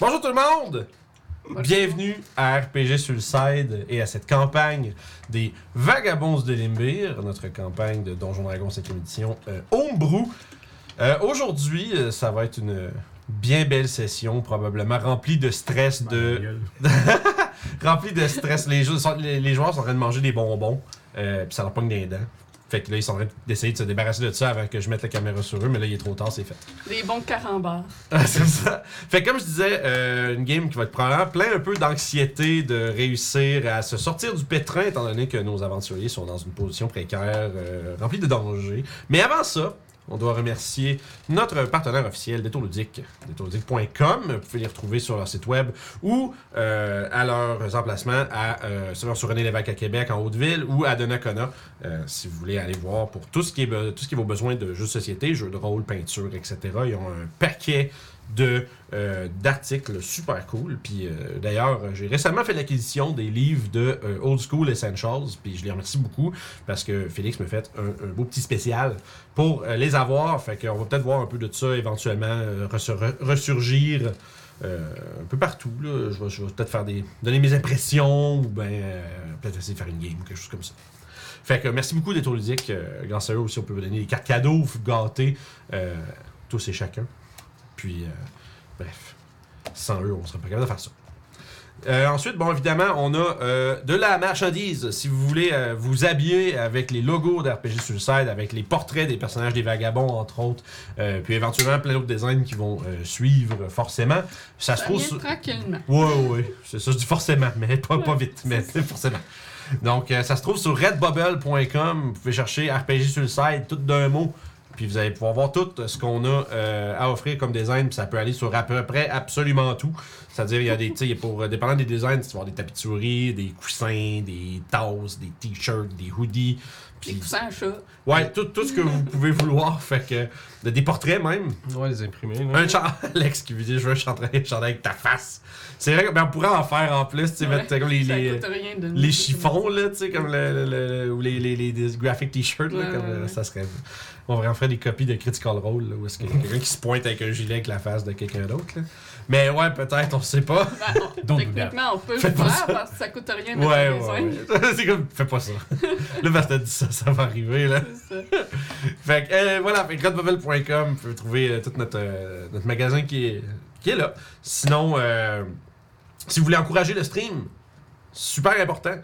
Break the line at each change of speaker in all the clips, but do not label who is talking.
Bonjour tout le monde! Bienvenue à RPG sur le side et à cette campagne des Vagabonds de Limbir, notre campagne de Donjon Dragon 5e édition euh, Homebrew. Euh, Aujourd'hui, euh, ça va être une bien belle session, probablement remplie de stress
Ah,
de, rempli de stress. Les, jou- sont- les- les joueurs sont en train de manger des bonbons, euh, puis ça leur pogne des dents. Fait que là, ils sont en train d'essayer de se débarrasser de ça avant que je mette la caméra sur eux, mais là, il est trop tard, c'est fait.
Des bons carambars.
Ah, c'est ça. Fait que comme je disais, euh, une game qui va être probablement plein un peu d'anxiété de réussir à se sortir du pétrin, étant donné que nos aventuriers sont dans une position précaire, euh, remplie de dangers. Mais avant ça, on doit remercier notre partenaire officiel, Détour Ludique, détourludique.com. Vous pouvez les retrouver sur leur site web ou euh, à leurs emplacements à, euh, sur sur René Lévesque à Québec, en Haute-Ville, ou à Donnacona, euh, si vous voulez aller voir pour tout ce qui est, be- tout ce qui est vos besoins de jeux de société, jeux de rôle, peinture, etc. Ils ont un paquet de euh, d'articles super cool. Puis euh, d'ailleurs, j'ai récemment fait l'acquisition des livres de euh, Old School Essentials, puis je les remercie beaucoup parce que Félix me fait un, un beau petit spécial pour euh, les avoir. Fait qu'on va peut-être voir un peu de ça éventuellement euh, ressur- ressurgir. euh, un peu partout, là. je vais, je vais peut-être faire des, donner mes impressions ou ben, euh, peut-être essayer de faire une game ou quelque chose comme ça. Fait que merci beaucoup d'être au ludique. Euh, grâce à eux aussi, on peut vous donner des cartes cadeaux, vous gâter euh, tous et chacun. Puis, euh, bref, sans eux, on serait pas capable de faire ça. Euh, ensuite, bon, évidemment, on a euh, de la marchandise. Si vous voulez euh, vous habiller avec les logos d'RPG Suicide, avec les portraits des personnages des vagabonds, entre autres, euh, puis éventuellement plein d'autres designs qui vont euh, suivre, euh, forcément, ça se
Ça
trouve...
vient
sur-
tranquillement.
Ouais, ouais, ouais. C'est ça, je dis forcément, mais pas, pas
Ouais,
vite, mais forcément. Donc, euh, ça se trouve sur redbubble.com. Vous pouvez chercher RPG sur le site, tout d'un mot. Puis vous allez pouvoir voir tout ce qu'on a euh, à offrir comme design. Puis ça peut aller sur à peu près absolument tout. C'est-à-dire, il y a des, tu sais, il y a pour, euh, dépendant des designs, tu vas avoir des tapituries, des coussins, des tasses, des t-shirts, des hoodies.
Des
Puis,
coussins à chat.
ouais, tout, tout ce que vous pouvez vouloir. Fait que, euh, des portraits même.
On va les imprimer. Là.
Un chan- Alex qui lui dit Je veux un chandail, un chandail avec ta face. C'est vrai que- ben, on pourrait en faire en plus, tu sais,
Ouais.
mettre euh, comme les,
Ça
les,
coûte rien de
les chiffons, là, tu sais, comme le, le- le- ou les, les, les, des graphic t-shirts, là,
Ouais,
comme euh,
ouais,
ça serait. On va en faire des copies de Critical Role, là, où est-ce que quelqu'un qui se pointe avec un gilet avec la face de quelqu'un d'autre, là. Mais ouais, peut-être, on sait pas.
Ben, on-
Don't do
techniquement, on peut le
Faites pas
faire
ça.
parce que ça coûte rien de
Ouais, ouais.
faire des soins.
ouais. c'est comme, fais pas ça. là, parce que t'as dit ça, ça va arriver, là.
C'est ça.
Fait que euh, voilà, fait que redbubble.com, vous pouvez trouver euh, tout notre, euh, notre magasin qui est, qui est là. Sinon, euh, si vous voulez encourager le stream, super important.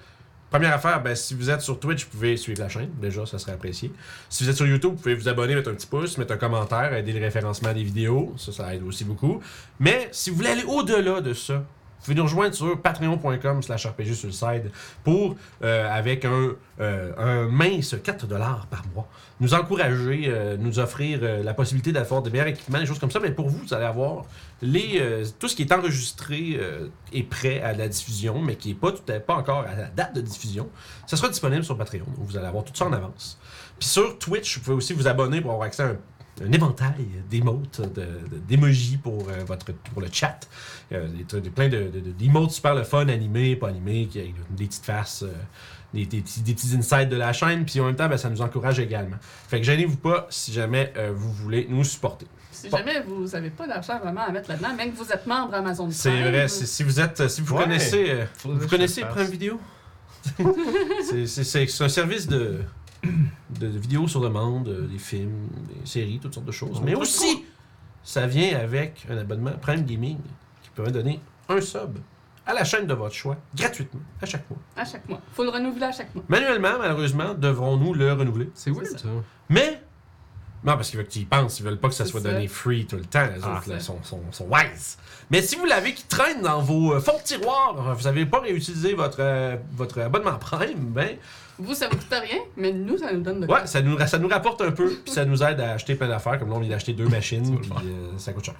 Première affaire, ben, si vous êtes sur Twitch, vous pouvez suivre la chaîne. Déjà, ça serait apprécié. Si vous êtes sur YouTube, vous pouvez vous abonner, mettre un petit pouce, mettre un commentaire, aider le référencement des vidéos. Ça, ça aide aussi beaucoup. Mais si vous voulez aller au-delà de ça, vous pouvez nous rejoindre sur patreon.com slash RPG sur le side pour, euh, avec un, euh, un mince 4$ par mois, nous encourager, euh, nous offrir euh, la possibilité d'avoir des meilleurs équipements, des choses comme ça. Mais pour vous, vous allez avoir les, euh, tout ce qui est enregistré euh, est prêt à la diffusion, mais qui n'est pas, tout à- pas encore à la date de diffusion. Ça sera disponible sur Patreon, où vous allez avoir tout ça en avance. Puis sur Twitch, vous pouvez aussi vous abonner pour avoir accès à un, un éventail d'émotes, de- de- d'émojis pour, euh, votre, pour le chat. Euh, des, trucs- des- plein de- de- de- d'émotes super le fun, animés, pas animés, qui, avec des petites faces, euh, des, des petits, des petits insights de la chaîne. Puis en même temps, ben, ça nous encourage également. Fait que gênez-vous pas si jamais euh, vous voulez nous supporter.
Si jamais vous n'avez pas d'argent vraiment à mettre là-dedans, même que vous êtes membre Amazon Prime.
C'est vrai, c'est- si vous êtes, si vous
Ouais.
connaissez, euh,
Faudrait que
vous
je
connaissez
le fasse.
Prime Vidéo. C'est- c'est- c'est c'est un service de, de vidéos sur demande, euh, des films, des séries, toutes sortes de choses. Mais aussi, ça vient avec un abonnement Prime Gaming qui permet de donner un sub à la chaîne de votre choix gratuitement à chaque mois.
À chaque mois. Faut le renouveler à chaque mois.
Manuellement, malheureusement, devrons-nous le renouveler.
C'est weird,
ça.
ça.
Mais non, parce qu'ils veulent qu'ils y pensent, ils veulent pas que ça
C'est
soit
ça.
donné free tout le temps. Les
Ah.
autres là, sont, sont, sont wise. Mais si vous l'avez qui traîne dans vos euh, fonds de tiroir, vous n'avez pas réutilisé votre, euh, votre abonnement Prime, ben
Vous, ça vous coûte rien, mais nous, ça nous donne de quoi.
ouais, ça nous, ra- ça nous rapporte un peu, puis ça nous aide à acheter plein d'affaires. Comme là, on vient d'acheter deux machines, puis euh, ça coûte cher.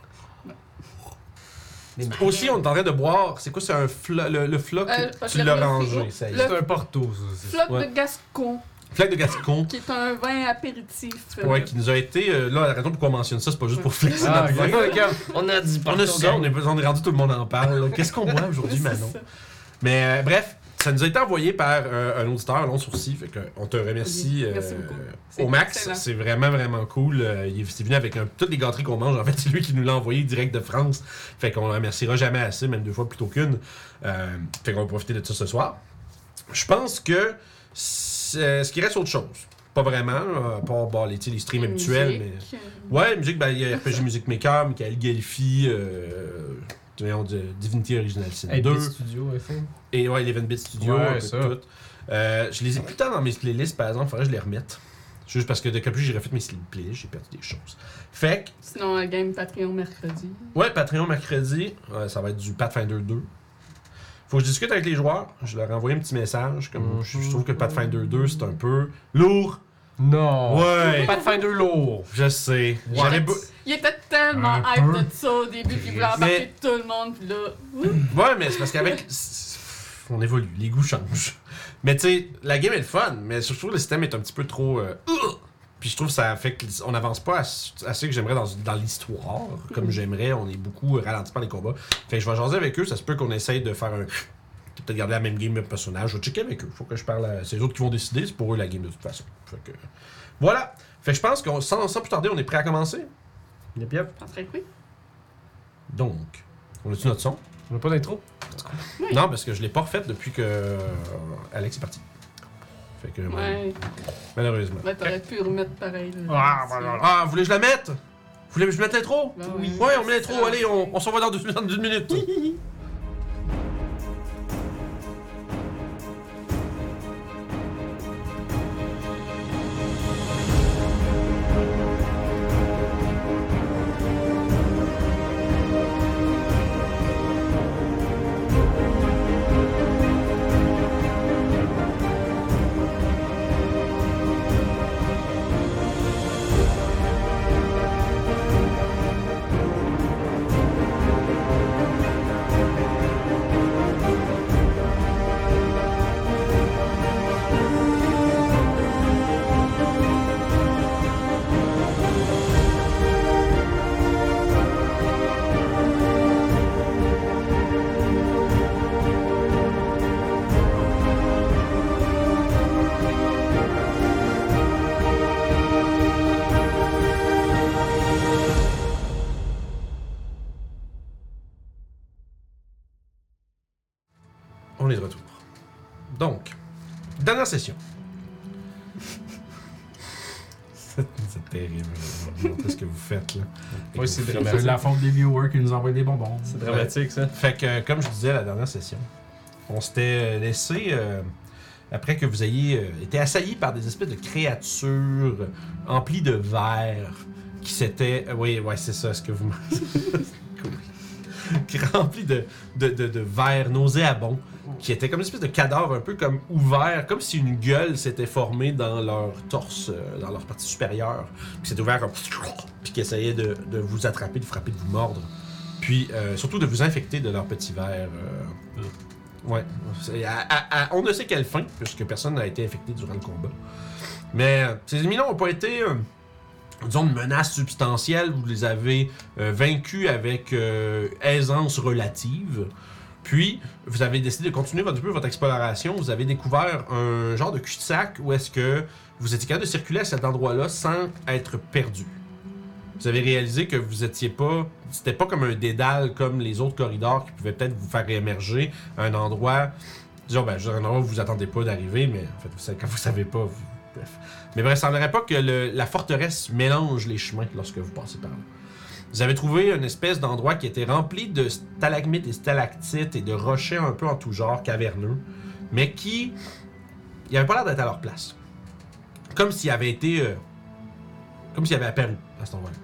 Aussi, on est en train de boire. C'est quoi, c'est un fla- le, le floc?
Euh, je
tu
l'ai
l'as
remis au
rangé,
frigo.
ça y est.
Le-
C'est un porto, ça. c'est-
Flotte
ouais.
de Gascon,
Flac de Gascon.
qui est un vin apéritif.
Ouais, qui nous a été. euh, là, la raison pourquoi on mentionne ça, c'est pas juste pour flexer
Ah,
notre vin.
regarde, on a dit
On a ça, on est, on est rendu tout le monde en parle. là. Qu'est-ce qu'on boit aujourd'hui,
C'est
Manon?
ça.
Mais euh, bref, Ça nous a été envoyé par euh, un auditeur, long sourcil. Fait que on te remercie euh,
Merci beaucoup. C'est
au max.
excellent.
C'est vraiment, vraiment cool. Euh, il est c'est venu avec un- toutes les gâteries qu'on mange. En fait, c'est lui qui nous l'a envoyé direct de France. Fait qu'on le remerciera jamais assez, même deux fois plutôt qu'une. Euh, fait qu'on va profiter de ça ce soir. Je pense que c'est- ce qui reste autre chose. Pas vraiment, euh, à part bon, les, tu sais, les streams habituels, mais.
Musique, euh,
Ouais, musique, ben, il y a RPG Music Maker, Michael Gelfi, euh, voyons, de- Divinity Original Sin
Hey,
2,
Beat Studio, FM.
et ouais, Eleven Bit Studio,
Ouais,
un peu de
ça.
tout. Euh, je les ai plus tant dans mes playlists, par exemple, faudrait que je les remette. C'est Juste parce que depuis que j'ai refait mes playlists, j'ai perdu des choses. Fait que,
Sinon, un game Patreon mercredi.
ouais, Patreon mercredi, euh, ça va être du Pathfinder 2. Faut que je discute avec les joueurs, je leur envoie un petit message. Comme
Mhm.
je, je trouve que Pathfinder 2, c'est un peu lourd.
Non.
Ouais,
Pathfinder lourd.
je sais.
J'aurais
J'aurais beau-
Il était tellement
Un
hype
peu.
de ça au début, puis il voulait embarquer
Mais-
tout le monde, puis là. ouh.
Ouais, mais c'est parce qu'avec. On évolue, les goûts changent. Mais tu sais, la game est le fun, mais je trouve que le système est un petit peu trop. euh, Ugh! Puis je trouve que ça fait qu'on n'avance pas ass- assez que j'aimerais dans, dans l'histoire, comme j'aimerais. On est beaucoup ralenti par les combats. Fait que je vais jaser avec eux, ça se peut qu'on essaye de faire un. Peut-être garder la même game, même personnage. Je vais checker avec eux. Faut que je parle à. C'est eux autres qui vont décider, c'est pour eux la game de toute façon. Fait que. Voilà! Fait que je pense qu'on sans, sans plus tarder, on est prêt à commencer. Yep, yep.
Je penserais que oui.
Donc, on a-tu notre son?
On n'a pas d'intro.
Non, parce que je l'ai pas refaite depuis que euh, Alex est parti. Fait que,
Ouais.
malheureusement.
Ben, t'aurais pu remettre pareil. là.
Ah, voilà.
Ah, vous voulez que je la mette? Vous voulez que je mette l'intro?
Ben oui.
Ouais, on met l'intro, allez, on, on se revoit dans deux, dans une minute. On est de retour. Donc, dernière session. c'est c'est terrible. Je vais vous montrer ce que vous faites là.
Ouais, c'est
Fait que vous
dramatique.
C'est de la faute des viewers qui nous envoient des bonbons.
C'est dramatique, ça.
Fait que, euh, comme je disais la dernière session, on s'était euh, laissé, euh, après que vous ayez euh, été assailli par des espèces de créatures euh, emplies de verre qui s'étaient. euh, Oui, ouais, c'est ça ce que vous. Cool. qui remplies de, de, de, de verre nauséabond, qui étaient comme une espèce de cadavre un peu comme ouvert, comme si une gueule s'était formée dans leur torse, euh, dans leur partie supérieure, puis s'était ouvert comme. puis qui essayait de, de vous attraper, de frapper, de vous mordre. Puis euh, surtout de vous infecter de leur petit verre. euh, Ouais. C'est à- à- à- on ne sait quelle fin, puisque personne n'a été infecté durant le combat. Mais euh, ces éminents n'ont pas été, euh, disons, une menace substantielle. Vous les avez euh, vaincus avec euh, aisance relative. Puis, vous avez décidé de continuer un petit peu votre exploration. Vous avez découvert un genre de cul-de-sac où est-ce que vous étiez capable de circuler à cet endroit-là sans être perdu vous avez réalisé que vous étiez pas. C'était pas comme un dédale comme les autres corridors qui pouvaient peut-être vous faire émerger à un endroit. Disons, ben, je dirais un endroit où vous attendez pas d'arriver, mais en fait, vous savez, quand vous savez pas, vous- bref. Mais bref, il semblerait pas que le- la forteresse mélange les chemins lorsque vous passez par là. Vous avez trouvé une espèce d'endroit qui était rempli de stalagmites et stalactites et de rochers un peu en tout genre, caverneux, mais qui. Il avait pas l'air d'être à leur place. Comme s'il avait été. euh, comme s'il avait apparu à cet endroit-là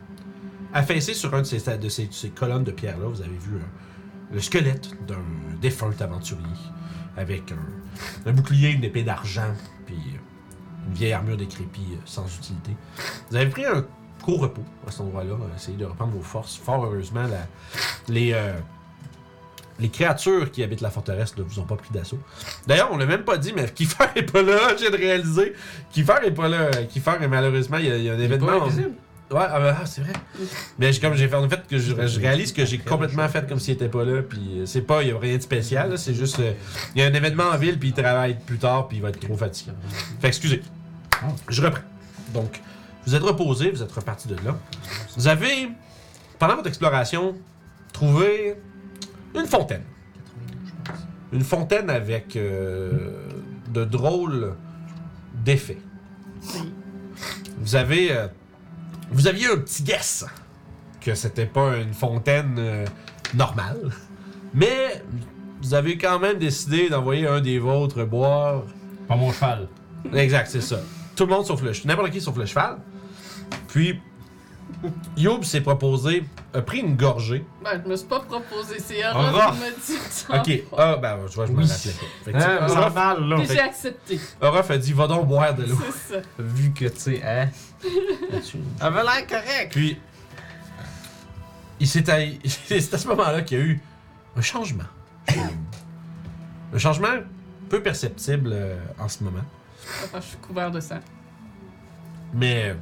affaissé sur un de ces, de ces- de ces colonnes de pierre-là, vous avez vu euh, le squelette d'un défunt aventurier avec un, un bouclier, une épée d'argent, puis euh, une vieille armure décrépie euh, sans utilité. Vous avez pris un court repos à cet endroit-là, euh, essayez de reprendre vos forces. Fort heureusement, la- les, euh, les créatures qui habitent la forteresse ne vous ont pas pris d'assaut. D'ailleurs, on l'a même pas dit, mais Kiefer est pas là, j'ai de réaliser. Kiefer est pas là. Kiefer est malheureusement, il y a, il y a un événement.
invisible?
Ouais, ah, ben, ah, c'est vrai. Mais j'ai- comme j'ai fait, en fait, que je, je réalise que j'ai complètement fait comme s'il était pas là, puis euh, c'est pas, il y a rien de spécial, là, c'est juste, euh, il y a un événement en ville, puis il travaille plus tard, puis il va être trop fatigué. Fait que, excusez. Je reprends. Donc, vous êtes reposé, vous êtes reparti de là. Vous avez, pendant votre exploration, trouvé une fontaine. Une fontaine avec euh, de drôles d'effets. Vous avez. euh, vous aviez un petit guess que c'était pas une fontaine euh, normale. Mais vous avez quand même décidé d'envoyer un des vôtres boire.
Pas mon cheval.
Exact, c'est ça. Tout le monde sauf le cheval. N'importe qui sauf le cheval. Puis. Youb s'est proposé, a pris une gorgée.
Ben, je me suis pas proposé. C'est
Rof.
Aurore qui m'a dit de s'en
Ok,
prendre.
ah, ben, je vois, je me
Oui.
rappelais pas. Fait que,
Hein,
tu-
ça va
Orof-
mal, là.
Puis j'ai accepté.
Orof a dit, va donc boire de l'eau.
C'est ça.
Vu que, tu sais, hein. Elle avait l'air correcte.
Puis, il s'est à... c'est à ce moment-là qu'il y a eu un changement. un changement peu perceptible euh, en ce moment,
Enfin, je suis couvert de sang.
mais euh,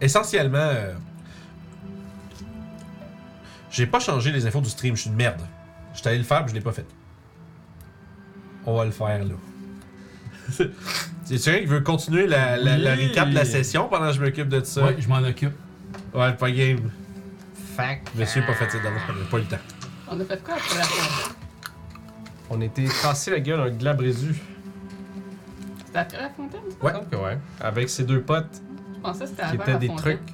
essentiellement, euh, j'ai pas changé les infos du stream. Je suis une merde. J'étais allé le faire, mais je l'ai pas fait. On va le faire là. C'est quelqu'un qui veut continuer la, la, la
Oui.
recap de la session pendant que je m'occupe de ça.
Ouais, je m'en occupe.
Ouais, pas game.
Fact.
Monsieur, pas fatigué d'avoir pas eu le temps.
On a fait quoi après la fontaine?
On était cassé la gueule un glabrésu.
C'était après la fontaine, ça?
Ouais.
Donc, ouais. Avec ses deux potes
Je pensais que c'était
qui
avant
étaient
la
des
fontaine.
trucs.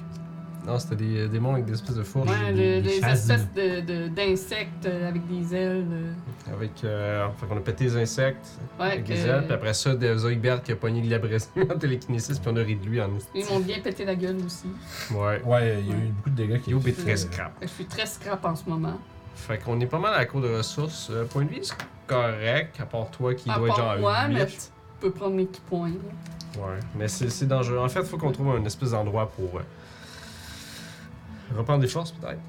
Non, c'était des euh, démons avec des espèces de fourches.
Ouais,
des-
le-
des
les
chasmes.
espèces de- de- d'insectes euh, avec des ailes. euh.
Avec. Euh, fait qu'on a pété les insectes
Ouais,
avec
que-
les ailes. Puis après ça, des Zoidberg qui a pogné le glabrésu en télékinésis. Puis on a ri de lui en esti.
Ils m'ont bien pété la gueule aussi.
Ouais.
Ouais, il y a eu beaucoup de dégâts qui
Yo, est
Euh,
très scrap.
Fait que Je suis très scrap en ce moment.
Fait qu'on est pas mal à la cour de ressources. Euh, point de vue, c'est correct, à part toi qui
À
doit être
part
genre
moi, mais
8.
je peux prendre mes petits points. là.
Ouais, mais c'est c'est dangereux. En fait, faut qu'on trouve un espèce d'endroit pour euh, reprendre des forces, peut-être.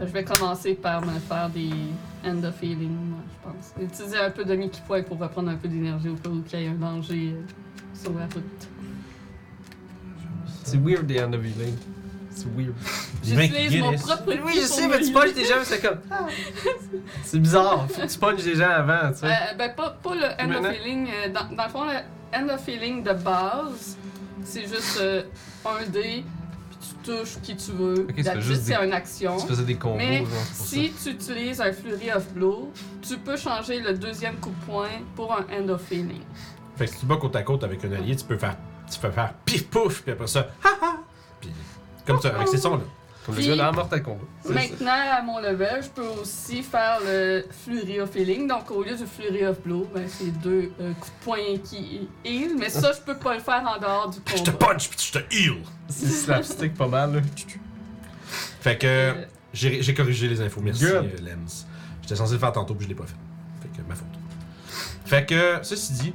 Je vais commencer par me faire des end of healing, moi, je pense. Utiliser un peu de mes petits points pour reprendre un peu d'énergie au cas où il y ait un danger euh, sur la route.
C'est weird, des End of Healing. C'est weird.
Des mecs
J'utilise
qui
mon
guérissent.
propre
Oui,
ki
je sais,
pour
mais
me
tu punches
healer.
des gens, mais c'est comme. C'est bizarre. Faut que tu punches des gens avant, tu sais.
Euh, ben, pas, pas le end
Maintenant-
of healing. euh, dans, dans le fond, le end of healing de base, c'est juste euh, un dé, puis tu touches qui tu veux.
Ok, ça fait
Là-dessus,
juste
c'est
des-
une action.
Tu faisais des combos,
Mais
genre, pour
Si tu utilises un Flurry of Blow, tu peux changer le deuxième coup de poing pour un End of Healing.
Fait que si tu bats côte à côte avec un allié, tu peux faire, tu peux faire pif pouf, puis après ça, ha ha! Puis comme ça, avec ces sons-là.
ça. Comme le
Puis-
gars dans Mortal Kombat. C'est ça.
Maintenant, à mon level, je peux aussi faire le Flurry of Healing. Donc, au lieu du Flurry of Blow, ben, c'est deux euh, coups de poing qui heal. Mais ça, je peux pas le faire en dehors du
Je te
combat.
punch, puis je te heal!
C'est slapstick pas mal, là.
Fait que
Euh,
j'ai j'ai corrigé les infos, merci
Good.
euh, Lens. J'étais censé le faire tantôt, puis je l'ai pas fait. Fait que ma faute. Fait que, ceci dit,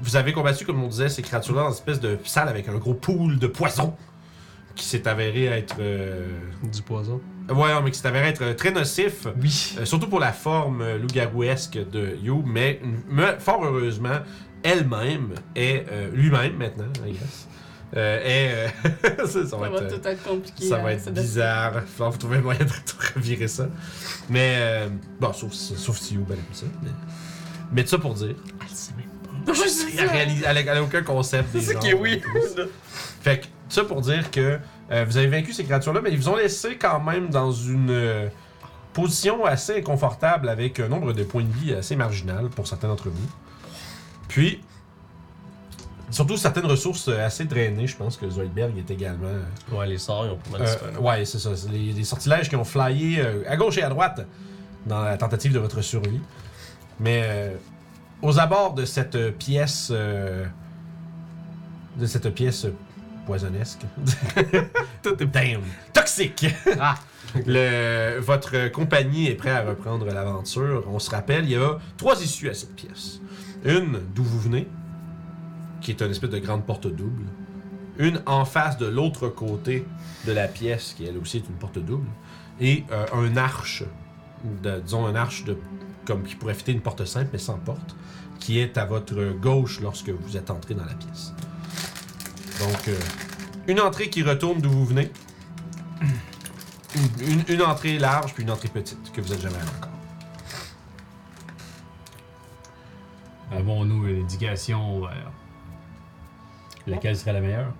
vous avez combattu, comme on disait, ces créatures-là dans une espèce de salle avec un gros pool de poison qui s'est avéré être. euh,
Du poison.
Ouais, mais qui s'est avéré être euh, très nocif.
Oui.
Euh, surtout pour la forme euh, loup-garouesque de You, mais, mais fort heureusement, elle-même est euh, lui-même maintenant, I guess. Euh, est, euh, ça, ça
ça
va être, euh,
tout être compliqué.
ça
hein,
va être
c'est de-
bizarre. Il faut trouver un moyen de revirer ça. Mais euh, bon, sauf, si- sauf si You, ben, aime ça. Mais, mais tout ça pour dire, elle
C'est
réalise- elle a- elle a aucun concept.
C'est
des
ça qui est
genres.
weird.
Fait que, tout ça pour dire que euh, vous avez vaincu ces créatures-là, mais ils vous ont laissé quand même dans une euh, position assez inconfortable avec un nombre de points de vie assez marginal pour certains d'entre vous. Puis, surtout certaines ressources euh, assez drainées, je pense que Zoidberg est également. euh,
Ouais, les sorts, ils ont pas mal
euh, ouais, c'est ça. c'est Les, les sortilèges qui ont flyé euh, à gauche et à droite dans la tentative de votre survie. Mais euh, aux abords de cette euh, pièce. euh, de cette pièce euh, poisonnesque. Damn! Toxique!
Ah.
Le- votre compagnie est prête à reprendre l'aventure. On se rappelle, il y a trois issues à cette pièce. Une d'où vous venez, qui est une espèce de grande porte double. Une en face de l'autre côté de la pièce, qui elle aussi est une porte double. Et euh, un arche, de- disons un arche de, comme qui pourrait fitter une porte simple mais sans porte, qui est à votre gauche lorsque vous êtes entré dans la pièce. Donc, euh, une entrée qui retourne d'où vous venez. Une, une- une entrée large, puis une entrée petite, que vous êtes jamais allé encore.
Avons-nous une indication vers laquelle serait la meilleure?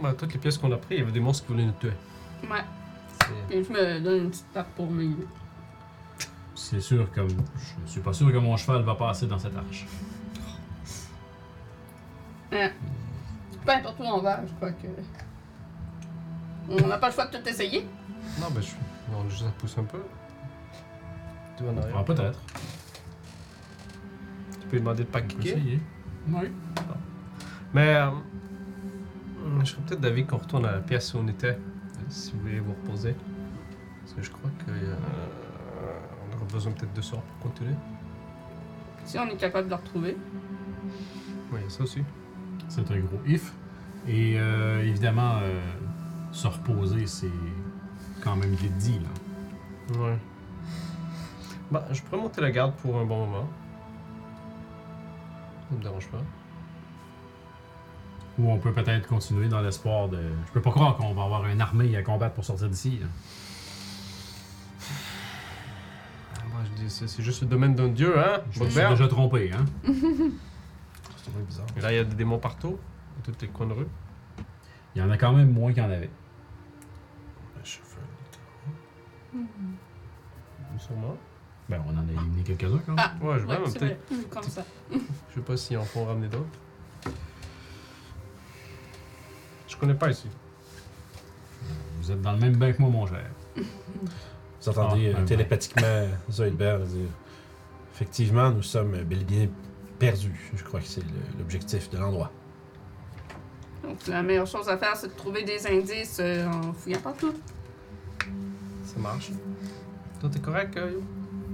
Bah, toutes les pièces qu'on a prises, il y avait des monstres qui voulaient nous tuer.
Ouais.
C'est-
Et je me donne une petite tape pour mes.
C'est sûr que je ne suis pas sûr que mon cheval va passer dans cette arche.
Peu importe où on va, je crois que. On n'a pas le choix de tout essayer.
Non, ben, je suis. Non, je pousse un peu. Tu vas en
Ah,
arrière.
peut-être.
Tu peux lui demander de pas
On peut
kicker.
essayer.
Oui.
Mais. euh, hmm, je serais peut-être d'avis qu'on retourne à la pièce où on était. euh, Si vous voulez vous reposer. Parce que je crois que. euh, on aura besoin peut-être de sorts pour continuer.
Si on est capable de le retrouver.
Oui, il y a ça aussi.
C'est un gros if. Et euh, évidemment, euh, se reposer, c'est quand même vite dit. Là.
Ouais. Bah, je pourrais monter la garde pour un bon moment. Ça me dérange pas.
Ou on peut peut-être continuer dans l'espoir de. Je peux pas croire qu'on va avoir une armée à combattre pour sortir d'ici. là.
Ah, bah, je dis, c'est c'est juste le domaine d'un dieu, hein?
Je me suis
Bobert?
déjà trompé, hein?
C'est vraiment bizarre.
Et Là, il y a des démons partout, à tous les coins de rue.
Il y en a quand même moins qu'il y en avait.
Le cheveu.
Sûrement.
Ben, on en a éliminé quelques-uns quand même.
Ah.
Ouais, je vois,
Ouais,
mais
c'est
peut-être.
vrai. Hum, Comme ça.
Je sais pas s'ils en font ramener d'autres. Je connais pas ici.
Vous êtes dans le même bain que moi, mon cher.
Vous entendez
Ah,
euh,
ouais,
télépathiquement Zoidberg dire Effectivement, nous sommes bel et bien perdus. Je crois que c'est le- l'objectif de l'endroit.
Donc la meilleure chose à faire, c'est de trouver des indices euh, en fouillant partout.
Ça marche. Toi, t'es correct, euh, Yo?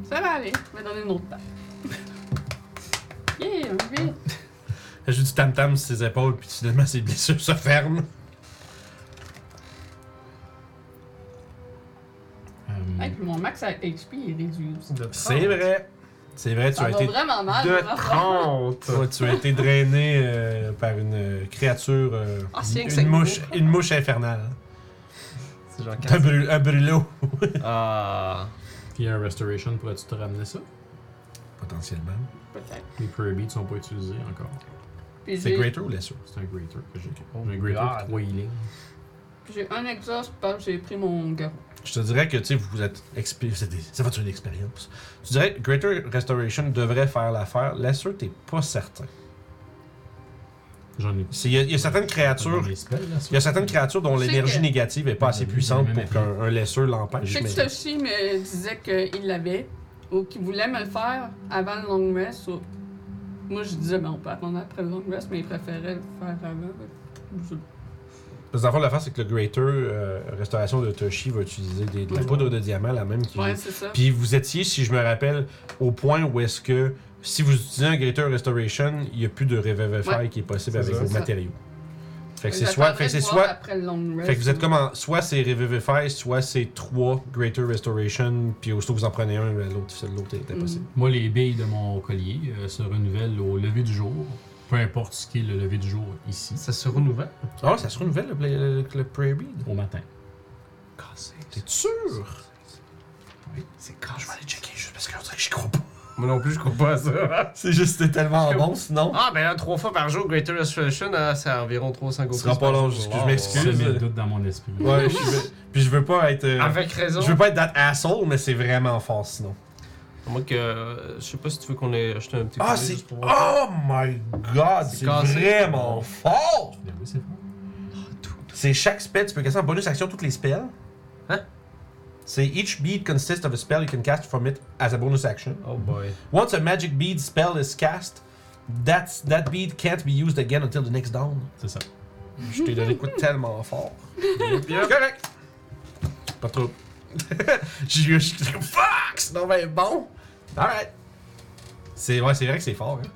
Ça va aller. Je vais donner une autre tape. yeah, un huit.
Elle joue du tam-tam sur ses épaules, puis finalement ses blessures se ferment.
Euh,
Hey, puis mon max à HP est réduit aussi.
De
C'est
30.
vrai. C'est vrai, tu
Ça
as,
va
été,
Ah vraiment mal.
De
vraiment.
30!
toi, tu as été drainé euh, par une euh, créature, euh,
Ah, c'est
une,
exact.
une mouche, une mouche infernale.
C'est
Ah,
genre
Un,
15.
brû- un brûlot.
Ah!
Puis un restoration, pourrais-tu te ramener ça?
Potentiellement.
Peut-être.
Les prayer beads sont pas utilisés encore.
Puis
C'est
j'ai-
greater ou lesser
C'est un greater que j'ai.
Oh
un greater
God.
de 3 healing.
J'ai un exhaust parce que j'ai pris mon garrot.
Je te dirais que, tu sais, vous êtes. expé- vous êtes des- Ça va être une expérience. Tu dirais que Greater Restoration devrait faire l'affaire. Lesser, t'es pas certain.
J'en ai
C'est- Il y, a- il y a certaines créatures. Il y a certaines créatures dont
Je sais
l'énergie
que-
négative est pas assez puissante pour qu'un un lesser
Je
l'empêche.
sais que
mais-
Toshi me disait qu'il l'avait ou qu'il voulait me le faire avant le long rest. ou- Moi, je disais, ben, on peut attendre après le long rest, mais il préférait le faire avant. Je-
Parce que dans le fond, l'affaire, c'est que le Greater euh, Restauration de Toshi va utiliser des, de la
Ouais.
poudre de diamant, la même qui.
Ouais, c'est ça.
Puis vous étiez, si je me rappelle, au point où est-ce que si vous utilisez un Greater Restoration, il n'y a plus de Revivify
Ouais.
qui est possible
C'est
avec
ça.
vos
C'est ça.
matériaux. Fait que c'est
J'attendrai
soit. Fait que c'est
de voir
soit.
Après le long rest.
Fait que vous êtes comme en- soit c'est Revivify, soit c'est trois Greater Restoration, puis aussitôt que vous en prenez un, l'autre l'autre est impossible.
Moi, les billes de mon collier euh, se renouvellent au lever du jour. Peu importe ce qui est le lever du jour ici,
Ça se renouvelle?
Ah, ça se renouvelle le, le, le Prayer Bead.
au matin.
Cassé.
T'es sûr?
C'est cassé.
Je vais aller checker juste parce que je dirais que j'y crois pas.
Moi non plus, je crois pas à ça.
C'est juste c'était tellement bon sinon.
Ah, ben là, trois fois par jour, Greater Restoration, hein, c'est environ 300
Ce sera pas long, jusque- je
Ah,
m'excuse.
Ça met le doute dans mon esprit.
Ouais, je veux- puis je veux pas être. euh,
Avec raison.
Je veux pas être that asshole, mais c'est vraiment fort sinon.
À moins que. euh, je sais pas si tu veux qu'on ait acheté un petit
Ah,
collier
c'est.
juste pour voir.
Oh my god,
C'est
c'est
cassé.
vraiment fort!
Ben oui, c'est fort.
C'est chaque spell, tu peux casser en bonus action toutes les spells.
Hein?
C'est each bead consists of a spell you can cast from it as a bonus action.
Oh boy.
Once a magic bead spell is cast, that's, that bead can't be used again until the next dawn.
C'est ça.
Je t'ai donné un coup de tellement fort. C'est correct. Pas trop. J'ai eu j'étais comme fuck, c'est donc ben bon. Alright. C'est ouais, c'est vrai que c'est fort. Hein.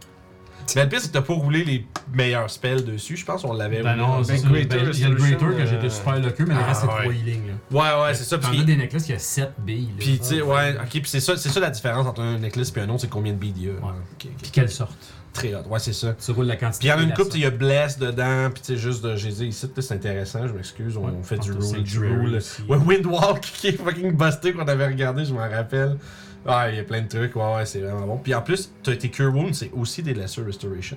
Mais le pire, c'est que t'as pas roulé les meilleurs spells dessus. Je pense qu'on l'avait
Ben
roulé.
non,
Ben,
c'est ça.
Greater
Ben, Il y a le greater
Resolution,
que j'étais
euh,
super le mais le
ah,
reste, c'est 3
ouais.
healing. là.
Ouais, ouais, c'est ça.
T'en
Puis,
as des Ah, necklaces qui a 7 billes. là.
puis tu sais, ouais, ok, puis c'est ça, c'est ça la différence entre un necklace et un autre, c'est combien de beads il y a.
Ouais.
Ok, ok.
Puis quelle sorte
très hot. Ouais, c'est ça.
Tu roules la quantité.
Puis il y en a
et
une
la
coupe,
somme.
il y a Bless dedans, puis tu sais, juste, de- j'ai dit ici, tu sais, c'est intéressant, je m'excuse, on,
Ouais,
on fait du
Phantom
rule, du
Sanctuary
rule.
aussi.
Ouais, Windwalk qui est fucking busté qu'on avait regardé, je m'en rappelle. Ah, il y a plein de trucs, ouais, ouais, c'est vraiment bon. Puis en plus, t'as tes Cure Wounds, c'est aussi des Lesser Restoration.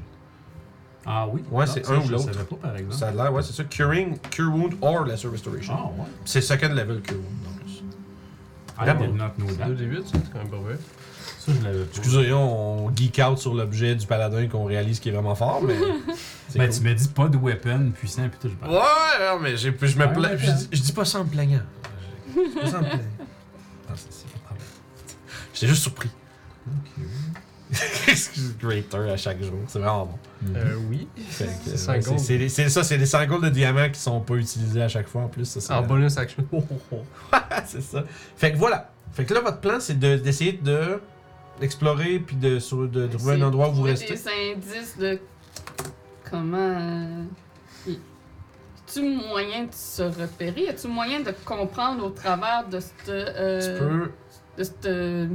Ah oui?
Ouais,
Ah,
c'est
ça,
un ou
je le
l'autre.
savais pas, par exemple.
Ça a l'air, ouais, c'est ça. Curing, Cure Wound or Lesser Restoration.
Ah ouais.
C'est second level Cure Wound, en plus.
I
Vraiment.
did not know that.
2d8, c'est quand même pas vrai.
Ça, je l'avais pas.
Excusez, on geek out sur l'objet du paladin qu'on réalise qui est vraiment fort, mais. c'est
Ben,
cool.
tu m'as dit pas de weapon puissant, puis tout, je parle.
Ouais, ouais, mais j'ai, je me
Ouais,
pla-
ouais,
je,
ouais.
dis- je dis pas ça en me plaignant. Je dis pas ça en me plaignant. Non, c'est- c'est pas de problème. J'étais juste surpris. Excuse greater à chaque jour, c'est vraiment bon.
Euh, oui.
Fait que,
C'est
ouais,
cinq
c'est,
gold.
c'est des- c'est ça, c'est des 5 gold de diamants qui sont pas utilisés à chaque fois en plus. Ça, c'est
En
la-
bonus action. Oh, oh, oh.
c'est ça. Fait que voilà. Fait que là, votre plan, c'est de- d'essayer de explorer puis de, sur- de trouver un
C'est
endroit où vous
trouver
restez.
des indices de comment. euh, y- Y-tu moyen de se repérer? Y a-tu moyen de comprendre au travers de cette. euh,
Tu peux,
De cette euh,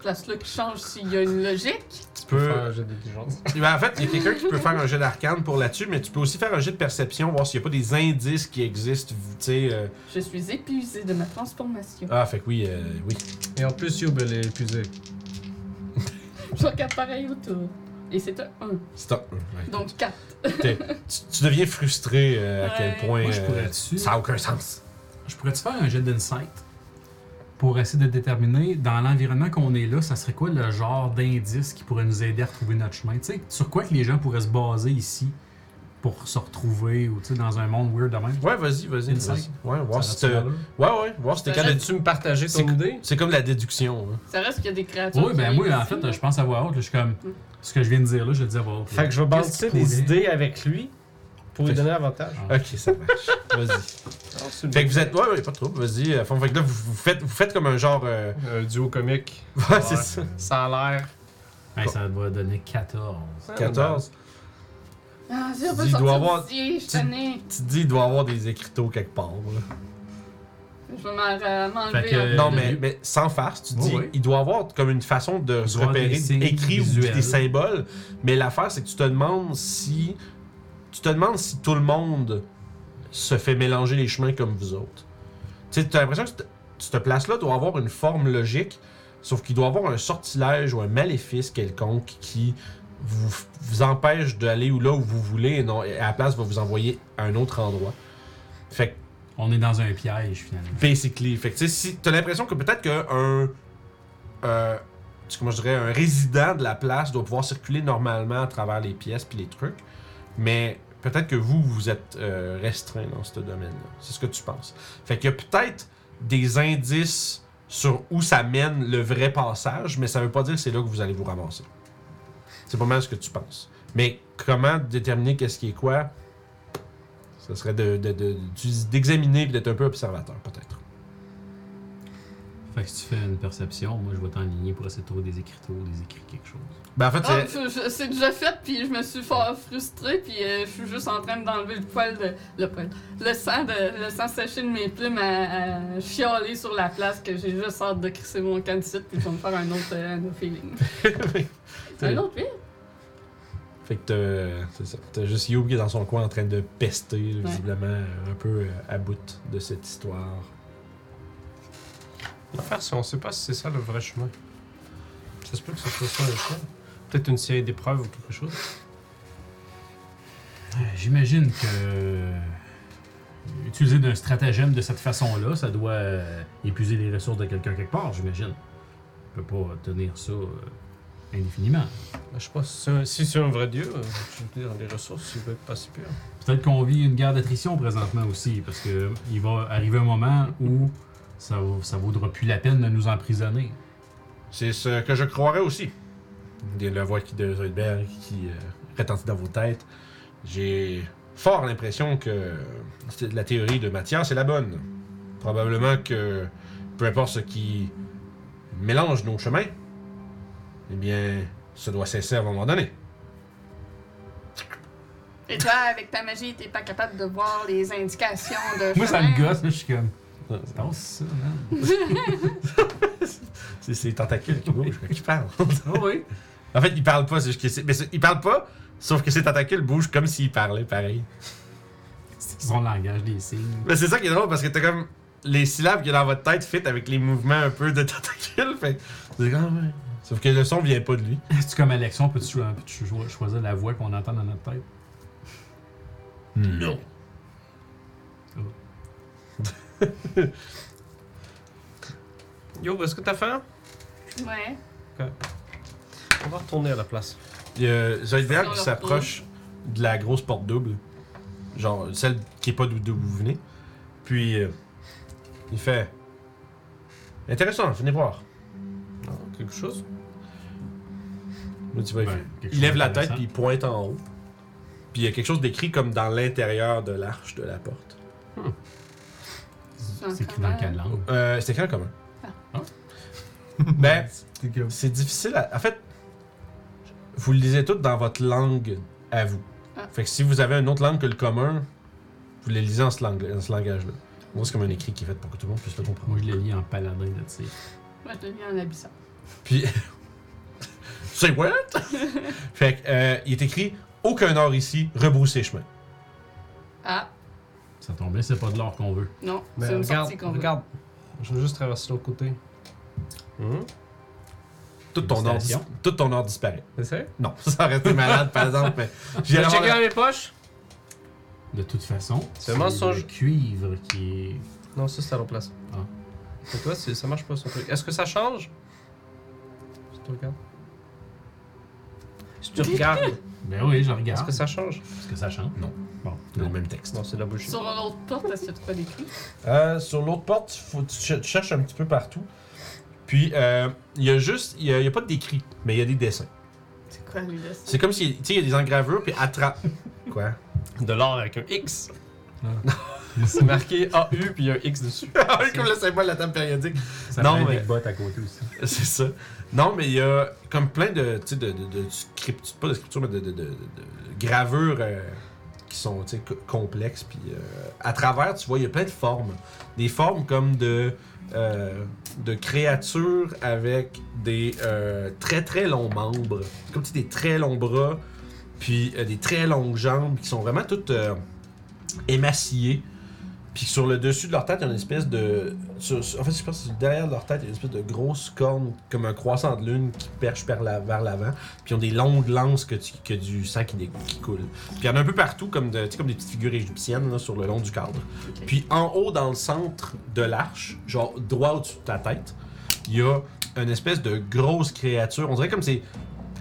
place-là qui change s'il y a une logique?
tu
Faut
peux,
faire un jet d'intelligence.
Ben, en fait, il y a quelqu'un qui peut faire un jet d'arcane pour là-dessus, mais tu peux aussi faire un jet de perception, voir s'il n'y a pas des indices qui existent. Tu sais. euh.
Je suis épuisée de ma transformation.
Ah, fait que oui, euh, oui.
Et en plus, Youb, elle est épuisée.
Je regarde pareil autour. Et c'est un 1.
Stop. Ouais.
Donc 4.
T'es- tu, tu deviens frustré euh, à
Ouais.
quel point
Moi, je
euh,
pourrais dessus.
ça n'a aucun sens.
Je pourrais-tu faire un jet d'insight pour essayer de déterminer dans l'environnement qu'on est là, ça serait quoi le genre d'indice qui pourrait nous aider à retrouver notre chemin? Tu sais, sur quoi que les gens pourraient se baser ici pour se retrouver ou tu sais, dans un monde weird de même?
Ouais, vas-y, vas-y.
Insight.
vas-y. Ouais, voir
Ça
si
a-tu
t'as-
valeur?
Ouais, ouais, voir si t'es
Ça
capable de-
Peux-tu me partager ton idée?
C'est comme la déduction. hein.
Ça reste qu'il y a des créatures.
Oui,
qui
ben
vivent
moi, en
ici, là. Mm.
fait, je pense à voix haute. là, Je suis comme, ce que je viens de dire là, je le dis à voix haute. là.
Fait que je vais
Qu'est-ce
balancer
qu'il
des
pourrait-
idées avec lui pour lui
Fait-
donner avantage.
Ok, ça marche. Ah. vas-y.
Ah,
Fait que vous êtes. Ouais, ouais, pas trop. Vas-y. à fond. Fait que là, vous, vous faites, vous faites comme un genre. euh,
Un duo comique.
Ouais, c'est ça.
Ça a l'air.
Hey, ça va donner 14.
14.
Ah, si on peut
Il doit
sortir
avoir-
d'ici, je
tu-
tenais.
Tu te dis, il doit y avoir des écriteaux quelque part. là.
Je vais m'en- euh,
Fait
m'enlever
que-
un peu.
Euh,
Non,
le
mais,
lieu.
mais sans farce, tu
Ouais,
dis,
ouais.
il doit avoir comme une façon de se
doit avoir
repérer
des signes
écrit ou
visuels.
des symboles. Mais l'affaire, c'est que tu te demandes si. Tu te demandes si tout le monde se fait mélanger les chemins comme vous autres. Tu sais, t'as l'impression que cette- cette place-là doit avoir une forme logique, sauf qu'il doit avoir un sortilège ou un maléfice quelconque qui vous, vous empêche d'aller où là où vous voulez et, non, et à la place va vous envoyer à un autre endroit. Fait que
On est dans un piège finalement.
Basically. Fait que, tu sais, si t'as l'impression que peut-être qu'un. Euh, tu sais, comment je dirais, un résident de la place doit pouvoir circuler normalement à travers les pièces puis les trucs, mais peut-être que vous, vous êtes euh, restreint dans ce domaine-là. C'est ce que tu penses. Fait qu'il y a peut-être des indices sur où ça mène le vrai passage, mais ça veut pas dire que c'est là que vous allez vous ramasser. C'est pas mal ce que tu penses. Mais comment déterminer qu'est-ce qui est quoi Ce serait de- de- de- d'uti- d'examiner de, d'être un peu observateur, peut-être.
Fait que si tu fais une perception, moi je vais t'enligner pour essayer de trouver des écriteaux, des écrits quelque chose.
Ben en fait,
Ah,
c'est-
je- je- c'est déjà fait, puis je me suis fort frustrée, puis euh, je suis juste en train d'enlever le poil de. Le poil. Le sang, de, le sang séché de mes plumes à, à chialer sur la place que j'ai juste hâte de crisser mon camp de site, puis je vais me faire un autre, euh, un autre feeling. un autre feeling?
fait que t'as- euh, c'est ça. T'as juste Youb qui est dans son coin en train de pester, là,
Ouais.
visiblement euh, un peu euh, à bout de cette histoire.
L'affaire, c'est on sait pas si c'est ça le vrai chemin. Ça se peut que ce soit ça le chemin. Peut-être une série d'épreuves ou quelque chose.
Euh, J'imagine que euh, utiliser d'un stratagème de cette façon-là, ça doit euh, épuiser les ressources de quelqu'un quelque part, j'imagine. On peut pas tenir ça euh, indéfiniment.
Ben, je sais pas, si c'est un- si c'est un vrai dieu, euh, je veux dire, les ressources, ils doivent être pas si pires.
Peut-être qu'on vit une guerre d'attrition présentement aussi, parce que euh, il va arriver un moment où ça, va- ça vaudra plus la peine de nous emprisonner.
C'est ce que je croirais aussi. Il y a la voix qui- de Zoidberg qui euh, retentit dans vos têtes. J'ai fort l'impression que c'est- la théorie de Mathias est la bonne. Probablement que peu importe ce qui mélange nos chemins, eh bien, ça doit cesser à un moment donné.
Et toi, avec ta magie, t'es pas capable de voir les indications de.
Moi, ça me
chemin.
gosse, là, je suis comme. C'est pas Oh, ça, man.
C'est c'est les tentacules qui bougent, qui parlent.
Ah oui.
En fait, il parle pas, c'est juste que c'est- mais c'est- il parle pas, sauf que ses tentacules bougent comme s'il parlait, pareil.
C'est son langage des signes.
Mais c'est ça qui est drôle parce que t'as comme les syllabes qu'il y a dans votre tête fit avec les mouvements un peu de tentacules. Fait que c'est comme, ah ouais. Sauf que le son vient pas de lui.
C'est comme Alexion, peux-tu cho- hein, peux-tu cho- choisir la voix qu'on entend dans notre tête?
Non.
Yo, est-ce que t'as faim?
Ouais.
On va retourner à la place.
Il y a Zoidberg
Sur
qui
leur
s'approche de la grosse porte double. Genre celle qui est pas d'où d'où vous venez. Puis euh, il fait Intéressant, venez voir.
quelque chose?
Là, tu vas y-
Ben, quelque
il
chose
lève la tête
d'intéressant.
puis il pointe en haut. Puis il y a quelque chose d'écrit comme dans l'intérieur de l'arche de la porte.
en
C'est écrit dans
train
quelle
de-
langue?
Euh, c'est écrit en commun.
Ah.
ben,
T'es comme-
C'est difficile à... En fait, vous le lisez toutes dans votre langue à vous.
Ah.
Fait que si vous avez une autre langue que le commun, vous les lisez en ce, langue- en ce langage-là. Moi, c'est comme un écrit qui est fait pour que tout le monde puisse le comprendre.
Moi, je l'ai lis en paladin, là, tu sais.
Moi, je l'ai mis en abyssal.
C'est what? fait que, euh, il est écrit « Aucun or ici, rebroussez chemin
Ah,
Ça tombe bien, c'est pas de l'or qu'on veut.
non,
Mais
c'est une
Ben, regarde,
sortie qu'on veut.
regarde. Je veux juste traverser l'autre côté. Hum? ».
Tout ton, or, dis-
Félicitations.
tout ton or disparaît.
C'est sérieux?
Non, ça aurait été malade, par exemple, mais...
Je
j'ai
vais
vraiment-
checker dans mes poches?
De toute façon,
C'est un mensonge.
le cuivre qui est.
Non, ça c'est à leur place.
Ah.
Mais toi, c'est- ça marche pas son truc. Est-ce que ça change Si tu regardes. Si tu regardes,
Ben oui,
est-ce
je regarde.
que ça change
Est-ce que ça chante?
Non.
Bon,
C'est le
non.
même texte.
Non, c'est de la bouche.
Sur l'autre porte, est-ce que tu pas d'écrit?
Euh, sur l'autre porte, faut, tu ch- tu cherches un petit peu partout. Puis, euh, il y a juste... Il n'y a, il y a pas d'écrit, mais il y a des dessins.
C'est quoi lui là?
C'est comme si, tu sais, il y a des engravures, puis attrape. Quoi?
De l'or avec un X. Ah. c'est marqué AU puis il y a un X dessus.
Ah oui, comme le symbole de la table périodique.
Ça
Non,
fait
mais-
des bottes à côté aussi.
C'est ça. Non, mais il y a comme plein de, tu sais, de, de, de script- pas de scripture, mais de, de- de- de- de gravures euh, qui sont, tu sais, co- complexes. Puis euh, à travers, tu vois, il y a plein de formes. Des formes comme de, euh, de créatures avec des euh, très très longs membres. Comme tu sais, des très longs bras, puis euh, des très longues jambes qui sont vraiment toutes euh, émaciées. Puis sur le dessus de leur tête, il y a une espèce de. sur- sur- en fait, je pense que sur le derrière de leur tête, il y a une espèce de grosse corne, comme un croissant de lune qui perche vers la- vers l'avant. Puis ils ont des longues lances que, tu- que du sang qui, dé- qui coule. Puis il y en a un peu partout, comme, de, tu sais, comme des petites figures égyptiennes là, sur le long du cadre. Puis en haut, dans le centre de l'arche, genre droit au-dessus de ta tête, il y a une espèce de grosse créature. On dirait comme c'est.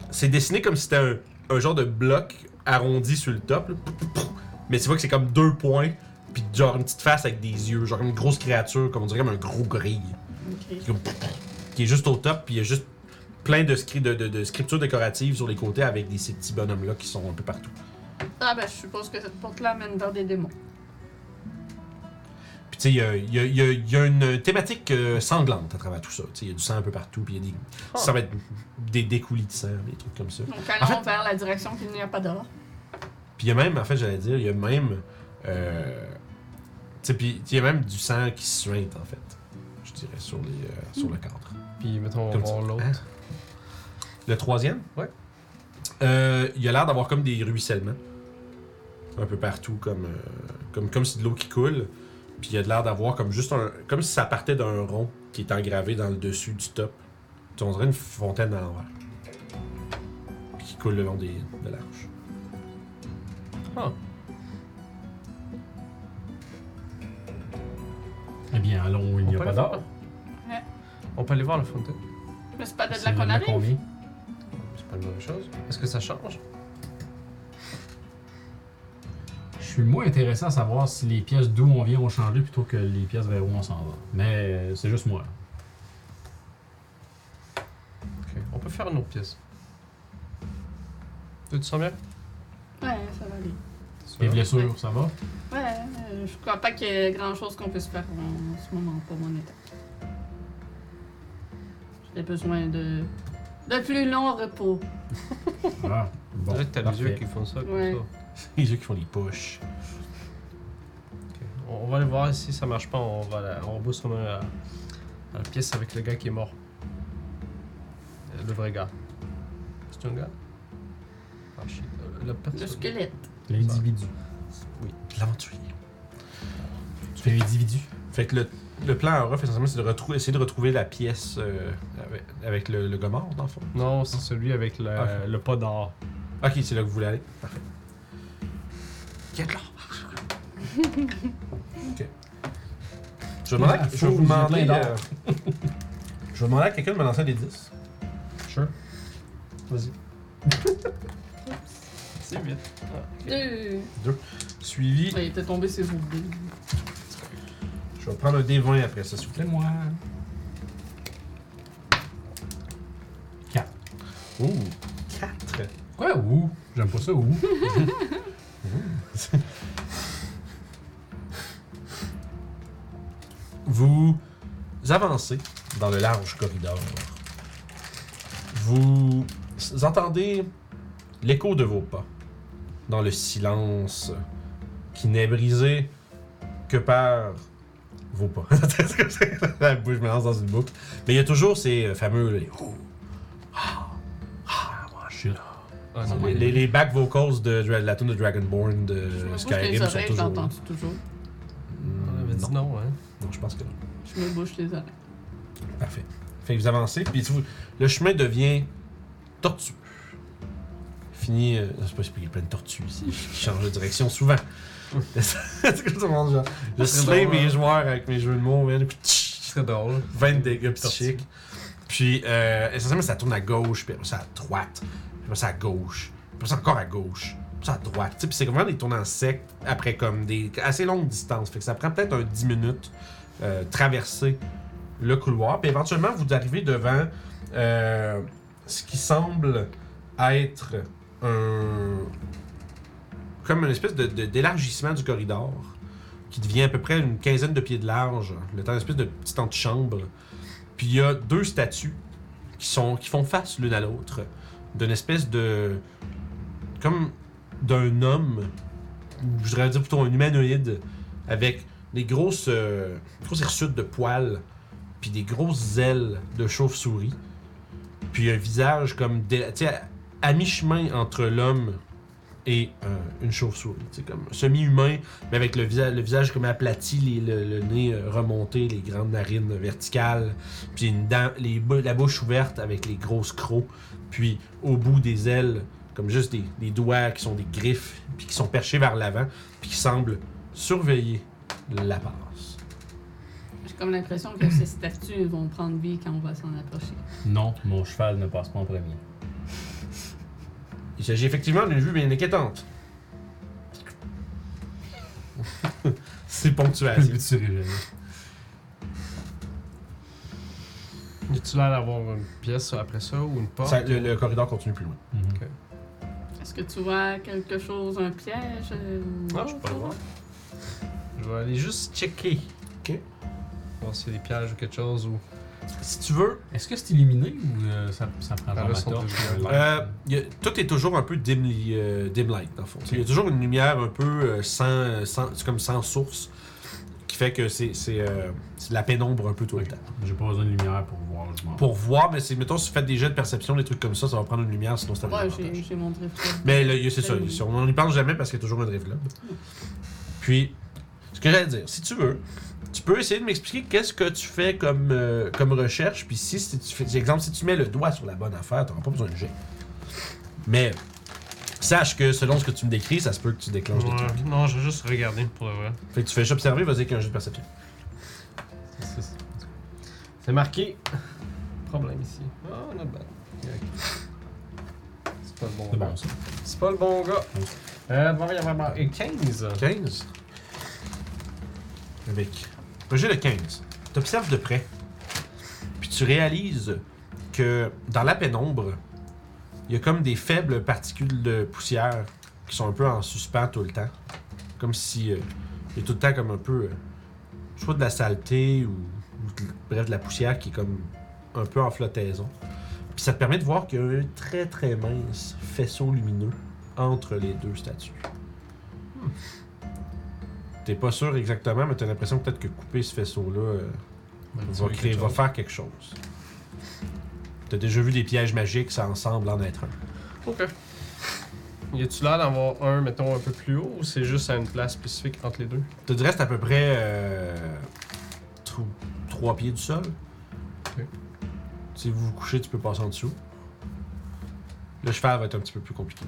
C'est dessiné comme si c'était un, un genre de bloc arrondi sur le top. là. Mais tu vois que c'est comme deux points puis genre une petite face avec des yeux, genre comme une grosse créature, comme on dirait comme un gros grille,
Ok.
qui est juste au top, puis il y a juste plein de, scri- de, de- de scriptures décoratives sur les côtés avec des, ces petits bonhommes-là qui sont un peu partout.
Ah, ben, je suppose que cette porte-là mène vers des démons.
Puis tu sais, il y a, il y a- il y a- il y a une thématique euh, sanglante à travers tout ça. Tu sais, il y a du sang un peu partout, puis il y a des...
Ah.
Ça va être des découlis de sang, des trucs comme ça.
Donc,
En
allons
fait-
vers la direction qu'il n'y a pas d'or.
Puis il y a même, en fait, j'allais dire, il y a même... euh, tu sais, puis il y a même du sang qui suinte, en fait, je dirais, sur, les, euh, sur le cadre.
Puis mettons, on va
Comme
voir
ça.
l'autre.
Le troisième?
Ouais.
Euh, il a l'air d'avoir comme des ruissellements. Un peu partout, comme, euh, comme, comme si de l'eau qui coule. Puis il a l'air d'avoir comme juste un. Comme si ça partait d'un rond qui est engravé dans le dessus du top. Tu sais, on dirait une fontaine à l'envers. Puis qui coule le long des, de l'arche.
Eh bien, allons, il n'y
On peut
a pas
aller
d'or.
voir- On peut aller voir la fontaine.
Mais c'est pas de
C'est
là qu'on
vraiment
arrive.
combien?
C'est pas une mauvaise chose. Est-ce que ça change
Je suis moins intéressé à savoir si les pièces d'où on vient ont changé plutôt que les pièces vers où on s'en va. Mais euh, c'est juste moi.
Ok. On peut faire une autre pièce. Toi, tu sens bien
Ouais, ça va aller.
Les blessures, ça va?
Ouais, euh, je crois pas qu'il y ait grand chose qu'on puisse faire en, en ce moment pour mon état. J'ai besoin de. de plus long repos.
Ah, bon.
Là, t'as les
parfait.
yeux qui font ça. comme
Ouais.
ça.
Les yeux qui font des poches.
Ok. On on va aller voir si ça marche pas. On va la, on rebousse comme à, à la pièce avec le gars qui est mort. Euh, Le vrai gars. Si
Stunga. Ah, shit, euh, La
Le
personne.
squelette.
L'individu.
Oui.
L'aventurier.
Tu es un individu.
Fait que le, le plan à Orof, essentiellement, c'est de retrou- essayer de retrouver la pièce euh, avec, avec le, le gomard, dans le fond.
Non, c'est celui avec le,
Ah.
le pas d'or.
Ok, c'est là que vous voulez aller. Parfait. Ok. Je vais demander à- je vais vous demander. euh, je vais demander à quelqu'un de me lancer des 10.
Sure.
C'est vite.
Deux.
Suivi.
Ouais, il était tombé ses vos deux.
Je vais prendre un D20 après ça, s'il vous plaît.
moi.
Ouh, 4.
Quoi, ou? J'aime pas ça, ou.
Vous avancez dans le large corridor. Vous entendez l'écho de vos pas dans le silence qui n'est brisé que par vos pas. C'est comme ça, la bouche, je me lance dans une boucle. Mais il y a toujours ces fameux les, Ouh, ah, ah, moi, je suis là.
Ah, non,
les,
mais-
les- les back vocals de, Dra- la tune de Dragonborn de
Je me bouche
Euh, Skyrim
les
sont
oreilles,
toujours là.
j'entends toujours.
On avait
Non,
dit non, hein.
non, je pense que non.
Je me bouche les oreilles.
Parfait. Fait que vous avancez, puis vous- le chemin devient tortueux. Fini. euh, c'est pas parce qu'il y a plein de tortues ici. Je change de direction souvent. c'est comme tout le monde, genre. Je
serait
slay
drôle,
mes
hein.
joueurs avec mes jeux de mots, man. Puis tch,
Ce serait drôle.
20 dégâts, petit
Tortue.
chic. Puis, euh, essentiellement, ça tourne à gauche, puis après ça à droite, puis après ça à gauche, puis après ça encore à gauche, puis ça à droite. Tu sais, Puis c'est vraiment des tournées en sec après comme des assez longues distances. Fait que ça prend peut-être un 10 minutes euh, traverser le couloir. Puis éventuellement, vous arrivez devant euh, ce qui semble être un. comme une espèce de- de- d'élargissement du corridor qui devient à peu près une quinzaine de pieds de large, le temps d'une espèce de petite antichambre. Puis il y a deux statues qui, sont, qui font face l'une à l'autre, d'une espèce de. comme d'un homme, ou je voudrais dire plutôt un humanoïde, avec des grosses, euh, grosses hirsutes de poils, puis des grosses ailes de chauve-souris, puis un visage comme. dé- tu sais, à, à mi-chemin entre l'homme et euh, une chauve-souris. tu sais, comme semi-humain, mais avec le, visa- le visage comme aplati, les- le, le nez euh, remonté, les grandes narines verticales, puis une dent- les bou- la bouche ouverte avec les grosses crocs, puis au bout des ailes, comme juste des, des doigts qui sont des griffes, puis qui sont perchés vers l'avant, puis qui semblent surveiller la passe.
J'ai comme l'impression que ces statues elles vont prendre vie quand on va s'en approcher.
Non.
Mon cheval ne passe pas en premier.
Il s'agit effectivement d'une vue bien inquiétante. C'est ponctuel.
Tu rigoles.
Y a-tu l'air d'avoir une pièce après ça ou une porte
Ça- le, le corridor continue plus loin.
Mhm.
Est-ce que tu vois quelque chose, un piège euh, ou
Ah,
autre
je peux
chose?
voir. Je vais aller juste checker.
Ok.
Voir s'il y a des pièges ou quelque chose ou.
Si tu veux,
Est-ce que c'est illuminé ou euh, ça, ça prend
Ah,
genre
là,
ma
sont
torche?
tous
ou-
blancs.
Euh, y a- tout est toujours un peu dim, euh, dim light, dans le fond. Il y a toujours une lumière un peu euh, sans, sans- c'est comme sans source, qui fait que c'est c'est, euh, c'est de la pénombre un peu tout le
Ok.
temps.
J'ai pas besoin de lumière pour voir. Je m'en
Pour voir, mais c'est, mettons, si vous faites des jets de perception, des trucs comme ça, ça va prendre une lumière, sinon c'est un
Ouais,
désavantage.
j'ai j'ai mon drift.
Mais Ben, là, y a- c'est ça, y- on n'y parle jamais parce qu'il y a toujours un drive globe. Puis, ce que j'allais dire, si tu veux, tu peux essayer de m'expliquer qu'est-ce que tu fais comme, euh, comme recherche, puis si, si tu fais, exemple, si tu mets le doigt sur la bonne affaire, t'auras pas besoin de jet. Mais, sache que selon ce que tu me décris, ça se peut que tu déclenches des
Ouais,
trucs.
Non, je vais juste regarder pour le vrai.
Fait que tu fais juste observer, vas-y, avec un jeu de perception.
C'est- c'est- C'est marqué. Problème ici.
Ah,
Oh, not bad. Correct. C'est pas le bon
C'est
gars.
bon ça.
C'est pas le bon gars. Euh, bon, il y avoir marqué 15.
15. Avec. Un jet de 15. T'observes de près. Puis tu réalises que dans la pénombre, il y a comme des faibles particules de poussière qui sont un peu en suspens tout le temps. Comme si. euh, il y a tout le temps comme un peu. euh, soit de la saleté ou. ou de- bref, de la poussière qui est comme un peu en flottaison. Puis ça te permet de voir qu'il y a un très très mince faisceau lumineux entre les deux statues. T'es pas sûr exactement, mais t'as l'impression peut-être que couper ce faisceau-là euh, va, créer- va faire quelque chose. T'as déjà vu des pièges magiques, ça en semble en être un.
Ok. Y a-tu l'air d'avoir un, mettons, un peu plus haut ou c'est juste à une place spécifique entre les deux
Je te dirais, c'est à peu près. euh, trou- trois pieds du sol.
Ok.
Si vous vous couchez, tu peux passer en dessous. Le cheval va être un petit peu plus compliqué.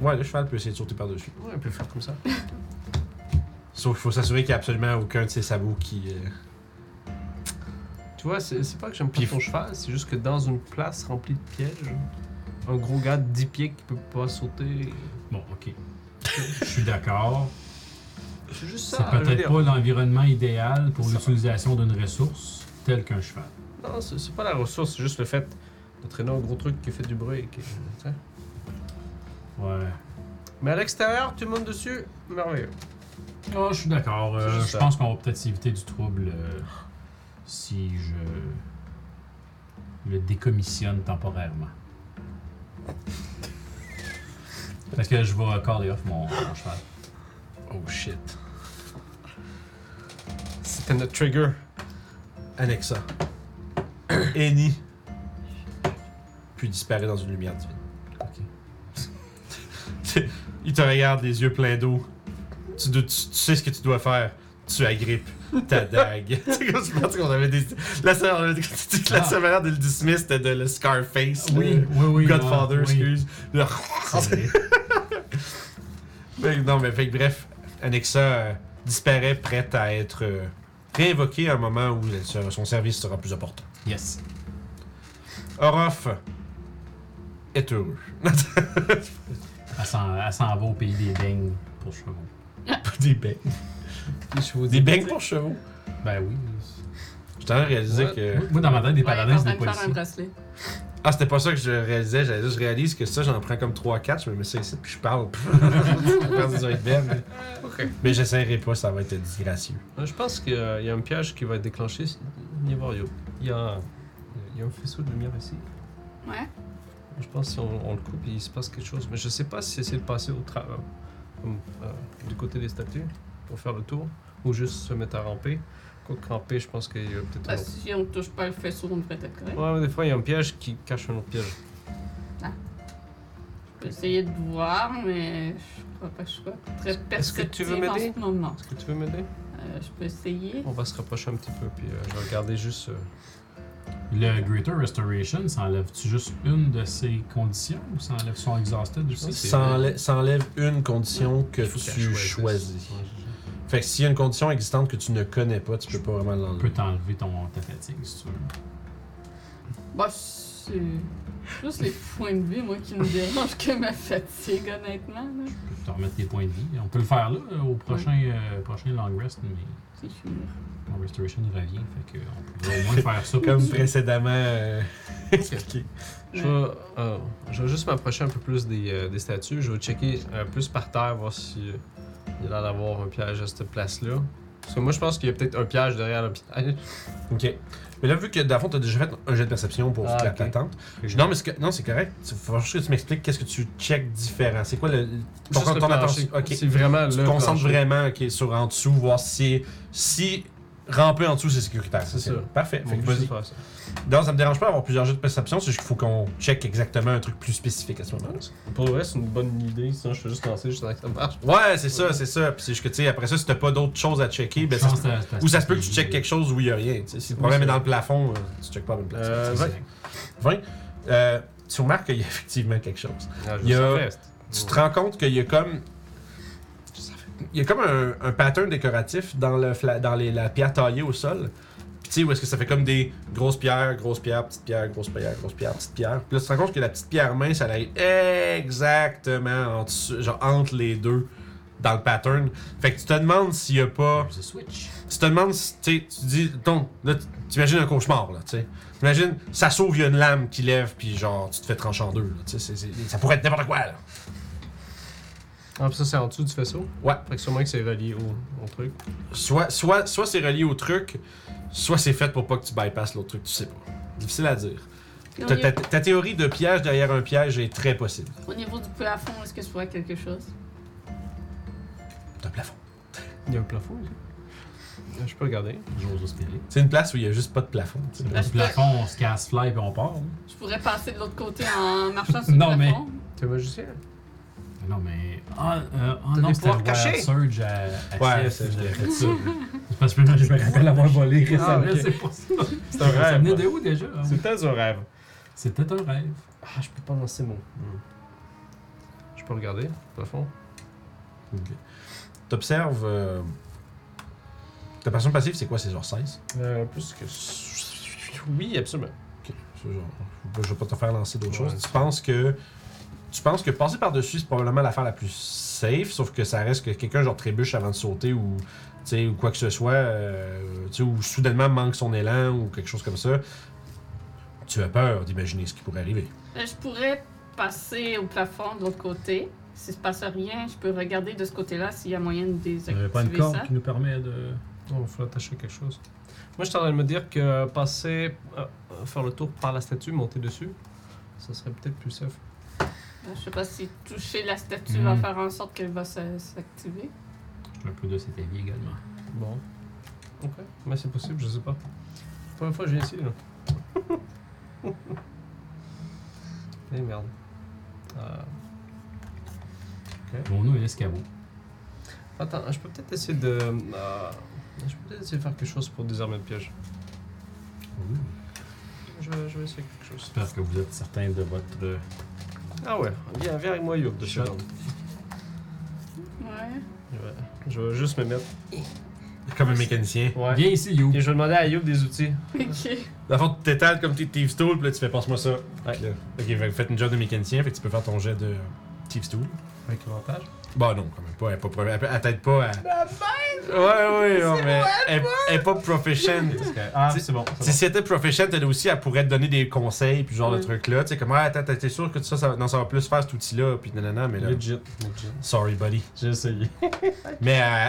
Ouais, le cheval peut essayer de sauter par-dessus.
Ouais, on peut faire comme ça.
Sauf qu'il faut s'assurer qu'il n'y a absolument aucun de ses sabots qui. euh,
Tu vois, c'est c'est pas que j'aime pas
Puis-
ton cheval, c'est juste que dans une place remplie de pièges, un gros gars de 10 pieds qui peut pas sauter.
Bon, ok. Je suis d'accord.
C'est juste ça.
C'est
je veux
peut-être
dire.
pas l'environnement idéal pour
Ça.
l'utilisation d'une ressource telle qu'un cheval.
Non, c'est c'est pas la ressource, c'est juste le fait de traîner un gros truc qui fait du bruit. et qui- tu sais.
Ouais.
Mais à l'extérieur, tu montes dessus, merveilleux.
Oh, je suis d'accord.
C'est
Euh,
juste
je
ça.
pense qu'on va peut-être éviter du trouble euh, si je le décommissionne temporairement. Parce que je vais corder off mon, mon cheval.
Oh shit.
C'était notre trigger.
Annexa. Annie. Puis disparaît dans une lumière divine. Il te regarde les yeux pleins d'eau. Tu, dois- tu- tu sais ce que tu dois faire. Tu agrippes ta dague. c'est comme je pense qu'on avait des. La seule, on avait dit- tu dis que la seule manière de le dismiss, c'était de le Scarface.
Ah. Euh, Oui, oui, oui.
le Godfather,
ouais, oui.
excuse. Le-
C'est vrai.
Fait que non, mais fait que bref, Annexa euh, disparaît prête à être euh, réinvoquée à un moment où elle sera- son service sera plus important.
Yes.
Orof est heureux.
Elle s'en elle s'en va au pays des dingues pour chevaux.
Des becs. Des becs pour chevaux.
Ben oui.
Je t'en réalisé
Ouais.
que.
Moi, dans ma tête, des
Ouais,
paladins, c'est
il est
des
en train de faire un
policiers.
bracelet.
Ah, c'était pas ça que je réalisais. J'allais dire, je réalise que ça, j'en prends comme 3-4, je me mets ça ici, puis je parle. Je parle des oreilles belles, mais-
Ok.
Mais j'essaierai pas, ça va être disgracieux.
Euh, Je pense qu'il y a un piège qui va être déclenché. Il va y avoir- il y a un, il y a un faisceau de lumière ici.
Ouais.
Je pense que si on, on le coupe, il se passe quelque chose. Mais je sais pas si c'est de passer au travers, euh, du côté des statues, pour faire le tour, ou juste se mettre à ramper. Quoi que ramper, je pense qu'il y a peut-être un
Bah,
autre-
si on touche pas le faisceau, on devrait être correct.
Ouais, mais des fois, il y a un piège qui cache un autre piège.
Je vais essayer de voir, mais je crois pas que je sois très
Est-ce que
perceptive
tu veux m'aider?
en ce moment.
Est-ce que tu veux m'aider
Euh, je peux essayer.
On va se rapprocher un petit peu, puis euh, je vais regarder juste. euh,
Le Greater Restoration, ça enlève-tu juste une de ses conditions ou ça enlève son exhausted aussi?
C'est-
Ça enlè- ça enlève une condition que
il faut qu'elle
tu
choisisse.
choisis.
Ouais, c'est ça.
Fait que s'il y a une condition existante que tu ne connais pas, tu peux pas vraiment
Tu peux
l'enlever.
t'enlever ton, ta fatigue si tu veux.
Bah, c'est juste les points de vie, moi, qui me dérangent que ma fatigue, honnêtement. Là.
Tu peux te remettre tes points de vie. On peut le faire là euh, au prochain, euh, prochain long rest, mais
C'est sûr.
mon restoration revient. Fait que on pourrait au moins faire ça pour
Comme
ça.
précédemment euh, expliqué.
Je vais, euh, je vais juste m'approcher un peu plus des, euh, des statues. Je vais checker euh, plus par terre, voir si euh, il a l'air d'avoir un piège à cette place-là. Parce que moi, je pense qu'il y a peut-être un piège derrière le piège.
Ok. Mais là, vu que d'avant, t'as déjà fait un jet de perception pour
Ah,
la
ok.
patente.
Ok.
Non, mais c'est que- non, c'est correct. Il faut juste que tu m'expliques qu'est-ce que tu check différent. C'est quoi le. le- Ton,
Juste le
ton
plancher.
attention. Ok.
C'est vraiment
Tu
le
te concentres
plancher.
vraiment ok, sur en dessous, voir si. Si. Ramper en dessous, c'est sécuritaire.
C'est
ça.
ça.
Parfait. Fait
Mon
que
but, c'est de
vas-y.
faire ça.
Non, ça me dérange pas d'avoir plusieurs jeux de perception, c'est juste qu'il faut qu'on check exactement un truc plus spécifique à ce moment-là.
Pour le vrai, c'est une bonne idée. Sinon, je vais juste lancer juste avant que ça marche.
Ouais, c'est ça, c'est ça. Puis c'est juste que, tu sais, après ça, si t'as pas d'autres choses à checker, ben ça.
Chance ta- ta
Ou ça se peut que tu
stratégie.
checkes quelque chose où il y a rien. tu sais. Si le
Oui,
problème
c'est
est dans le plafond, euh, tu checkes pas à la bonne place.
Euh,
C'est
ouais.
correct. 20. Euh, tu remarques qu'il y a effectivement quelque chose.
Ah, je
Il y a-
sais pas.
Tu te rends compte qu'il y a comme. Il y a comme un, un pattern décoratif dans, le fla- dans les, la pierre taillée au sol. Puis tu sais, où est-ce que ça fait comme des grosses pierres, grosses pierres, petites pierres, grosses pierres, grosses pierres, petites pierres. Puis là, tu te rends compte que la petite pierre mince, elle est exactement en dessous- genre entre les deux dans le pattern. Fait que tu te demandes s'il y a pas
There's a switch.
tu te demandes, si- tu sais, tu dis, donc, là, tu- t'imagines un cauchemar, là, tu sais. T'imagines, ça sauve, il y a une lame qui lève, puis genre, tu te fais trancher en deux, là, tu sais. c'est- c'est- Ça pourrait être n'importe quoi, là.
Ah, puis ça, c'est en dessous du faisceau.
Ouais.
Fait que sûrement que c'est relié au, au truc.
Soit, soit, soit c'est relié au truc, soit c'est fait pour pas que tu bypasses l'autre truc, tu sais pas. Difficile à dire.
Et au,
Ta,
niveau,
ta- ta théorie de piège derrière un piège est très possible.
au niveau du plafond, est-ce que je vois quelque chose?
T'as un plafond.
Il y a un plafond. Euh, Je peux regarder.
J'ose espérer.
C'est une place où il n'y a juste pas de plafond. tu sais.
Dans ce plafond, on se casse fly et on part. là.
Je pourrais passer de l'autre côté en marchant sur le
Non, mais-
plafond.
T'es magicien?
Mais Non, mais. Ah, euh, ah
T'as
non,
des
c'était
pouvoirs
Royal
cachés.
Surge à, à
Ouais,
Sif,
c'est-
je l'ai fait ça. Parce que je me rappelle avoir volé récemment,
ok.
c'est pour ça.
C'est un
Ça venait
rêve.
de où déjà hein?
C'était un rêve.
C'était un rêve.
Ah, je peux pas lancer mon. Hmm. Je peux regarder, au fond.
T'observes. euh, Ta passion passive, c'est quoi C'est genre 16
Euh, plus que. Oui, absolument.
Ok. C'est genre- Je vais pas te faire lancer d'autres
Ouais,
choses. Tu
c'est-
penses que. Tu penses que passer par-dessus, c'est probablement l'affaire la plus safe, sauf que ça reste que quelqu'un genre trébuche avant de sauter ou, tu sais, ou quoi que ce soit, euh, tu sais, ou soudainement manque son élan ou quelque chose comme ça. Tu as peur d'imaginer ce qui pourrait arriver.
Euh, Je pourrais passer au plafond de l'autre côté. S'il se passe rien, je peux regarder de ce côté-là s'il y a moyen de
Il n'y avait pas une
désactiver ça.
corde qui nous permet de.
On faut attacher quelque chose. Moi, je suis en train de me dire que passer, euh, euh, faire le tour par la statue, monter dessus, ça serait peut-être plus safe.
Euh, Je sais pas si toucher la statue
Mm.
va faire en sorte qu'elle va se- s'activer.
Je suis un peu de cet avis également.
Bon. Ok. Mais c'est possible, je sais pas. Première fois que je viens ici, là. Eh merde. Euh,
Bon, nous, il y a l'escabeau.
attends, je peux peut-être essayer de. euh, je peux peut-être essayer de faire quelque chose pour désarmer le piège. Je, je vais essayer quelque chose.
J'espère que vous êtes certain de votre. euh,
Ah ouais, viens, viens avec moi, Youb, de chez
Shot.
Ouais.
Je vais juste me mettre.
Comme un mécanicien.
Ouais.
Viens ici, You.
Et je vais demander à Youb des outils.
Ok.
Dans le fond, tu t'étales comme tes Thieves Tool, puis là, tu fais passe-moi ça.
Ouais.
Puis là, Ok, fait que faites une job de mécanicien, fait que tu peux faire ton jet de Thieves Tool.
Avec avantage.
Bah non, quand même pas. Elle, est pas pro- elle, elle t'aide pas à. Ouais, ouais, non, mais elle, elle est pas proficient.
Ah,
Tu-
c'est bon.
si c'était proficient, elle aussi, elle pourrait te donner des conseils, puis ce genre de
Ouais.
trucs-là. Tu sais, comme, ah, attends, t'es- t'es sûr que ça, ça, va- non, ça va plus faire cet outil-là, puis nanana, mais là.
Legit. Legit.
Sorry, buddy.
J'ai essayé.
Mais euh,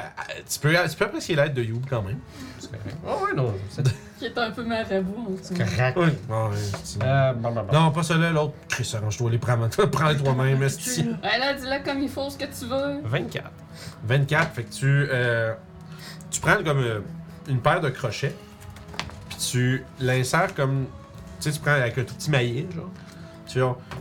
tu, peux, tu peux apprécier l'aide de Youb quand même.
C'est correct. Oh ouais, non. C'est
Qui est un peu marabout en tout cas.
correct.
Oui. ouais, c'est-
Euh, bah, bah, bah.
Non, pas celui-là, l'autre. Chris, arrange-toi, les prends prends-les toi-même, esti.
Elle a dit là comme il faut ce que tu veux.
24.
24, fait que tu, euh, tu prends comme euh, une paire de crochets, puis tu l'insères comme. Tu sais, tu prends avec un tout petit maillet, genre. Tu, fais-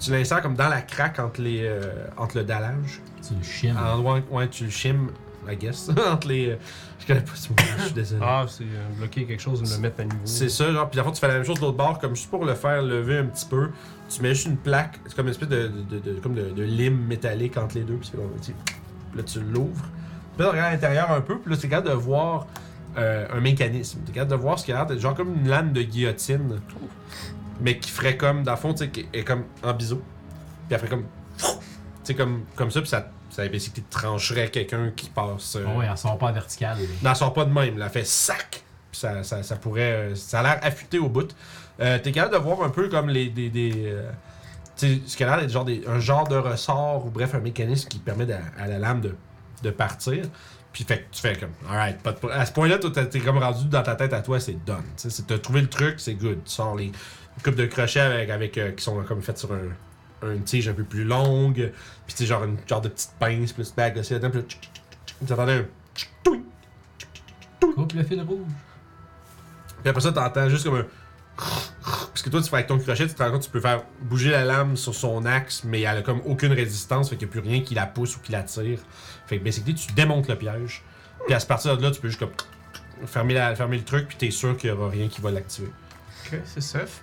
tu l'insères comme dans la craque entre, les, euh, entre le dallage.
C'est une chienne.
À l'endroit où ouais, tu le chimes, I guess. entre les. euh, je connais pas ce mot, je suis désolé.
Ah, c'est euh, bloquer quelque chose, me le mettre à niveau.
C'est ça, genre, puis la fois, tu fais la même chose de l'autre bord, comme juste pour le faire lever un petit peu. Tu mets juste une plaque, c'est comme une espèce de, de, de- de- comme de, de lime métallique entre les deux, puis c'est comme, tu sais, puis là, tu l'ouvres. Puis là, tu regardes à l'intérieur un peu, puis là, tu capable de voir euh, un mécanisme. Tu capable de voir ce qu'il y a l'air d'être genre comme une lame de guillotine, mais qui ferait comme, dans le fond, tu sais, qui est comme en biseau. Puis après, comme, tu sais, comme, comme ça, puis ça, ça basically trancherait quelqu'un qui passe. euh,
Ah ouais, elle sort pas en verticale. là.
n'en sort pas de même. Là, Elle fait sac. Puis ça, ça, ça pourrait. euh, Ça a l'air affûté au bout. Euh, T'es capable de voir un peu comme les. Des, des, euh, tu sais, ce qui a l'air d'être genre des- un genre de ressort ou bref, un mécanisme qui permet de- à la lame de, de partir. Puis fait que tu fais comme, alright, pas de pro- À ce point-là, toi, t'es- t'es comme rendu dans ta tête à toi, c'est done. Tu sais, c'est- T'as trouvé le truc, c'est good. Tu sors les coupes de crochets avec, avec, euh, qui sont comme faites sur un, une tige un peu plus longue. Puis tu sais, genre une genre de petite pince, plus bague aussi là-dedans. Puis là, tchic, tchic, tchic, tchic, t'entendais un tchic, touing.
Coupe le fil rouge.
Puis après ça, t'entends juste comme un. Parce que toi, tu fais avec ton crochet, tu te rends compte que tu peux faire bouger la lame sur son axe, mais elle a comme aucune résistance, fait qu'il n'y a plus rien qui la pousse ou qui la tire. Fait que basically, tu démontes le piège. Puis à ce partir de là, tu peux juste comme fermer, la, fermer le truc, puis t'es sûr qu'il n'y aura rien qui va l'activer.
Ok, c'est safe.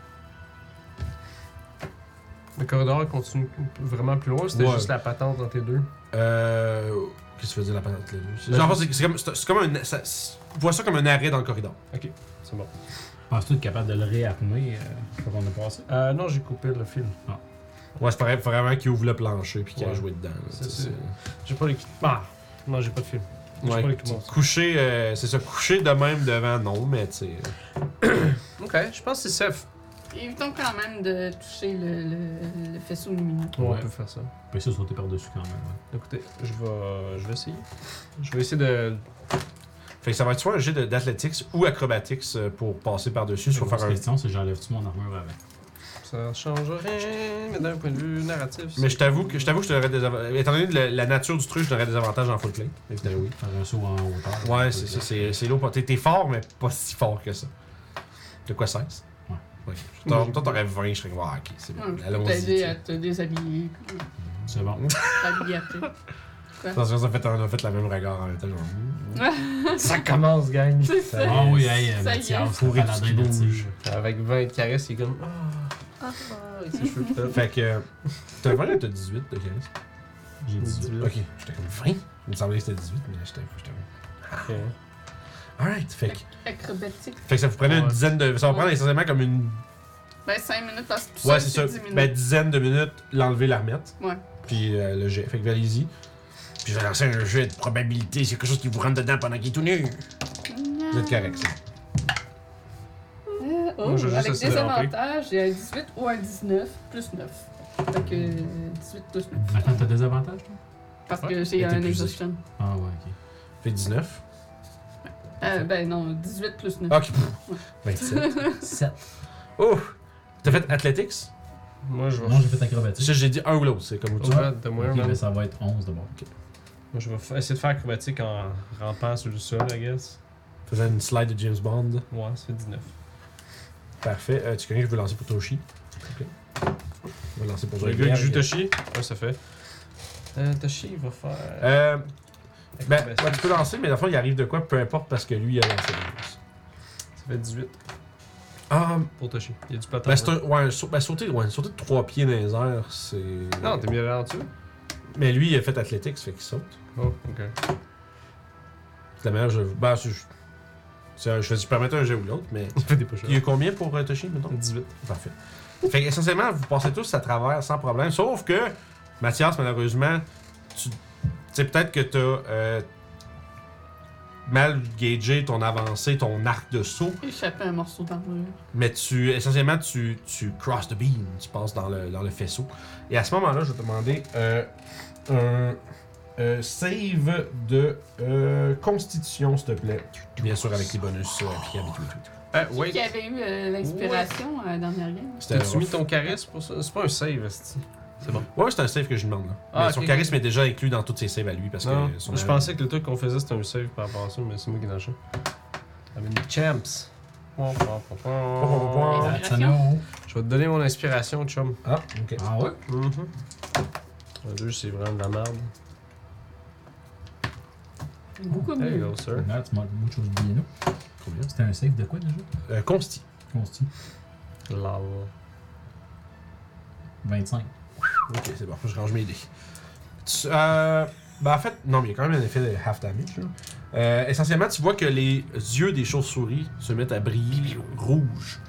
Le corridor continue vraiment plus loin, c'était
Ouais.
juste la patente entre les deux.
Euh. Qu'est-ce que tu veux dire la patente les deux?
Ben,
Genre, c'est c'est comme, c'est- c'est comme un. ça- c'est- vois ça comme un arrêt dans le corridor.
C'est bon.
Penses-tu être capable de le réarmer euh, quand on a passé
Euh, non, j'ai coupé le fil.
Ouais, c'est pareil, faut vraiment qu'il ouvre le plancher, puis qu'il a
Ouais.
joué dedans. là,
C'est-
tu sais,
c'est- J'ai pas les. Ah! Non, j'ai pas de fil. J'ai
Ouais,
pas les
tu- couché, euh, c'est ça, couché de même devant, non, mais tu sais.
Ok, je pense que c'est safe.
Évitons quand même de toucher le, le- le faisceau lumineux.
Ouais,
Ouais.
On peut faire ça.
On peut essayer de sauter par-dessus quand même. hein. ouais.
Écoutez, je vais, je vais essayer. Je vais essayer de.
Fait que ça va être soit un jet de- d'athletics ou acrobatics euh, pour passer par-dessus, soit
La
faire un.
question, c'est j'enlève-tu mon armure avec
Ça change rien, mais d'un point de vue narratif.
Mais
c'est-
je t'avoue que je t'avoue que je t'aurais des avantages. Étant donné la, la nature du truc, je t'aurais des avantages en full play. Évidemment, Ben oui.
Faire un saut en hauteur.
Ouais, c'est ça, c'est c'est lourd. T'es t'es fort, mais pas si fort que ça. De quoi 16
Ouais.
Ouais. T'aurais- Toi, t'aurais 20, je serais comme, ah, ok, c'est bon.
je peux
Allons-y. tu
t'aider à
sais.
te déshabiller, puis
C'est bon.
t'habiller.
Attention, ça fait, on a fait la même regard en même temps. genre, hum, hum.
Ça commence, gang!
C'est ça.
Ah oui, hey,
Ça y est.
Mathias,
Pour
pour
tout ce qui
paladin
bouge.
natif.
Avec 20 caresses, il est comme. Ah! Ah! Avec ses cheveux pleins.
Fait que. euh, T'as 20 ou t'as 18 de 15
J'ai dit.
Ok, j'étais comme 20. Il me semblait que c'était 18, mais j'étais j'étais
Ok.
Alright, fait que,
Acrobatique.
fait que ça vous prenait une
Ouais.
dizaine de. Ça va prendre essentiellement comme une.
Ben, 5 minutes parce que tout
Ouais,
seul,
c'est ça.
dix minutes.
Ben, dizaine de minutes, l'enlever, la remettre.
Ouais.
Puis euh, le jet. Fait que allez-y. Puis je vais lancer un jet de probabilité. C'est quelque chose qui vous rentre dedans pendant qu'il est tout nu. Vous êtes correct, ça.
Euh, oh,
Moi, j'ai juste
avec
essayé
des
de ramper.
avantages, j'ai un 18 ou un 19, plus 9. Fait que euh, 18 plus 9.
Attends, t'as des avantages, toi
Parce que j'ai
Et t'es
un
plus
exhaustion.
Ah ouais, ok.
Fait 19.
Euh, ben non, 18 plus 9.
Ok. pff, 27.
7.
oh! T'as fait Athletics?
Moi, je vais.
Non, j'ai fait
C'est
acrobatique.
ça, j'ai dit un ou l'autre, c'est comme tu veux.
Ouais, de moi,
Ok,
man.
ben, ça va être 11 de bord.
Moi, je vais fa- essayer de faire acrobatique en rampant sur le sol, I guess.
Faisais une slide de James Bond.
Ouais, ça fait 19.
Parfait. Euh, tu connais que je veux lancer pour Toshi? S'il te plaît. On va lancer pour
Le
Toshi.
gars qui joue Toshi, ouais, ça fait. Euh, Toshi, il va faire.
Euh. Ben,
acrobatique.
ouais, tu peux lancer, mais dans le fond, il arrive de quoi, peu importe, parce que lui, il a lancé des choses.
Ça fait 18
Ah,
pour Toshi. Il y a du patin.
ben, c'est un, ouais, un saut- ben, sauter, ouais, sauter de trois pieds dans les airs, c'est.
Non, t'es mieux allé en dessous.
Mais lui, il a fait athlétique, ça fait qu'il saute.
Oh, ok.
C'est la meilleure, je. Ben, c'est. je- c'est un- Je vais permettre un jeu ou l'autre, mais.
Il fait des push
Il y a combien pour euh, Toshi, mettons
18.
Parfait. Fait que, essentiellement, vous passez tous à travers sans problème, sauf que, Mathias, malheureusement, tu. Tu sais, peut-être que t'as. euh, mal gagé ton avancée, ton arc de saut.
Échapper un morceau d'armure.
Mais tu, essentiellement, tu, tu cross the beam, tu passes dans le, dans le faisceau. Et à ce moment-là, je vais te demander euh, un euh, save de euh, constitution, s'il te plaît. Bien sûr, avec les bonus euh, appliqués habituels. Eh,
Ah,
Qui
wait.
avait eu euh, l'inspiration à la dernière game.
C'était
T'as-tu
un
mis
rough.
ton charisme pour ça C'est pas un save, esti. C'est bon.
Ouais, c'est un save que je lui demande. Là.
Ah,
Mais
ok,
son
ok.
charisme est déjà inclus dans toutes ses saves à lui parce
Non,
que son
je pensais que le truc qu'on faisait c'était un save par rapport à ça, mais c'est moi qui lâchais. I mean, champs. Pom, pom, pom, pom.
Pom, pom, pom.
Ça non.
Je vais te donner mon inspiration, chum.
Ah, ok.
Ah ouais
Mm-hmm.
Mhm. Un deux, c'est vraiment de la merde.
Beaucoup
There you
mieux.
go, sir.
Là, tu m'as mucho bien.
Combien
C'était un save de quoi déjà
Euh, Consti.
Consti
Mm-hmm.
Lol.
25.
Ok, c'est bon, je range mes dés. Tu- euh, ben en fait, non, mais il y a quand même un effet de half damage. là. Euh, essentiellement, tu vois que les yeux des chauves-souris se mettent à briller rouge.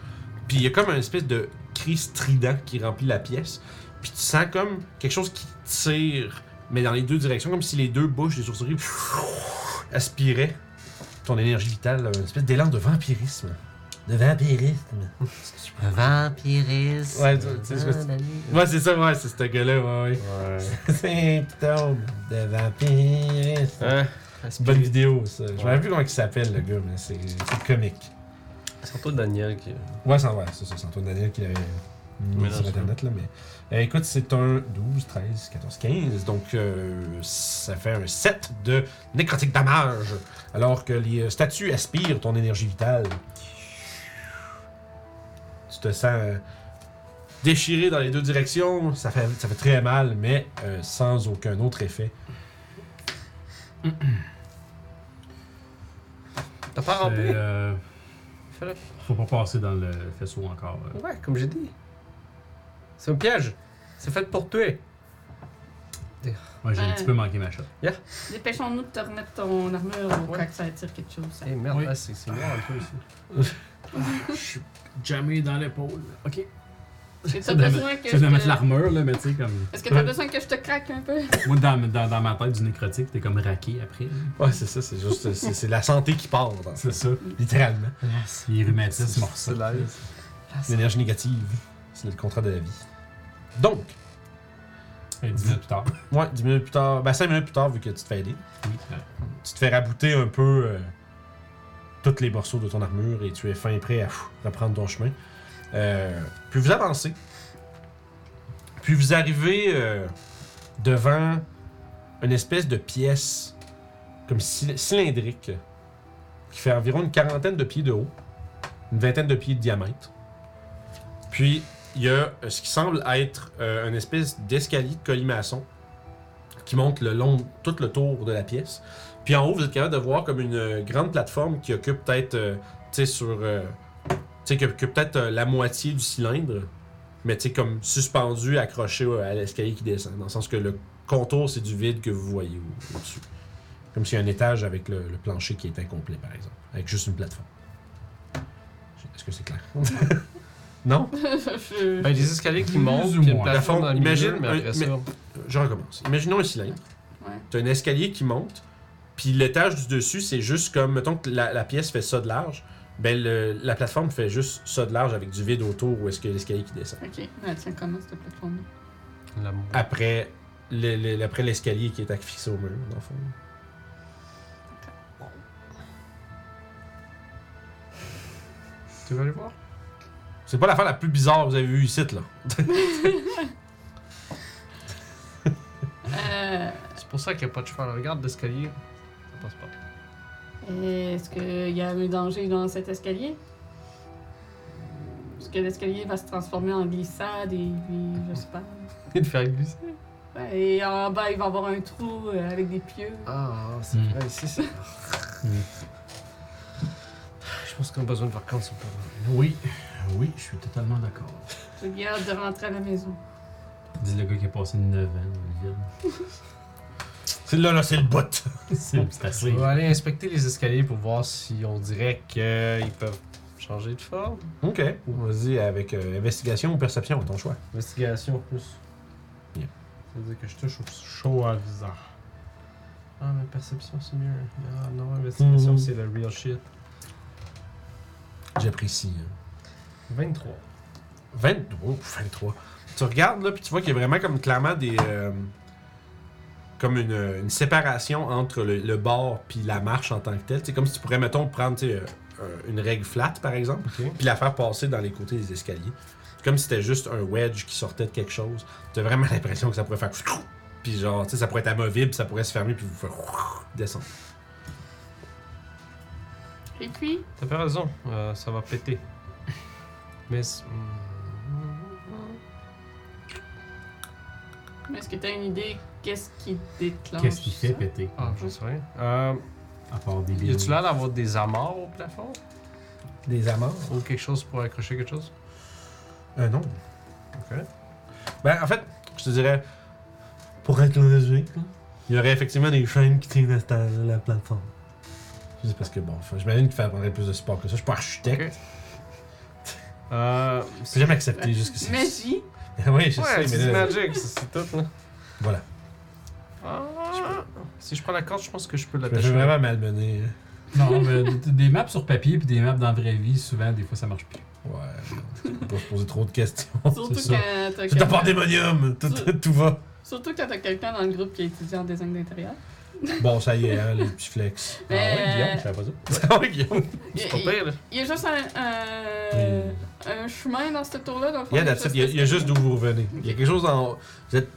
Puis il y a comme un espèce de cri strident qui remplit la pièce. Puis tu sens comme quelque chose qui tire, mais dans les deux directions, comme si les deux bouches des chauves-souris pfff, aspiraient ton énergie vitale, là, une espèce d'élan de vampirisme. De vampirisme.
Vampirisme.
Ouais, tu- tu sais ce que c'est. Ouais, c'est ça, ouais, c'est ce gars-là, ouais, ouais.
Ouais.
Symptôme de vampirisme.
Hein?
C'est une bonne vidéo, ça. Je me
Ouais.
rappelle plus comment il s'appelle, le gars, mais c'est c'est comique.
Surtout Daniel qui.
Ouais, c'est ouais, c'est ça. C'est Antoine Daniel qui l'avait mis
Mélange
sur
ça.
Internet, là, mais... Euh, écoute, c'est un 12, 13, 14, 15, donc euh, ça fait un 7 de nécrotique damage, alors que les euh, statues aspirent ton énergie vitale. Tu te sens euh, déchiré dans les deux directions, ça fait, ça fait très mal, mais euh, sans aucun autre effet.
T'as pas
Et,
rampé?
euh,
Fais-le.
faut pas passer dans le faisceau encore. euh.
Ouais, comme j'ai dit. C'est un piège. C'est fait pour tuer.
Moi, j'ai un
Ouais.
petit peu manqué ma shot.
Dépêchons-nous de te remettre ton armure au
Ouais.
cas que ça attire quelque chose. ça.
Eh merde,
Oui.
là, c'est c'est noir un peu ici.
Je suis jamais dans l'épaule. Ok.
Et t'as
de me-
besoin que
Tu
je
de mettre
te-
l'armure, là, mais tu sais, comme.
Est-ce que t'as besoin que je te craque un peu?
Moi, dans, dans, dans ma tête du nécrotique, t'es comme raqué après. là.
Ouais, c'est ça, c'est juste... c'est c'est la santé qui part, dans ça,
C'est ça.
littéralement.
Il rhumatisme morceau.
L'énergie négative, c'est le contrat de la vie. Donc,
Et 10 minutes plus tard.
ouais, 10 minutes plus tard, ben 5 minutes plus tard, vu que tu te fais aider,
Oui.
tu te fais rabouter un peu euh, tous les morceaux de ton armure et tu es fin et prêt à pff, reprendre ton chemin. Euh, puis vous avancez. Puis vous arrivez euh, devant une espèce de pièce, comme cy- cylindrique, qui fait environ une quarantaine de pieds de haut, une vingtaine de pieds de diamètre. Puis il y a euh, ce qui semble être euh, une espèce d'escalier de colimaçon qui monte le long, tout le tour de la pièce. Puis en haut, vous êtes capable de voir comme une euh, grande plateforme qui occupe peut-être, euh, tu sais, sur, euh, tu sais, qui occupe peut-être euh, la moitié du cylindre, mais tu sais, comme suspendu, accroché euh, à l'escalier qui descend, dans le sens que le contour, c'est du vide que vous voyez au- au-dessus. Comme s'il y a un étage avec le, le plancher qui est incomplet, par exemple, avec juste une plateforme. Est-ce que c'est clair? non?
Je-
Ben, des escaliers qui
Plus
montent,
ou
puis une
moins.
plateforme dans le
Imagine
milieu, mais
un-
après ça...
Je recommence. Imaginons un cylindre.
Ouais.
T'as un escalier qui monte, puis l'étage du dessus, c'est juste comme, mettons que la, la pièce fait ça de large, ben le- la plateforme fait juste ça de large avec du vide autour où est-ce que l'escalier qui descend.
Ok, Ah, tiens, comment cette plateforme
La-
Après le- le- après l'escalier qui est affixé au mur, dans le fond.
Tu veux aller voir?
C'est pas l'affaire la plus bizarre que vous avez vue ici, là.
Euh,
C'est pour ça qu'il n'y a pas de cheval. Regarde l'escalier. Ça passe pas.
Est-ce qu'il y a un danger dans cet escalier? Est-ce que l'escalier va se transformer en glissade et, et je sais pas.
Il te fait glisser.
Ouais, Et en bas, il va y avoir un trou euh, avec des pieux.
Ah, c'est
Mm.
vrai, ici, c'est... Hmm. Je pense qu'on a besoin de vacances ou pas.
Oui, oui, je suis totalement d'accord.
J'ai bien hâte de rentrer à la maison.
Dis le gars qui a passé 9 ans dans le vide.
C'est là, là, c'est le bot.
C'est c'est assez.
On va aller inspecter les escaliers pour voir si on dirait qu'ils peuvent changer de forme.
Ok. Vas-y avec euh, investigation ou perception, ton choix.
Investigation plus.
Yeah.
Ça veut dire que je touche au chaud à visage.
Ah, mais perception, c'est mieux. Ah, non, investigation,
Mhm.
c'est le real shit.
J'apprécie. hein.
23.
20... oh, 23. Tu regardes là, puis tu vois qu'il y a vraiment comme clairement des. euh, comme une, une séparation entre le, le bord puis la marche en tant que telle. C'est comme si tu pourrais, mettons, prendre tu sais, euh, euh, une règle flat, par exemple,
Ok.
puis la faire passer dans les côtés des escaliers. C'est comme si c'était juste un wedge qui sortait de quelque chose. T'as vraiment l'impression que ça pourrait faire. Puis genre, tu sais, ça pourrait être amovible, puis ça pourrait se fermer, puis vous faire descendre.
Et puis,
T'as pas raison, euh, ça va péter. Mais. c'est- hmm.
est-ce que tu as une idée qu'est-ce qui déclenche
Qu'est-ce qui fait
ça?
péter
Ah, je sais rien. Euh,
À part des
y
billes.
a-tu l'air d'avoir des amarres au plafond
Des amarres
Ou quelque chose pour accrocher quelque chose
Euh, non. Ok. Ben, en fait, je te dirais, pour être logique, là, il y aurait effectivement des chaînes qui tiennent à ta- la plateforme. Juste parce que, bon, enfin, j'imagine qu'il faudrait plus de support que ça. Je suis pas architecte.
Ok. Euh.
J'ai jamais accepté jusqu'ici.
Magie?
oui, je
Ouais,
sais,
c'est
mais
du
là,
magic, ça, c'est tout, là.
Voilà.
Ah, si je prends la corde, je pense que je peux
Je me fais
l'attacher.
vraiment malmené. hein.
Non, mais des- des maps sur papier puis des maps dans la vraie vie, souvent, des fois, ça marche plus.
Ouais, je peux pas se poser trop de questions.
Surtout
C'est ça.
quand t'as
C'est ta part
quelqu'un-
démonium, tout, tout va.
Surtout quand t'as quelqu'un dans le groupe qui étudie en design d'intérieur.
Bon, ça y est, hein, les petits flex.
Ah ouais,
Mais, euh,
Guillaume, je savais pas ça.
Ah oui, Guillaume.
C'est pas
il-
pire, là.
Il y a juste un, euh, un chemin dans ce tour-là. dans le
Il
fond,
y a,
il y a
that's it. Il y a- il y a juste d'où vous revenez. Il y a quelque chose en. Vous êtes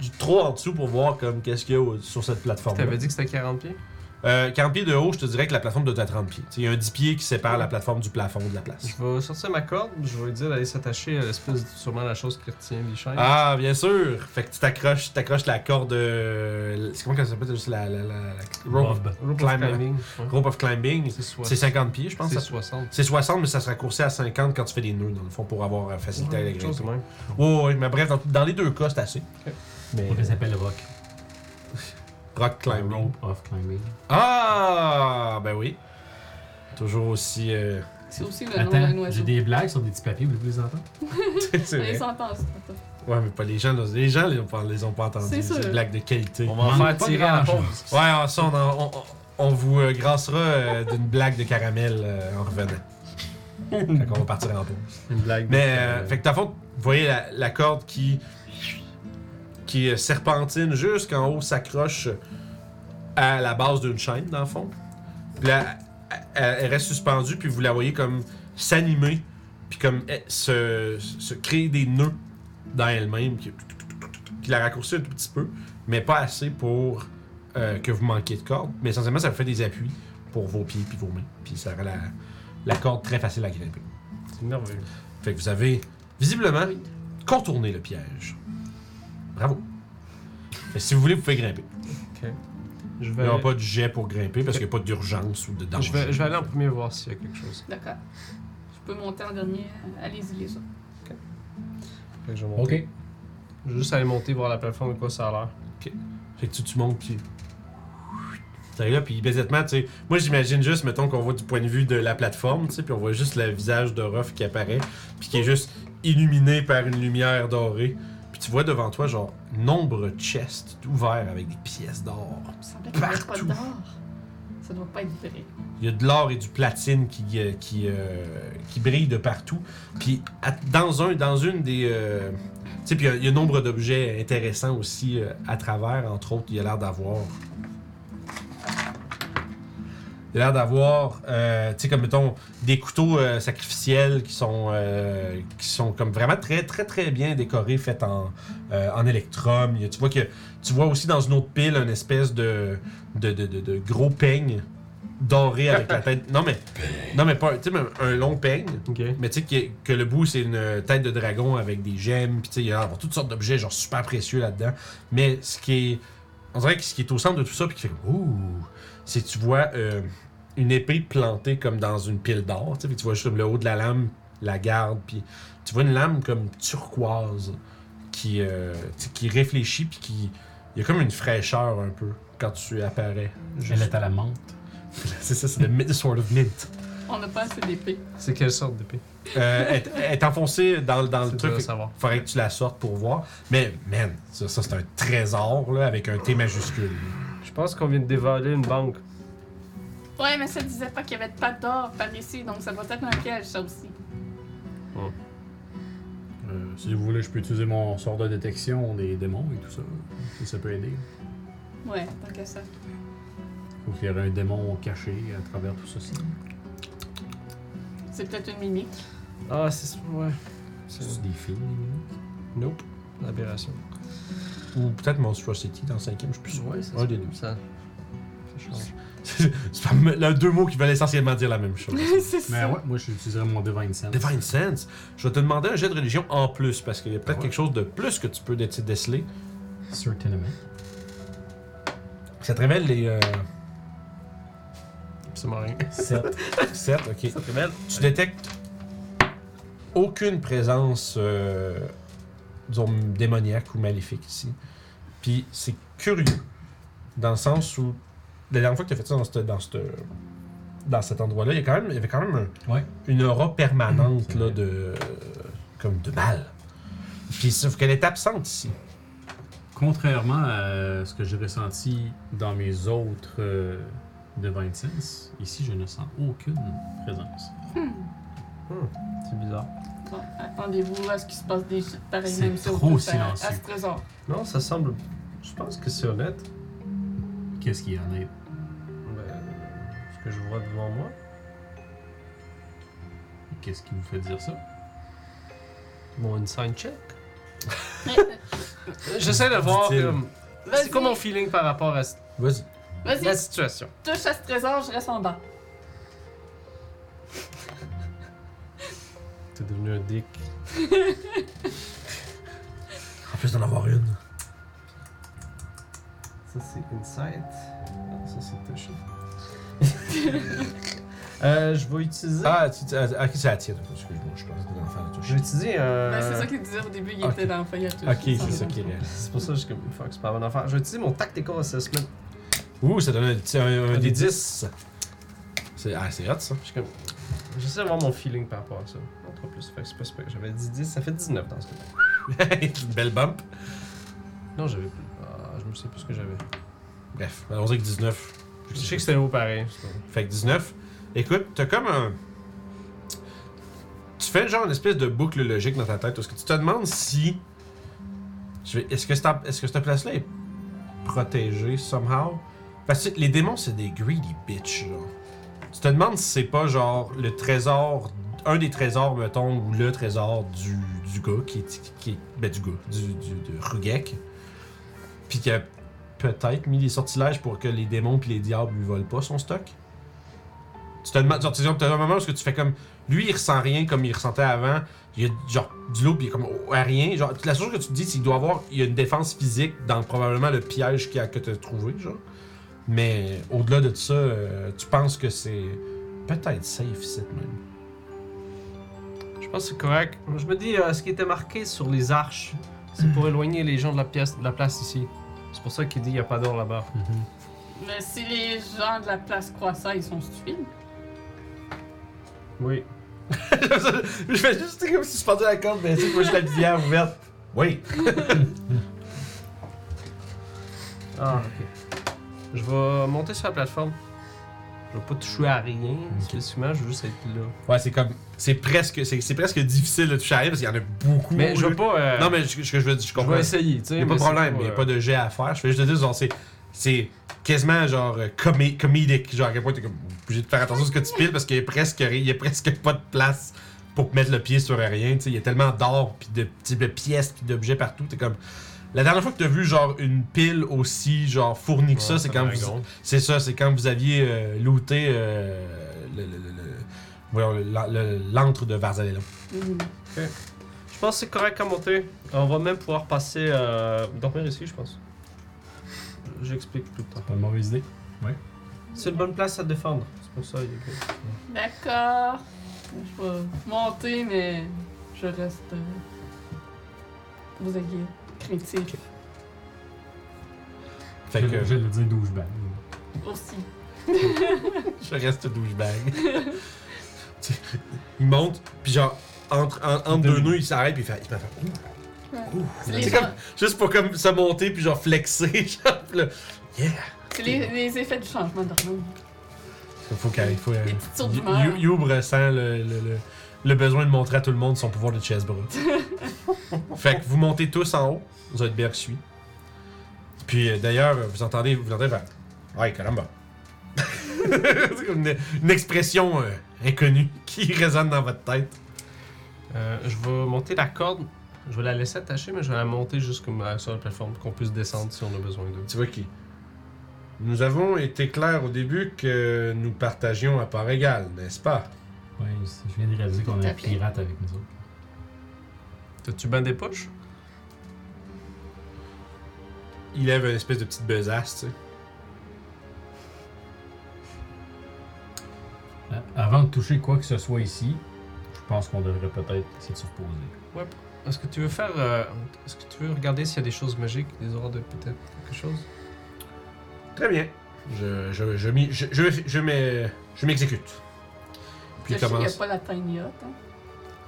du- trop en dessous pour voir comme qu'est-ce qu'il y a au- sur cette plateforme.
T'avais dit que c'était 40 pieds
Euh, 40 pieds de haut, je te dirais que la plateforme doit être à 30 pieds. Tu sais, Il y a un 10 pieds qui sépare la plateforme du plafond de la place.
Je vais sortir ma corde, je vais lui dire d'aller s'attacher
euh,
à l'espèce, sûrement la chose qui retient les chaînes.
Ah, bien sûr! Fait que tu t'accroches, t'accroches la corde. euh, c'est comment ça s'appelle juste la, la, la, la- rope,
Bob.
Rope of
climb-
climbing. ouais.
rope of climbing.
C'est soix-
C'est 50 pieds, je pense.
c'est
ça.
60.
C'est 60, mais ça se raccourcit à 50 quand tu fais des nœuds, dans le fond, pour avoir euh, facilité à la
quelque chose de
grimper.
même.
Ouais, ouais, mais bref, dans, dans les deux cas, c'est assez. Mais
Pourquoi ça s'appelle rock
rock climbing.
Rope of climbing.
Ah, ben oui. Toujours aussi. euh,
C'est aussi le nom d'un
Attends, j'ai
oiseau. Ah,
des hein. blagues sur des petits papiers, vous les entendre
c'est vrai.
Ils entendent ça.
Ouais, mais pas les gens. là. Les gens les ont pas, les ont pas entendus.
C'est
C'est
sûr.
une blague de qualité.
On
Ouais,
va en faire
Manque pas
tirer à la
grand-chose.
pompe.
en- ça, on, en- on- on vous euh, grassera euh, d'une blague de caramel euh, en revenant. Fait qu'on va partir en pause.
Une blague.
Mais, euh, fait que, dans le fond, vous voyez la, la corde qui, qui euh, serpentine jusqu'en haut, s'accroche à la base d'une chaîne, dans le fond. Puis là, elle, elle reste suspendue, puis vous la voyez comme s'animer, puis comme elle- se, se créer des nœuds dans elle-même qui, qui la raccourcit un tout petit peu, mais pas assez pour euh, que vous manquiez de corde. Mais essentiellement, ça vous fait des appuis pour vos pieds puis vos mains, puis ça rend la, la corde très facile à grimper.
C'est merveilleux.
Fait que vous avez visiblement contourné le piège. Bravo. Fait que si vous voulez, vous pouvez grimper.
Je
Il
vais,
n'y aura pas de jet pour grimper parce qu'il n'y a pas d'urgence ou de danger.
Ben, je, vais, je vais aller en premier voir s'il y a quelque chose.
D'accord. Je peux monter en dernier. euh, Allez-y, les autres.
Fait que je vais monter.
Ok.
Je vais juste aller monter voir la plateforme de quoi ça a l'air.
Fait que tu, tu montes, puis. T'arrives là, puis bêtement, tu sais. Moi, j'imagine juste, mettons qu'on voit du point de vue de la plateforme, tu sais, puis on voit juste le visage de Ruff qui apparaît, puis qui est juste illuminé par une lumière dorée. Puis tu vois devant toi, genre, nombreux chests ouverts avec des pièces d'or.
Il me semblait qu'il n'y avait pas
Partout.
d'or. Ça doit pas être vrai.
Il y a de l'or et du platine qui, euh, qui, euh, qui brillent de partout. Puis à- dans, un, dans une des. euh, tu sais, puis il y a- il y, a nombre d'objets intéressants aussi euh, à travers. Entre autres, il y a l'air d'avoir. Il y a l'air d'avoir, euh, tu sais, comme mettons, des couteaux euh, sacrificiels qui sont, euh, qui sont comme vraiment très, très, très bien décorés, faits en, euh, en électrum. Il y a- Tu vois, que, tu vois aussi dans une autre pile une espèce de, de, de, de- de gros peigne doré avec la tête. Non, mais, non, mais pas, tu sais, mais un long peigne.
Ok.
Mais tu sais que, que le bout, c'est une tête de dragon avec des gemmes, puis tu sais, il y a l'air d'avoir toutes sortes d'objets, genre super précieux là-dedans. Mais ce qui est. On dirait que ce qui est au centre de tout ça, puis qui fait comme, Ouh! C'est que tu vois euh, une épée plantée comme dans une pile d'or, tu sais, puis tu vois juste comme le haut de la lame, la garde, puis tu vois une lame comme turquoise qui, euh, tu sais, qui réfléchit, puis qui. Il y a comme une fraîcheur un peu quand tu apparais.
Elle
Juste-
est à la menthe.
C'est ça, c'est le mi- Sword of Mint.
On n'a pas assez d'épée.
C'est quelle sorte d'épée
Euh, elle, est- elle est enfoncée dans, dans le
C'est dur
truc.
à savoir.
Faudrait que tu la sortes pour voir. Mais, man, ça, ça, c'est un trésor, là, avec un T majuscule.
Je pense qu'on vient de dévaler une banque.
Ouais, mais ça disait pas qu'il n'y avait pas d'or par ici, donc ça doit être un piège, ça aussi.
Euh, si vous voulez, je peux utiliser mon sort de détection des démons et tout ça. Si ça peut aider.
Ouais, tant que ça.
Ou qu'il y aurait un démon caché à travers tout ceci.
C'est peut-être une mimique.
Ah, c'est. Ouais. C'est.
C'est des filles.
Nope. L'aberration.
Ou peut-être Monstrosity dans le cinquième, je suis plus sûr.
Ouais, c'est
Un des deux.
ça. Ça change.
C'est pas mal- là, deux mots qui veulent essentiellement dire la même chose.
c'est
Mais
ça.
Ben ouais, moi, j'utiliserais mon Divine Sense.
Divine Sense, je vais te demander un jet de religion en plus, parce qu'il y a peut-être
Ah ouais.
quelque chose de plus que tu peux dé- déceler.
Certainement.
Ça te révèle les. Euh,
Absolument rien.
7.
sept, ok.
Ça te révèle
Tu détectes aucune présence, euh, disons, démoniaque ou maléfique ici. Puis c'est curieux, dans le sens où la dernière fois que tu as fait ça dans, cette- dans, cette- dans cet endroit-là, il y, a quand même, il y avait quand même un-
Ouais.
une aura permanente
C'est
là,
vrai.
de, euh, comme de mal. Puis sauf qu'elle est absente ici.
Contrairement à ce que j'ai ressenti dans mes autres euh, Divine Sense, ici, je ne sens aucune présence.
C'est bizarre.
Bon, attendez-vous à ce qu'il se passe des choses pareilles,
C'est
même si on
trop
touche hein, à-
silencieux.
À ce trésor.
Non, ça semble. Je pense que c'est honnête.
Qu'est-ce qu'il y en a
Ben, ce que je vois devant moi.
Qu'est-ce qui vous fait dire ça
Mon inside check.
Mais-
Euh, J'essaie de voir.
Dit-il.
comme-
Vas-y.
C'est quoi mon feeling par rapport à c-
Vas-y.
Vas-y,
la situation
touche à ce trésor, je reste en bas.
T'es devenu un dick.
En plus d'en avoir une.
Ça, c'est Insight. Ah, Ça, c'est touché. euh, je vais utiliser.
Ah, tu, tu- à, à qui c'est la tienne Excuse-moi, je pense que l'enfant a
Je
touché.
vais utiliser euh, un.
Ben,
Euh,
c'est ça qu'il disait au début, il
ok.
était dans le feuilletage.
Ok, c'est ça qui est réel.
C'est pour ça que je suis comme. Fuck, c'est pas un bon affaire. Je vais utiliser mon Tactical Assessment.
Ouh, ça donne un, petit- un- un
Un
des
des
10. C'est ah, c'est hot ça.
Je suis comme. J'essaie d'avoir mon feeling par rapport à ça. Non, trop plus. Fait que c'est pas super. J'avais dit 10, ça fait 19 dans ce cas-là.
Une belle bump.
Non, j'avais plus. Ah, je me sais plus ce que j'avais.
Bref, allons-y avec 19.
Je sais que c'était haut pareil.
Fait que 19. Écoute, t'as comme un. Tu fais genre une espèce de boucle logique dans ta tête. Parce que tu te demandes si. Je vais- Est-ce que, cette- est-ce que cette place-là est protégée somehow? Parce que les démons, c'est des greedy bitches, genre. Tu te demandes si c'est pas genre le trésor un des trésors, mettons, ou le trésor du, du gars, qui est, qui est- ben, du gars, du, du- de Rugek, puis qui a peut-être mis des sortilèges pour que les démons puis les diables lui volent pas son stock. Tu te demandes, genre, tu sais, t'as un moment où est-ce que tu fais comme, lui il ressent rien comme il ressentait avant, il y a genre du lot puis il est comme oh, à rien, genre la seule chose que tu te dis c'est qu'il doit avoir, il y a une défense physique dans probablement le piège qu'il y a que t'as trouvé, genre. Mais au-delà de ça, euh, tu penses que c'est peut-être safe cette même.
Je pense que c'est correct. Hmm. Je me dis, euh, ce qui était marqué sur les arches, c'est pour éloigner les gens de la, pièce, de la place ici. C'est pour ça qu'il dit il n'y a pas d'or là-bas.
Mais si les gens de la place croient ça, ils sont stupides.
Oui.
je fais juste tu sais, comme si je pendais la corde, mais tu sais, moi j'ai la visière ouverte. Oui.
Ah, ok. Je vais monter sur la plateforme. Je vais pas toucher à rien, spécifiquement, je veux juste être là.
Ouais, c'est comme, c'est presque, c'est c'est presque difficile de toucher à elle parce qu'il y en a beaucoup.
Mais je
là.
veux pas. euh,
Non mais je, je, je veux dire, je
je
comprends.
vais essayer, tu sais.
Y a pas
mais
de
c'est
problème, il a
euh,
pas de jet à faire. Je fais juste te dire, genre, c'est, c'est quasiment genre euh, comé- comedic. Genre, à quel point t'es comme obligé de faire attention à ce que tu piles parce qu'il y a presque, ri- il y a presque pas de place pour mettre le pied sur rien. tu sais. Il y a tellement d'or, puis de, petits- de pièces, puis d'objets partout. T'es comme. La dernière fois que t'as vu genre une pile aussi genre fournie que ça,
ouais,
c'est quand vous,
dragon.
c'est ça, c'est quand vous aviez euh, looté euh, le- le- le- le- voyons, le- le- l'antre de Varzalella.
Mhm.
Je pense que c'est correct à monter. On va même pouvoir passer. euh, dormir ici, je pense. J'explique tout le temps.
Pas une mauvaise idée.
C'est une bonne place à défendre. C'est pour ça. il est-
D'accord. Je vais monter, mais je reste. euh, Vous ayez critique
Fait que
Mhm.
Je le dis douchebag.
aussi.
Je reste douchebag. Tu- il monte, puis genre, entre, en- entre deux nœuds, il s'arrête, puis il fait. Il m'a fait
C'est les,
C'est comme- juste pour comme se monter, puis genre flexer. Genre, puis là,
c'est les- les effets du changement d'hormone.
faut qu'il faut.
Les petites sourdes d'humeur.
Euh, Youbre sent le, le, le, le besoin de montrer à tout le monde son pouvoir de chess bras. fait que vous montez tous en haut, Zoidberg suit. Puis euh, d'ailleurs, vous entendez, vous entendez faire. Ouais, caramba. C'est comme une, une expression euh, inconnue qui résonne dans votre tête.
Euh, je vais monter la corde. Je vais la laisser attachée, mais je vais la monter jusqu'à sur la plateforme, qu'on puisse descendre si on a besoin d'eux.
Tu vois qui Nous avons été clairs au début que nous partagions à part égale, n'est-ce pas
Ouais, c'est- je viens de réaliser qu'on a un
Tout à fait.
pirate avec nous autres.
T'as-tu ben des poches?
Il lève une espèce de petite besace, tu sais.
Euh, Avant de toucher quoi que ce soit ici, je pense qu'on devrait peut-être essayer de se reposer.
Est-ce que tu veux faire. euh, Est-ce que tu veux regarder s'il y a des choses magiques, des ordres, peut-être quelque chose?
Très bien. Je, je, je, m'y- je, je, je m'e- je m'exécute. Puis il
Sachez qu'il n'y
commence.
a pas la tiny hut, hein.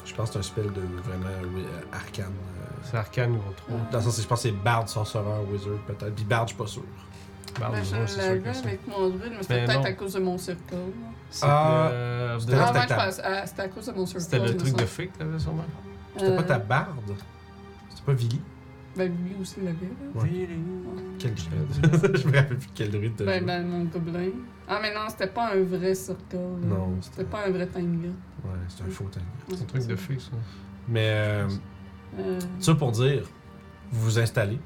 Je pense que c'est un spell de vraiment euh, arcane. euh,
C'est arcane ou trop.
dans le sens, je pense que c'est Bard, Sorcerer, Wizard, peut-être. Puis Bard, je suis pas sûr.
Bah,
Ben,
ouais,
je
c'est sûr
l'avais
que c'est.
avec mon druide, mais
Mais
c'était
non.
peut-être à cause de mon circle.
C'était,
Ah,
euh,
c'était
de-
la-
Ah, ouais, je
table.
pense- ah, c'était à cause de mon circle.
c'était le
me
truc de
semble.
fée que t'avais sûrement.
C'était pas
Euh,
ta Bard C'était pas Vili
Ben, lui aussi l'avait. là.
Quel druide Je me rappelle plus de quel druide t'as
Ben,
joué.
ben, mon gobelin. Ah, mais non, c'était pas un vrai circle. là.
Non,
C'était pas un vrai tiny hut.
Ouais, c'est un faux timing.
C'est un truc de fée, ça.
Mais. euh,
Euh,
Ça pour dire, vous vous installez.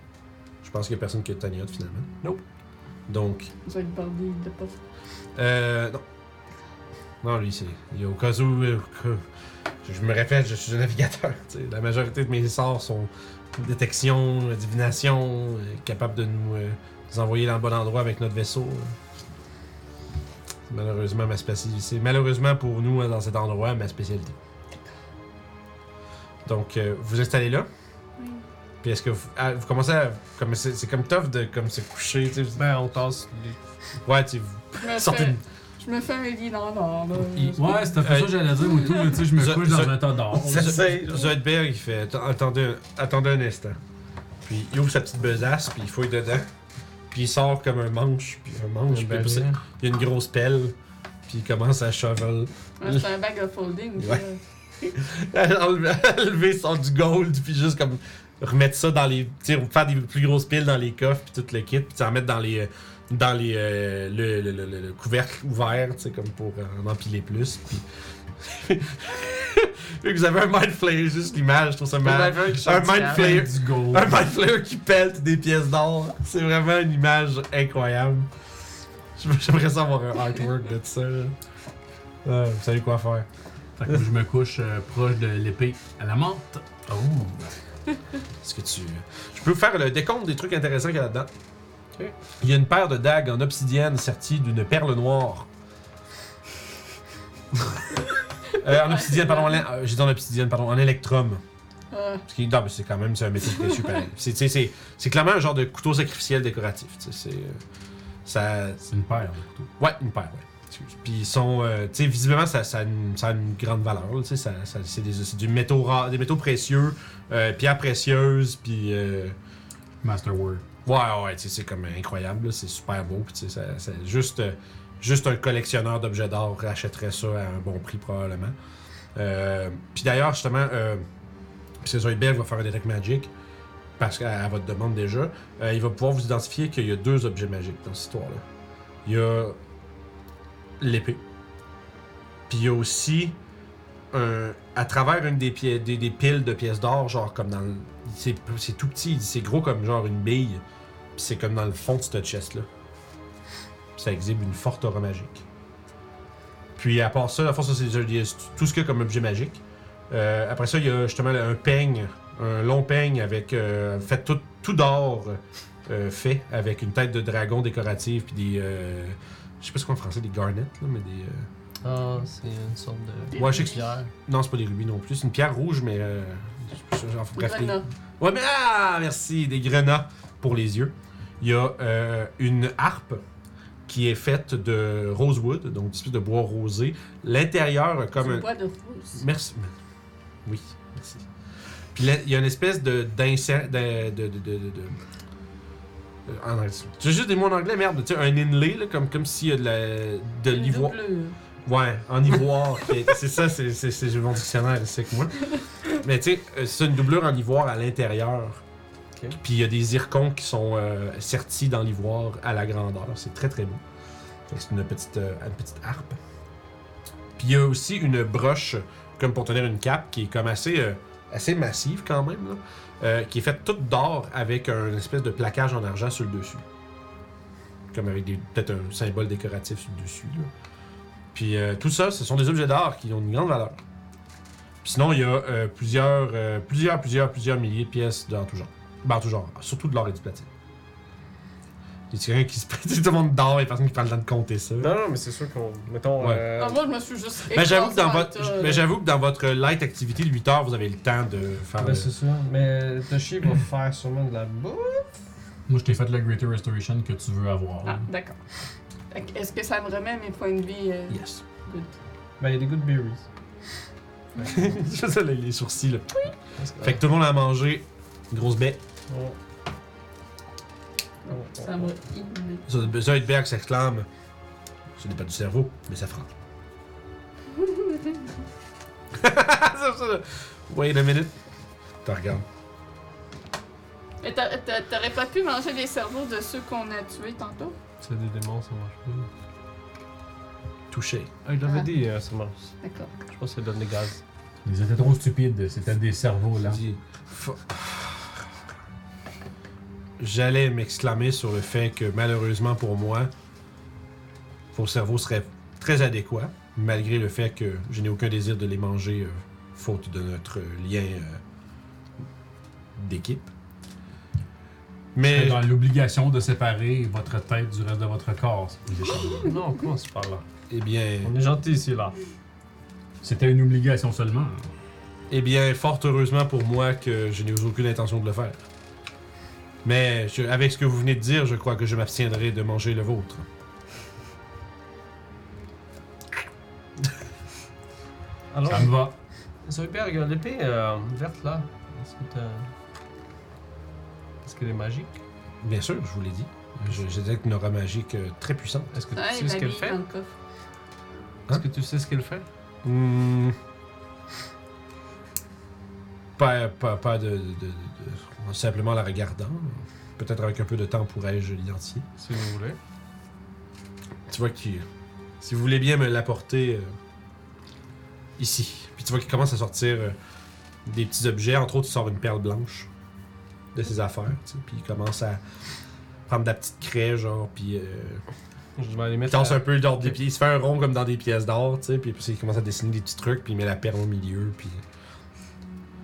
Je pense qu'il n'y a personne qui a Tanya finalement.
Nope.
Donc,
J'ai bardé de pas.
euh, non. Non, lui, c'est. il est Au cas où. euh, que- je- je me répète, je suis un navigateur. tu sais. La majorité de mes sorts sont détection, euh, divination, euh, capable de nous, euh, nous envoyer dans le bon endroit avec notre vaisseau. euh. C'est malheureusement ma spécialité. C'est malheureusement pour nous, hein, dans cet endroit, ma spécialité. Donc, euh, vous vous installez là.
Oui.
Puis est-ce que vous, ah, vous commencez à. comme C'est c'est comme tough de comme se coucher. tu sais, vous-
Ben, on tasse. les-
Ouais, tu sais, vous
Je me
sortez
fais-
de-
Je me fais un lit dans l'or, là.
Il-
Ouais, c'était pas
Euh,
ça que j'allais dire, moi, tout. là, Tu sais, je me
Zo-
couche dans
Zo-
un tas d'or.
Z- Zoidberg, il fait Atten- attendez, un- attendez un instant. Puis il ouvre sa petite besace, puis il fouille dedans. Puis il sort comme un manche, puis un manche, puis après ça, il y a une grosse pelle, puis il commence à shovel.
Ouais, C'était un bag of folding.
Ouais. À enlever, à enlever son du gold, puis juste comme remettre ça dans les. tu sais, faire des plus grosses piles dans les coffres, puis tout le kit, puis en mettre dans les. euh, dans les. euh, le, le- le- le- le couvercle ouvert, tu sais, comme pour en empiler plus, puis. Vu que vous avez un Mind Flayer, juste l'image, je trouve ça mal. Un Mind Flayer.
Du gold.
Un Mind Flayer qui pète des pièces d'or. C'est vraiment une image incroyable. J'aim- J'aimerais ça avoir un artwork de ça. là. Euh, vous savez quoi faire.
Fait que moi, je me couche euh, proche de l'épée à la menthe.
Oh! Est-ce que tu. euh, Je peux vous faire le décompte des trucs intéressants qu'il y a là-dedans.
Ok.
Il y a une paire de dagues en obsidienne sertie d'une perle noire. Euh, en obsidienne, pardon, en- euh, j'ai dit en obsidienne, pardon, en électrum.
Ah,
Parce que, non, mais c'est quand même c'est un métier qui est super. C'est, tu sais, c'est, c'est clairement un genre de couteau sacrificiel décoratif. tu sais, C'est, euh, ça,
C'est une paire de couteaux.
Ouais, une paire, ouais. Excuse. Puis ils sont. euh, tu sais, visiblement, ça, ça, a une, ça a une grande valeur. là, Tu sais, ça, ça- c'est des, c'est du métaux rares- des métaux précieux, euh, pierres précieuses, puis. euh,
Masterwork.
ouais, ouais, tu sais, c'est comme incroyable, là, c'est super beau. Puis, tu sais, ça- ça- juste, euh, juste un collectionneur d'objets d'or rachèterait ça à un bon prix, probablement. Euh, puis d'ailleurs, justement, euh, c'est Zoidberg va faire un Detect Magic. Parce qu'à à votre demande déjà, euh, il va pouvoir vous identifier qu'il y a deux objets magiques dans cette histoire-là. Il y a l'épée. Puis il y a aussi un- à travers une des, pie- des- des piles de pièces d'or, genre comme dans le- c'est, c'est tout petit, il dit, c'est gros comme genre une bille. Puis c'est comme dans le fond de cette chest là. ça exhibe une forte aura magique. Puis à part ça, à part ça, c'est il y a tout ce qu'il y a comme objet magique. Euh, après ça, il y a justement un peigne, un long peigne avec euh, fait tout, tout d'or euh, fait avec une tête de dragon décorative puis des euh, je sais pas ce qu'on en français des garnets là, mais des euh,
Ah, c'est une sorte de.
Ouais, je sais que-
Pierre.
non, c'est pas des rubis non plus. C'est une pierre rouge, mais. Euh, je- j'en fais bref. des-
Brenna.
Ouais, mais. Ah, merci. Des grenats pour les yeux. Il y a euh, une harpe qui est faite de rosewood, donc une espèce de bois rosé. L'intérieur a comme
Du
un.
bois de rose.
Merci. Oui, merci. Puis là, il y a une espèce de d'insert de, de, de, de, de- de- en anglais. J'ai juste des mots en anglais, merde. Tu sais, un inlay, là, comme, comme s'il y a de la- de
Une
l'ivoire.
doublure.
Ouais, en ivoire. qui est- c'est ça, c'est, c'est, c'est- j'ai mon dictionnaire, c'est que moi. Mais tu sais, euh, c'est une doublure en ivoire à l'intérieur.
Ok.
Puis il y a des zircons qui sont euh, sertis dans l'ivoire à la grandeur. C'est très très beau. Fait que C'est une petite, euh, une petite harpe. Puis il y a aussi une broche, comme pour tenir une cape, qui est comme assez, euh, assez massive quand même, là, euh, qui est faite toute d'or avec un espèce de plaquage en argent sur le dessus. Comme avec des- peut-être un symbole décoratif sur le dessus. là. Puis euh, tout ça, ce sont des objets d'art qui ont une grande valeur. Puis sinon, il y a euh, plusieurs, euh, plusieurs, plusieurs, plusieurs milliers de pièces dans tout genre. Ben, en tout genre, surtout de l'or et du platine. Il y a quelqu'un qui se prête tout le monde d'or et personne qui prend le temps de compter ça.
Non, non, mais c'est sûr qu'on. Mettons.
Ouais.
euh,
Ah, moi, je me suis juste.
Mais Ben, j'avoue que, dans
écrasée
votre,
par le tas,
mais
là.
j'avoue que dans votre light activité de 8 heures, vous avez le temps de faire.
Ben,
le-
c'est ça. Mais Toshi va faire sûrement de la bouffe.
Moi, je t'ai fait la Greater Restoration que tu veux avoir.
Ah, d'accord. Fait que Est-ce que ça me remet mes points de vie euh,
Yes.
good?
Ben, il y a des goûts de berries.
Je fais ça, les, les sourcils. Là. Fait que tout le monde a mangé une grosse baie.
On-
Oh,
on-
Ça m'a inhumé.
Zoidberg s'exclame Ce n'est pas du cerveau, mais ça frappe. Ça, ça, Wait a minute. T'en regardes.
Mais t'a- t'a- t'aurais pas pu manger les cerveaux de ceux qu'on a tués tantôt?
C'est des démons, ça marche pas.
Touché.
Ah, il l'avait
Ah.
dit, euh, ça marche.
D'accord.
Je pense que ça donne des gaz.
Ils étaient trop stupides. C'était des cerveaux, là.
Dis, fa- J'allais m'exclamer sur le fait que malheureusement pour moi, vos cerveaux seraient très adéquats, malgré le fait que je n'ai aucun désir de les manger euh, faute de notre lien euh, d'équipe.
T'es
Mais
dans l'obligation de séparer votre tête du reste de votre corps. si vous échangez.
Non, on commence par là.
Eh bien,
On est gentil ici, là.
C'était une obligation seulement.
eh bien, fort heureusement pour moi que je n'ai aucune intention de le faire. Mais je- avec ce que vous venez de dire, je crois que je m'abstiendrai de manger le vôtre.
Alors,
Ça me va.
Zoidberg, l'épée euh, verte, là. Est-ce que t'as. Est-ce qu'elle est magique
Bien sûr, je vous l'ai dit. Je- J'ai dit une aura magique euh, très puissante.
Est-ce que tu
Ah, il
sais ce
m'a
qu'elle
mis
fait
dans le coffre.
Est-ce que tu sais ce qu'elle fait
Hmm. Pas, pas, pas de, de- de- de- Simplement la regardant. Peut-être avec un peu de temps pourrais-je l'identifier.
Si vous voulez.
Tu vois que si vous voulez bien me l'apporter, euh, ici. Puis tu vois qu'il commence à sortir euh, des petits objets. Entre autres, il sort une perle blanche de ses affaires. tu sais. Puis il commence à prendre de la petite craie, genre, puis euh,
Je vais aller
il
mettre.
tasse
Euh,
la-
un peu l'ordre des pieds. Il se fait un rond comme dans des pièces d'or, tu sais. Puis, puis il commence à dessiner des petits trucs, puis il met la perle au milieu. Puis,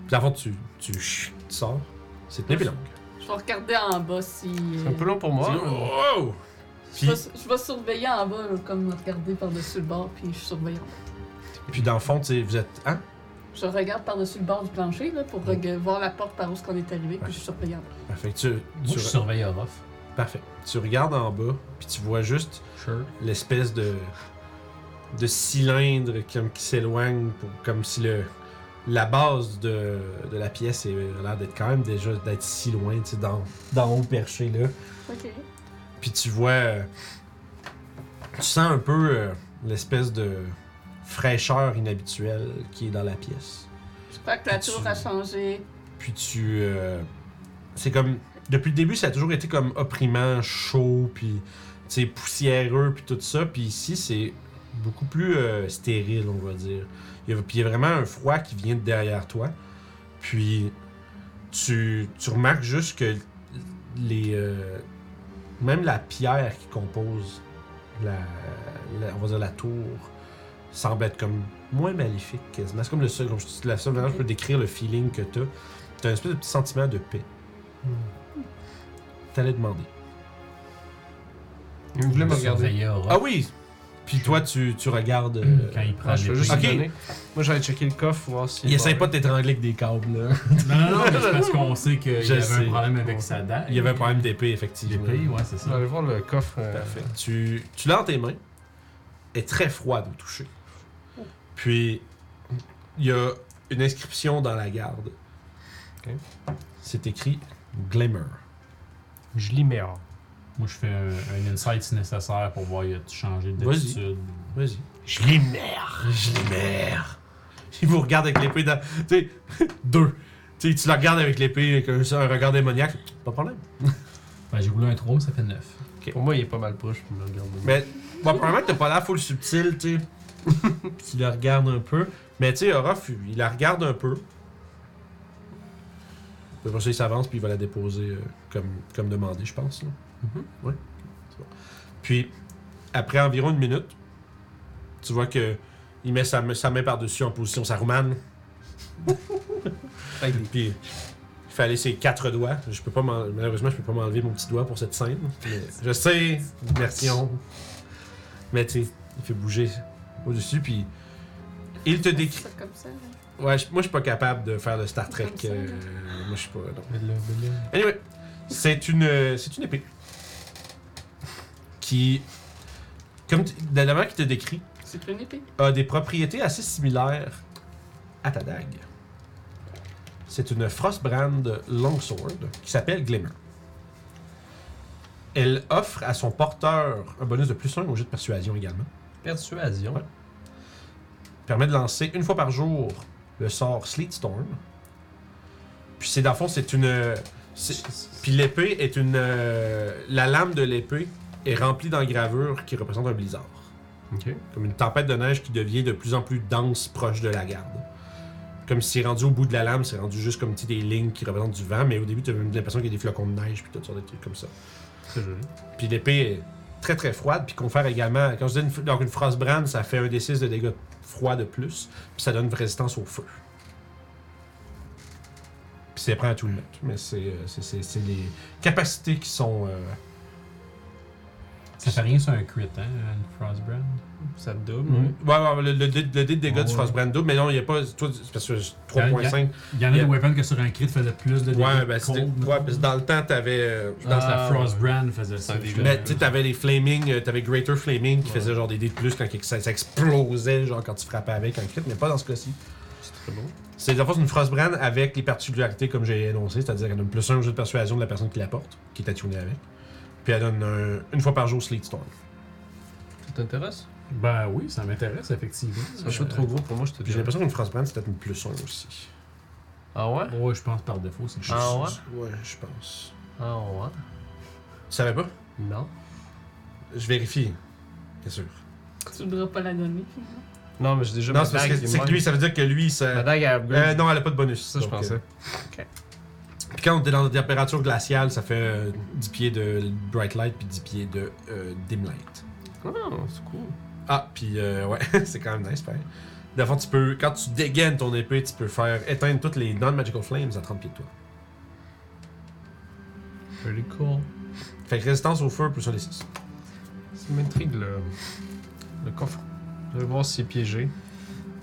puis à la fin, tu, tu, tu sors. C'est bien long.
Je vais regarder en bas si.
C'est un peu long pour moi. mais-
Wow!
Je vais, je vais surveiller en bas, là, comme regarder par-dessus le bord, puis je surveille. en
Puis dans le fond, tu sais, vous êtes. Hein?
bas. Je regarde par-dessus le bord du plancher là, pour reg- voir la porte par où on est arrivé, puis je surveille en bas.
Parfait. Tu,
Moi,
tu-
je surveille Orof.
Parfait. Tu regardes en bas, puis tu vois juste
Sure.
l'espèce de de cylindre comme qui s'éloigne pour- comme si le la base de, de la pièce est a l'air d'être quand même déjà d'être si loin, tu sais, d'en d'en haut perché là.
Ok.
Puis tu vois. euh, Tu sens un peu euh, l'espèce de fraîcheur inhabituelle qui est dans la pièce.
Je crois que la
Tu-
tour a changé.
Puis tu. euh, c'est comme. Depuis le début, ça a toujours été comme opprimant, chaud, puis. Tu sais, poussiéreux, puis tout ça. Puis ici, c'est beaucoup plus euh, stérile, on va dire. Il y a, puis il y a vraiment un froid qui vient de derrière toi. Puis. Tu, tu remarques juste que les. euh, même la pierre qui compose la, la- on va dire la tour semble être comme moins maléfique quasiment. C'est comme le seul, comme je, la seule manière que je peux décrire le feeling que t'as. T'as un espèce de petit sentiment de paix. T'allais demander.
Il voulait me
Je
regarder.
surveille Orof.
Ah oui! Puis toi, tu, tu regardes. euh,
Quand il prend
Ah, je
l'épée.
peux juste
Ok.
lui donner. Moi, j'allais checker le coffre, voir si.
il essaie pas de t'étrangler avec des câbles, là.
Non, non, non, mais c'est parce qu'on sait qu'il y
Je
avait
sais.
un problème avec sa dague.
Il y avait un problème d'épée, effectivement.
L'épée, ouais, c'est
Je vais
ça.
aller voir le coffre. euh,
Parfait. Tu, tu l'as dans tes mains. Elle est très froide au toucher. Puis, il y a une inscription dans la garde.
Ok.
C'est écrit Glimmer.
Je l'y mets. hein.
Moi, je fais un, un insight si nécessaire pour voir y a changé
d'altitude. Vas-y. Je l'émère. Je l'émère. Il vous regarde avec l'épée dans. Tu sais, deux. Tu sais, tu la regardes avec l'épée, avec un, un regard démoniaque. Pas de problème.
Ben, j'ai roulé un 3, ça fait 9.
Pour moi, il est pas mal proche, puis il me regarde.
Mais, bon, probablement que t'as pas l'air full subtil, tu sais. Puis tu la regardes un peu. Mais, tu sais, Orof, il la regarde un peu. Puis Après ça, il s'avance, puis il va la déposer euh, comme, comme demandé, je pense. là. Ouais. C'est bon. Puis, après environ une minute, tu vois que il met sa, main- sa main par-dessus en position sarumane. puis, il fallait ses quatre doigts. Je peux pas m'en- malheureusement, je peux pas m'enlever mon petit doigt pour cette scène. mais je sais, merci. on- Mais tu sais, il fait bouger au-dessus, puis il te décrit.
Ça comme ça. là.
Ouais, je- moi, je suis pas capable de faire le Star Trek.
Comme ça,
euh,
là.
moi, je suis pas. non.
Belle, belle.
Anyway, c'est une, euh, c'est une épée qui, comme tu- de la manière qu'il te décrit,
C'est une épée.
a des propriétés assez similaires à ta dague. C'est une Frostbrand Longsword qui s'appelle Glimmer. Elle offre à son porteur un bonus de plus 1 au jet de persuasion également.
Persuasion.
Ouais. Permet de lancer une fois par jour le sort Sleet Storm. Puis c'est dans le fond, c'est une. euh, c'est- Puis l'épée est une. euh, la lame de l'épée est remplie d'engravures qui représentent un blizzard.
Ok.
Comme une tempête de neige qui devient de plus en plus dense proche de la garde. Comme si c'est rendu au bout de la lame, c'est rendu juste comme tu sais, des lignes qui représentent du vent, mais au début, tu as même l'impression qu'il y a des flocons de neige, puis toutes sortes de trucs comme ça.
C'est joli.
Puis l'épée est très très froide, puis confère également, quand je dis une, donc une frostbrand, ça fait un des 6 de dégâts froids de plus, puis ça donne une résistance au feu. Puis c'est prêt à tout le mettre, mais c'est, euh, c'est, c'est, c'est les capacités qui sont... euh,
Ça fait rien sur un crit, hein, une Frostbrand.
Ça me double. ouais.
Ouais, ouais, le, le dé le dé de dégâts
Mm-hmm. Ouais.
du frostbrand double, mais non, il n'y a pas... Toi, c'est parce que c'est 3.5...
Il y en a
Yeah.
des weapons que sur un crit faisaient plus de dégâts.
Ouais, ben c'était... Ouais, parce que dans le temps, t'avais... euh,
Je pense que la
Ah,
Frostbrand faisait
C'est
ça.
un dégât.
Mais tu sais, t'avais les flaming, euh, t'avais greater flaming qui
Ouais.
faisait genre des dés de plus quand ça, ça explosait, genre quand tu frappais avec un crit, mais pas dans ce cas-ci.
C'est très bon.
C'est en fait une frostbrand avec les particularités comme j'ai énoncé, c'est-à-dire qu'elle donne plus un jeu de persuasion de la personne qui la porte, qui est attunée avec. Puis elle donne un- une fois par jour Sleet Storm.
Ça t'intéresse
Ben oui, ça m'intéresse, effectivement.
C'est un peu trop gros pour moi, je te
Puis
euh,
j'ai
dis.
l'impression qu'une frostbrand c'est peut-être une plus un aussi.
Ah ouais
Euh,
Ouais, je pense par défaut, c'est juste.
Ah ouais
Ouais, je pense.
Ah ouais
Tu savais pas?
Non.
Je vérifie. Bien sûr.
Tu voudras pas la donner. finalement.
Non, mais j'ai déjà
Non,
ma
c'est parce
dague
que
est
c'est que
même.
lui, ça veut dire que lui, ça.
Ma dague elle upgrade.
Euh, non, elle a pas de bonus.
ça, je
donc,
pensais.
euh, Puis quand on est dans des températures glaciales, ça fait euh, 10 pieds de bright light puis 10 pieds de euh, dim light.
euh,
Ah, c'est cool.
Ah, puis euh, ouais, c'est quand même nice, pareil. Dans le fond, tu peux, quand tu dégaines ton épée, tu peux faire éteindre toutes les non-magical flames à 30 pieds de toi. Ah.
Pretty cool.
Fait que résistance au feu plus un des 6.
Ça m'intrigue le... le coffre. Je vais voir s'il est piégé.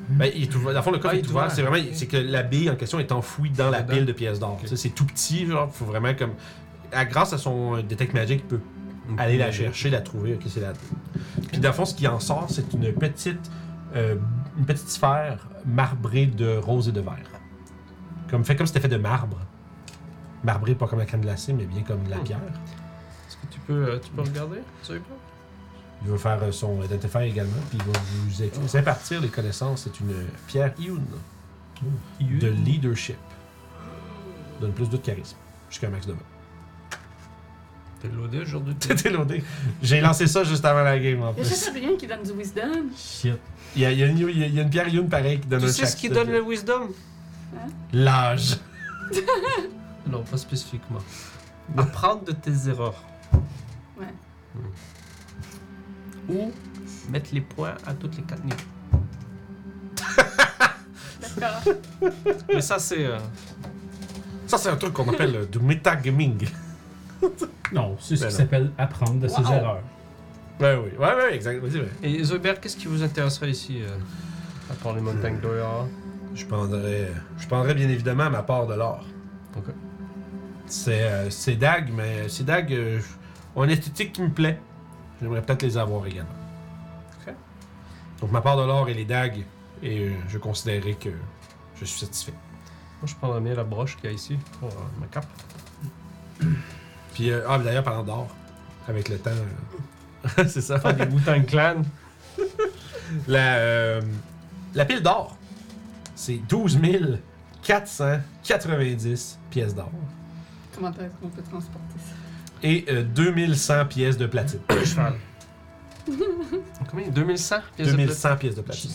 Ben, il est ouvert. Dans le fond, le coffre
Mhm. Ah, il
est
est
ouvert.
ouvert.
C'est vraiment, c'est que la bille en question est enfouie dans la
Dedans.
pile de pièces d'or.
Ok.
Tu sais, C'est tout petit, genre, faut vraiment comme. à- grâce à son euh, Detect Magic, il peut aller la chercher, la trouver. Ok, c'est la. Puis dans le fond, ce qui en sort, c'est une petite, euh, une petite sphère marbrée de rose et de vert. Comme fait comme c'était fait de marbre. Marbré pas comme la crème glacée, mais bien comme de la
Hmm.
pierre.
Est-ce que tu peux, euh, tu peux regarder Tu sais pas
Il veut faire euh, son identifier également, puis il va vous a- vous impartir les connaissances. C'est une pierre Ioun de leadership. Donne plus de charisme, jusqu'à un max de vingt.
T'es loadé aujourd'hui
T'es loadé. J'ai lancé ça juste avant la game en
Il y a
plus.
juste rien qui donne du wisdom.
Shit.
Il y a, il y a une, il y a- il y a une pierre Ioun pareille qui donne un chaque-
wisdom
L'âge.
Non, pas spécifiquement. Apprendre de tes erreurs.
Ouais.
Hmm. Ou mettre les points à toutes les quatre niveaux.
D'accord.
Mais ça, c'est. euh,
Ça, c'est un truc qu'on appelle euh, du metagaming.
Non, c'est ce
Ben
qui
non.
s'appelle apprendre de ses
Wow.
erreurs.
Ouais, oui. Ouais, ouais, exactement. Vas-y, ouais.
Et Zoébert, qu'est-ce qui vous intéresserait ici euh, À part les montagnes d'Oyara
Je prendrais, je prendrais bien évidemment ma part de l'or.
Ok.
C'est, euh, c'est dague, mais ces dagues euh, j- ont une esthétique qui me plaît. J'aimerais peut-être les avoir également.
Ok.
Donc ma part de l'or et les dagues, et euh, je considérais que je suis satisfait.
Moi, je prendrais bien la broche qu'il y a ici pour euh, ma cape.
Puis, euh, ah, d'ailleurs, parlant d'or, avec le temps, euh, c'est ça.
Pas des Wu-Tang Clan.
La, euh, la pile d'or, c'est 12 490 pièces d'or
Comment est-ce qu'on peut transporter ça?
et euh, 2100 pièces de platine.
cheval. Combien 2100 pièces de
2100 pièces de platine.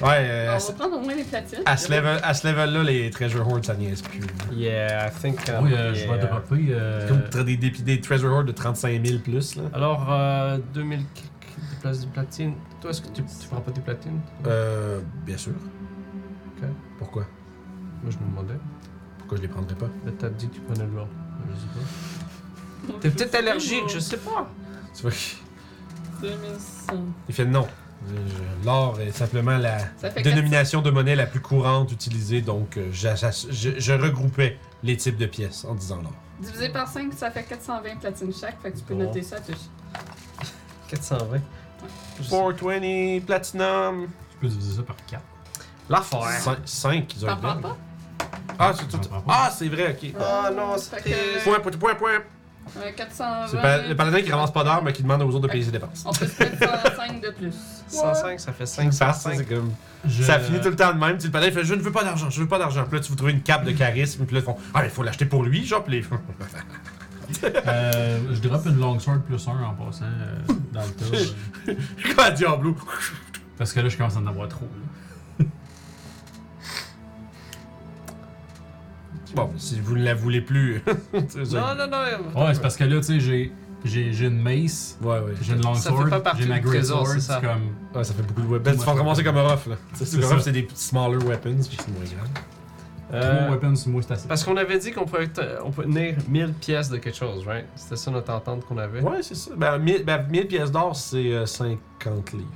Ouais, euh, à,
on
ce-
va prendre au moins les platines.
à ce level- à ce level-là, les Treasure Hoards, ça niaise plus.
platine? Yeah, I think. uh,
Oui, euh, je vais
yeah.
dropper.
Ben C'est
euh,
Comme tra- des, des, des Treasure Hoards de 35 000 plus, là.
Alors, euh, 2000 quelques de place de platine. Toi, est-ce que tu, tu prends pas des platines
Euh, bien sûr.
Ah. Ok.
Pourquoi?
Moi, je me demandais.
Pourquoi je les prendrais pas?
Mais t'as dit que tu prenais de l'or. Je sais pas. Ah, T'es peut-être allergique, je sais pas.
Tu vois,
2100.
il fait non. Je- L'or est simplement la
Ça fait
dénomination de monnaie la plus courante utilisée, donc euh, j'a- j'a- je, je regroupais les types de pièces en disant l'or.
Divisé par 5, ça fait 420 platines chaque. Fait que tu peux
Bon.
noter ça. Tu...
420. Je sais-
420 platinum.
Je peux diviser ça par 4.
L'affaire.
5, ils ont
T'en prends
bien.
pas?
Ah, c'est tout.
J'en prends pas.
Ah, c'est vrai, ok.
Ah non,
Fait que,
c'était-
euh,
Point, point, point, point.
euh, 420.
C'est pas- le paladin qui ramasse pas d'or, mais qui demande aux autres de payer ses dépenses.
On peut se mettre 105 de plus.
105, ça fait
Ça, ça,
505.
c'est comme-
Je-
ça finit tout le temps de même. Tu sais, Le paladin fait Je ne veux pas d'argent, je veux pas d'argent. Puis là, tu vous trouves une cape de charisme. Puis là, ils font Ah, mais il faut l'acheter pour lui, genre. Puis les-
Euh, je drop une longsword plus 1 en passant euh, dans le tas. euh,
Comme à Diablo.
parce que là, je commence à en avoir trop. là.
Bon, mais si vous ne la voulez plus. c'est
Non,
ça.
non, non.
Ouais, c'est parce que là, tu sais, j'ai- j'ai j'ai une mace,
Ouais, ouais.
j'ai une
Ça fait
longsword,
pas partie
j'ai ma
du trésor,
greatsword.
c'est ça.
C'est comme.
Ouais, ça fait beaucoup de weapons. Ils se font
Ouais.
ramasser comme un rough, là. Tu sais,
C'est
comme
ça.
rough, c'est des petits smaller weapons. Puis c'est moins grave.
Trois
Euh,
weapons, moi, c'est assez.
parce qu'on avait dit qu'on pouvait, te- on pouvait tenir 1000 pièces de quelque chose, right? C'était ça notre entente qu'on avait.
Ouais, c'est ça. Ben, 1000 ben, 1000 pièces d'or, c'est euh, 50 livres.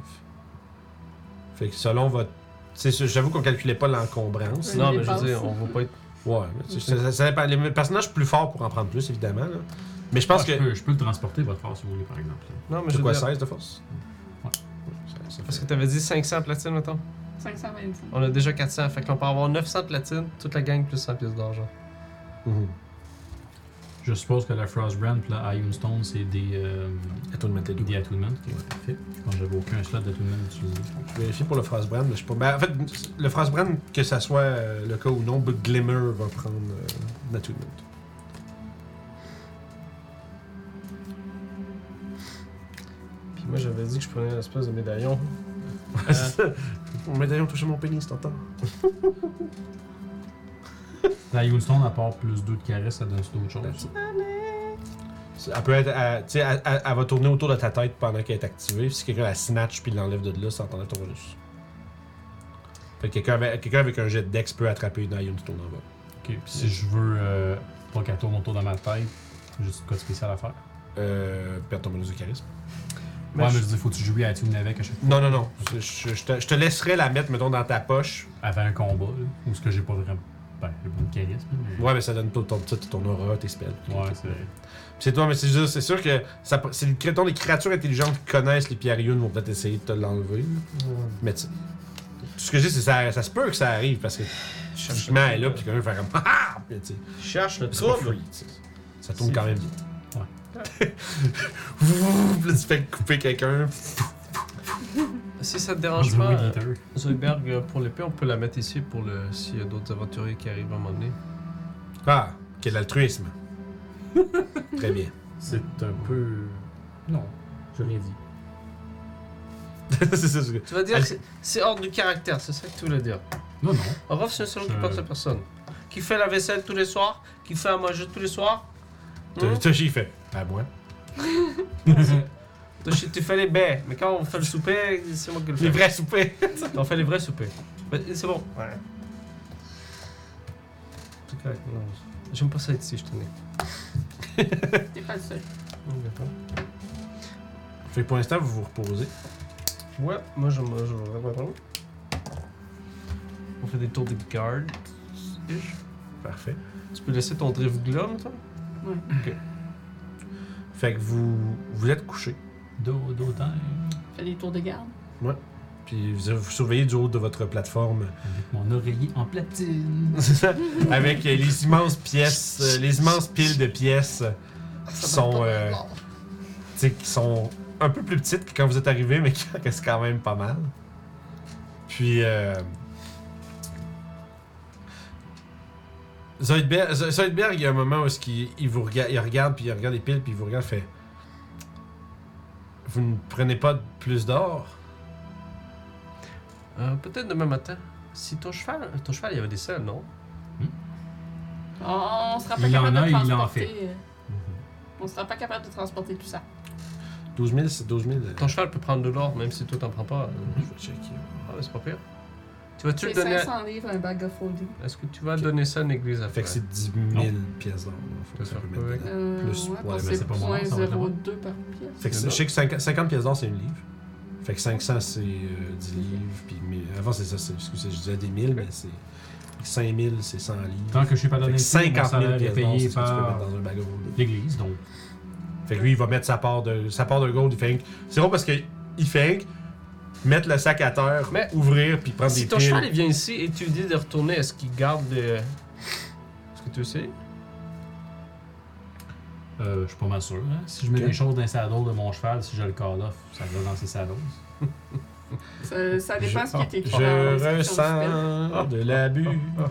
Fait que selon votre. c'est sûr, J'avoue qu'on calculait pas l'encombrance.
Non,
Une
mais je
dépense.
veux dire, on va pas être.
Ouais, mais tu- ça- ça- ça dépend. les personnages plus forts pour en prendre plus, évidemment. là. Mais je pense
Ouais, Ah, je,
que.
peux, je peux le transporter, votre force, si vous voulez, par exemple.
Non, mais je
C'est
veux
quoi,
dire-
16 de force
Ouais.
Ça- ça
Parce
fait-
que t'avais dit 500 platines, mettons.
525.
On a déjà 400, fait qu'on peut avoir 900 platines, toute la gang plus 100 pièces d'argent.
Mhm.
Je suppose que la Frostbrand puis la Iron Stone, c'est des, euh,
À toi de mettre les
des
doigts.
attunements. Parfait. Je pense que j'avais aucun slot d'attunement utilisé.
Je vérifie pour le Frostbrand, mais je sais pas. Ben, en fait, le Frostbrand, que ça soit euh, le cas ou non, Glimmer va prendre euh, la tout le monde.
Puis moi, j'avais dit que je prenais une espèce de médaillon.
Mon médaillon touché mon pénis, t'entends?
La Younstone, à part plus 2 de caresse, ça donne d'autres choses.
Elle peut être. Elle, tu sais, elle- elle- elle va tourner autour de ta tête pendant qu'elle est activée. Puis si quelqu'un la snatch puis l'enlève de là, ça entendrait ton bonus. Fait que quelqu'un avec, quelqu'un avec un jet de dex peut attraper une Ion Stone en bas.
Ok, puis si je veux euh, pas qu'elle tourne autour de ma tête, juste de quoi de spécial à faire.
Euh. Perds ton bonus de charisme.
Mais
ouais,
je-
mais je dis, faut que tu joues à tune avec à chaque fois.
Non, non, non. Je, je- je te, je te laisserai la mettre, mettons, dans ta poche.
Avant un combat, là, ou ce que j'ai pas vraiment. Ben, j'ai pas de charisme, mais.
Ouais, mais ça donne tout ton, tout ton aura, tes spells.
Ouais, c'est vrai.
C'est toi, mais c'est juste- c'est sûr que ça, c'est le créton des créatures intelligentes qui connaissent les Piarion vont peut-être essayer de te l'enlever. là. Mais tu sais, ce que je dis, c'est que ça, ça se peut que ça arrive parce que typiquement, elle est là, puis quelqu'un fait comme ah, Puis, tu sais,
Je cherche le
c'est pas
trouble.
free, tu sais. Ça tourne quand même vite.
Ouais.
Puis là, tu fais couper quelqu'un.
Si ça te
On
dérange
dirait
pas,
euh,
Weed Eater.
Zoidberg, euh, pour l'épée, on peut la mettre ici pour le s'il y a d'autres aventuriers qui arrivent à un moment donné.
Ah, quel altruisme. Très bien.
C'est un peu. Non, j'ai rien dit.
c'est ça. c'est-
Tu vas dire que c'est- c'est hors du caractère, c'est ça que tu voulais dire.
Non, non.
Orof, c'est le seul qui
Je-
porte la personne. Qui fait la vaisselle tous les soirs, qui fait à manger tous les soirs. Hmm
T'as- T'as j'y fait. À moi.
Toi, je- tu fais les baies, mais quand on fait le souper, c'est moi qui le
Les
fais.
vrais soupers.
On fait les vrais soupers. Mais C'est bon. Ouais. C'est correct. non. J'aime pas ça être ici, je tenais.
T'es pas le seul.
Fait que pour l'instant, vous vous reposez.
Ouais, moi je me. Je... On fait des tours de garde.
Parfait.
Tu peux laisser ton drift glum, toi
Fait que vous, vous êtes couché.
Do- do time.
Fais des tours de garde.
Puis vous, vous surveillez du haut de votre plateforme.
Avec mon oreiller en platine.
C'est ça. Avec euh, les immenses pièces, euh, les immenses piles de pièces euh, qui sont, euh, tu sais, qui sont un peu plus petites que quand vous êtes arrivé, mais qui restent quand même pas mal. Puis euh, Zoidberg, Zo- Zoidberg, il y a un moment où il, il vous regarde, il regarde, puis il regarde les piles, puis il vous regarde, fait. Vous ne prenez pas plus d'or.
Euh, Peut-être demain matin. Si ton cheval. euh, Ton cheval, il y avait des selles, non
On, on sera pas
Il y en
capable de
a, il en
transporter.
fait.
euh, On sera pas capable de transporter tout ça.
12 000, c'est 12 000. euh,
Ton cheval peut prendre de l'or, même si toi t'en prends pas.
Je
euh.
vais checker.
Ah, mais c'est pas pire. Tu vas-tu le
C'est
donner. à-
500 livres, un bag of folding.
Est-ce que tu vas donner ça à l'église après
Fait que c'est 10 000 pièces d'or. là. Faut que
Ça
ça
fait
peut mettre
quoi?
dedans.
Euh,
Plus, ouais,
ouais, parce
mais
que
c'est
c'est
pas moi, ça va être bon.
0.02 par pièce.
Fait que c'est- je sais que 50, 50 pièces d'or, c'est une livre. Fait que 500, c'est euh, 10 livres. Puis mille- avant, c'est ça. c'est- Excusez, je disais des 1000, mais c'est. 5000, c'est 100 livres.
Tant que je suis pas
Fait
donné le
que
signe, mon
50 000
salaire est
pièces d'or, c'est
payé
ce que tu peux
par
mettre dans un bag of gold.
l'église, donc.
Fait que lui, il va mettre sa part de, sa part de gold. Il fait un- C'est bon parce que il fait un- mettre le sac à terre,
Mais-
ouvrir, puis prendre
Si
des
ton
piles.
cheval il vient ici et tu lui dis de retourner, est-ce qu'il garde des. euh, Est-ce que tu sais
Euh, je suis pas mal sûr. hein. Si je mets
Ok.
des choses dans les saddles de mon cheval, si je le call off, ça va dans ses saddles.
Ça, ça dépend
Je-
ce qui est écrit. dans la
Je
description du spell.
ressens de l'abus.
Ah,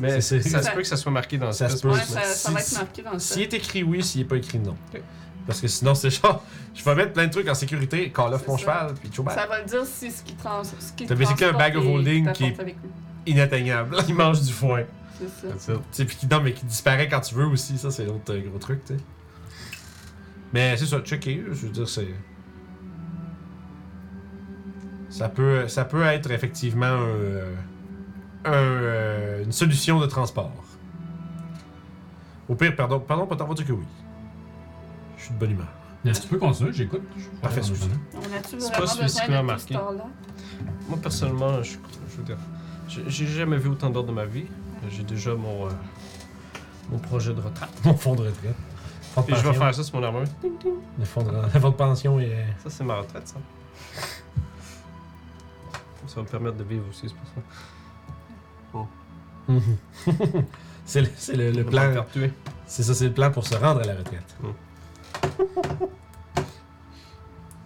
Mais
C'est- c'est-
ça se peut que ça soit marqué dans
Ça
le
se
spell.
peut.
Ouais, ça, ça va être marqué
ah.
dans le
S'il est
spell.
écrit oui, s'il n'est pas écrit non.
Ok.
Parce que sinon, c'est genre, je vais mettre plein de trucs en sécurité, call off
C'est
mon
ça.
cheval, puis tchou
Ça va le dire si ce qui trans, ce qui
T'as basically un
transporte
bag of
est-
holding qui est-
t'apporte avec lui.
inatteignable.
Il mange du foin.
C'est ça.
That's it.
Tu sais, puis qui, non, mais qui disparaît quand tu veux aussi, ça, c'est l'autre euh, gros truc, tu sais. Mais c'est ça, checker, je veux dire, c'est. Ça peut, ça peut être effectivement un, euh, un, euh, une solution de transport. Au pire, pardon, pardon, pas tant dire que oui. Je suis de bonne humeur.
Mais si tu peux continuer, j'écoute. Je-
Parfait, excusez.
On a-tu
C'est pas
vraiment
celui-ci qui
besoin
m'a
de tout
marqué.
ce temps-là?
Moi personnellement, je, je veux dire, j'ai- j'ai jamais vu autant d'or de ma vie. J'ai déjà mon, euh, mon projet de retraite.
Mon fonds de retraite. Fonds de
Et je vais
pension.
faire ça sur mon armure.
Le fonds de, le fonds de pension est. euh,
Ça, c'est ma retraite, ça. Ça va me permettre de vivre aussi, c'est pour ça.
c'est le, c'est le- le
Je vais pas me
plan.
faire tuer.
C'est ça, c'est le plan pour se rendre à la retraite.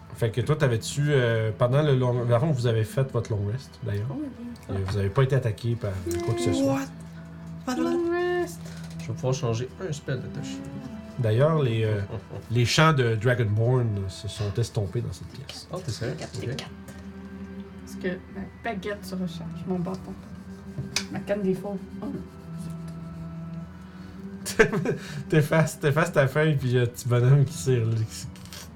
fait que toi, t'avais-tu. euh, pendant le long. Avant, vous avez fait votre long rest, d'ailleurs. Euh, Vous avez pas été attaqué par quoi que ce soit.
Je vais pouvoir changer un spell d'attaché.
D'ailleurs, les, euh,
Oh, oh.
les
Ah,
chants de Dragonborn se sont estompés dans cette pièce.
Oh, t'es sérieux? Ok.
que ma baguette se recharge, mon bâton. Ma canne des fauves. Oh.
T'effaces, t'effaces ta feuille, puis il y a un petit bonhomme qui, s'est rel- qui, s-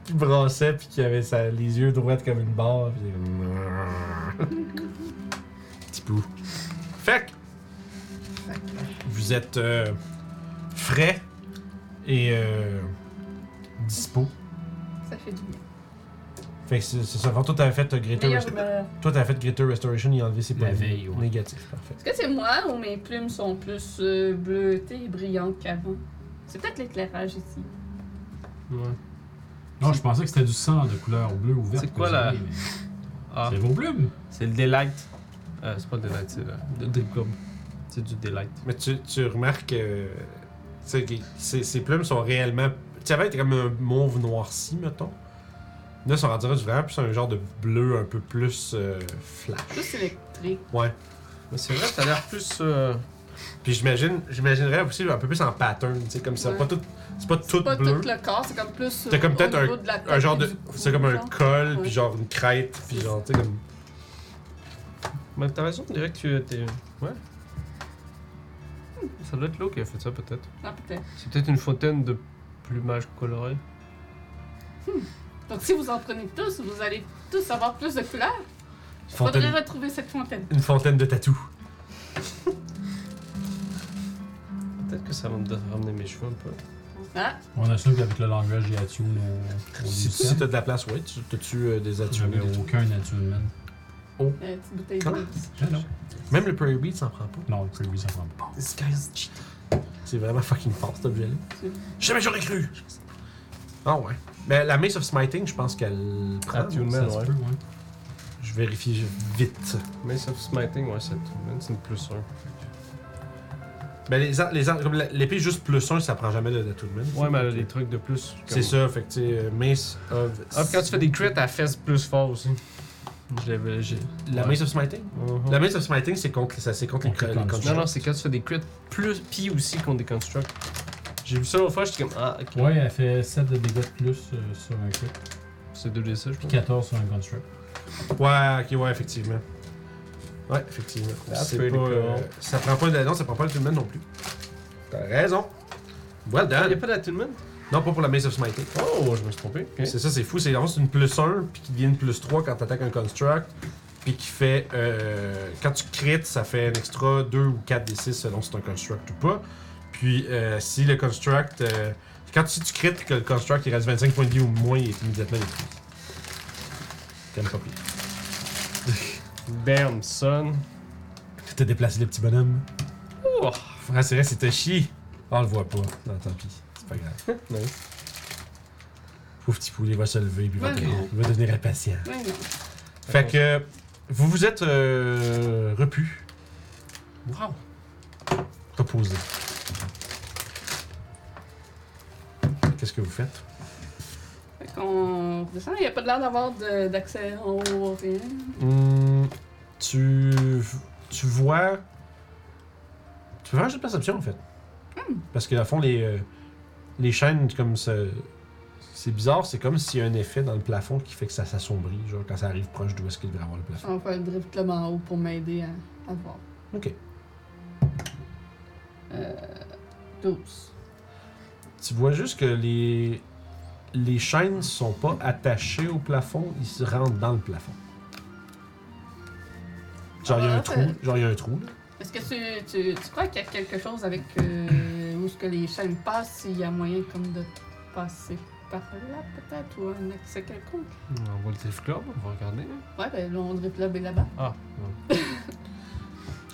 qui brassait, puis qui avait sa- les yeux droits comme une barre, puis il est comme... Petit pou. Fait que... Vous êtes euh, frais et euh, dispo.
Ça fait du bien.
Fait que c'est c'est ça. Enfin, toi, t'avais fait euh, Greater,
Meilleure
Rest-
humeur.
toi, t'avais fait Greater Restoration et enlevé ses points
La
de vie.
veille, ouais.
Négatif, parfait.
Est-ce que c'est moi ou mes plumes sont plus euh, bleutées et brillantes qu'avant? C'est peut-être l'éclairage ici.
Non, je pensais que c'était du sang de couleur bleue ou verte.
C'est quoi
que
la-
vous avez, mais
Ah,
C'est vos plumes.
c'est le Delight. Euh, c'est pas le Delight, c'est le le Drip Gob. C'est du Delight.
Mais tu, tu remarques euh, tu sais, que ces, ces plumes sont réellement. Tu savais, être comme un mauve noirci, mettons. Là, ils sont rendus vraiment plus un genre de bleu un peu plus euh, flash.
Plus électrique.
Ouais.
Mais c'est vrai, t'as l'air plus. euh,
Puis j'imagine, j'imaginerais aussi un peu plus en pattern, tu sais, comme ça.
Ouais.
Pas tout, c'est pas tout
C'est pas
bleu.
tout le corps, c'est comme plus. euh,
T'as comme
au
peut-être
niveau de la
un
tête
genre
et
de.
du cou,
C'est comme un
genre.
col,
Ouais.
puis genre une crête, puis
C'est
genre, tu sais, comme.
Mais t'as raison, on dirait que tu t'es. Ouais. Ça doit être l'eau qui a fait ça, peut-être.
Ah, peut-être.
C'est peut-être une fontaine de plumage coloré.
Donc si vous en prenez tous, vous allez tous avoir plus de couleurs. Faudrait
Fontaine,
retrouver cette fontaine.
une fontaine de tatou.
Peut-être que ça va me donner- ramener mes cheveux un peu.
Ah,
On assume qu'avec le langage, j'ai attune au, au
Si,
Lucien.
si t'as de la place, ouais, tu t'as-tu euh, des atouts.
J'avais aucun attunement.
la euh, petite bouteille
Comment?
d'eau.
Ah non.
Même le Prairie Beat s'en prend pas.
Non, c'est lui, ça prend pas.
This guy's cheating. C'est vraiment fucking fort cet objet-là.
C'est-
Jamais j'aurais cru! Ah ouais. Mais la Mace of Smiting, je pense qu'elle prend.
Attunement,
Ça se
ouais.
peut, ouais.
Je vérifie vite.
Mace of Smiting, ouais, c'est c'est une plus 1.
Mais les, ar- les ar- comme la- l'épée juste plus 1, ça prend jamais de d'attunement.
Ouais, mais les trucs de plus. comme-
C'est ça, fait que tu sais, euh, Mace of.
Ah, puis quand tu fais des crits, elle fesse plus fort aussi. Je l'avais. j'ai-
La
ouais.
Mace of Smiting?
Mhm.
La Mace of Smiting, c'est contre, ça, c'est contre les,
Contre
cra-
les
les
constructs.
Non,
constructs.
non, c'est quand tu fais des crits plus. Puis aussi qu'on déconstruct. J'ai vu ça l'autre fois, j'étais comme. Ah, ok.
Ouais, elle fait 7 de dégâts de plus euh, sur un crit,
C'est 2D, je
puis
pense.
14 sur un construct.
Ouais, ok, ouais, effectivement. Ouais, effectivement.
That's
C'est
pretty
pas, euh,
cool.
ça prend pas de. Non, ça prend pas d'attunement non plus. T'as raison. Well
Ah, y a
done.
pas d'attunement
Non, pas pour la Mace of Smiting.
Oh, je me suis trompé. ok.
C'est ça, c'est fou. C'est en fait, c'est une plus 1, puis qui devient une plus 3 quand t'attaques un construct, puis qui fait. euh, quand tu crites, ça fait un extra 2 ou 4 des 6 selon si c'est un construct ou pas. Puis euh, si le construct. euh, quand si tu crites que le construct il reste 25 points de vie ou moins, il est immédiatement détruit. Comme pas pire.
Bam, son.
T'as déplacé le petit bonhomme.
Ouh.
Ah, c'est vrai, c'était chi. On le voit pas. Non, tant pis. C'est pas grave.
Non.
Pauvre petit poulet va se lever, puis il va,
Ouais.
il va devenir impatient.
Oui, non.
Fait que vous vous êtes euh, repu,
Wow.
reposé. Qu'est-ce que vous faites?
Fait qu'on descend. Il n'y a pas l'air d'avoir de- d'accès en haut, rien.
Hum, tu, tu vois. Tu fais un jeu de perception en fait. Parce que, à fond, les, euh, les chaînes, comme ça. C'est bizarre, c'est comme s'il y a un effet dans le plafond qui fait que ça s'assombrit, genre quand ça arrive proche d'où est-ce qu'il devrait avoir le plafond.
On va faire le drift là en haut pour m'aider à, à voir.
Ok.
Euh, 12.
Tu vois juste que les, les chaînes sont pas attachées au plafond, ils se rentrent dans le plafond. Genre, il y a
Ah,
un
ouais.
trou. Genre, il y a un trou. là.
Est-ce que tu, tu, tu crois qu'il y a quelque chose avec euh, où est-ce que les chaînes passent, s'il y a moyen comme de passer par là peut-être, ou un accès quelconque?
On voit le Thief Club, on va regarder.
Ouais, ben là, on drift là, ben là-bas.
Ah,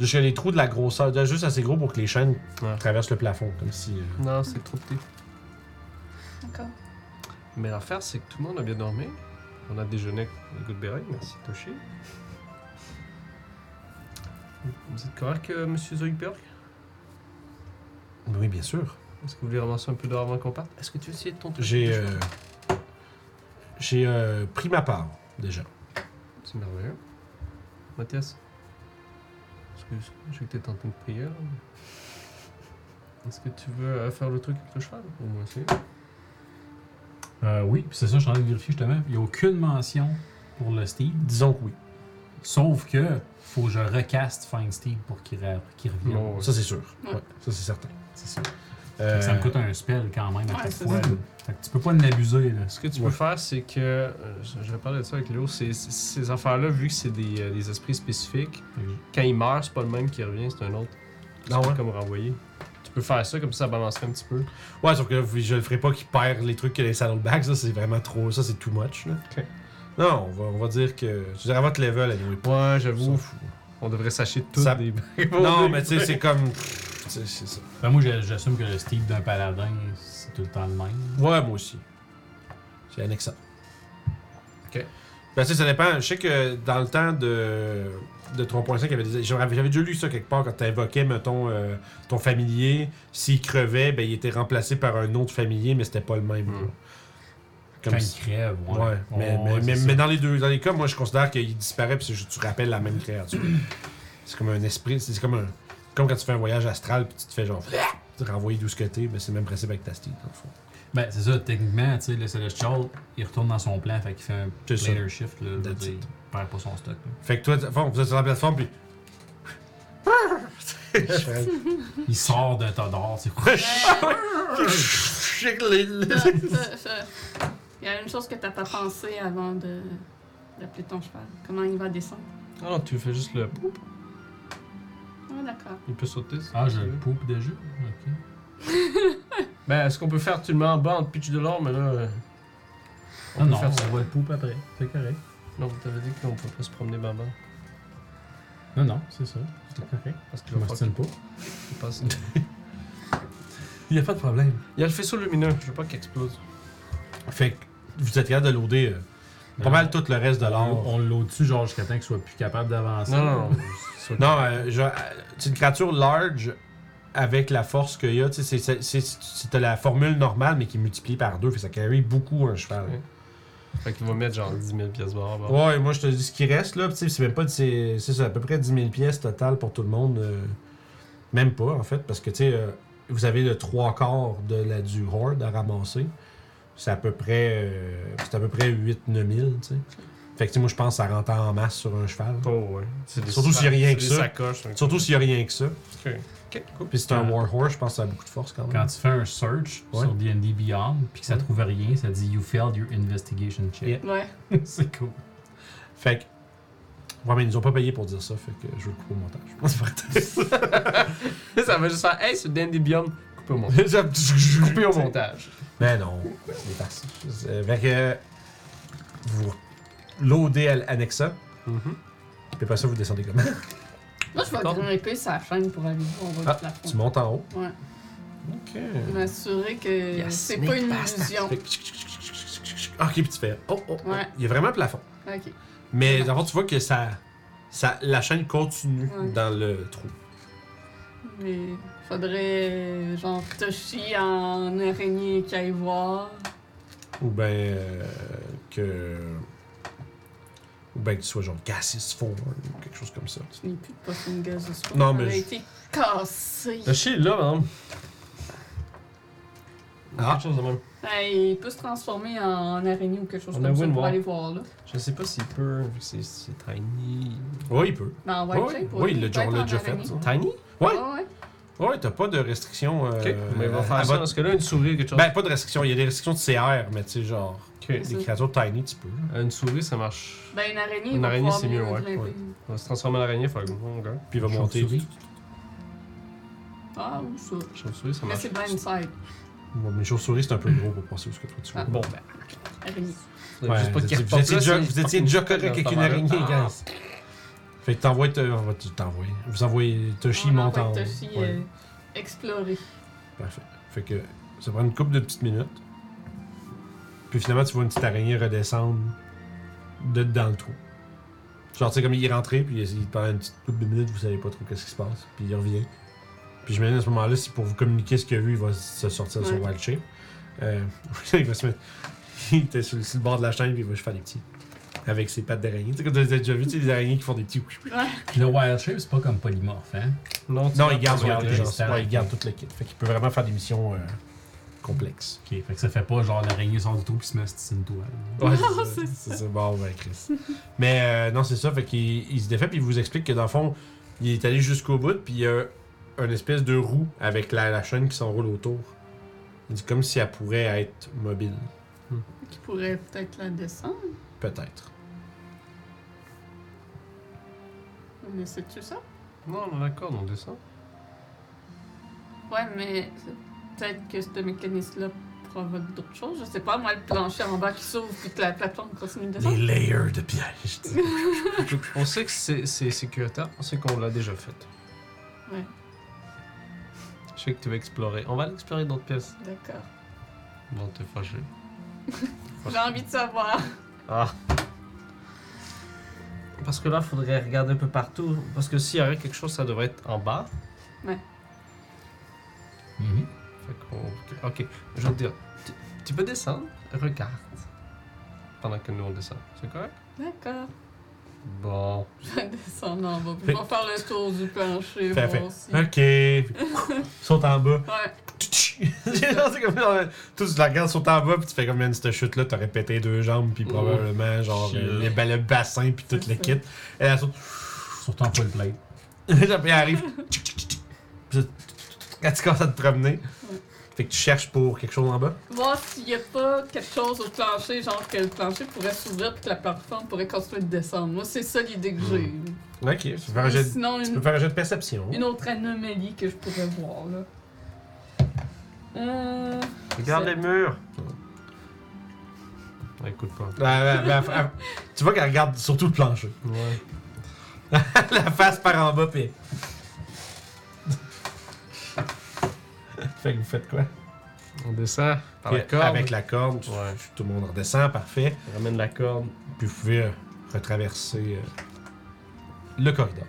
Jusqu'à les trous de la grosseur, de- juste assez gros pour que les chaînes
Ouais.
traversent le plafond, comme si. euh,
non, c'est trop petit.
D'accord.
Mais l'affaire, c'est que tout le monde a bien dormi. On a déjeuné avec le good berry, merci Toshi. Vous êtes correct, euh, monsieur Zoidberg
Oui, bien sûr.
Est-ce que vous voulez ramasser un peu d'or avant qu'on parte Est-ce que tu veux essayer de ton truc
J'ai. euh, J'ai euh, pris ma part, déjà.
C'est merveilleux. Mathias Est-ce que je sais que t'es en train de prier là, mais- Est-ce que tu veux euh, faire le truc avec le cheval Au moins essayer.
Euh, oui, puis c'est ça, je suis en train de vérifier justement. Il n'y a aucune mention pour le Steve.
Disons que oui.
Sauf que faut que je recaste Feinstein pour qu'il re- qu'il revienne.
Bon, ouais.
Ça, c'est sûr.
Ouais.
Ouais, ça, c'est certain.
C'est ça.
Euh,
Ça me coûte un spell quand même à
Ouais,
chaque
c'est
fois.
ça.
là. Fait que tu peux pas en abuser. Là.
Ce que tu
Ouais.
peux faire, c'est que. euh, je- J'avais parlé de ça avec Léo. c'est- c'est- ces affaires-là, vu que c'est des, euh, des esprits spécifiques, quand il meurt, c'est pas le même qui revient, c'est un autre. Tu
Ah
peux
ouais?
comme renvoyer. Tu peux faire ça, comme ça, ça balancerait un petit peu.
Ouais, sauf que je le ferai pas qu'il perd les trucs que les saddlebags, ça c'est vraiment trop, ça c'est too much. Là.
Ok.
Non, on va, on va dire que. Je dirais à votre level, anyway.
Ouais,
S'en
j'avoue. On devrait s'acheter tout
Ça-
des
Non, mais tu sais, c'est comme. tu sais, c'est ça.
Ben, moi, je- j'assume que le Steve d'un paladin, c'est tout le temps le même.
Ouais, moi aussi. C'est annexant.
Ok.
Ben, tu sais, ça dépend. Je sais que dans le temps de, de 3.5, il y avait des- j'avais j'avais déjà lu ça quelque part quand tu évoquais, mettons, euh, ton familier. S'il crevait, ben, il était remplacé par un autre familier, mais c'était pas le même.
Hmm.
là.
Quand
Comme
il
si-
crève,
Ouais,
ouais.
mais,
Ouais,
mais-
ouais,
mais-
c'est
mais
ça.
dans les deux dans les cas, moi je considère qu'il disparaît puis c'est juste- tu rappelles la même créature. C'est comme un esprit, c'est c'est comme un comme quand tu fais un voyage astral puis tu te fais genre te renvoyer d'où ce que t'es, ben c'est le même principe avec ta style dans le fond.
Ben, c'est ça, techniquement, tu sais, le Celestial, il retourne dans son plan, fait qu'il fait un
C'est ça.
planar shift, là. je veux
That's
dire,
it.
Il perd pas son stock. là.
Fait que toi, tu- bon, vous êtes sur la plateforme puis
Il sort d'un tas d'or, c'est
Euh, Il y a une chose que t'as pas pensé avant de d'appeler ton cheval. Comment il va descendre?
Ah non, tu fais juste le. poup,
Ah, d'accord.
Il peut sauter. si
Ah,
tu
je
veux.
le poupe déjà. Ok.
Ben, ce qu'on peut faire, tu le mets en bas, on te pitch de l'or, mais là. euh,
Ah
peut
non,
faire ça.
on va le poupe après. C'est correct.
Non, t'avais dit qu'on peut pas se promener maman.
Non, non, c'est ça. C'est correct.
Parce que
Je m'obstine pas.
passe.
Il n'y a pas de problème.
Il y a le faisceau lumineux, je veux pas qu'il explose.
fait que vous êtes capable de loader euh, pas mal tout le reste de l'or.
On l'aude dessus, genre, jusqu'à temps qu'il soit plus capable d'avancer.
Non, non, non.
Non, euh, je- euh, c'est une créature large avec la force qu'il y a. Tu sais, c'est- c'est- c'est- c'est- t'as la formule normale, mais qui multiplie par deux. Fait que ça carry beaucoup un cheval.
Ouais. Fait qu'il va mettre genre 10 000 pièces d'or. bon.
Ouais, moi je te dis ce qui reste là, pis tu sais, c'est même pas de- c'est c'est ça, à peu près 10 000 pièces total pour tout le monde. euh, même pas en fait, parce que tu sais, euh, vous avez le trois quarts de la du horde à ramasser. C'est à peu près euh, c'est à peu près 8 9 000, tu sais. Fait que tu sais, moi je pense que ça rentre en masse sur un cheval.
Oh, ouais. C'est des
Surtout
sacs-
s'il y a rien
c'est
que
des
ça.
sacoches, donc-
Surtout s'il y a rien que ça.
Ok, Ok, cool.
Puis c'est un warhorse, je pense que ça a beaucoup de force quand même.
Quand tu fais un search
Ouais.
sur D&D Beyond, puis que ça
Ouais.
trouve rien, ça dit « You failed your investigation check
Ouais.
C'est cool.
Fait que. Ouais, mais ils nous ont pas payé pour dire ça, fait que je vais le couper au montage. C'est vrai.
ça va juste faire, hey, ce Dandy Biome, coupé au montage. Coupé
Couper
au montage.
Ben non, c'est facile. Euh, Fait que vous loadez à l'annexa,
Mm-hmm.
puis après ça, vous descendez comment
Moi, je vais
D'accord.
grimper sa chaîne pour aller voir le
Ah, Tu
plafond.
montes en haut.
Ouais.
Ok.
M'assurer que
Yes,
c'est
sneak
pas une
past.
illusion.
Fait que- Ok, puis tu fais. Oh, oh, oh.
Ouais.
Il y a vraiment un plafond.
Ok.
Mais d'abord, tu vois que ça, ça, la chaîne continue
Ouais.
dans le trou.
Mais faudrait, genre, Toshi en araignée qu'aille voir.
Ou ben euh, que. Ou ben que tu sois genre Cassis Ford ou quelque chose comme ça.
Je n'ai plus de potion de gaz de sport.
Non, mais
Elle a
je-
été cassée.
Le shit, là, madame.
Ah.
Quelque chose de même.
Ouais, il peut se transformer en araignée ou quelque chose
On a
comme ça
Windward.
pour aller voir, là.
Je sais pas s'il peut, vu que c'est- c'est tiny.
Ouais, il peut.
Mais en
Ouais,
white shape,
ouais, il l'a
peut
déjà- on
être
l'a
en
déjà fait.
araignée.
ça.
Tiny?
Ouais.
Ouais, ouais.
Ouais, t'as pas de restriction. euh,
Ok. mais il va
à-
faire
à
ça.
votre-
Parce que là, une souris, quelque chose.
Ben, pas de restriction, il y a des restrictions de CR, mais tu sais, genre,
Ok.
des créatures tiny, tu peux. là.
Une souris, ça marche.
Ben, une araignée,
Une
il va
araignée,
pouvoir
c'est
mieux
mieux, ouais,
grimper.
ouais.
On va se transformer en araignée, faut que mon gars.
Puis il va monter.
Chauve-souris.
Ah, ou ça.
Chauve-souris, ça
Mais
marche.
c'est blindside.
Ouais, mais chauve-souris, c'est un peu gros pour passer où ce que toi tu veux.
Ah.
Bon, ben.
Araignée.
faudrait
Ouais,
juste pas
vous,
qu'il
étiez- vous
reporte
étiez
là,
déjà,
c'est-
vous étiez déjà correct avec une araignée,
Ah.
guys. Fait que t'envoies. te- on va te- T'envoyer. Vous envoyez. Toshi
On
monte
envoie
en haut.
Toshi
Ouais,
euh, explorer.
Parfait. Fait que ça prend une couple de petites minutes. Puis finalement, tu vois une petite araignée redescendre de dans le trou. Genre, tu sais, comme il est rentré, puis il, il- pendant une petite couple de minutes, vous savez pas trop qu'est-ce qui se passe, puis il revient. Puis je me dis à ce moment-là, si pour vous communiquer ce qu'il a vu, il va se sortir de son
Ouais.
wild shape. Euh, il va se mettre. Il était sur, le- sur le bord de la chaîne, puis il va juste faire des petits. Avec ses pattes d'araignée. Tu sais, comme tu as déjà vu, tu sais, les araignées qui font des petits.
Le Wild Shape, c'est pas comme polymorphe, hein?
Non, tu
Non,
vas
il garde,
pas
il garde
regarder.
les gens. Ouais, il garde tout le kit. Fait qu'il peut vraiment faire des missions euh, complexe.
Ok, fait que ça fait pas genre l'araignée sort du trou puis se met c'est une toile.
Ouais,
Non,
c'est
c'est
ça. C'est ça. Bon, ben, Chris. Mais euh, non, c'est ça. Fait qu'il il se défait, puis il vous explique que dans le fond, il est allé jusqu'au bout, puis il y a une espèce de roue avec la, la chaîne qui s'enroule autour. Il dit comme si elle pourrait être mobile.
Qui pourrait peut-être la descendre.
Peut-être.
Mais c'est-tu ça?
Non, on a la corde, on descend.
Ouais, mais peut-être que ce mécanisme-là provoque d'autres choses. Je sais pas, moi, le plancher en bas qui s'ouvre puis que la plateforme continue de descendre.
layers de pièges.
On sait que c'est c'est sécuritaire, on sait qu'on l'a déjà faite.
Ouais.
Je sais que tu veux explorer. On va aller explorer d'autres pièces.
D'accord.
Bon, t'es fâché.
J'ai envie de savoir.
Ah. Parce que là, faudrait regarder un peu partout. Parce que s'il y aurait quelque chose, ça devrait être en bas.
Ouais.
Mm-hmm.
Mhm.
Fait qu'on- Ok, je veux te dire, tu, tu peux descendre, regarde. Pendant que nous on descend. C'est correct?
D'accord.
Bon.
Je vais descendre en bas. puis Je vais faire le tour du plancher.
Fait-
voir
fait.
si-
Ok. Ils sont en bas.
Ouais.
Genre, c'est comme dans- tout, tu la regardes sauter en bas, puis tu fais comme, man, cette chute-là, t'as répété deux jambes, puis probablement, genre,
Shit.
euh, les- ben, le bassin, puis tout
C'est
le
ça.
kit. Et elle saute.
Surtout en full plate.
Genre, puis elle arrive. tchic, tchic, tchic, tchic. Puis ça, Quand tu commences à te promener,
Ouais.
fait que tu cherches pour quelque chose en bas.
Voir s'il n'y a pas quelque chose au plancher, genre que le plancher pourrait s'ouvrir puis que la plateforme pourrait continuer de descendre. Moi, c'est ça l'idée que j'ai.
Ok, tu peux faire un
Ou
jet de-
Sinon,
Ah, tu
une
peux faire un jet de perception.
une autre anomalie que je pourrais voir là. Euh,
Regarde
c'est-
les murs! écoute pas.
Ouais, ouais, ben, elle- elle- tu vois qu'elle regarde surtout le plancher.
Ouais.
la face par en bas, puis. fait que vous faites quoi?
On descend par la
Puis,
corde.
Avec la corde, tu-
Ouais.
tout le monde redescend, parfait.
On Ramène la corde.
Puis vous pouvez euh, retraverser euh, le corridor.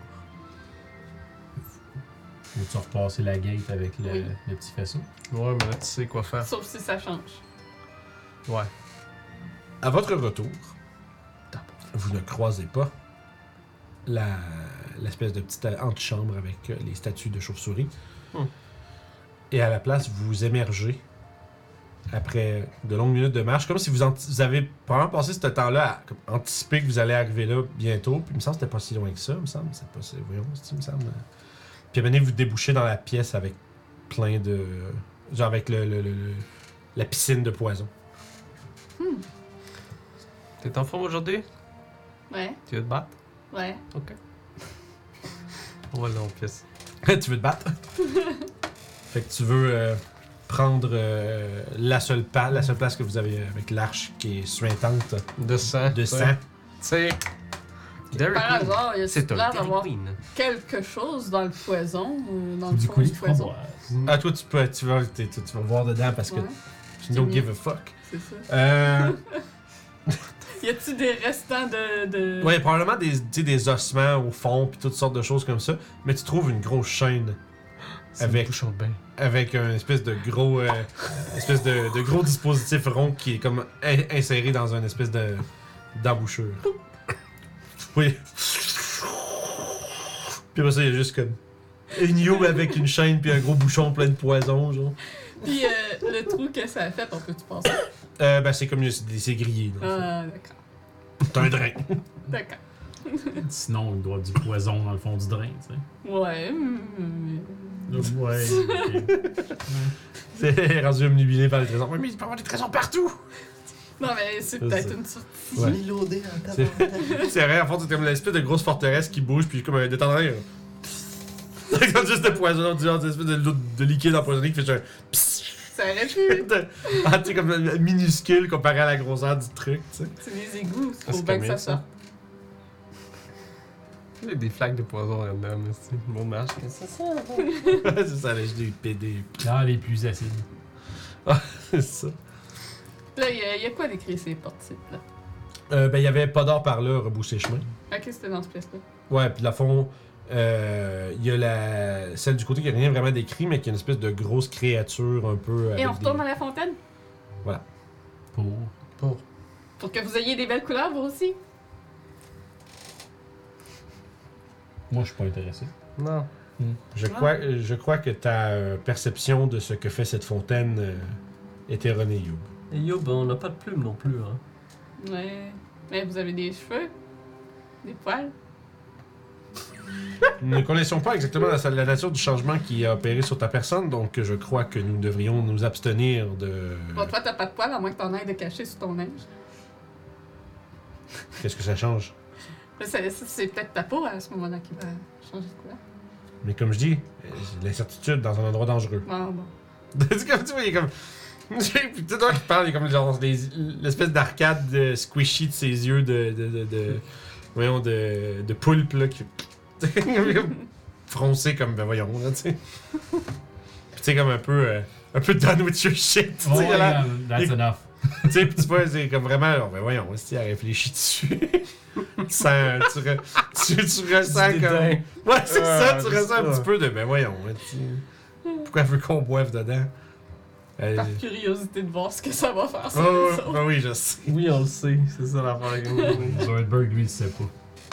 Ou tu repasser la gate avec le,
Oui.
le petit faisceau.
Ouais, mais là tu sais quoi faire.
Sauf si ça change.
Ouais.
À votre retour, vous ne croisez pas la- l'espèce de petite antichambre avec euh, les statues de chauves-souris.
Hmm.
Et à la place, vous émergez après de longues minutes de marche, comme si vous, anti- vous avez probablement passé ce temps-là à comme, anticiper que vous allez arriver là bientôt. Puis il me semble que c'était pas si loin que ça, il me semble. C'est pas si... Voyons, c'est- il me semble. euh. Puis venez vous débouchez dans la pièce avec plein de... Genre avec le- le- le- le- la piscine de poison.
T'es en forme aujourd'hui?
Ouais,
Tu veux te battre?
ouais.
On va aller en pièce.
tu veux te battre? fait que tu veux euh, prendre euh, la, seule pa- la seule place que vous avez euh, avec l'arche qui est suintante
De sang.
de
Ouais.
sang.
C'est. Derek
Par
Queen.
hasard, il y a
C'est un
l'air
Derek
d'avoir
Queen.
quelque chose dans le poison, euh, dans le
Du
fond
coulis
du
de
poison.
framboise.
Ah, toi, tu, peux, tu, vas, t'es- tu- tu vas voir dedans parce que
Ouais,
tu don't give a fuck.
c'est ça.
Euh,
Y a-tu des restants de, de...
ouais, probablement des, tu sais, des ossements au fond, puis toutes sortes de choses comme ça. Mais tu trouves une grosse chaîne
Avec.
avec
Bouchon de bain.
avec un espèce de gros euh, espèce de, de gros dispositif rond qui est comme in- inséré dans une espèce de d'embouchure. Oui. Puis après ça, il y a juste comme une you avec une chaîne puis un gros bouchon plein de poison, genre.
Puis euh, le trou que ça a fait, on peut-tu passer?
Euh, ben, c'est comme une- c'est c'est grillé, dans le fond.
Ah, d'accord.
C'est un drain.
D'accord.
Sinon, il doit avoir du poison dans le fond du drain, tu
Ouais. mm, mm.
sais. Ouais. ok.
C'est rendu omnibulé par les trésors. Oui, mais il peut y avoir des trésors partout!
Non, mais
Ça,
c'est peut-être
c'est-
une sortie.
Ouais. C'est c'est vrai, en fait, c'est comme l'espèce de grosse forteresse qui bouge, puis comme un détendant. euh, C'est comme juste de poison, du genre, une espèce de, l'eau- de liquide empoisonné qui fait un. psss
Ça aurait pu.
de- Ah, tu sais, comme euh, minuscule comparé à la grosseur du truc, tu sais.
C'est des égouts.
Ah,
Faut
c'est
bien que
combien,
ça sorte.
Il y a des flaques de poison random, mais c'est bon marche. C'est ça.
c'est ça, là, j'ai des PD.
Là, les plus acides.
C'est ça.
Là, y a, y a quoi d'écrit ces portes ci là?
Euh, ben, il y avait pas d'or par là, reboussé chemin.
Ok, c'était dans ce pièce-là.
Ouais, puis la fond, euh, il y a la... celle du côté qui a rien vraiment décrit, mais qui est une espèce de grosse créature un peu.
Et
avec
on
des-
retourne à la fontaine
Pour.
pour que vous ayez des belles couleurs, vous aussi.
Moi, je suis pas intéressé.
Non.
Je crois, je crois que ta euh, perception de ce que fait cette fontaine euh, Éthérone et Youb.
Et yo, ben, on n'a pas de plumes non plus, hein.
Ouais. Mais vous avez des cheveux? Des poils?
Nous ne connaissons pas exactement la, la nature du changement qui a opéré sur ta personne, donc je crois que nous devrions nous abstenir de.
Bon, toi, t'as pas de poils, à moins que t'en aies de cacher sous ton linge.
Qu'est-ce que ça change
Mais C'est c'est- c'est peut-être ta peau à ce moment-là qui va changer de couleur.
Mais comme je dis, euh, c'est de l'incertitude dans un endroit dangereux.
Bon, bon.
C'est comme tu vois, il est comme. Puis tout le qui parle, il est comme genre des- l'espèce d'arcade de squishy de ses yeux de. de, de, de- voyons, de, de poulpe, là, qui. froncé comme, ben voyons, là, tu sais. Puis tu sais, comme un peu. euh, un peu done with your shit, tu sais, il a l'air-
that's enough.
tu sais, pis tu vois, c'est comme vraiment, genre, ben voyons, si elle réfléchit dessus. tu sens, tu, re- tu, tu ressens
Du
comme.
dédain.
Ouais, c'est ça,
Ah,
tu
c'est
ressens un
ça.
petit peu de, ben voyons, hein, tu- pourquoi elle veut qu'on boive dedans? Elle-
Par curiosité de voir ce que ça va faire sur
Oh,
les autres.
ben oui, je sais.
Oui, on le sait, c'est ça l'affaire. que-
Zoidberg, lui, il sait pas.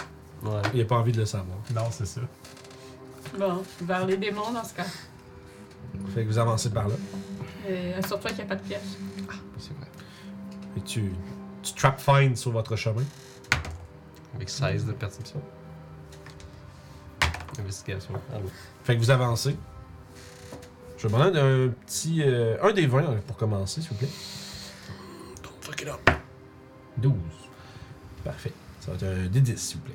ouais.
Il a pas envie de le savoir.
Non, c'est ça.
Bon, vers les démons dans ce cas.
Fait que vous avancez par là.
Et Euh, assure-toi qu'il n'y a pas de piège.
C'est vrai.
Et tu, tu trap find sur votre chemin.
Avec 16 de perception. Investigation. Ah oui.
Fait que vous avancez. Je vais demander un petit. euh, un des 20 pour commencer, s'il vous plaît. Don't fuck it up.
12.
Parfait. Ça va être un D10, s'il vous plaît.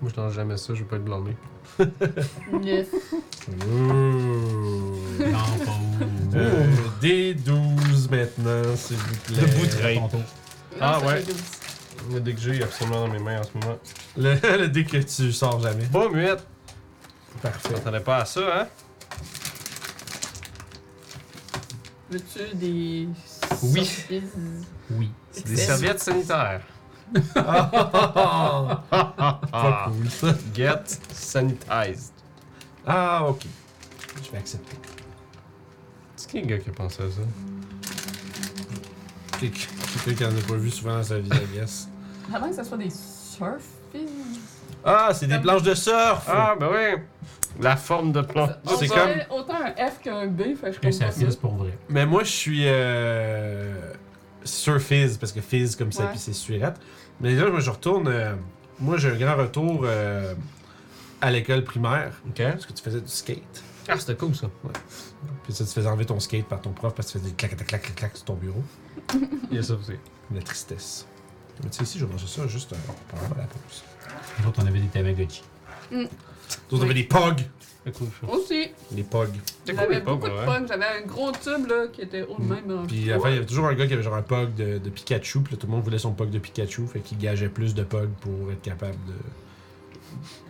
Moi, je lance jamais ça, je veux pas être blâmé.
Neuf.
Ouh.
Mmh.
Non, pas
Euh, D12 maintenant, s'il vous plaît.
Le bout de rail.
où.
Non,
Ah,
ça
ouais.
fait douze.
Le dé que j'ai est absolument dans mes mains en ce moment.
Le, le dé que tu sors jamais.
Bon, muette!
Parfait.
T'attendais pas à ça, hein?
Veux-tu des.
Oui.
surprises?
Oui.
C'est des serviettes sanitaires.
Ah,
Ah,
Pas cool ça.
get sanitized.
Ah, ok. Je vais accepter.
C'est qui le gars qui a pensé à ça?
Quelqu'un quelqu'un qui en a pas vu souvent dans sa vie, I guess.
Avant que ça soit des surfaces.
Ah, c'est des planches de surf!
Ah, ben oui! La forme de plan.
C'est
On dirait Autant un F qu'un B, fait que je
Que ça
comprends pas.
fisse pour vrai.
Mais moi, je suis euh, sur Fizz, parce que Fizz, comme ça,
Ouais.
puis c'est surette. Mais là, moi, je retourne. euh, moi, j'ai un grand retour euh, à l'école primaire.
Ok.
Parce que tu faisais du skate.
Ah, c'était cool ça.
Puis ça, tu faisais enlever ton skate par ton prof parce que tu faisais des clac, clac, clac, clac, clac sur ton bureau.
Il y a ça aussi.
La tristesse. Mais tu sais, ici, je vais manger ça juste euh, pendant la pause.
Nous autres, on avait des Tamagotchi.
D'autres
Oui.
avaient des pogs.
C'était cool ça.
Aussi,
Les pogs.
C'était cool
j'avais
les
beaucoup
pogres,
de
ouais.
pognes, j'avais un gros tube là qui était haut de même. hein.
Puis enfin, il y avait toujours un gars qui avait genre un pog de, de Pikachu. Puis là, tout le monde voulait son pog de Pikachu. Fait qu'il gageait plus de pogs pour être capable de.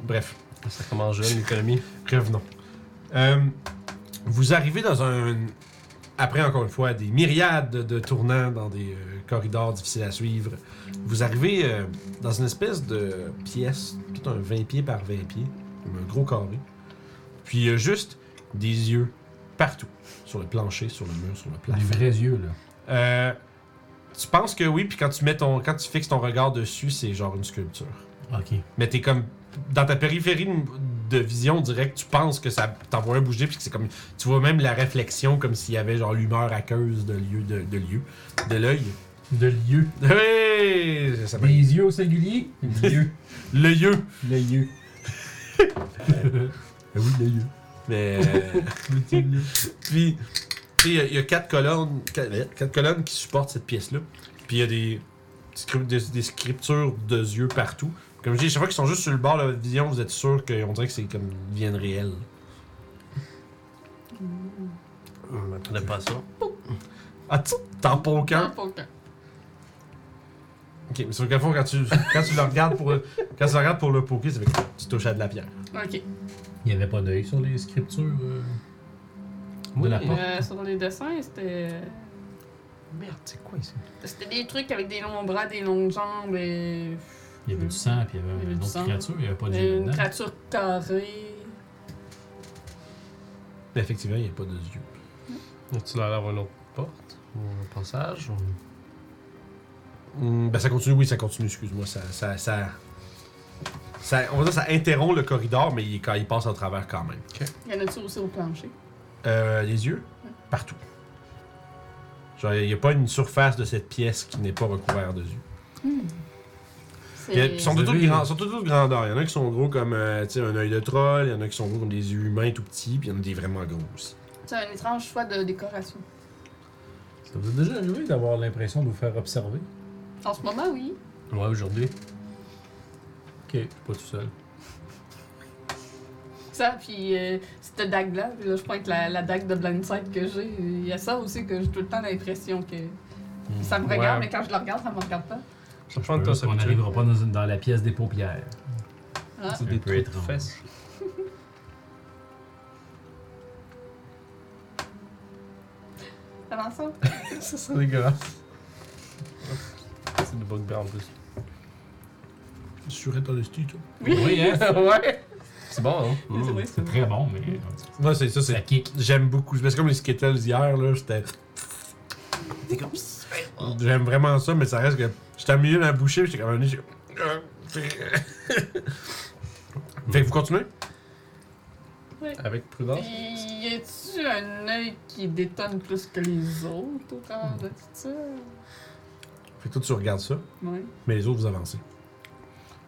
Bref.
Ça commence jeune, l'économie.
Revenons. Euh, vous arrivez dans un. Après, encore une fois, des myriades de- de tournants dans des euh, corridors difficiles à suivre. Vous arrivez euh, dans une espèce de pièce, tout un 20 pieds par 20 pieds, comme un gros carré. Puis il y a juste des yeux partout, sur le plancher, sur le mur, sur le
Des
plafond.
vrais yeux, là.
Euh, tu penses que oui, puis quand tu, mets ton, quand tu fixes ton regard dessus, c'est genre une sculpture.
Ok.
Mais t'es comme. Dans ta périphérie de- de vision directe, tu penses que ça t'en voit un bouger, puis que c'est comme. Tu vois même la réflexion comme s'il y avait genre l'humeur aqueuse de lieu, de, de lieu, de l'œil.
De lieux.
Oui! ça
Des
s'appelle-
yeux au singulier. Lieux.
Le lieu.
Le yeux.
Ben oui, le lieu. Mais. euh, puis, tu sais, il y a- il y, a quatre colonnes, quatre, ben, quatre colonnes qui supportent cette pièce-là. Puis il y a des, scrip- des, des scriptures de yeux partout. Comme je dis, chaque fois qu'ils sont juste sur le bord de la vision, vous êtes sûr qu'on dirait que c'est comme. Ils viennent réels.
On
Hum,
m'attendait pas à ça.
Ah, tu- t'en pas aucun?
Pas aucun.
Ok, mais sur le fond, quand tu, quand tu le regardes pour le, quand tu le regardes pour le poker, ça fait que tu touches à de la pierre.
Ok.
Il n'y avait pas d'œil sur les scriptures. euh,
Oui.
de la porte.
Euh, sur les dessins, c'était.
Merde, c'est quoi ça?
C'était des trucs avec des longs bras, des longues jambes et.
Il y avait du sang, puis il y
Il y
avait
avait
une
du
autre
sang.
créature, il n'y avait pas de
et
yeux
une
dedans.
créature carrée.
Mais effectivement, il n'y a pas de yeux.
Tu l'air d'avoir une autre porte ou un passage ou...
Hum, ben ça continue, oui, ça continue, excuse-moi. Ça, ça, ça, ça- on va dire ça interrompt le corridor, mais il, quand il passe à travers quand même.
Il y en a-tu aussi au plancher?
Euh, les yeux Partout. Genre, il n'y a pas une surface de cette pièce qui n'est pas recouverte de yeux.
C'est-
Puis, ils sont de
Vous
toutes
avez-
grandes- sont de toutes grandeurs. Il y en a qui sont gros comme euh, tu sais, un œil de troll, il y en a qui sont gros comme des yeux humains tout petits, puis il y en a des vraiment gros aussi.
C'est un étrange choix de décoration.
Ça vous est déjà arrivé d'avoir l'impression de vous faire observer?
En ce moment, oui.
Ouais, aujourd'hui.
Ok, je suis pas tout seul.
Ça, puis euh, cette dague-là, puis là, je pointe la, la dague de Blindsight que j'ai. Il y a ça aussi que j'ai tout le temps l'impression que ça me regarde,
Ouais.
mais quand je le regarde, ça me regarde pas.
Ça prend de temps, ça
on
peut
n'arrivera pas dans, une- dans la pièce des paupières.
Ah.
C'est des
Un peu
trous de
étrange.
fesses.
Avant ça,
ça serait dégueulasse. C'est du bugbear en plus.
Sur Eternity, toi.
oui.
ouais! C'est bon, hein?
C'est vrai, Mmh, c'est
C'est
vrai.
très bon, mais. euh,
Moi, c'est ça,
Ça
c'est.
kick.
J'aime beaucoup. C'est comme les Skittles hier, là, j'étais. T'es comme. J'aime vraiment ça, mais ça reste que. J'étais au milieu de la bouchée, puis j'étais comme. j'ai- fait que vous continuez
Avec prudence.
Puis, y a-tu un œil qui détonne plus que les autres au travers de tout ça?
Fait que toi, tu regardes ça,
Ouais.
mais les autres, vous avancez.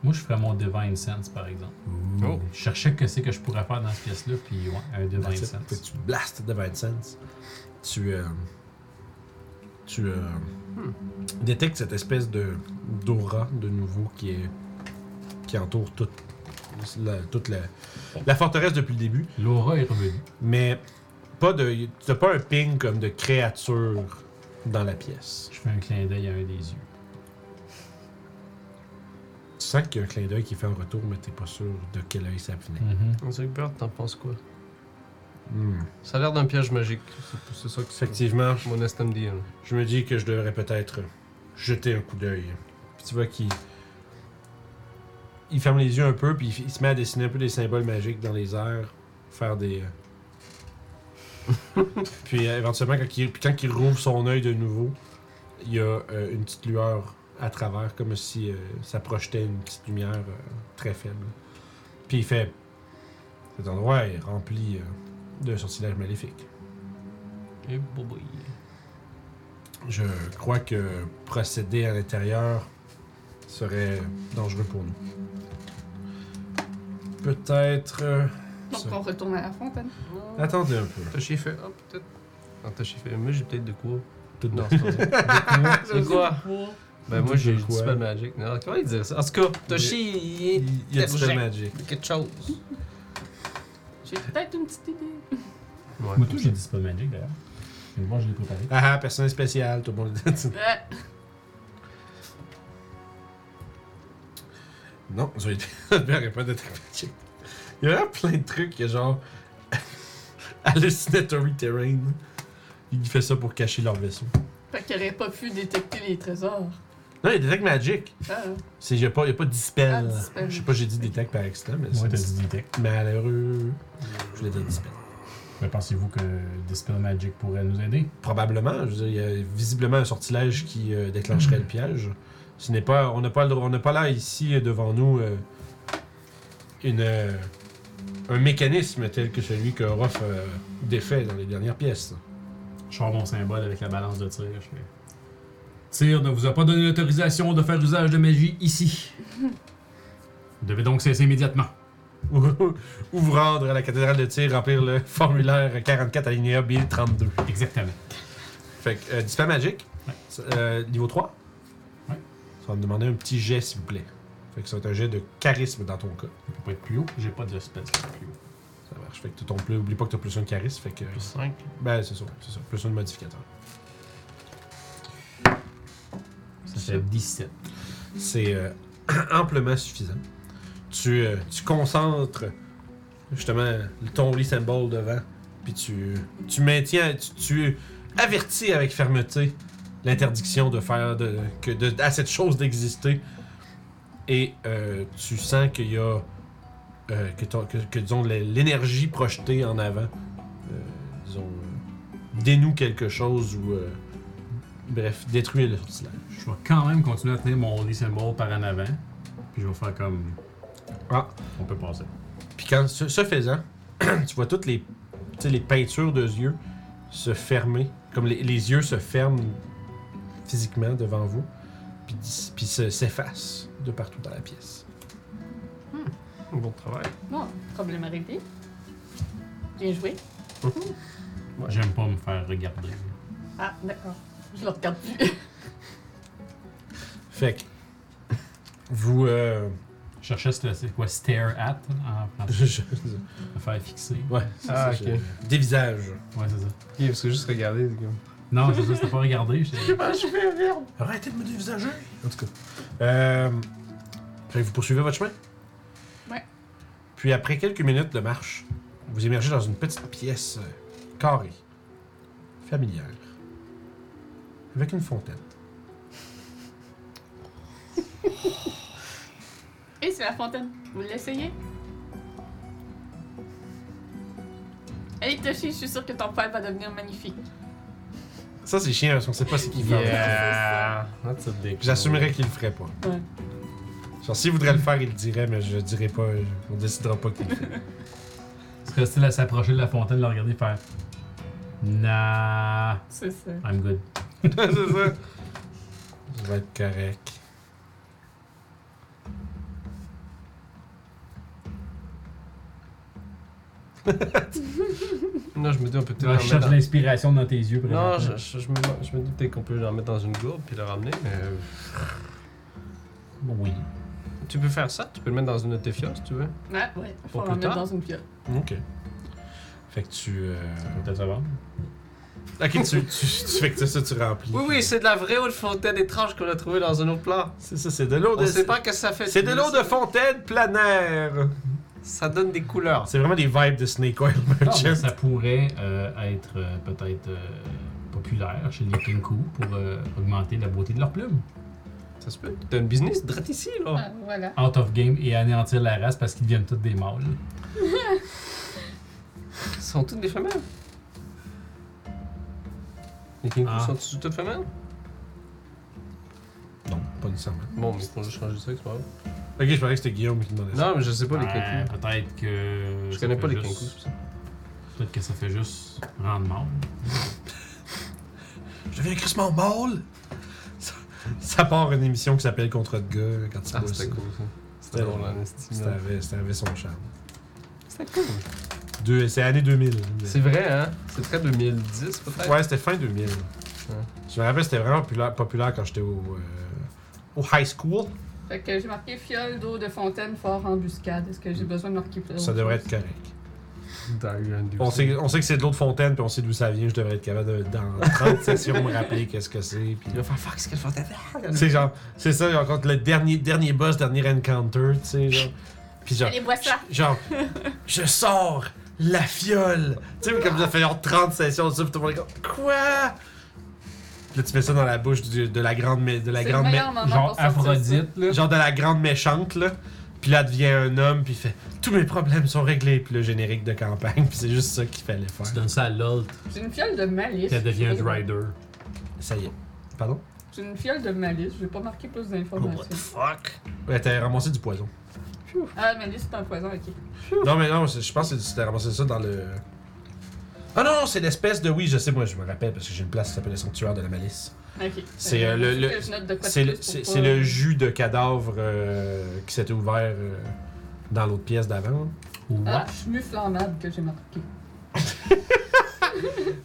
Moi, je ferais mon Divine Sense, par exemple.
Mmh.
Oh.
Je cherchais que c'est que je pourrais faire dans cette pièce-là, puis ouais, un Divine
That's it. Fait
Sense.
que tu blastes de 20 cents. Tu. euh, tu. euh, détectes cette espèce de d'aura de nouveau qui est. qui entoure toute. La, toute la, la forteresse depuis le début.
L'aura est revenue.
Mais pas de. T'as pas un ping comme de créature dans la pièce.
Je fais un clin d'œil à un des yeux.
Tu sens qu'il y a un clin d'œil qui fait un retour, mais t'es pas sûr de quel œil ça venait.
Mm-hmm.
Zuckbird, t'en penses quoi?
Hmm.
Ça a l'air d'un piège magique. C'est- C'est ça que c'est.
Effectivement,
Mon estime dit. hein.
je me dis que je devrais peut-être jeter un coup d'œil. Puis tu vois qu'il. Il ferme les yeux un peu, puis il se met à dessiner un peu des symboles magiques dans les airs, faire des. puis euh, éventuellement, quand il, puis quand il rouvre son œil de nouveau, il y a euh, une petite lueur à travers, comme si euh, ça projetait une petite lumière euh, très faible. Puis il fait. Cet endroit est rempli euh, de sortilèges maléfiques.
Eh,
Et boboï.
Je crois que procéder à l'intérieur serait dangereux pour nous. Peut-être. euh,
Donc,
Ça.
on retourne à la fontaine.
Attendez un peu.
T'as chiffé. Ah, peut-être. Non, t'as chiffé. Moi, j'ai peut-être de quoi.
Tout
Non, c'est pas vrai.
Ah,
C'est quoi? Ben, moi, j'ai
de
du
quoi.
spell magic. Non, comment il dit ça? En tout cas, Toshi, il est
Il y a du spell magic.
quelque chose.
J'ai peut-être une petite idée.
Ouais.
Moi, tout, j'ai dit pas magique d'ailleurs. Mais moi, je l'ai préparé.
Ah ah, personne spéciale, tout le monde.
Ouais.
non, ça n'aurait pas d'être magic. Il y a vraiment plein de trucs, que genre. Hallucinatory terrain. Il fait ça pour cacher leur vaisseau.
Fait qu'il aurait pas pu détecter les trésors.
Non, il y a des trucs magiques.
Ah,
Il n'y a pas, il y a pas de
Ah,
dispel.
dispel.
Je sais pas, j'ai dit détect par accident, mais
Moi,
c'est
t'as dit detect.
malheureux. Je voulais dire dispel.
Mais pensez-vous que Dispel Magic pourrait nous aider?
Probablement. Je veux dire, il y a visiblement un sortilège qui euh, déclencherait le piège. Ce n'est pas, on n'a pas, le droit- on n'a pas là ici euh, devant nous euh, une, euh, un mécanisme tel que celui que Ruff euh, défait dans les dernières pièces.
Je sors mon symbole avec la balance de tir. Je fais... Tir ne vous a pas donné l'autorisation de faire usage de magie ici. vous devez donc cesser immédiatement.
Ou ou vous rendre à la cathédrale de tir, remplir le formulaire 44 alinéa B32.
Exactement.
Fait que, euh, dispel magique, euh, niveau 3.
Ouais.
Ça va me demander un petit jet, s'il vous plaît. Fait que ça va être un jet de charisme dans ton cas.
Je peux pas être plus haut, j'ai pas de spell plus haut.
Ça marche. Fait que ton plus, oublie pas que t'as plus un charisme. Fait que.
Plus 5.
Ben, c'est ça, c'est ça. Plus un modificateur.
Ça fait 17.
C'est euh, amplement suffisant. Tu, euh, tu concentres justement ton holy symbol devant, puis tu, tu maintiens, tu, tu avertis avec fermeté l'interdiction de faire de, que de, à cette chose d'exister. Et euh, tu sens qu'il y a euh, que, ton- que, que, disons l'é- l'énergie projetée en avant, euh, disons euh, dénoue quelque chose ou euh, bref détruit le sortilège.
Je vais quand même continuer à tenir mon Holy Symbol par en avant. Puis je vais faire comme.
Ah.
On peut passer.
Puis quand ce, ce faisant, tu vois toutes les tu sais, les peintures de yeux se fermer, comme les, les yeux se ferment physiquement devant vous, puis, dis- puis se- s'effacent de partout dans la pièce.
Bon travail.
Bon, problème arrêté. Bien joué.
J'aime pas me faire regarder.
Ah, d'accord. Je le regarde plus.
Fait que vous. euh,
Je cherchais ce- c'est quoi stare at en
je-
français.
je-
Me faire fixer.
ouais, c'est
Ah,
ça,
ok.
je- Des visages.
Ouais, c'est ça.
Ok, parce que juste regarder, c'est comme.
Non, c'est ça, c'était pas regarder. j'étais-
Ah,
Arrêtez de me dévisager! En tout cas. Euh, fait que vous poursuivez votre chemin?
Ouais.
Puis après quelques minutes de marche, vous émergez dans une petite pièce euh, carrée, familière, avec une fontaine.
Et c'est la fontaine. Vous l'essayez? Allez, Toshi, je suis sûre que ton poil va devenir magnifique.
Ça, c'est chiant, parce qu'on sait pas c'est qui fait.
Yeah!
Ah, That's a dick.
J'assumerais qu'il le ferait pas.
Ouais.
Genre, s'il voudrait le faire, il le dirait, mais je le dirais pas, euh, on décidera pas qu'il le fait.
C'est resté à s'approcher de la fontaine, la regarder, faire. Nah,
C'est ça.
I'm good.
c'est ça. Je vais être correct.
Non, je me dis, on peut peut-être.
Tu
en
cherches
mettre dans-
l'inspiration dans tes yeux.
Non, je, je, je me, je me dis peut-être qu'on peut l'en mettre dans une gourde puis le ramener, mais. euh,
Oui.
Tu peux faire ça, tu peux le mettre dans une tefia si tu veux.
Ouais, ouais. Faut
Pour
en
plus
mettre
tard.
dans une piole.
Ok. Fait que tu. euh,
Peut-être ça va.
Ok, tu, tu, tu fais que ça, tu remplis.
Oui, oui, c'est de la vraie eau de fontaine étrange qu'on a trouvée dans un autre plan.
C'est ça, c'est de l'eau
On
de.
sait pas que ça fait.
C'est de l'eau de fontaine planaire.
Ça donne des couleurs.
Ah, C'est vraiment des vibes de Snake Oil
Non, mais
Merchant.
ça pourrait euh, être euh, peut-être euh, populaire chez les Pinku pour euh, augmenter la beauté de leurs plumes.
Ça se peut. T'as une business drette ici, là.
Ah, voilà.
Out of game et anéantir la race parce qu'ils deviennent tous des mâles.
Ce sont toutes des femelles. Les kingous
Ah.
sont toutes femelles?
Non, pas nécessairement.
Bon, mais ils font juste changer ça, c'est pas grave.
Ok, je parlais que c'était Guillaume qui demandait ça.
Non, mais je sais pas les
Ouais,
kingous.
Euh, peut-être que.
Je
ça
connais
fait
pas les
juste-
kingous. c'est ça.
Peut-être que ça fait juste rendre mâle.
Je deviens crissement mâle. Ça, ça part une émission qui s'appelle Contre de gars quand tu
Ah,
bois ça.
c'était cool, ça. C'était drôle, hein, en estime.
C'était avait, ça avait son charme.
C'était cool.
Deux- C'est année 2000. mais-
C'est vrai, hein? C'est très 2010, peut-être?
Ouais, c'était fin 2000. Je me rappelle, c'était vraiment populaire, populaire quand j'étais au, euh, au high school.
Fait que j'ai marqué fiole d'eau de fontaine fort embuscade. Est-ce que j'ai besoin de marquer plus?
Ça devrait être correct.
Dragon Dude.
On sait, on sait que c'est de l'eau de fontaine, puis on sait d'où ça vient. Je devrais être capable, de, dans 30 sessions, me rappeler qu'est-ce que c'est. puis-
Il va faire fuck, ce qu'elle fait.
C'est genre, c'est ça, genre, contre le dernier, dernier boss, dernier encounter, tu sais, genre. Puis genre,
Allez, bois ça.
genre, je sors la fiole. Tu sais, comme ça fait genre 30 sessions de ça, puis tout le monde est comme, quoi? Puis là, tu mets ça dans la bouche du- de la grande, mé- de la
C'est le
grande, mé-
meilleur moment
Genre
pour sortir ça.
Aphrodite, là.
genre de la grande méchante, là. Puis là, elle devient un homme, puis il fait, tous mes problèmes sont réglés, puis le générique de campagne, puis c'est juste ça qu'il fallait
Tu
faire.
donnes ça à l'olt,
J'ai une fiole de malice.
elle devient un rider.
Ça y est. Pardon?
J'ai une fiole de malice. J'ai pas marqué plus d'informations.
Oh,
Fuck.
Ouais, t'as ramassé du poison.
Ah, malice, c'est un poison, ok.
Non, mais non, c'est- je pense que c'est- t'as ramassé ça dans le. Ah non, non, c'est l'espèce de. Oui, je sais, moi, je me rappelle parce que j'ai une place qui s'appelle le Sanctuaire de la Malice.
Ok.
C'est, euh, le- le-
Je note de quoi de
C'est le,
plus
c'est-
pour
c'est
pas-
le jus de cadavre euh, qui s'était ouvert euh, dans l'autre pièce d'avant.
Ah, je suis mieux flambable que j'ai marqué.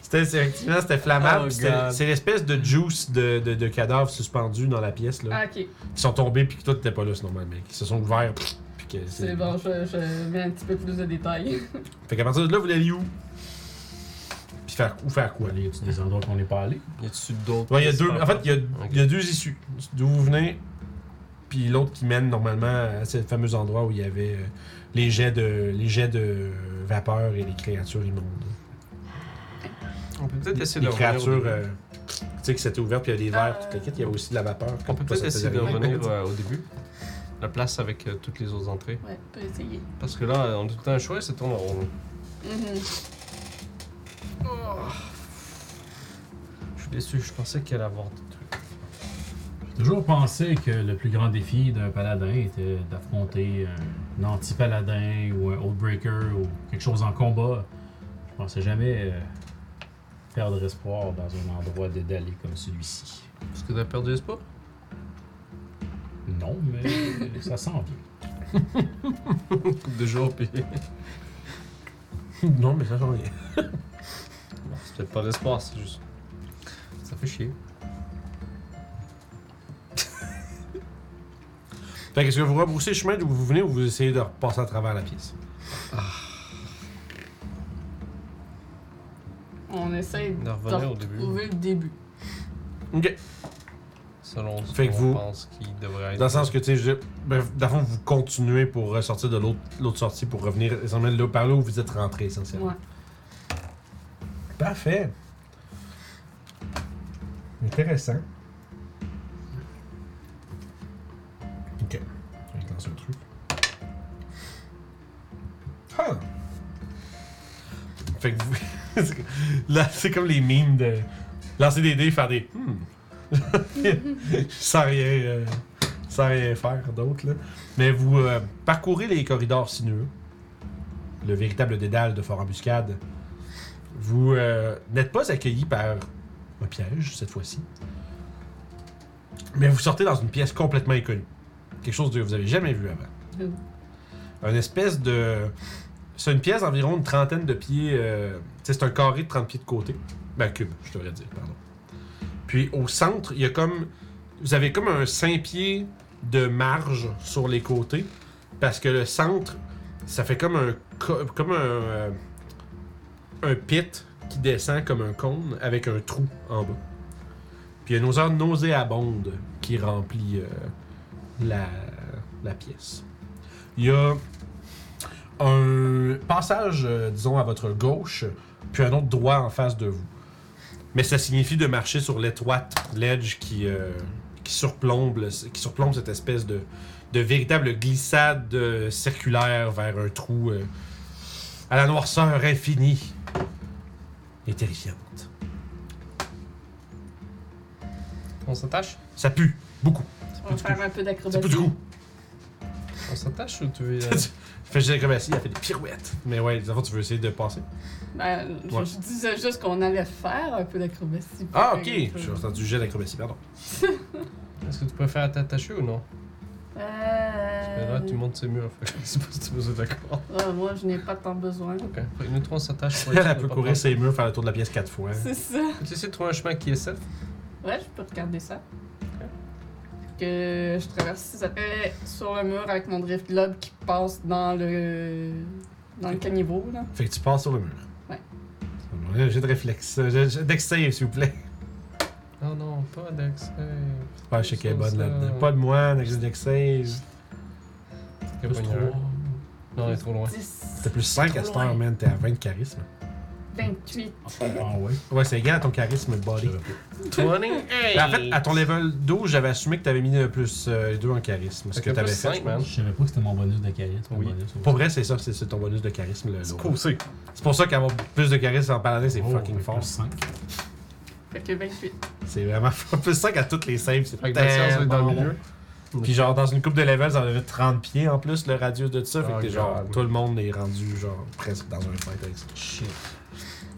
C'était c'est- effectivement c'était flammable.
Oh
puis c'était-
God.
c'est l'espèce de juice de, de, de cadavres suspendus dans la pièce là,
Ah, ok.
qui sont tombés puis que toi t'étais pas là, sinon mec. Ils se sont ouverts. pff, Puis que c'est-
C'est bon, je, je mets un petit peu plus de détails.
Fait qu'à partir de là, vous allez où Puis faire ou faire quoi
Allez, y a-tu des endroits qu'on n'est pas allé?
Y a-tu d'autres?
Ouais, il y a deux. En fait, il y, a- il y a deux issues. D'où vous venez, puis l'autre qui mène normalement à ce fameux endroit où il y avait euh, les jets de, les jets de vapeur et les créatures immondes.
On peut peut-être essayer de
les
revenir au
créatures,
début.
euh, tu sais, qui s'étaient ouvertes, puis il y a des verres, tout le kit. Il y avait aussi de la vapeur.
On peut
Ça,
peut-être
ça
essayer
faisait
de
rien.
revenir euh, au début. La place avec euh, toutes les autres entrées.
Ouais, on peut essayer.
Parce que là, on a tout le temps un choix et c'est tourne en rond.
Mhm.
Oh.
Je suis déçu, je pensais qu'il allait avoir des trucs.
J'ai toujours pensé que le plus grand défi d'un paladin était d'affronter un anti-paladin ou un Outbreaker ou quelque chose en combat. Je On sait jamais euh, perdre espoir dans un endroit dédalé comme celui-ci.
Est-ce que t'as perdu espoir?
Non, mais ça sent bien.
Coupe de jours, puis.
non, mais ça change rien.
Bon, c'est peut-être pas l'espoir, c'est juste. Ça fait chier.
Fait que est-ce que vous rebroussez le chemin d'où vous venez ou vous essayez de repasser à travers la pièce?
On essaie de
De revenir au début.
retrouver le début.
Ok.
Selon ce
Fait que
qu'on
vous-
pense qu'il devrait être.
Dans le sens que, tu sais, je veux dire, ben, dans le fond, vous continuez pour euh, sortir de l'autre l'autre sortie pour revenir essentiellement là, par là où vous êtes rentré, essentiellement.
Ouais.
Parfait. Intéressant. Ok. Je vais lancer le truc. Ah! Fait que vous. c'est que- là, c'est comme les mimes de lancer des dés et faire des. Hmm. sans rien. euh, sans rien faire d'autre, là. Mais vous euh, parcourez les corridors sinueux. Le véritable dédale de Fort Embuscade. Vous euh, n'êtes pas accueilli par un piège cette fois-ci. Mais vous sortez dans une pièce complètement inconnue. Quelque chose que vous avez jamais vu avant.
Mm.
Un espèce de. C'est une pièce d'environ une trentaine de pieds. euh, tu sais, c'est un carré de 30 pieds de côté. Ben, cube, je devrais dire, pardon. Puis au centre, il y a comme. Vous avez comme un 5 pieds de marge sur les côtés. Parce que le centre, ça fait comme un. co- Comme un. euh, un pit qui descend comme un cône avec un trou en bas. Puis il y a une odeur nauséabonde qui remplit euh, la, la pièce. Il y a un passage, euh, disons, à votre gauche, puis un autre droit en face de vous. Mais ça signifie de marcher sur l'étroite ledge qui, euh, qui, surplombe, le- qui surplombe cette espèce de, de véritable glissade euh, circulaire vers un trou euh, à la noirceur infinie et terrifiante.
On s'attache?
Ça pue, beaucoup.
On va faire
Ça
un peu
pue du
d'acrobatie.
coup.
On s'attache ou tu veux. euh,
Fait que j'ai comme assis, il a fait des pirouettes. Mais ouais, les enfants, tu veux essayer de passer.
Ben, je,
Ouais.
je disais juste qu'on allait faire un peu d'acrobatie. euh,
Ah, ok. J'ai entendu jet d'acrobatie, pardon.
Est-ce que tu préfères t'attacher ou non? Parce que
Euh...
Là, tu montes ses murs. Fait que je sais pas si tu es d'accord.
ah, moi, je n'ai pas tant besoin.
Ok. Fait que nous trois, on s'attache. pour être sûr
Elle
de
peut
pas
courir ses murs, faire le tour de la pièce quatre fois.
C'est ça.
prendre- Tu essaies de trouver un chemin qui est safe?
Ouais, je peux regarder ça. Que je traverse, ça fait sur le mur avec mon drift globe qui passe dans le dans le caniveau là.
Fait que tu passes sur le mur.
Ouais.
Ouais, J'ai de réflexe. J'ai- j'ai- Dex save, s'il vous plaît.
Non, non, pas d'accès.
Ouais, je sais qu'elle est
Ça,
bonne
ça.
là-dedans. Pas de moi, Dex dex save.
Plus Non, il est trop loin.
10,
T'as plus 5 à cette heure, man. T'es à 20 de charisme.
28.
Ah ouais?
Ouais, c'est égal à ton charisme body.
Hey!
En fait, à ton level 12, j'avais assumé que t'avais mis un plus 2 en charisme. Ce
Fait
que
que
t'avais
plus
fait.
5, man.
Je savais pas que c'était mon bonus de charisme. mon
Oui.
bonus,
Ben. Pour vrai, c'est ça, c'est c'est ton bonus de charisme. le- le-
Coussé.
C'est pour ça qu'avoir plus de charisme en paladin, c'est
Oh,
fucking
avec
fort.
plus cinq.
Fait que 28.
C'est vraiment fort. Plus 5 à toutes les saves, c'est
Fait que Mathias, on est
tellement
dans le
bon.
milieu.
Puis genre, dans une coupe de levels, ça en avait 30 pieds en plus, le radius de ça. Fait que
Oh,
t'es genre,
God.
tout le monde est rendu genre presque dans un fight avec ça.
Shit.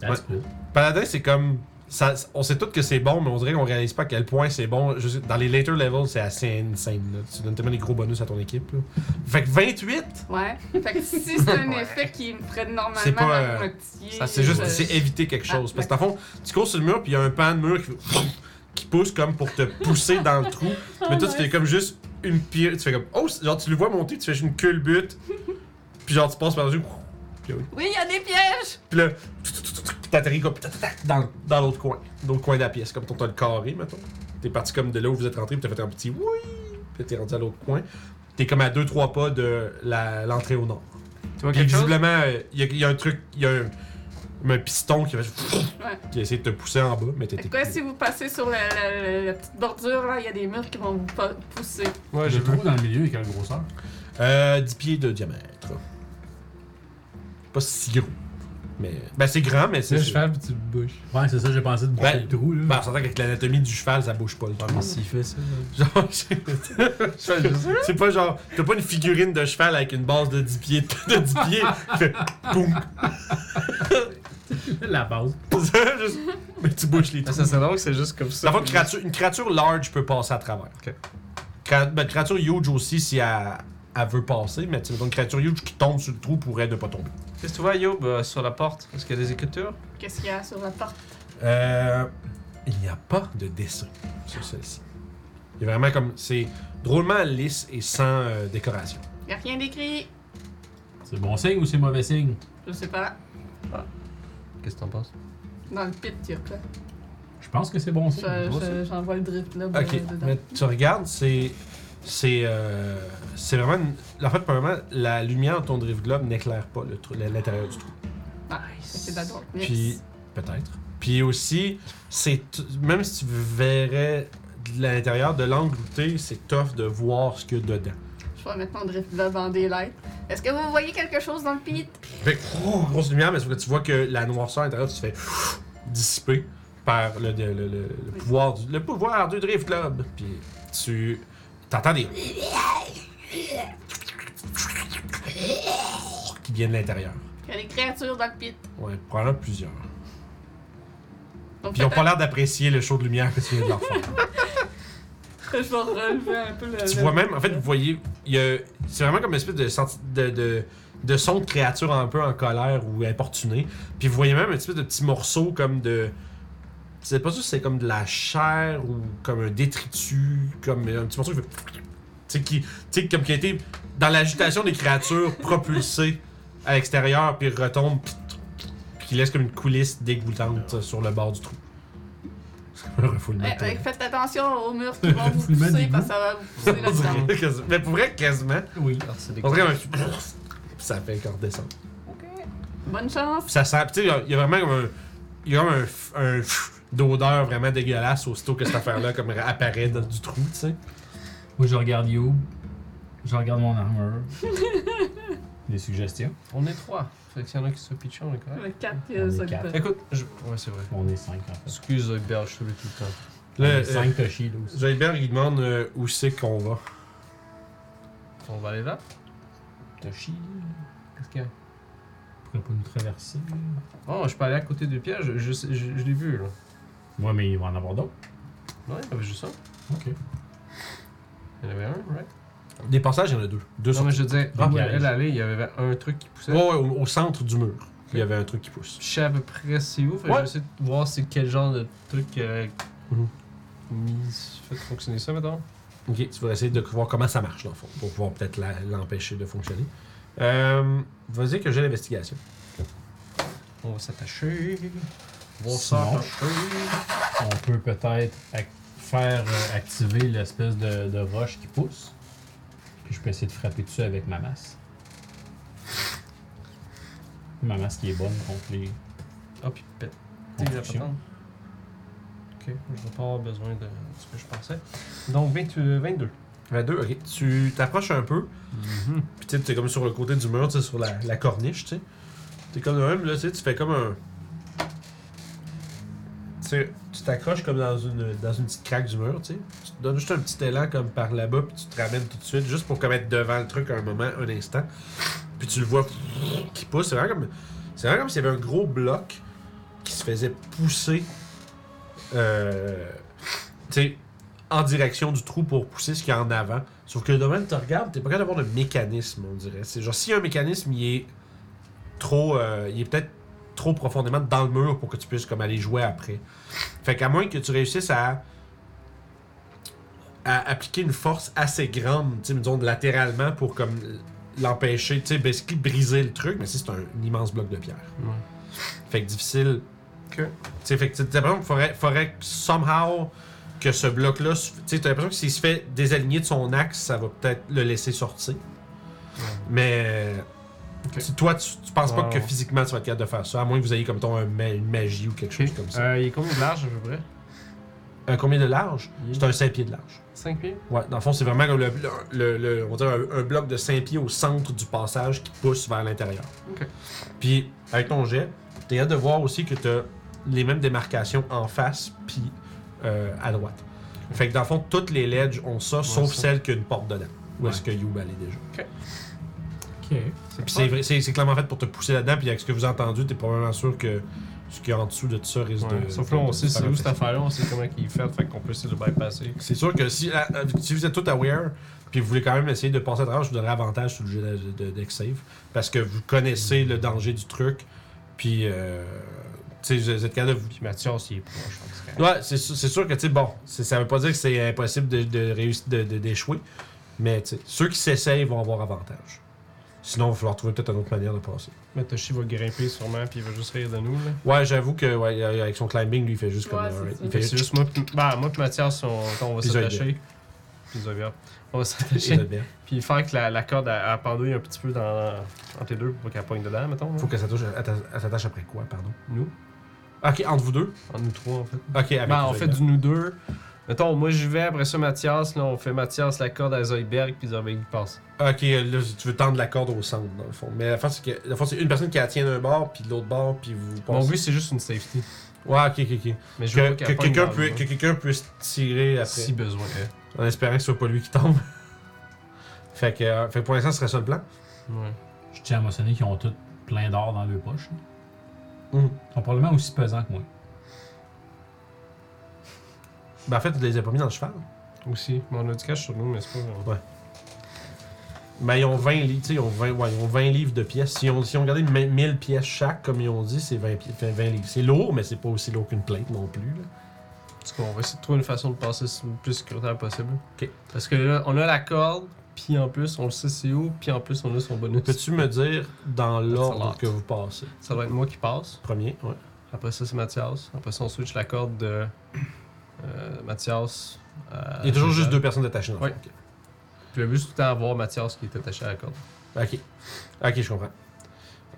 That's cool.
Paladin, c'est comme. ça- on sait tous que c'est bon, mais on dirait qu'on réalise pas à quel point c'est bon. Je sais- dans les later levels, c'est assez insane. là. Tu donnes tellement des gros bonus à ton équipe. là. Fait que 28,
Ouais. Fait que si c'est un effet qui me ferait
C'est
normalement
pas,
la
euh,
moitié.
ça,
c'est juste
euh,
c'est éviter quelque
Ah,
chose. Parce que dans le fond, tu cours sur le mur, puis il y a un pan de mur qui, qui pousse comme pour te pousser dans le trou. Mais toi, tu fais comme juste une pierre. Tu fais comme. Oh, c'est- genre, tu le vois monter, tu fais juste une culbute. Puis genre, tu passes par-dessus.
Oui, il y a des pièges.
Puis là, t'atterris comme tac, tac, dans, dans l'autre coin. L'autre coin de la pièce. Comme ton t'as le carré, mettons. T'es parti comme de là où vous êtes rentré, puis t'as fait un petit oui. Puis t'es rendu à l'autre coin. T'es comme à 2-3 pas de la- l'entrée au nord.
Tu vois
Puis
quelque chose?
visiblement, euh, il y, a un truc, il y a un, comme un piston qui, va, qui a essayé de te pousser en bas, mais
Fait
t'étais
que ouais, si vous passez sur la, la- la- la petite bordure là, il y a des murs qui vont vous po- pousser.
Ouais, j'ai
Le
vu.
trou dans le milieu et quelle grosseur
euh, 10 pieds de diamètre. Pas si gros. Mais, ben, c'est grand, mais c'est.
C'est un cheval, puis tu le bouches.
Ouais, c'est ça, j'ai pensé de boucher
Ben,
le trou, là.
Ben, on s'entend qu'avec l'anatomie du cheval, ça bouge pas le truc.
Ah, S'il fait ça,
Genre, c'est- c'est pas genre. T'as pas une figurine de cheval avec une base de 10 pieds. De 10 pieds. qui fait poum.
La base.
Juste- Mais tu bouches les
Ah,
trous.
Ça, c'est drôle que c'est juste comme ça.
Dans le fond, une créature, une créature large peut passer à travers.
Ok.
Cra- ben, créature huge aussi si elle, elle veut passer, mais tu sais, mettons, une créature huge qui tombe sur le trou pourrait ne pas tomber.
Qu'est-ce que tu vois, Yob, euh, sur la porte Est-ce qu'il y a des écritures
Qu'est-ce qu'il y a sur la porte?
Euh, il n'y a pas de dessin sur celle-ci. Il est vraiment comme. C'est drôlement lisse et sans euh, décoration.
Il y a rien d'écrit.
C'est bon signe ou c'est mauvais signe?
Je sais pas.
Qu'est-ce que t'en penses
Dans le pit, il y a quoi?
Je pense que c'est bon signe.
Je- je- J'envoie le drift là.
Ok,
dedans.
mais tu regardes, c'est. C'est. euh, c'est vraiment. une- En fait, premièrement, la lumière de ton drift globe n'éclaire pas le trou- l'intérieur du trou.
Ah, C'est d'accord.
Puis, peut-être. Puis aussi, c'est t- même si tu verrais de l'intérieur de l'angle où t'es, c'est tough de voir ce qu'il y a dedans.
Je vais mettre mon drift là en daylight. Est-ce que vous voyez quelque chose dans le pit?
Fait que, ouh, grosse lumière, mais sauf que tu vois que la noirceur à l'intérieur se fait ouf, dissiper par le, le- le- le- le
Oui.
pouvoir du, le pouvoir du Drift Club. Puis tu t'entends des qui viennent de l'intérieur.
Il y a des créatures dans le pit.
Ouais, probablement plusieurs.
Donc,
Puis ils ont pas
peut-être
l'air d'apprécier le show de lumière que tu viens de leur faire.
que je vais relever un peu le.
Tu
Euh,
le-
vois même, en fait, vous voyez, il y a- c'est vraiment comme une espèce de, senti- de, de, de son de créature un peu en colère ou importunée. Puis vous voyez même un espèce de petit morceau comme de. C'est pas sûr si c'est comme de la chair ou comme un détritus, comme un petit morceau qui fait. Tu sais, qui, tu sais, comme qui a été dans l'agitation des créatures propulsées à l'extérieur, puis retombe, puis, puis qui laisse comme une coulisse dégoûtante sur le bord du trou. Faut le
Ouais,
mettre,
ouais,
là.
faites attention aux murs qui vont vous
Faut le mettre
pousser
des
parce que ça va vous pousser
On
là-dedans.
dirait quasiment- Mais pour vrai, quasiment.
Oui.
Alors, c'est des
On dirait un. Ça fait encore descendre.
Bonne chance.
Puis ça sent. puis Tu sais, il y a vraiment comme un. Il y a comme un. f- un f- d'odeur vraiment dégueulasse aussitôt que cette affaire-là comme apparaît dans du trou, tu sais.
Moi, je regarde You. Je regarde mon armure. Des suggestions.
On est trois. Fait que s'il y en a qui se pitchent, on est correct.
Le 4
On est
euh, solitaire.
quatre.
Écoute, je... ouais, c'est vrai.
On est cinq, en fait.
Excuse, euh, Berge, je te l'ai tout le temps.
Là,
On est
euh,
cinq Toshi, là aussi.
Zoidberg, il demande euh, où c'est qu'on va.
On va aller là
Toshi,
Qu'est-ce qu'il y a
pourrait pas nous traverser.
Oh, je peux aller à côté du piège, je, je, je- je l'ai vu là.
Ouais, mais il va en avoir d'autres.
Ouais, ah, il y avait juste ça.
Ok.
Il y en avait un, right
Des passages, il y en a deux. Deux
Non, mais
sorties.
je disais,
Ah,
où
ouais.
elle allait, il y avait un truc qui poussait.
Ouais, ouais, au, au centre du mur. Il y avait un truc qui pousse.
Je sais à peu près c'est où, fait que
Ouais.
je vais essayer de voir c'est quel genre de truc euh,
Mhm.
mis- fait fonctionner ça maintenant.
Ok, tu vas essayer de voir comment ça marche, dans le fond, pour pouvoir peut-être la- l'empêcher de fonctionner. Euh, Vas-y que j'ai l'investigation.
On va s'attacher. On va
Sinon.
s'attacher.
On peut peut-être ac- faire euh, activer l'espèce de, de roche qui pousse. Puis je peux essayer de frapper dessus avec ma masse. Ma masse qui est bonne contre les
Ah, puis pète. T'es la
constructions.
patente. Ok, je vais pas avoir besoin de ce que je pensais. Donc 20, euh, 22.
22, ok. Tu t'approches un peu.
Mm-hmm.
Puis tu sais, t'es comme sur le côté du mur, tu sais, sur la, la corniche, tu sais. T'es comme de même, là, tu sais, tu fais comme un. Tu sais, tu t'accroches comme dans une, dans une petite craque du mur, tu sais. Tu te donnes juste un petit élan comme par là-bas, puis tu te ramènes tout de suite, juste pour comme être devant le truc un moment, un instant. Puis tu le vois qui pousse. C'est vraiment comme. C'est vraiment comme s'il y avait un gros bloc qui se faisait pousser. Euh. Tu sais, en direction du trou pour pousser ce qu'il y a en avant. Sauf que le domaine, tu regardes, t'es pas capable d'avoir de mécanisme, on dirait. C'est genre, s'il y a un mécanisme, il est trop. euh, il est peut-être trop profondément dans le mur pour que tu puisses comme aller jouer après. Fait qu'à moins que tu réussisses à. à appliquer une force assez grande, tu sais, disons, latéralement pour comme l'empêcher, tu sais, basically briser le truc, mais si c'est un, un immense bloc de pierre.
Ouais.
Fait que difficile. Que. Tu sais, fait que tu sais, par exemple, faudrait, faudrait que somehow que ce bloc-là. se- Tu sais, t'as l'impression que s'il se fait désaligner de son axe, ça va peut-être le laisser sortir. Mais. euh,
Ok.
tu- toi, tu, tu penses pas
Ouais,
que
ouais.
physiquement tu vas être capable de faire ça, à moins que vous ayez comme ton un ma- une magie ou quelque chose comme ça.
Euh, il est combien de large à peu près
Euh, combien de large
Il est-
C'est un 5 pieds de large.
5 pieds
Ouais, dans le fond, c'est vraiment comme le, le- le- on va dire un, un bloc de 5 pieds au centre du passage qui pousse vers l'intérieur.
Ok.
Puis, avec ton jet, t'es hâte de voir aussi que t'as les mêmes démarcations en face puis euh, à droite. Fait que dans le fond, toutes les ledges ont ça, sauf
ça.
celle qui a une porte dedans. Où est-ce que Youb allait déjà.
Ok.
Puis c'est vrai- c'est c'est clairement fait pour te pousser là-dedans, puis avec ce que vous avez entendu, t'es probablement sûr que Ce qui est en dessous de tout ça risque
Ouais.
de.
Sauf que là, on
de-
sait
de
c'est
faire
où
un
cette
festival.
affaire-là, on sait comment qu'il est fait, fait qu'on peut essayer de le bypasser.
C'est sûr que si, à- à- si vous êtes tout aware, puis vous voulez quand même essayer de passer à travers, je vous donnerai avantage sur le jeu de, de- deck save. Parce que vous connaissez le danger du truc. Puis, euh, tu sais, vous êtes capable de vous-
Puis Mathias, il est proche. en tout cas.
Ouais, c'est sûr, c'est sûr que, tu sais, bon, c'est- ça veut pas dire que c'est impossible de, de réussir, de- de- d'échouer. Mais, tu sais, ceux qui s'essayent vont avoir avantage. Sinon, il va falloir trouver peut-être une autre manière de passer.
Matoshi va grimper sûrement, puis il va juste rire de nous. Là.
Ouais, j'avoue que, ouais, euh, avec son climbing, lui, il fait juste comme.
Ouais, c'est
alright.
ça.
Il fait
Fait que c'est
juste.
juste moi, puis- bah, moi et Mathias, on, on va
Puis
s'attacher. Puis Zobia. On
Il
va
est
s'attacher.
bien.
Puis faire que la, la corde à, pendouille un petit peu dans, entre les deux pour pas qu'elle pogne dedans, mettons. là.
Faut que ça touche. Elle t'a- elle s'attache après quoi, pardon
Nous.
Ok, entre vous deux.
Entre nous trois, en fait.
Ok, avec
Ben, on
Zoïda.
fait du nous deux. Mettons, moi j'y vais, après ça Mathias, là, on fait Mathias la corde à Zoidberg, puis Zoidberg il passe.
Ah, Ok, là, tu veux tendre la corde au centre, dans le fond. Mais la force, c'est que la force, c'est une personne qui la tient d'un bord, puis de l'autre bord, puis vous
Mon
passez.
but c'est juste une safety.
Ouais, ok, ok, ok.
Mais je veux
Que, que
pas qu'elle pogne
quelqu'un
dans le
peut-
mur.
que quelqu'un puisse tirer après.
Si besoin.
En espérant que ce soit pas lui qui tombe. fait, que, euh, fait que pour l'instant, ce serait ça le plan.
Ouais.
Je tiens à mentionner qu'ils ont tous plein d'or dans leurs poches. là.
Mhm.
Ils sont probablement aussi pesants que moi.
Ben, en fait, tu les as pas mis dans le cheval.
Aussi. Mais on a du cash sur nous, mais c'est pas.
Ben, ils ont 20 livres, tu sais, ils ont 20, ouais, ils ont 20 livres de pièces. Si on, si on regardait mi- 1000 pièces chaque, comme ils ont dit, c'est 20, pi- fait 20 livres. C'est lourd, mais c'est pas aussi lourd qu'une plainte non plus. là.
Parce qu'on va essayer de trouver une façon de passer le plus sécuritaire possible.
Ok.
Parce que là, on a la corde, puis en plus, on le sait c'est où, puis en plus, on a son bonus.
Peux-tu me dire dans
a
l'ordre
lot. Euh,
que vous passez
Ça va être moi qui passe.
Premier, ouais.
Après ça, c'est Mathias. Après ça, on switch la corde de euh, Mathias. euh, à-
Il y a toujours juste deux personnes attachées dans le
Ouais.
fond, ok.
Puis le but, c'est tout le temps avoir Mathias qui est attaché à la corde.
Ok. Ok, je comprends.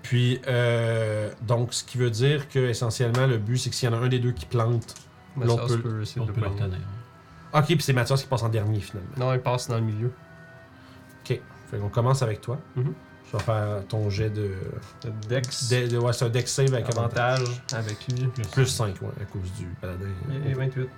Puis, euh, donc, ce qui veut dire que essentiellement le but, c'est que s'il y en a un des deux qui plante.
Mathias
L'autre
peut,
peut-
essayer de
L'autre peut
le
leur
prendre.
tenir.
Ok, puis c'est Mathias qui passe en dernier finalement.
Non, il passe dans le milieu.
Fait qu'on commence avec toi.
Mhm.
Tu vas faire ton jet de.
Le Dex.
de, de- ouais, c'est un deck save
Ah,
avec avantage.
avantage avec lui.
Plus 5, ouais, à cause du paladin.
Et 28.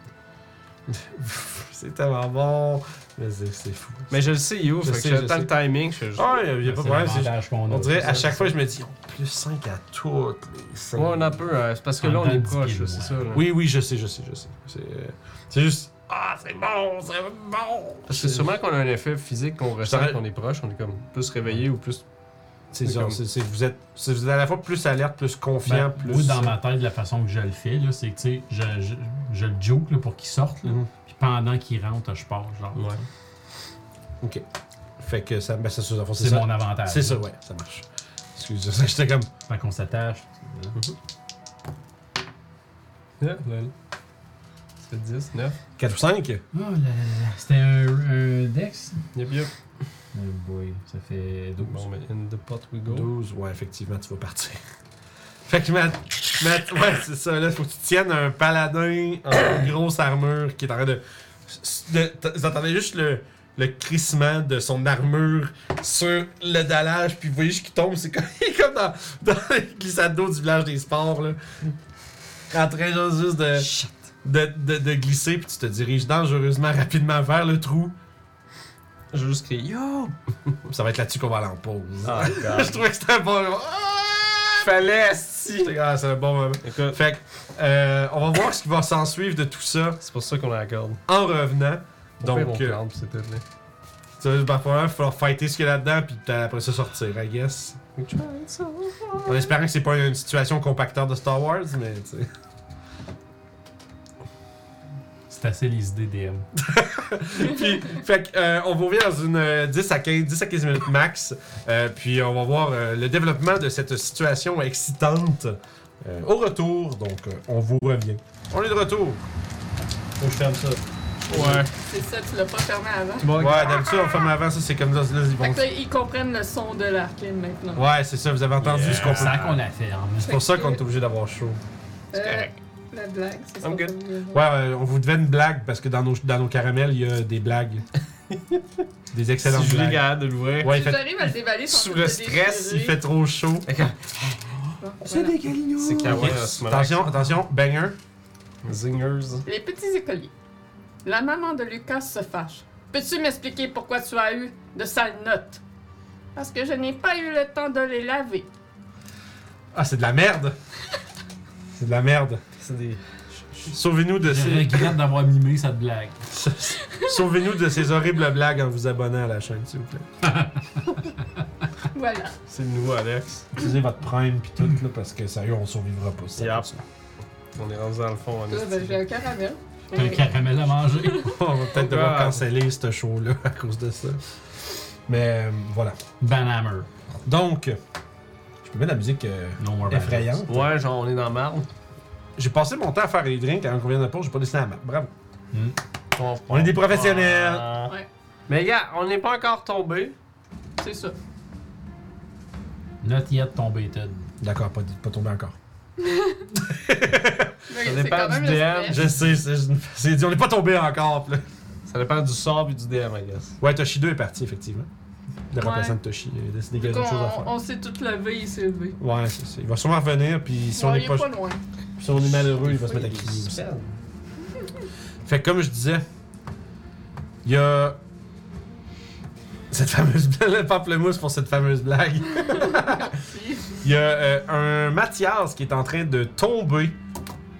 c'est tellement bon. Mais c'est c'est fou.
Mais je le sais, il est où,
Je
fait
sais,
que
je
j'attends le timing. Je fais juste...
Ah, il y a pas de
C'est
problème. c'est-
l'avantage qu'on a.
On dirait à
C'est
chaque fois, je me dis, on plus 5 à toutes les cinq.
Ouais, on a un peu. euh, c'est parce que
En
là, on
dedans
est
de dix
proche,
pieds,
là, c'est ça. là.
Oui, oui, je sais, je sais, je sais. C'est euh, c'est juste. Ah, c'est bon, c'est bon!
Parce que sûrement qu'on a un effet physique qu'on ressent
t'arrête.
qu'on est proche, on est comme plus réveillé ou plus.
C'est
C'est
ça,
comme-
c'est- c'est- vous, êtes, c'est- vous êtes à la fois plus alerte, plus confiant,
Ben,
plus.
Moi, dans ma tête, la façon que je le fais, là, c'est que tu sais, je, je, je le joke là, pour qu'il sorte. là.
Mhm.
Puis pendant qu'il rentre, je pars. Genre,
Fait que ça, ben, ça, ça, dans le fond, c'est
c'est
ça.
mon avantage.
C'est ça, ouais, ça marche. Excusez-moi, j'étais comme.
Fait qu'on s'attache.
C'est 10, 9.
4 ou 5?
Oh là là là. C'était un, un Dex?
Yep, yep.
Oh boy, ça fait 12.
Bon, mais in the pot we go.
12, ouais, effectivement, tu vas partir. Fait que, Matt, Matt- ouais, c'est ça, là, faut que tu tiennes un paladin en grosse armure qui est en train de. de- t- vous entendez juste le, le crissement de son armure sur le dallage, puis vous voyez juste qu'il tombe, c'est comme, il est comme dans, dans les glissades d'eau du village des sports, là. En train genre, juste de, de, de, de glisser, puis tu te diriges dangereusement, rapidement vers le trou.
Je vais juste crier Yo!
Puis Ça va être là-dessus qu'on va aller en pause.
Ah,
Je trouvais que c'était un bon moment. Ah!
Fallait,
J'étais comme, Ah, c'est un bon moment.
Écoute,
Fait que, euh, on va voir ce qui va s'en suivre de tout ça
c'est pour ça qu'on la garde.
en revenant. Donc, euh,
on c'est tout, là.
tu vas bah, probablement falloir fighter ce qu'il y a là-dedans, puis t'as- après ça sortir, I guess.
We tried so hard.
En espérant que c'est pas une situation compacteur de Star Wars, mais tu sais.
C'est assez les idées DM.
puis, fait que, euh, on vous revient dans une euh, 10 à 15, 10 à 15 minutes max. Euh, puis on va voir euh, le développement de cette situation excitante euh, au retour. Donc, euh, on vous revient. On est de retour.
Faut que je ferme ça. Ouais.
C'est ça, tu l'as pas fermé avant.
Bon,
Ouais, d'habitude, on ferme avant, ça, c'est comme ça. là, ils
Fait
vont-
que là, ils comprennent le son de l'arcane maintenant.
Ouais, c'est ça, vous avez entendu ce qu'on
C'est ça qu'on a fait. hein.
C'est pour ça qu'on est obligé d'avoir chaud.
Euh,
correct.
la blague, c'est ça.
I'm
qu'on
good.
voulait voir.
Ouais, ouais, on vous devait une blague parce que dans nos, dans nos caramels, il y a des blagues. des
Si
excellentes
je l'ai
blagues.
capable de l'ouvrir.
Ouais, il fait,
J'arrive à le déballer sans
sous le stress, il fait trop chaud.
C'est des
Ah C'est
Ok,
kawaii en ce moment.
Attention, attention, banger.
Zingers.
Les petits écoliers. La maman de Lucas se fâche. Peux-tu m'expliquer pourquoi tu as eu de sales notes? Parce que je n'ai pas eu le temps de les laver.
Ah, c'est de la merde. C'est de la merde.
C'est des.
Sauvez-nous de
Je
ces...
regrette d'avoir mimé cette blague.
Sauvez-nous de ces horribles blagues en vous abonnant à la chaîne, s'il vous plaît.
Voilà.
C'est le nouveau Alex.
Utilisez votre prime pis tout, là, parce que sérieux, on survivra pas. si ça
Yep.
comme ça.
On est rendu dans le fond. en
Là, ben,
esti.
j'ai un caramel.
T'as un caramel à manger.
On va peut-être devoir
Ah.
canceller ce show-là à cause de ça. Mais euh, voilà.
Banhammer.
Donc, je peux mettre la musique euh,
No more bad
effrayante.
Ouais, genre, on est dans le marde.
J'ai passé mon temps à faire les drinks avant qu'on vienne de pause, j'ai pas dessiné la map. Bravo.
On,
On est des professionnels.
Ah.
Ouais.
Mais gars, on n'est pas encore tombé.
C'est ça.
jokes. Not yet tombé, Ted.
D'accord, pas, pas tombé encore.
Mais
Ça
Ben, c'est
dépend
quand même
du
le
DM.
stress.
Je sais, c'est c'est dit, on est pas tombé encore. pis là.
Ça dépend du sort et du DM, I guess.
Ouais, Toshi 2 est parti, effectivement. Le
Ouais.
remplaçant de Toshi, il a décidé qu'il y avait
Vu qu'on-
d'autres choses à faire.
On, s'est tout levé et s'est levé.
Ouais, c'est ça. Il va sûrement revenir, puis si on
Ouais,
est
il
pas,
est pas loin.
si on est malheureux, il va se
Des
mettre à
fois,
crier
il
aussi.
y a des
Fait que comme je disais, il y a cette fameuse blague, le pamplemousse pour cette fameuse blague.
Puis,
Il y a euh, un Mathias qui est en train de tomber,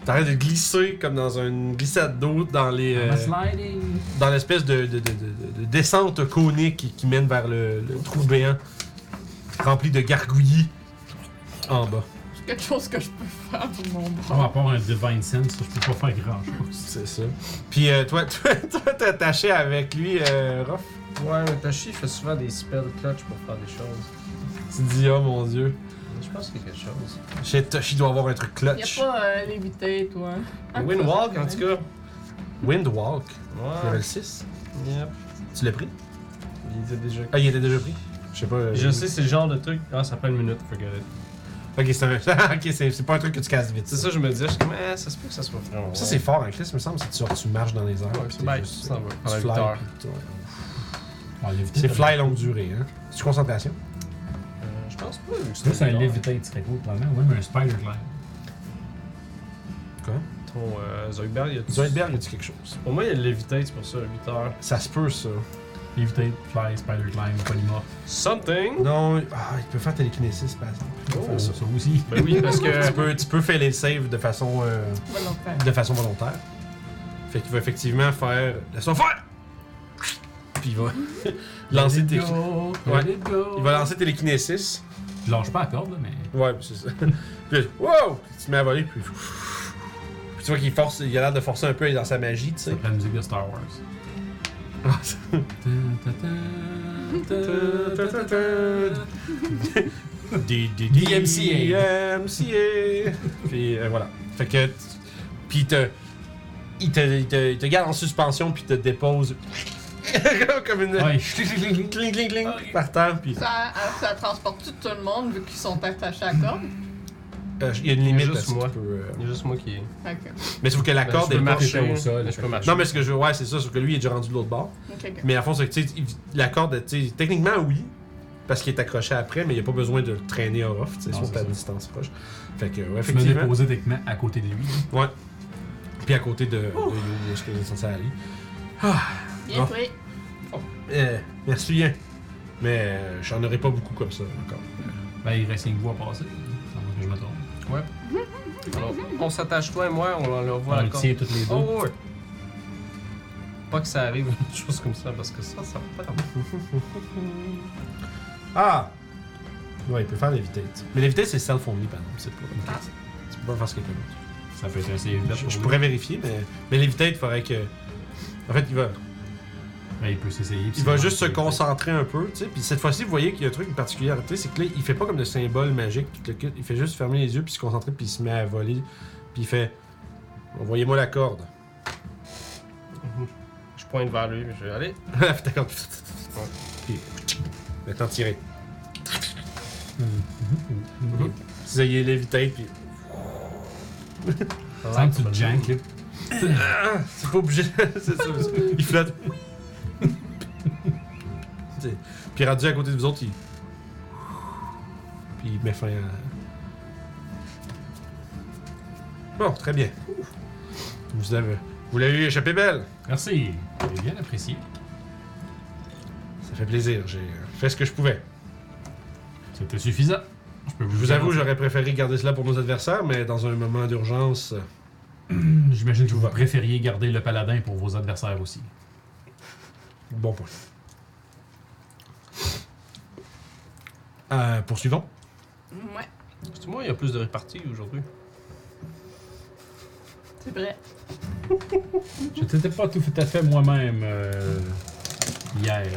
en train de glisser comme dans une glissade d'eau dans les euh,
I'm a sliding.
dans l'espèce de, de- de- de- de descente conique qui, qui mène vers le, le trou béant rempli de gargouillis en bas.
c'est quelque chose que je peux faire pour mon
Par
bras.
rapport Ah, à un Divine Sense, je peux pas faire grand-chose.
C'est ça. Puis euh, toi, toi, toi, t'es attaché avec lui, euh, Raph.
spells. Ouais, mais Tashi fait souvent des spells clutch pour faire des choses.
Tu te dis, oh mon dieu.
Je pense qu'il y a quelque chose.
Chez Toshi doit avoir un truc
Il n'y a
clutch.
pas euh, lévité, toi.
Windwalk, en tout cas.
Windwalk, level
Ah.
Ouais.
6.
Yep.
Tu l'as pris
Il était déjà.
Ah, il était déjà pris Je sais pas. euh,
Je sais, c'est le genre de truc. Ah, ça prend une minute, forget it.
Ok, c'est un- ok, c'est c'est pas un truc que tu casses vite.
C'est ça, je me disais, je suis comme, eh, ça se peut que ça soit vraiment. Euh,
Ça, c'est fort en Chris, me semble. C'est que tu, sors- tu marches dans les airs. puis
Ouais, c'est
t'es
bête,
juste-
ça va,
tu
pendant huit
fly,
heures.
puis toi-
On va l'éviter.
C'est fly longue durée, hein. C'est concentration.
Euh, je pense pas, vu que
Juste un
bizarre.
levitate serait cool, probablement. Ouais, mais un spider climb.
Ton euh, Zoidberg, il y a
Zoidberg, a dit quelque chose.
Pour moi, il y a le levitate, c'est pour ça, 8 heures.
Ça se peut, ça.
Levitate, fly, spider climb, polymorphe.
Something!
Non, ah, il peut faire télékinésis, par exemple. Il peut
Oh.
faire ça.
Ça aussi.
Ben oui, parce
Tu
que.
peux, tu peux faire les saves de façon, euh,
On va l'en faire.
de façon volontaire. Fait qu'il va effectivement faire. Laisse-moi faire! Ben, Puis il va lancer tes. Ouais. Il va lancer télékinésis.
Je lâche pas la corde, là, mais.
Ouais, c'est ça. puis là, wow! Puis tu te mets à voler, puis. Puis tu vois qu'il force, il a l'air de forcer un peu dans sa magie, tu sais.
C'est la musique de Star Wars. DMCA.
DMCA. Puis euh, voilà. Fait que. t- Puis il te. Il te, il te- il te garde en suspension, puis il te dépose. comme une.
Ouais,
Cling, cling, cling, par terre, puis.
Ça, euh, ça transporte tout le monde vu qu'ils sont attachés à la corde.
Euh, Il y a une limite
juste
à ce que
moi.
tu peux, euh,
Il y a juste moi qui.
Fait que-
Mais sauf que la
Ben, je
corde
peux
est pas.
marcher
au sol,
mais Je peux marcher.
Non, mais ce que je veux. Ouais, c'est ça, sauf que lui, il est déjà rendu de l'autre bord.
ok, ok.
Mais à fond, c'est que tu sais, il- la corde, tu sais, techniquement, oui, parce qu'il est accroché après, mais il n'y a pas besoin de le traîner au off, tu sais,
Non,
sont
c'est
à
ça.
distance proche. Fait que, ouais,
Je me
effectivement.
déposais techniquement à côté de lui.
Ouais. Puis à côté de, de Yo, où est-ce qu'ils sont censés aller. Ah.
Bien joué.
Euh, merci bien. Mais euh, j'en aurais pas beaucoup comme ça encore.
Ben, il reste une voie à passer. Ça va que je me trompe.
Alors, on s'attache, toi et moi, on l'envoie
On
à
Ah,
la
le
corde.
tient toutes les deux.
Oh, ouais. Pas que ça arrive, une chose comme ça, parce que ça, ça va pas.
Ah! Ouais, il peut faire l'évitette. Mais l'évitette, c'est self-only, par exemple. C'est pas. Tu peux pas faire ce quelqu'un d'autre.
Ça peut être un save
Je, je pourrais vérifier, mais. Mais l'évitette, il faudrait que. En fait, il va.
Ben, il peut s'essayer. puis
Il va
c'est
juste se
bon.
concentrer un peu, tu sais. Puis cette fois-ci, vous voyez qu'il y a un truc, une particularité, c'est que là, il fait pas comme de symbole magique, puis le kit. Il fait juste fermer les yeux, puis se concentrer, puis il se met à voler. Puis il fait Envoyez-moi la corde.
Je pointe vers lui, mais je vais aller.
Ah, puis d'accord. Puis. Maintenant, tirez. Vous ayez l'évité, puis.
Sans que tu te jank, là.
Ah, c'est pas obligé. c'est ça. Il flotte. C'est- puis rendu à côté de vous autres, il. Puis il met fin à. Bon, très bien. Vous avez. Vous l'avez échappé belle.
Merci. J'ai bien apprécié.
Ça fait plaisir. J'ai euh, fait ce que je pouvais.
C'était suffisant. Je peux
Je vous avoue, j'aurais préféré garder cela pour nos adversaires, mais dans un moment d'urgence,
J'imagine que vous préfériez garder le paladin pour vos adversaires aussi.
bon point. Euh, poursuivons.
Ouais,
C'est moi, il y a plus de réparties aujourd'hui.
c'est vrai.
Je n'étais pas tout à fait moi-même euh, hier.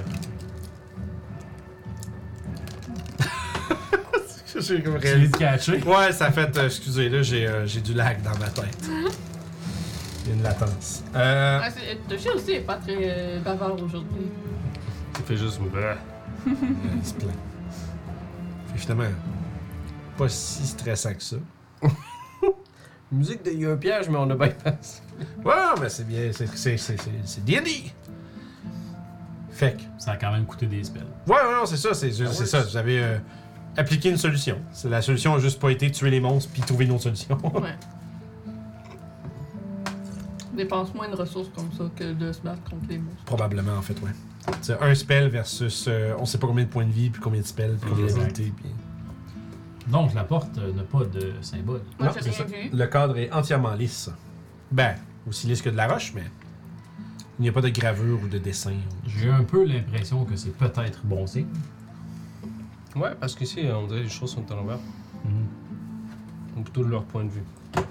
J'ai comme
Tu l'as caché.
Ouais, ça fait. euh, excusez, là, j'ai euh, j'ai du lag dans ma tête. Il y a une latence. Euh,
Ah, c'est- Toshi aussi est pas très euh, bavard aujourd'hui.
Ça fait juste. Bah.
il se plaint. Fait finalement, pas si stressant que ça.
Musique de. Il y a un piège, mais on a bypass.
Ouais, mais c'est bien. C'est c'est- c'est- c'est- c'est D&D. Fait que.
Ça a quand même coûté des spells.
Ouais, ouais, non, c'est ça. C'est c'est ça. Vous avez euh, appliqué une solution. C'est- La solution a juste pas été tuer les monstres puis trouver une autre solution.
Ouais. Dépense moins de ressources comme ça que de se battre contre les monstres.
Probablement, en fait, ouais. C'est un spell versus euh, on sait pas combien de points de vie, puis combien de spells, puis combien
Exact.
d'habilités. Puis...
Donc la porte euh, n'a pas de symbole.
Moi,
Non,
j'ai
c'est
rien
ça.
vu.
Le cadre est entièrement lisse. Ben, aussi lisse que de la roche, mais il n'y a pas de gravure ou de dessin.
J'ai un peu l'impression que c'est peut-être bon signe.
Ouais, parce qu'ici, on dirait que les choses sont à l'envers.
Mhm.
Ou plutôt de leur point de vue.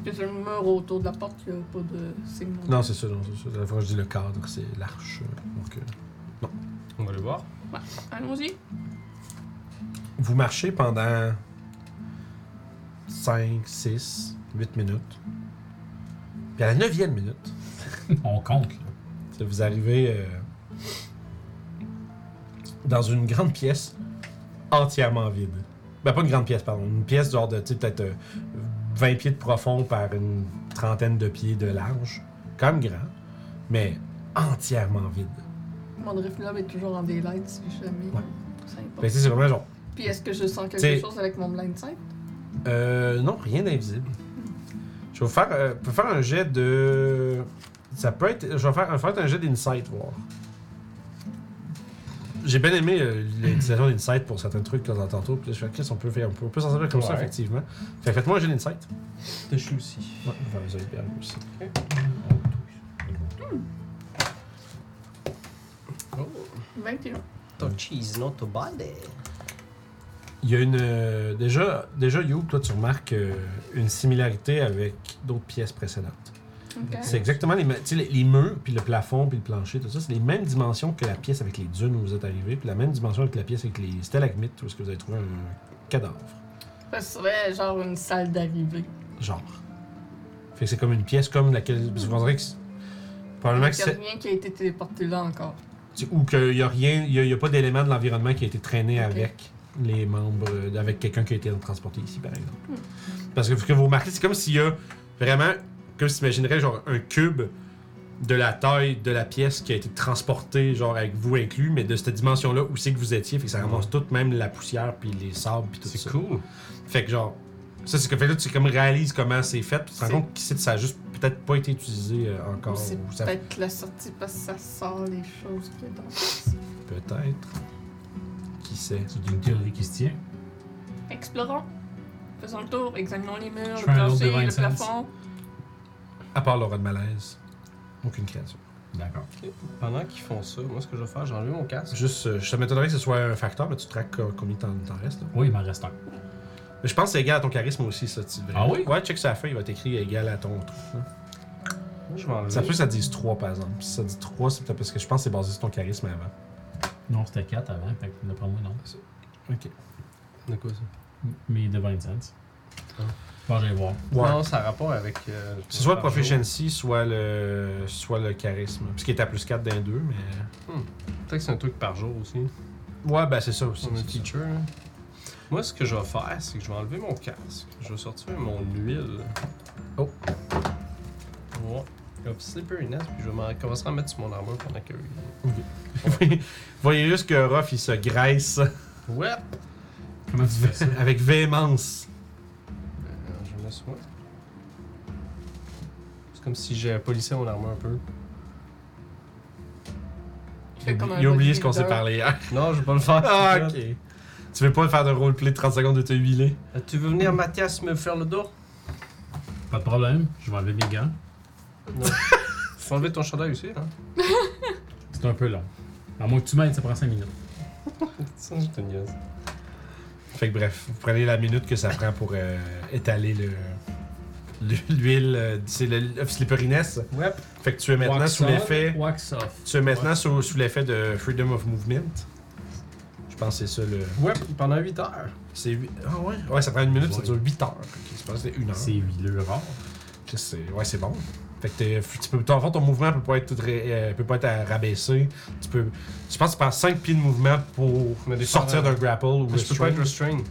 Puis sur le mur autour de la porte, il n'y a pas de signe.
Non, c'est ça, non, c'est ça. La fois que je dis le cadre, c'est l'arche. euh, Donc, euh,
On va les voir.
Allons-y.
vous marchez pendant 5, 6, 8 minutes. Puis à la neuvième minute,
On compte. là.
tu sais, vous arrivez euh, dans une grande pièce entièrement vide. Ben, pas une grande pièce, pardon. Une pièce genre de, tu sais, peut-être euh, 20 pieds de profond par une trentaine de pieds de large. Quand même grand, mais entièrement vide.
Mon reflux est toujours en daylight si jamais.
Ouais.
Ça importe.
Fait que, Ben, tu sais, c'est vraiment genre,
Puis est-ce que je sens quelque
T'sais-
chose avec mon blind sight?
euh, non, rien d'invisible. Je vais vous faire, euh, peux faire un jet de. Ça peut être. Je vais faire, faire un jet d'insight, voir. J'ai bien aimé euh, l'utilisation d'insight pour certains trucs qu'on entend tantôt. Puis là, je fais, Chris, on peut faire, on peut, on peut s'en servir comme ça,
Ouais.
effectivement. Fait que faites-moi un jet d'insight.
De chou aussi.
Ouais, enfin, vous avez bien aussi.
Oh.
21.
Ton cheese, non, ton body.
Il y a une. euh, déjà, déjà, Youb, toi, tu remarques euh, une similarité avec d'autres pièces précédentes.
Ok.
C'est exactement les, mêmes- tu sais, les, les murs, puis le plafond, puis le plancher, tout ça. C'est les mêmes dimensions que la pièce avec les dunes où vous êtes arrivé, puis la même dimension avec la pièce avec les stalagmites où est-ce que vous avez trouvé un cadavre.
Ça serait genre une salle d'arrivée.
Genre. Fait que c'est comme une pièce comme laquelle. Je vous dirais que. c'est- Probablement que
Il n'y a
Ah, c'est.
rien qui a été téléporté là encore.
tu- Ou qu'il n'y a rien. Il n'y a, pas d'élément de l'environnement qui a été traîné avec les membres. euh, Avec quelqu'un qui a été transporté ici, par exemple.
Hmm.
Parce que ce que vous remarquez, c'est comme s'il y a vraiment. Comme si t'imaginerais genre un cube de la taille de la pièce qui a été transportée, genre avec vous inclus, mais de cette dimension-là où c'est que vous étiez. Fait que ça ramasse toute même la poussière, puis les sables, puis tout ça.
C'est cool.
Fait que genre, ça c'est que fait que là tu comme réalises comment c'est fait, puis tu te rends
C'est-
compte que c'est- ça a juste peut-être pas été utilisé euh,
Ou
encore.
c'est
ou ça-
peut-être la sortie parce que ça sort les choses qu'il y a dans le-
Peut-être. Qui sait.
C'est une théorie qui se tient.
Explorons. Faisons le tour, examinons les murs,
Je
le
fais un autre
plancher,
de
le
25.
plafond.
À part l'aura de malaise, aucune création.
D'accord.
Pendant qu'ils font ça, moi, ce que je vais faire, j'ai enlevé mon casque.
Juste, euh, je te m'étonnerais que ce soit un facteur, mais tu traques co- combien t'en t'en reste. là.
Oui, il m'en reste un.
Mais je pense que c'est égal à ton charisme aussi, ça. Tu devrais-
Ah oui?
Ouais, check ça la fin, il va t'écrire égal à ton truc. là.
Je vais enlever.
Ça peut que ça dise 3 par exemple. Si ça dit 3, c'est peut-être parce que je pense que c'est basé sur ton charisme avant.
Non, c'était 4 avant, fait que d'après moi, non.
Ok.
De quoi ça
Mais de 20 cents.
Ah.
Bon, j'allais voir.
Ouais.
Non, ça a rapport avec. euh,
C'est
Ah,
soit le
par jour.
oh.
proficiency, soit le, soit le charisme. Parce qu'il est à plus 4 d'un 2, mais.
Peut-être que c'est un truc par jour aussi.
Ouais, ben c'est ça aussi.
C'est hein. un
c'est ça.
feature. là. Moi, ce que je vais faire, c'est que je vais enlever mon casque. Je vais sortir mon huile.
Oh.
Ouais. Comme Slipperiness, puis je vais m'en- commencer à mettre sur mon armure pendant que.
Voyez juste que Ruff, il se graisse
Ouais!
Comment tu fais ça?
avec véhémence.
Euh, je me soin. C'est comme si j'ai polissé mon armure un peu.
Je fais comme un
il a oublié
bodybuilder.
ce qu'on s'est parlé hier.
Non, je vais pas le faire.
Ah, ok. Tu veux pas faire de roleplay de 30 secondes de te huiler?
Euh, Tu veux venir, Mathias, me faire le dos
Pas de problème, je vais enlever mes gants.
Non. Faut enlever ton chandail aussi, hein. là.
C'est un peu long. À moins que tu m'aides, ça prend 5 minutes.
Ça, je te niaise.
Fait que bref, vous prenez la minute que ça prend pour euh, étaler le l'hu- l'huile, euh, c'est le of slipperiness.
Ouais.
Fait que tu es maintenant
Wax
sous
on,
l'effet
Wax off.
tu es maintenant sous, sous l'effet de freedom of movement. Je pense que c'est ça le
Ouais, pendant 8 heures.
c'est huit- ah ouais, ouais, ça prend une minute, ça
Ouais.
dure 8 heures. Ok, je pense que c'est une heure.
C'est huileux rare.
Chris, c'est- Ouais, c'est bon. Fait que t'es- tu peux, ton, en fait, ton mouvement peut pas être, tout ré- euh, peut pas être à- rabaissé. Tu peux, je pense que tu prends 5 pieds de mouvement pour
Mais des
sortir
fois,
d'un grapple ou
Je peux pas
restrain.
être restrained.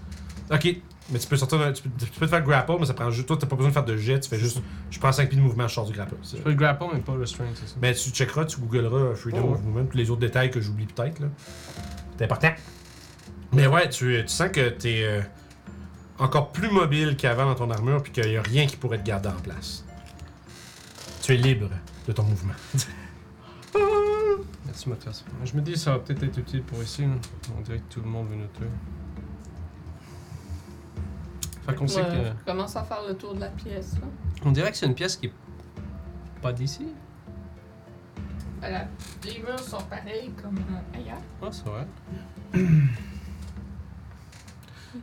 Ok, mais tu peux sortir d'un- tu, peux, tu peux te faire grapple, mais ça prend juste. Toi, t'as pas besoin de faire de jet, tu fais juste. Je prends 5 pieds de mouvement, je sors du grapple. c'est-
Je peux grapple, mais pas restrained, c'est ça.
Mais Ben, tu checkeras, tu googleras euh, Freedom
Ouais, ouais.
of Movement, tous les autres détails que j'oublie peut-être. là. C'est important. Mais ouais, tu, tu sens que t'es euh, encore plus mobile qu'avant dans ton armure, puis qu'il y a rien qui pourrait te garder en place. Tu es libre de ton mouvement.
Merci, Mathias. Je me dis, ça va peut-être être utile pour ici. là. On dirait que tout le monde veut nous tuer. Fait qu'on sait
Ouais,
que.
Je commence à faire le tour de la pièce. Là.
On dirait que c'est une pièce qui est pas d'ici.
Voilà. Les murs sont pareils comme euh, ailleurs.
Ah, c'est vrai.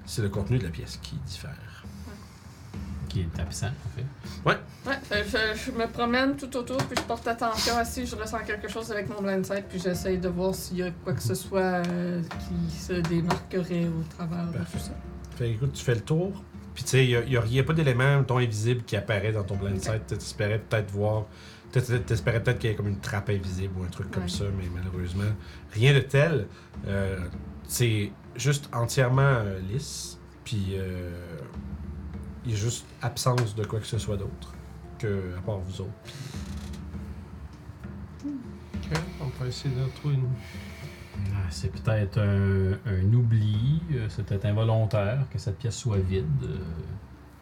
C'est le contenu de la pièce qui diffère.
Qui est absent, en fait.
Ouais, fait que je, je me promène tout autour, puis je porte attention à si je ressens quelque chose avec mon blind sight, puis j'essaye de voir s'il y a quoi que ce soit euh, qui se démarquerait au travers de
Parfait.
tout ça.
Fait que, écoute, tu fais le tour. Puis tu sais, il n'y a, y a pas d'élément, mettons, invisible qui apparaît dans ton blind sight. T'espérais peut-être voir. t'es- T'espérais peut-être qu'il y ait comme une trappe invisible ou un truc comme
Ouais.
ça, mais malheureusement, rien de tel. Euh, c'est juste entièrement euh, lisse. Puis euh, il y a juste absence de quoi que ce soit d'autre, que, à part vous autres.
Ok, on peut essayer de trouver une.
Ah, C'est peut-être un, un oubli, euh, c'est peut-être involontaire que cette pièce soit vide. euh,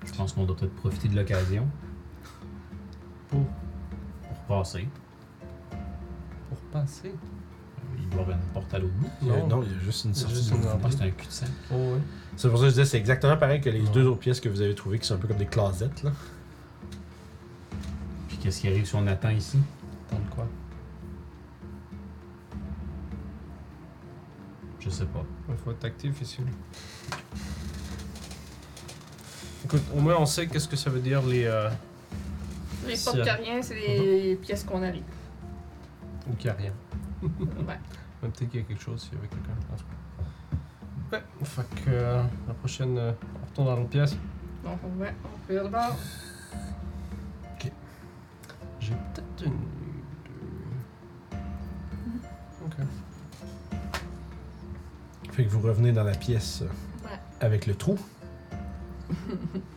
Je pense qu'on doit peut-être profiter de l'occasion pour, pour passer.
Pour passer.
Il doit y avoir une porte à l'autre bout.
Euh,
Non.
non, il y a juste une
Il y a
sortie.
juste
de
une
vous.
Je pense que c'est un cul-de-sac.
Oh, ouais.
C'est pour ça que je disais, c'est exactement pareil que les
Ouais.
deux autres pièces que vous avez trouvées, qui sont un peu comme des closettes. Là.
Puis qu'est-ce qui arrive si on attend ici
Attendre quoi
Je sais pas.
Il faut être actif ici. Écoute, au moins on sait qu'est-ce que ça veut dire les. Euh...
Les
Si,
portes
euh,
cariens, c'est les pièces qu'on arrive.
Ou qu'il n'y a rien.
ouais.
Mais peut-être qu'il y a quelque chose s'il y avait quelqu'un. en tout cas. Ouais, fait que euh, la prochaine. euh, on retourne dans l'autre pièce.
Donc, ouais, on peut y aller de bord.
J'ai peut-être une. deux. Ok.
Fait que vous revenez dans la pièce euh,
Ouais.
avec le trou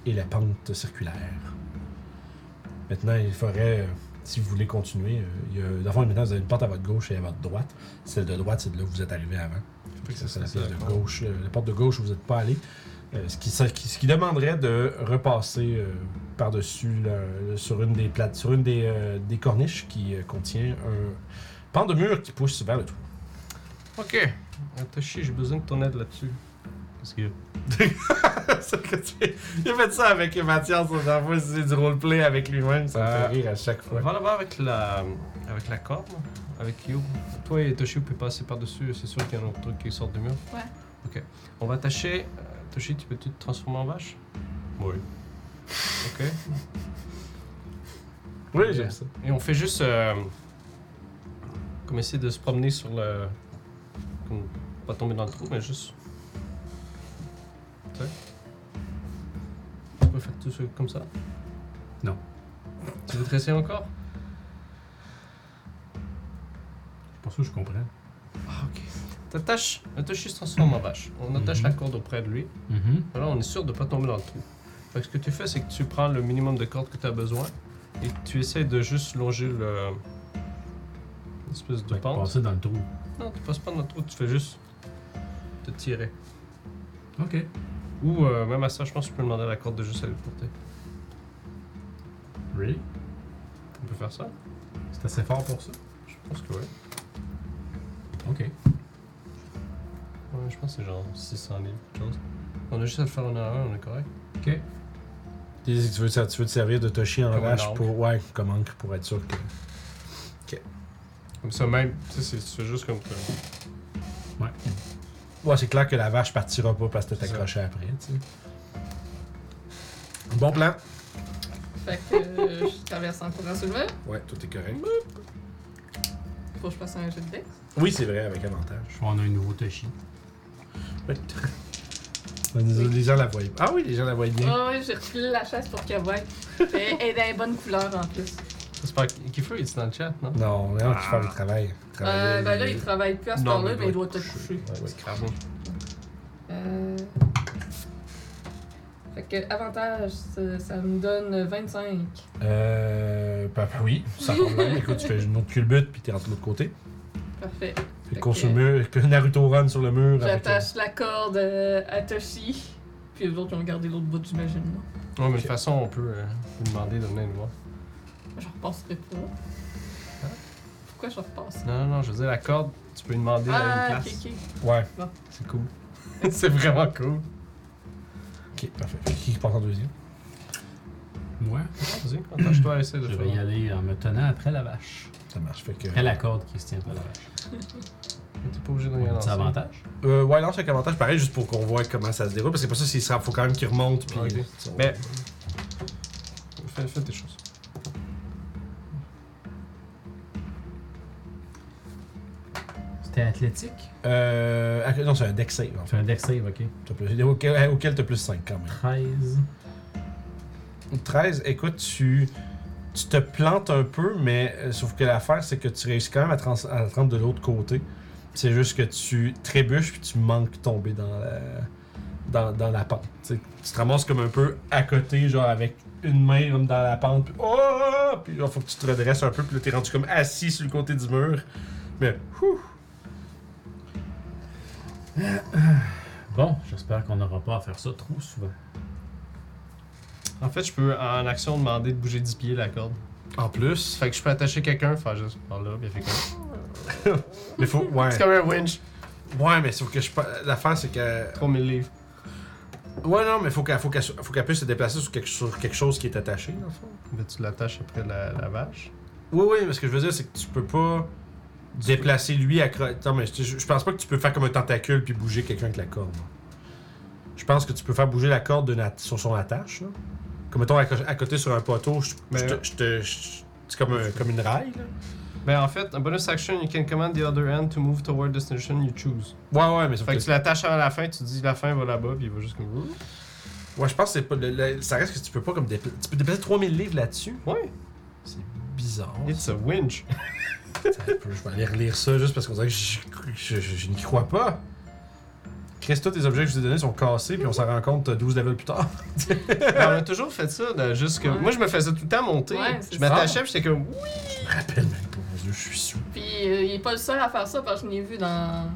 et la pente circulaire. Maintenant, il faudrait, euh, si vous voulez continuer, euh, il y a, dans le fond, maintenant, vous avez une porte à votre gauche et à votre droite. Celle de droite, c'est de là où vous êtes arrivé avant.
Fait que
Ça,
ça,
c'est la
c'est
pièce de
d'accord.
gauche, euh, la porte de gauche où vous n'êtes pas allé. Euh, ce, qui, ça- qui- ce qui demanderait de repasser euh, par-dessus le- le- sur une des plates, sur une des, euh, des corniches qui euh, contient un pan de mur qui pousse vers le trou.
Ok. Attaché, j'ai besoin de ton aide là-dessus. Parce que.
Ça que tu- Il a fait ça avec Mathias la dernière fois, c'est du roleplay avec lui-même, ça me
Euh,
fait rire à chaque
On
fois.
va là-bas avec la. avec la corde, avec You. Toi et Toshi, vous pouvez passer par-dessus, c'est sûr qu'il y a un autre truc qui sort du mur.
Ouais.
Ok. On va attacher. euh, Toshi, tu peux-tu te transformer en vache Oui. Ok.
Oui,
j'aime
ça.
Et on fait juste. euh, comme essayer de se promener sur le. Comme, pas tomber dans le trou, mais juste. Tu sais. Tu peux faire tout ça comme ça
Non.
Tu veux te essayer encore
Pour ça, je comprends.
Ah, ok. T'attaches. Attache se transforme en vache. On attache
Mhm.
la corde auprès de lui.
Mm-hmm.
Voilà, on est sûr de pas tomber dans le trou. Fait que ce que tu fais, c'est que tu prends le minimum de cordes que tu as besoin et tu essaies de juste longer le. L'espèce de
Fait que
pente.
passer dans le trou.
Non, tu passes pas dans le trou, tu fais juste te tirer.
Ok.
Ou euh, même à ça, je pense que tu peux demander à la corde de juste aller le porter.
Really
On peut faire ça
C'est assez fort pour ça
Je pense que oui.
Ok.
Ouais, je pense que c'est genre 600 000 quelque chose. On a juste à te faire une erreur, on est correct.
Tu veux, tu veux te servir de Toshi en
Comme un
vache
ancre.
pour. Ouais, comme encre pour être sûr que.
Comme ça même, tu sais, c'est- tu fais juste comme ça.
Ouais, c'est clair que la vache partira pas parce que t'es
C'est ça.
accroché après, tu sais. Bon plan.
Fait que euh, je traverse en courant sur le web.
Ouais, tout est correct.
Faut que je passe un jeu de dex.
Oui, c'est vrai, avec avantage.
On a un nouveau Toshi.
Les gens la voient. Ah oui, les gens la voient bien.
Ah oui, j'ai reculé la chaise pour qu'elle voie. Et elle est d'une bonne couleur en plus.
J'espère qu'Kifu, il est dans le chat, non?
Non, non, tu fais le travail.
Euh,
Travailler,
ben là, il travaille plus à ce
Non,
temps-là, mais il doit te
être couché.
coucher.
Ouais, ouais, grave.
Euh... Fait que avantage, ça, ça me donne 25.
Euh. Bah, bah oui, sans problème. Écoute, tu fais une autre culbute, puis t'es rendu de l'autre côté.
Parfait.
Fait
Ok.
qu'on se mur, que Naruto run sur le mur. avec, euh,
J'attache la corde euh, à Toshi. Puis les autres, ils ont gardé l'autre bout, j'imagine. là.
Ouais, mais de toute façon, on peut euh, vous demander de venir nous voir.
Je repenserai pas. Hein? Pourquoi je repense?
Non, non, non, je veux dire, la corde, tu peux lui demander euh,
Ah,
une
ok,
place.
ok.
Ouais,
C'est cool. c'est vraiment cool.
ok, parfait. Fait que Qui part en deuxième
Moi,
Vas-y, attache-toi, essaie de
je vais y
faire.
aller en me tenant après la vache.
Ça marche. Fait que.
Après la corde qui se tient après la vache.
Mais T'es pas obligé de rien
C'est un
lancer.
avantage.
Euh, ouais, lance avec avantage, pareil, juste pour qu'on voit comment ça se déroule. Parce que pour ça, s'il sera, faut quand même qu'il remonte. Puis,
Ok.
son-
Mais- Fais, fais tes choses.
C'était athlétique.
Euh. ah, Non, c'est un deck save, en fait.
Fais un dex save, ok.
T'as plus- Auquel euh, auquel t'as plus 5 quand même.
13.
13, écoute, tu, tu te plantes un peu, mais euh, sauf que l'affaire, c'est que tu réussis quand même à, trans- à te rendre de l'autre côté. C'est juste que tu trébuches puis tu manques de tomber dans la, dans, dans la pente. Tu sais, tu te ramasses comme un peu à côté, genre avec une main comme dans la pente. Puis, oh! puis genre, faut que tu te redresses un peu. Puis là, t'es rendu comme assis sur le côté du mur. Mais, whew,
Bon, j'espère qu'on n'aura pas à faire ça trop souvent.
En fait, je peux, en action, demander de bouger 10 pieds la corde.
en plus.
Fait que je peux attacher quelqu'un, faire juste par là, bien fait comme.
Mais faut, ouais.
C'est comme un winch,
Ouais, mais sauf que je pa- l'affaire, c'est que.
3000 livres.
Ouais, non, mais faut qu'elle faut qu'elle so- faut qu'elle puisse se déplacer sur quelque, sur quelque chose qui est attaché, dans le fond.
Mais Ben, tu l'attaches après la, la vache.
Oui, oui, mais ce que je veux dire, c'est que tu peux pas déplacer lui à. cro- Non, mais je, je pense pas que tu peux faire comme un tentacule puis bouger quelqu'un avec la corde. Je pense que tu peux faire bouger la corde de na- sur son attache. là. Comme mettons à, co- à côté sur un poteau, je, je
Mais-
te- je te. je- C'est comme, un- comme une raille. Là.
Ben en fait, un bonus action, you can command the other end to move toward destination you choose.
Ouais, ouais, mais sauf
Fait
que-
que tu l'attaches à la fin, tu dis la fin va là-bas, puis il va juste comme.
Ouais, je pense que c'est pas. le- le- ça reste que tu peux pas comme. dépla- Tu peux déplacer 3000 livres là-dessus.
Ouais,
C'est bizarre.
it's a winch.
Attends un peu, je vais aller relire ça juste parce qu'on dirait que je, je- je- je n'y crois pas. Chris, tous les objets que je vous ai donnés sont cassés, puis on s'en rend compte euh, 12 levels plus tard.
Ben, on a toujours fait ça, de juste que.
Ouais.
Moi, je me faisais tout le temps monter.
Ouais, c'est
je
ça.
m'attachais, puis j'étais comme.
Je me rappelle même pas, mon dieu, je suis sous.
Puis euh, il est pas le seul à faire ça parce que je l'ai vu dans,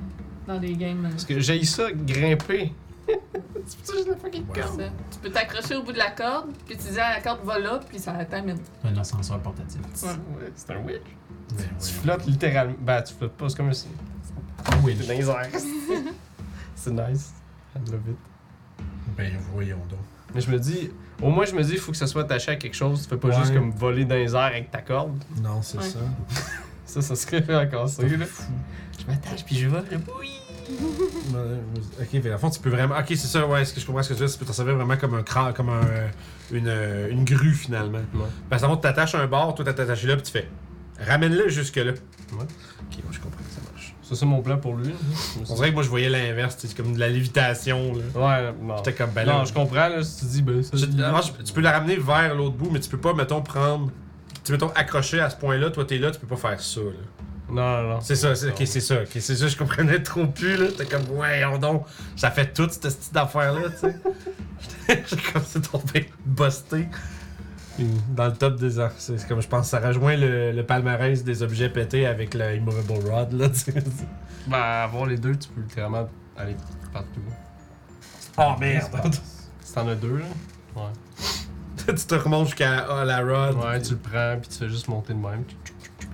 dans des games. euh,
Parce que j'ai ça grimper. c'est pour ça que je l'ai fucking
Ouais.
corde.
Ça. Tu peux t'accrocher au bout de la corde, puis tu dis à la corde va là, puis ça t'amène.
C'est un ascenseur portatif.
Ouais.
Ouais, C'est un winch.
Mais
Tu
Ben voyons.
flottes littéralement. Ben, tu flottes pas, c'est comme si.
Winch.
T'es dans les airs. c'est nice. I love it.
Ben voyons donc.
Mais je me dis, au moins je me dis, il faut que ça soit attaché à quelque chose. Tu fais pas
Ouais.
juste comme voler dans les airs avec ta corde.
Non, c'est
Ouais.
ça.
Ça, ça serait encore ça. là. Je m'attache puis je vole. Oui!
Ouais, vas-y. Ben, ok, mais à fond, tu peux vraiment. Ok, c'est ça, ouais, ce que je comprends ce que tu veux, c'est que tu peux t'en servir vraiment comme un cran, comme un, euh, une, euh, une grue finalement.
Ouais.
Parce que tu t'attaches à un bord, toi t'es attaché là, puis tu fais. Ramène-le jusque-là.
Ouais.
Ok, moi je comprends, ça marche.
Ça, c'est mon plan pour lui. là. Je me suis
On
dit-
dirait que moi je voyais l'inverse, c'est comme de la lévitation, là.
Ouais, non.
J'étais comme, ben là,
Non, je comprends, là, si tu dis, ben ça.
Je-
c'est-
avant, je- tu peux la ramener vers l'autre bout, mais tu peux pas, mettons, prendre. Tu mettons, accrocher à ce point-là, toi t'es là, tu peux pas faire ça. là.
Non, non, non.
C'est ça, c'est, ok, c'est ça, ok, c'est ça, je comprenais trop plus, là. T'es comme, ouais, on donc, ça fait toute cette petite d'affaire-là, tu sais. J'ai comme, c'est tombé busté. Dans le top des arts, c'est c'est comme je pense, ça rejoint le, le palmarès des objets pétés avec le Immovable Rod, là, tu sais.
Ben, avoir les deux, tu peux littéralement aller partout. Ah,
Oh merde!
Si t'en as deux, là. Ouais.
tu te remontes jusqu'à ah, la Rod.
Ouais, tu le prends, puis tu fais juste monter de même.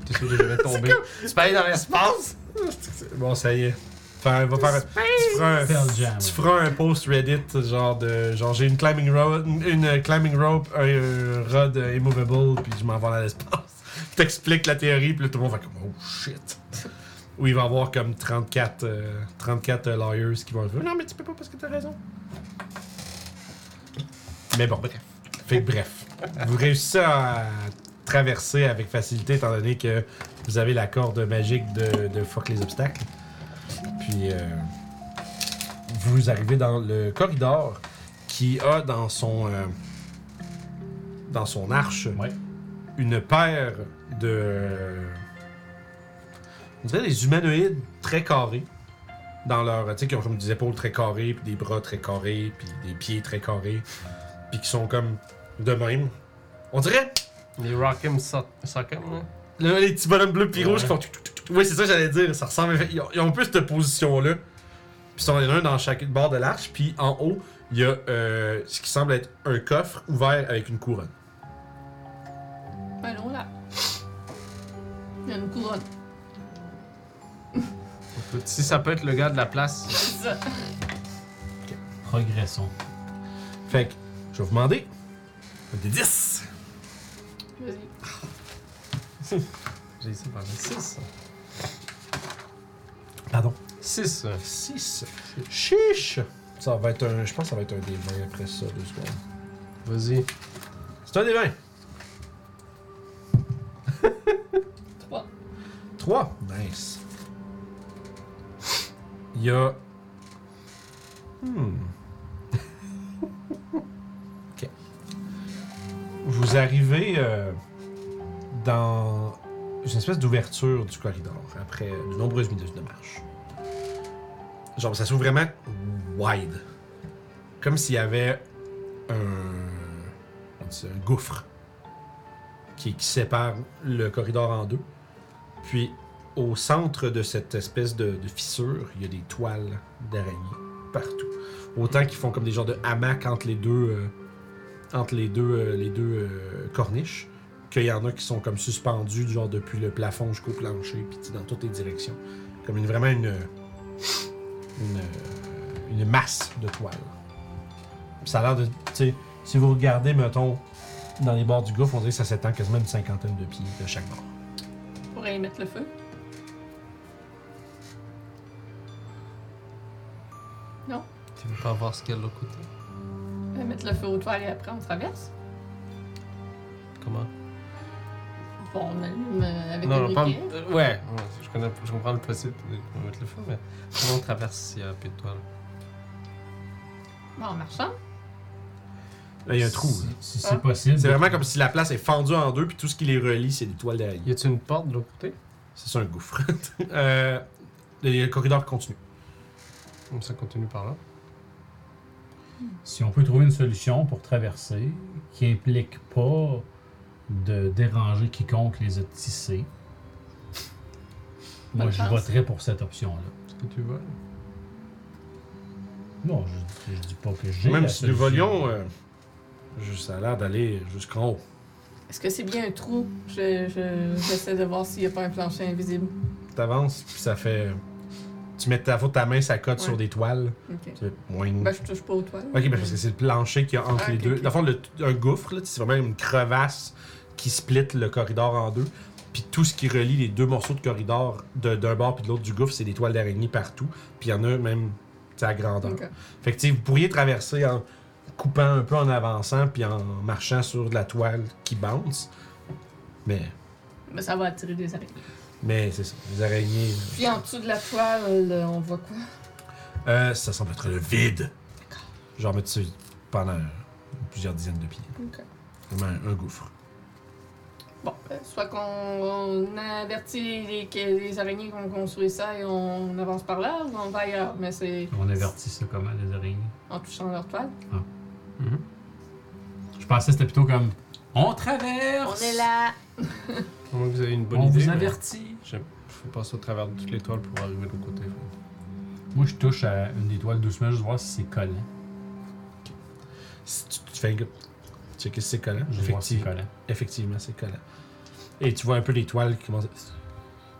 T'es sûr de jamais tomber. Tu peux aller dans l'espace!
Bon, ça y est. Faire, va faire, tu feras un,
Pearl Jam.
tu feras un post Reddit genre de genre j'ai une climbing rope, une euh, climbing rope, un euh, rod euh, immovable, puis je m'en vais dans l'espace. Puis T'expliques la théorie, puis là, tout le monde va comme oh shit. Ou il va y avoir comme 34, euh, 34 lawyers qui vont dire non mais tu peux pas parce que t'as raison. Mais bon bref, fait que bref, vous réussissez à traverser avec facilité étant donné que vous avez la corde magique de, de fuck les obstacles. Puis euh, vous arrivez dans le corridor qui a dans son euh, dans son arche
Ouais.
une paire de on dirait des humanoïdes très carrés dans leur tu sais qui ont comme des épaules très carrées puis des bras très carrés puis des pieds très carrés puis qui sont comme de même on dirait
Les Rock'em Sock- Sock'em, là.
Là, les petits bonhommes bleus pis
Ouais.
rouges qui font tout, tout, tout, tout. Oui, c'est ça que j'allais dire. Ça ressemble. Ils ont, ils ont un peu cette position-là. Puis ils sont les uns dans chaque bord de l'arche. Puis en haut, il y a euh, ce qui semble être un coffre ouvert avec une couronne.
Ben non, là. Il y a une couronne.
Si ça peut être le gars de la place.
C'est ça.
Progressons.
Fait que, je vais vous demander. un Des 10.
Vas-y.
J'ai essayé de parler. 6.
Pardon.
6.
6. Chiche. Ça va être un. Je pense que ça va être un des 20 après ça, deux secondes.
Vas-y.
C'est un des 20.
Trois.
3. Nice. Il y a. Hmm. ok. Vous arrivez euh, dans une espèce d'ouverture du corridor après de nombreuses minutes de marche. Genre, ça s'ouvre vraiment wide. Comme s'il y avait un, on dit ça, un gouffre qui- qui sépare le corridor en deux. Puis, au centre de cette espèce de, de fissure, il y a des toiles d'araignées partout. Autant qu'ils font comme des genres de hamacs entre les deux, euh, entre les deux, euh, les deux euh, corniches, qu'il y en a qui sont comme suspendus, du genre depuis le plafond jusqu'au plancher, puis tu sais, dans toutes les directions. Comme une, vraiment une, une, euh, une masse de toiles. Puis ça a l'air de. Tu sais, si vous regardez, mettons, dans les bords du gouffre, on dirait que ça s'étend quasiment une cinquantaine de pieds de chaque bord.
On pourrait y mettre le feu.
Tu veux pas voir ce qu'il y a de l'autre côté?
On va mettre le feu aux toiles et après on traverse.
Comment?
Bon, on allume euh, avec
Non,
le
non, pas.
briquet.
euh, ouais, ouais, je, connais, je comprends le principe de qu'on va mettre le feu, mais comment on traverse s'il y a plus de toile?
Bon, en marchant.
Là, il y a un trou. là.
Si, si c'est possible.
C'est vraiment comme si la place est fendue en deux, puis tout ce qui les relie, c'est des toiles
Y
d'araignée.
a-t-il une porte de l'autre côté?
C'est ça un gouffre. Euh, le corridor continue.
Ça continue par là.
Si on peut trouver une solution pour traverser qui implique pas de déranger quiconque les a tissés, moi
Bonne
je
chance.
voterais pour cette option-là.
Est-ce que tu voles?
Non, je, je dis pas que j'ai.
Même
la
si nous
solution.
volions, euh, je- ça a l'air d'aller jusqu'en haut.
Est-ce que c'est bien un trou? Je, je- j'essaie de voir s'il n'y a pas un plancher invisible.
T'avances, puis ça fait. Tu mets ta, faut que ta main, ça cote
Ouais.
sur des toiles.
Ok.
Tu fais moing.
Ben, je touche pas aux toiles.
Ok, ben parce que c'est le plancher qu'il y a entre
Ah,
les
ok,
deux.
ok.
Dans le fond, le- un gouffre, là, c'est vraiment une crevasse qui split le corridor en deux. Puis tout ce qui relie les deux morceaux de corridor de- d'un bord puis de l'autre du gouffre, c'est des toiles d'araignée partout. Puis il y en a même tu sais, à grandeur.
Ok.
Fait que tu sais, vous pourriez traverser en coupant un peu en avançant puis en marchant sur de la toile qui bounce. Mais,
Ben, ça va attirer des araignées.
mais c'est ça, les araignées. là.
Puis en dessous de la toile, euh, on voit quoi?
Euh, ça semble être le vide. Genre, mais tu sais, pendant plusieurs dizaines de pieds.
Ok.
Vraiment un gouffre.
Bon, ben, soit qu'on on avertit les, que les araignées qu'on construit ça et on avance par là, ou on va ailleurs, mais c'est
On avertit ça comment, les araignées
en touchant leur toile.
Je pensais que c'était plutôt comme on traverse.
là!
Au moins, vous avez une bonne
On
idée.
vous
mais
avertit.
Je faut passer au travers de toutes les toiles pour arriver de l'autre côté.
Moi, je touche à une des toiles doucement, juste voir si c'est collant.
Si tu, tu fais un gars, tu sais que c'est collant.
Je vois si c'est
Effectivement,
collant.
effectivement, c'est collant. Et tu vois un peu les toiles qui commencent. à- Tu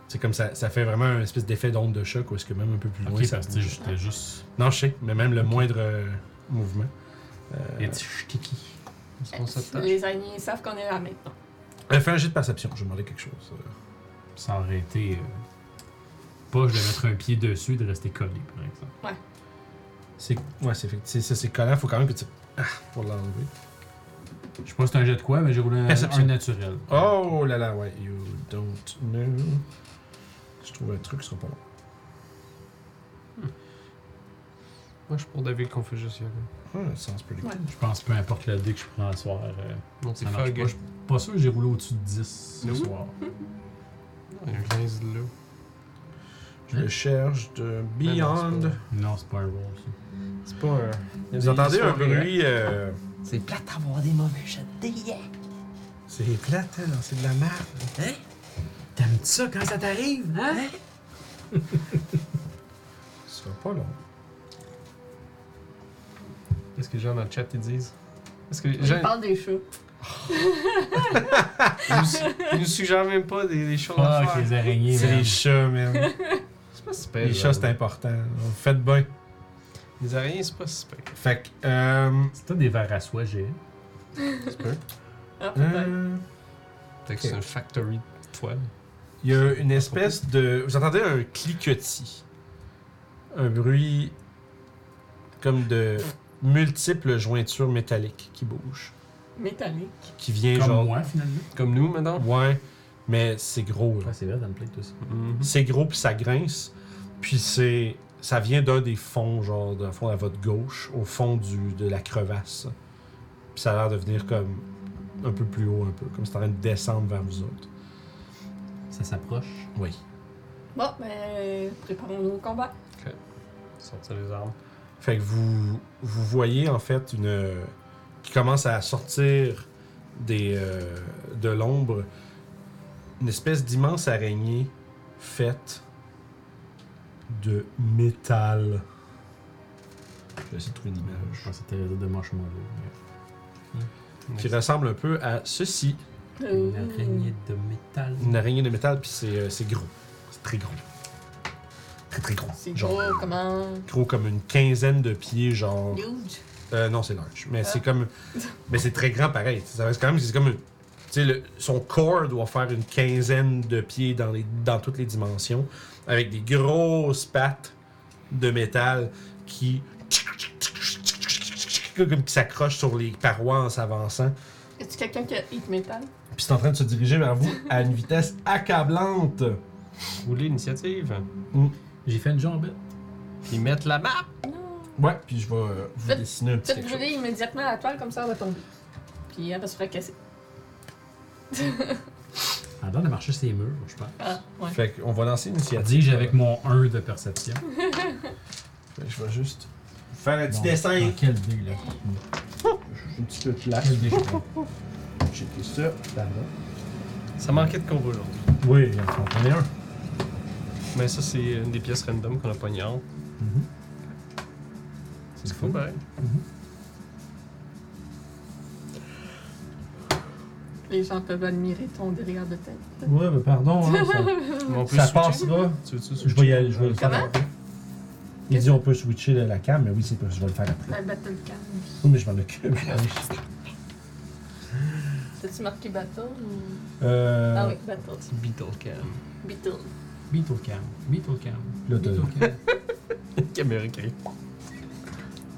C'est comme ça, ça fait vraiment un espèce d'effet d'onde de choc, ou est-ce que même un peu plus loin,
Ok,
ça
parce que
bouge.
j'étais juste.
Non, je sais, mais même le moindre euh, mouvement. Euh.
Il était sticky.
On
Euh,
s'attache.
Les aliens savent qu'on est là maintenant.
Euh, fais un jet de perception, je vais demander quelque chose. euh.
Ça aurait été. euh, Pas je de mettre un pied dessus et de rester collé, par exemple.
C'est ouais, c'est effecti- ça, c'est collant, faut quand même que tu ah, pour l'enlever.
Je sais pas si c'est un jet de quoi, mais j'ai roulé un,
Perception.
un naturel.
Oh là là, ouais, you don't know. Je trouve un truc, ce sera pas long.
Moi, je suis pour David Confucius. il y a-
Ah, sens plus liquide.
Je pense peu importe le dé que je prends à soir. euh,
Non,
ça
c'est
marche
Fog.
pas. Je suis pas sûr que j'ai roulé au-dessus de 10 ce
Oui.
soir.
Il y a 15 là.
Je le cherche de
Mais non,
Beyond.
Non, c'est pas un roll, ça.
C'est pas un.
Vous entendez un bruit. euh,
C'est plate d'avoir des mauvais jets de dés. Hein?
C'est plate, hein, c'est de la merde.
T'aimes ça quand ça t'arrive, hein?
Ce sera pas long.
Qu'est-ce que les gens dans le chat ils disent Est-ce que les
Je
gens
parle des chats.
ils nous, ils nous suggèrent même pas des, des choses à
Fuck,
faire
les araignées,
C'est
man.
les chats, man.
C'est pas super.
les chats, c'est important. Faites bien.
Les araignées, c'est pas super.
Fait que. Euh,
C'est pas des verres à soie, j'ai.
Ah, peut-être.
euh,
Peut-être que c'est
Ok.
une factory de toile.
Il y a une espèce de. Vous entendez un cliquetis. Un bruit. comme de multiples jointures métalliques qui bougent.
Métallique.
Qui vient
Comme
genre.
moi, finalement.
Comme nous maintenant
Ouais, mais c'est gros, là.
Ah, c'est vrai, dans le plate aussi.
C'est gros puis ça grince. Puis c'est. Ça vient d'un des fonds, genre d'un fond à votre gauche, au fond du, de la crevasse. Puis ça a l'air de venir comme un peu plus haut, un peu, comme si t'es en train de descendre vers vous autres.
Ça s'approche.
Oui.
Bon, ben, préparons-nous au combat.
Sortir les armes.
Fait que vous, vous voyez en fait une. qui commence à sortir des, euh, de l'ombre une espèce d'immense araignée faite de métal. Je vais essayer de trouver une
Je
image.
pense que c'était de moche mollo.
Qui ressemble un peu à ceci.
Euh,
Une araignée de métal.
Une araignée de métal, puis c'est euh, c'est gros. C'est très gros. Très très gros.
C'est
Genre,
gros, comment?
Gros comme une quinzaine de pieds, genre.
Huge.
Euh, non, c'est large. Mais
Ah.
c'est comme. Mais c'est très grand pareil. Ça reste quand même. C'est comme. Tu sais, le- son corps doit faire une quinzaine de pieds dans, les, dans toutes les dimensions. Avec des grosses pattes de métal qui. comme qui s'accrochent sur les parois en s'avançant.
Est-ce quelqu'un qui a hit métal?
Puis c'est en train de se diriger vers vous à une vitesse accablante.
Rouler l'initiative.
J'ai fait une jambette.
Puis mettre la map
Non.
Ouais, puis je vais euh, vous
Faites-
dessiner un petit
Faites
quelque chose.
brûler immédiatement la toile, comme ça elle va tomber. Puis hein, elle va se fracasser.
Elle a l'air de marcher ses murs, je pense.
Ah, ouais.
Fait qu'on va lancer l'initiative.
Dis-je avec mon 1 de perception.
Fait que Je vais juste faire un petit
Bon,
dessin.
dans Quel dé, là
J'ai un petit peu de place.
Quel dé je prends?
J'ai tout ça. Pardon.
Ça manquait de combo aujourd'hui.
Oui, il en prenait un.
Mais ça, c'est une des pièces random qu'on a pognées.
Mhm. C'est
Cool, pareil.
Les gens peuvent admirer ton derrière de tête.
Ouais, mais pardon, hein,
Mais on peut
Ça
switcher?
passera.
Tu veux-tu
Je vais y aller. Je vais le
Comment?
faire. après. Il dit on peut switcher la cam, mais oui, c'est pas. Je vais le faire après.
La battle cam.
Oui, mais je m'en occupe.
Ah T'as-tu marqué battle ou...
Euh,
Ah oui, battle.
Beetle cam.
Beetle.
Beetle cam. Beetle cam.
Là, t'as-
Beetle cam.
Caméra gris.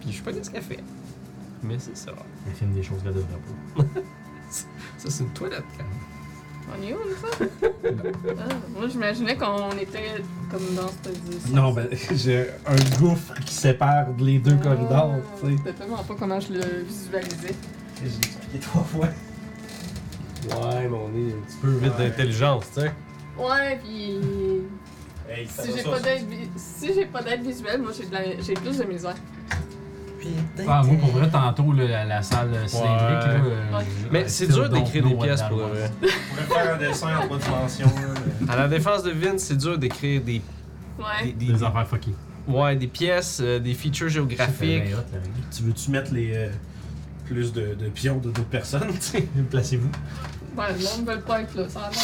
Puis je sais pas qu'est-ce qu'elle fait. Mais c'est ça.
Elle filme des choses qu'elle devrait pas.
Ça, c'est une toilette cam.
On est où, là, ça? Ah, moi, j'imaginais qu'on était comme dans cette
Non, ben, j'ai un gouffre qui sépare les deux corridors, tu sais.
sais. Ah, tellement pas comment je le visualisais.
J'ai expliqué trois fois.
Ouais, mais on est un petit peu vite
Ouais.
d'intelligence, tu sais.
Ouais, puis...
Hey, ça
Si
va,
j'ai
ça,
pas
ça.
d'aide vi- si j'ai pas d'aide visuelle, moi, j'ai de la- j'ai plus de misère.
Ah, moi, pour vrai, tantôt, là, la, la salle cylindrique, là. euh, je-
Mais
I
c'est
still
dur d'écrire des
don't know what
pièces
that
pour
was.
vrai.
On pourrait faire un dessin en trois dimensions. là, mais-
À la défense de Vince, c'est dur d'écrire des, des,
Ouais.
des-
Des affaires fucky.
ouais, des pièces, euh, des features géographiques.
Tu veux-tu mettre les. euh, plus de, de pions de d'autres personnes, tu sais? Placez-vous.
ben, Ouais, le monde veut pas être là, ça a l'air.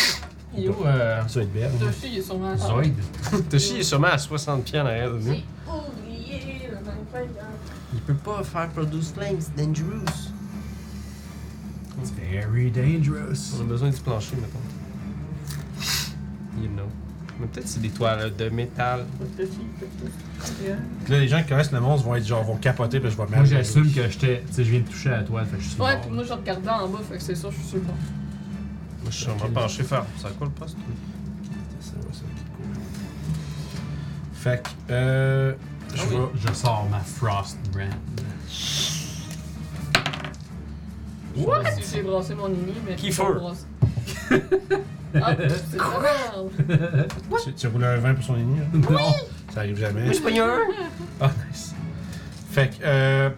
Il est où, euh,
Ça va être belle.
Toshi, il est sûrement
Ah
à terre.
Zoid.
Toshi est sûrement à 60 pieds en arrière de nous.
J'ai oublié le hein. 25 ans.
Il peut pas faire Produce Flames, Dangerous.
It's very dangerous.
On a besoin du plancher, mettons. You know. Mais peut-être c'est des toiles de métal.
Toshi, Toshi. Yeah.
Puis là, les gens qui connaissent le monstre vont être genre, vont capoter, puis je vais
Moi,
mal.
j'assume que j'étais. Tu sais, je viens de toucher à toi, fait que je suis
Ouais,
mort.
puis moi je regardais en bas, fait que c'est sûr, je suis sur le bord.
Moi, je suis sûrement penché faire. Ça coule pas, ce truc.
Fait que, euh.
Ah
Je vais.
Je sors ma Frost Brand.
Je sais pas si j'ai brassé mon ennemi, mais.
Qui
j'ai
feu?
pas brassé. Ah, c'est de la merde!
Tu, tu roules un 20 pour son ennemi, là?
Non.
Ça arrive jamais.
Espagnol!
Ah, nice. Fait que, euh.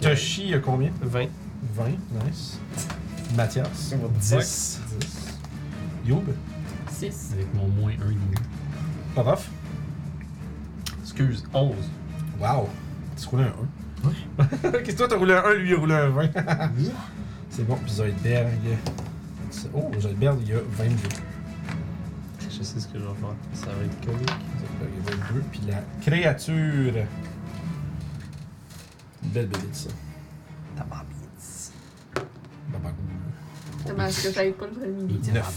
Toshi, il y a combien
20.
20, nice. Mathias,
10.
10. Youb,
6.
Avec mon moins 1,5.
Orof.
Excuse, 11.
Wow. Tu roulais un 1. Ouais. Qu'est-ce que toi, t'as roulé un 1, lui, il a roulé un 20. C'est bon, puis Zoidberg. c'est- Oh, Zoidberg, il y a 22.
Je sais ce que je vais faire. Ça va être comique.
Zoidberg, il y a 22. Puis la créature. Une Belle bébite, ça. Bababou.
Comment est-ce que j'avais pas le premier?
Neuf.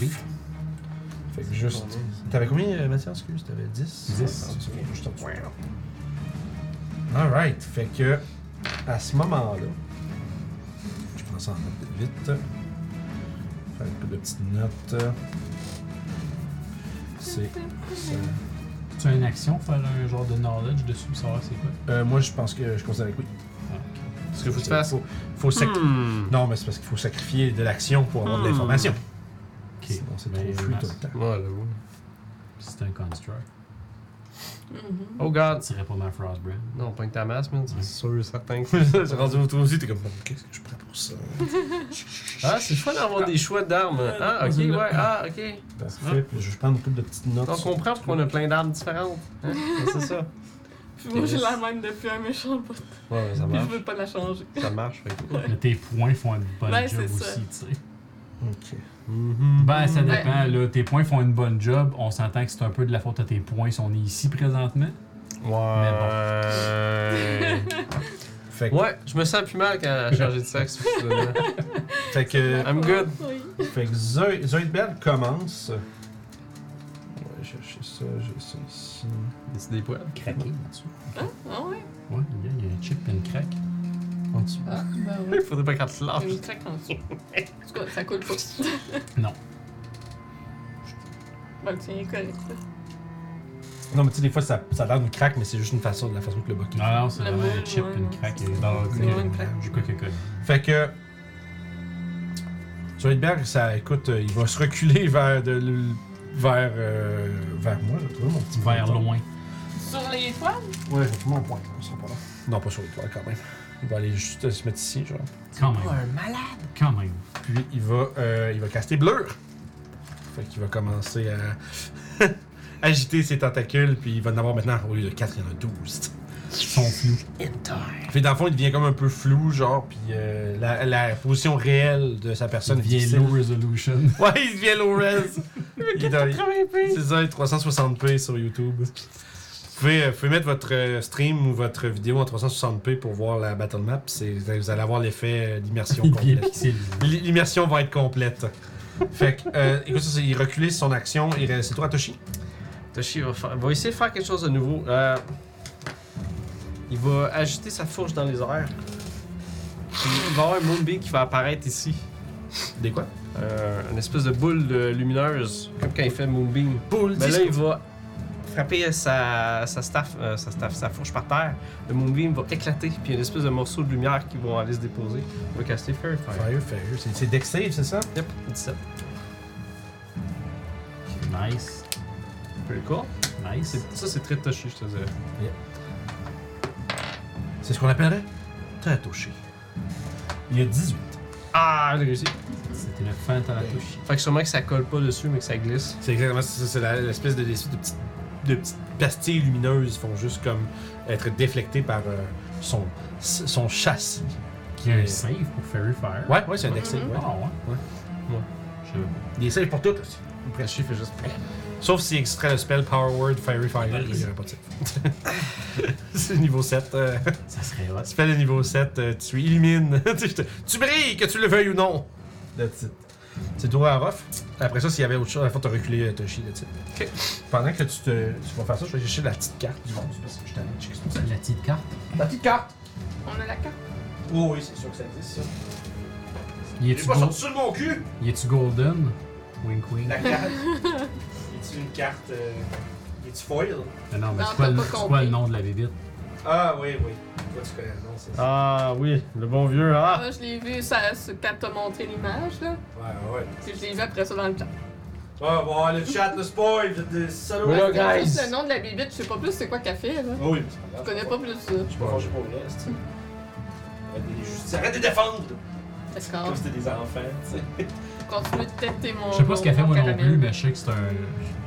Fait que juste. T'avais combien, euh, Mathias, excuse T'avais 10
Dix.
Ah, tu vois, juste en dessous. Alright, fait que à ce moment-là, je prends ça en note vite. vite. Faire un peu de petites notes. C'est. ça.
Tu as une action, faire un genre de knowledge dessus, pour savoir c'est quoi Ah,
Euh, moi, je pense que je considère que oui.
Ce que faut que tu fasses.
Faut, faut sac-
Hmm.
Non, mais c'est parce qu'il faut sacrifier de l'action pour avoir de
Hmm.
l'information.
Ok. Ben,
Sinon, c'est
Mais
trop flou
mince.
tout le temps.
Ouais, là, oui.
C'est un construct.
Mhm.
Oh god!
Je tirais pas ma Frost Brand.
Non, pointe ta masse, man. C'est sûr, certain que.
J'ai rendu autour aussi, t'es comme, qu'est-ce que je prends pour ça?
Ah, c'est le fun d'avoir des choix d'armes. Ah, ok, ouais, ah, ok.
Parfait, puis je prends une couple de petites notes.
On
sur-
comprend pourquoi on a plein d'armes différentes. Hein? Ouais, c'est ça.
Puis moi j'ai la même depuis un méchant bout. Puis
Ouais, ça
je
marche.
veux pas la changer.
Ça marche, fait que-
Mais tes points font une bonne
Ouais,
job
Ben, c'est ça.
aussi, tu sais.
Ok.
Ben, ça
Ouais.
dépend, là. Tes points font une bonne job. On s'entend que c'est un peu de la faute à tes points si on est ici présentement.
Euh,
Ouais.
Fait que,
ouais, je me sens plus mal quand j'ai changé de sexe. finalement.
fait que,
I'm good.
Oui.
fait que Zo- Zoidberg commence. Ouais, j'ai cherché ça, j'ai ça ici.
C'est des poils.
Craquer.
Ah ouais?
Ouais, le gars, il y a un chip et une craque.
En dessous.
Ah,
bah
ben oui.
Il faudrait pas qu'elle te lâche.
Une craque en dessous. En tout cas, ça coule pas.
Non.
Ben, le tien est correct. ça.
Non, mais tu sais, des fois, ça, ça a l'air d'une craque, mais c'est juste une façon de la façon que le boc est.
Non, non, c'est
Le
vraiment un
moule,
chip
ouais,
et une
non,
craque.
c'est-
Dans
c'est
le
vraiment une craque.
Du Coca-Cola.
Fait que. Zoidberg, ça, écoute, euh, il va se reculer vers, de, l- vers, euh, vers moi, j'ai trouvé mon petit
Vers
pointeur.
loin.
Sur les toiles?
Ouais, j'ai trouvé mon point, on sera hein, pas là. Non, pas sur les toiles, quand même. Il va aller juste euh, se mettre ici, genre.
Quand même. un malade. Quand même.
Puis il va, euh, il va caster Blur. Fait qu'il va commencer à agiter ses tentacules, puis il va en avoir maintenant, au lieu de 4, il y en a 12.
Ils sont flous.
Fait que dans le fond, il devient comme un peu flou, genre, puis euh, la, la position réelle de sa
Ça
personne est
devient
difficile.
low resolution.
Ouais, il devient low res. il est dans- C'est ça, 360p sur YouTube. Vous pouvez, euh, vous pouvez mettre votre euh, stream ou votre vidéo en 360p pour voir la battle map. C'est- Vous allez avoir l'effet euh, d'immersion
Il devient
complète.
pixelisé.
L- L'immersion va être complète. Fait que, euh, écoute, ça, c'est il reculait son action. Il reste- C'est toi, Toshi.
Toshi va, faire- va essayer de faire quelque chose de nouveau. Euh, il va agiter sa fourche dans les airs. Puis Il va y avoir un Moonbeam qui va apparaître ici.
Des quoi
Euh, une espèce de boule euh, lumineuse, comme quand il fait Moonbeam.
Boule
Mais là,
disco.
il va frapper sa, sa, staff, euh, sa staff, sa fourche par terre. Le Moonbeam va éclater, puis il y a une espèce de morceau de lumière qui vont aller se déposer. On va caster Fairy Fire.
Fire, fire. C'est- C'est Dex Save, c'est ça
Yep, 17.
Nice.
Pretty cool.
Nice.
C'est- Ça, c'est très touché, je te dirais.
C'est ce qu'on appellerait Très touché. Il y a 18.
Ah, j'ai réussi.
C'était le fin de la touche.
Fait que sûrement que ça colle pas dessus, mais que ça glisse.
C'est exactement ça. C'est la- l'espèce de, l'espèce de, petites, de petites pastilles lumineuses font juste comme être déflectées par euh, son, son châssis.
Qui a un save pour Fairy Fire.
Ouais, ouais, c'est un Dex Save. ouais.
Ah ouais.
Ouais.
Ouais.
Des saves pour toutes aussi. Après, fait juste. Sauf s'il extrait le spell Power Word Fairy Fire.
Valise.
Il y aurait pas de save. C'est niveau 7. euh,
Ça serait hot.
spell de niveau 7, euh, tu illumines. tu, te- tu brilles, que tu le veuilles ou non. That's it. C'est toi à Ruff. Après ça, s'il y avait autre chose, à la fois, t'as reculé euh, Toshi. That's it.
Ok.
Pendant que tu, te, tu vas faire ça, je vais chercher la petite carte du monde. Parce que je t'en ai checké sur ça.
La petite carte.
La petite carte.
On a la carte.
Oh oui, c'est sûr que ça existe, ça.
Y
J'ai
est-tu
pas
go-
sorti sur mon cul.
y est-tu golden? Wink wink.
La carte. est une carte. Euh... est foil?
Ah non, mais
Non,
c'est quoi,
t'as
le-
pas
c'est quoi
compris.
le nom de la bébite?
Ah oui, oui. Toi, tu connais le nom, c'est ça.
Ah oui, le bon vieux. Ah!
Moi, je l'ai vu ça, ce- quand t'as montré l'image, là.
Ouais, ouais.
Puis je l'ai vu après ça dans le chat.
Ah, bon, le chat, le spoil, de salaud.
Voilà,
Parce que
guys.
juste le nom de la bébite, je sais pas plus c'est quoi qu'elle fait, là.
Ah oui, mais c'est grave,
Je connais pas plus ça.
Je suis pas fâché pour le reste. Arrête de les justices. Arrête de défendre!
Ah.
D'accord.
Comme si c'était des enfants, tu sais.
Continue de têter mon.
Je sais pas ce qu'elle fait
mon
moi non
caramel.
plus, mais je sais que c'est un.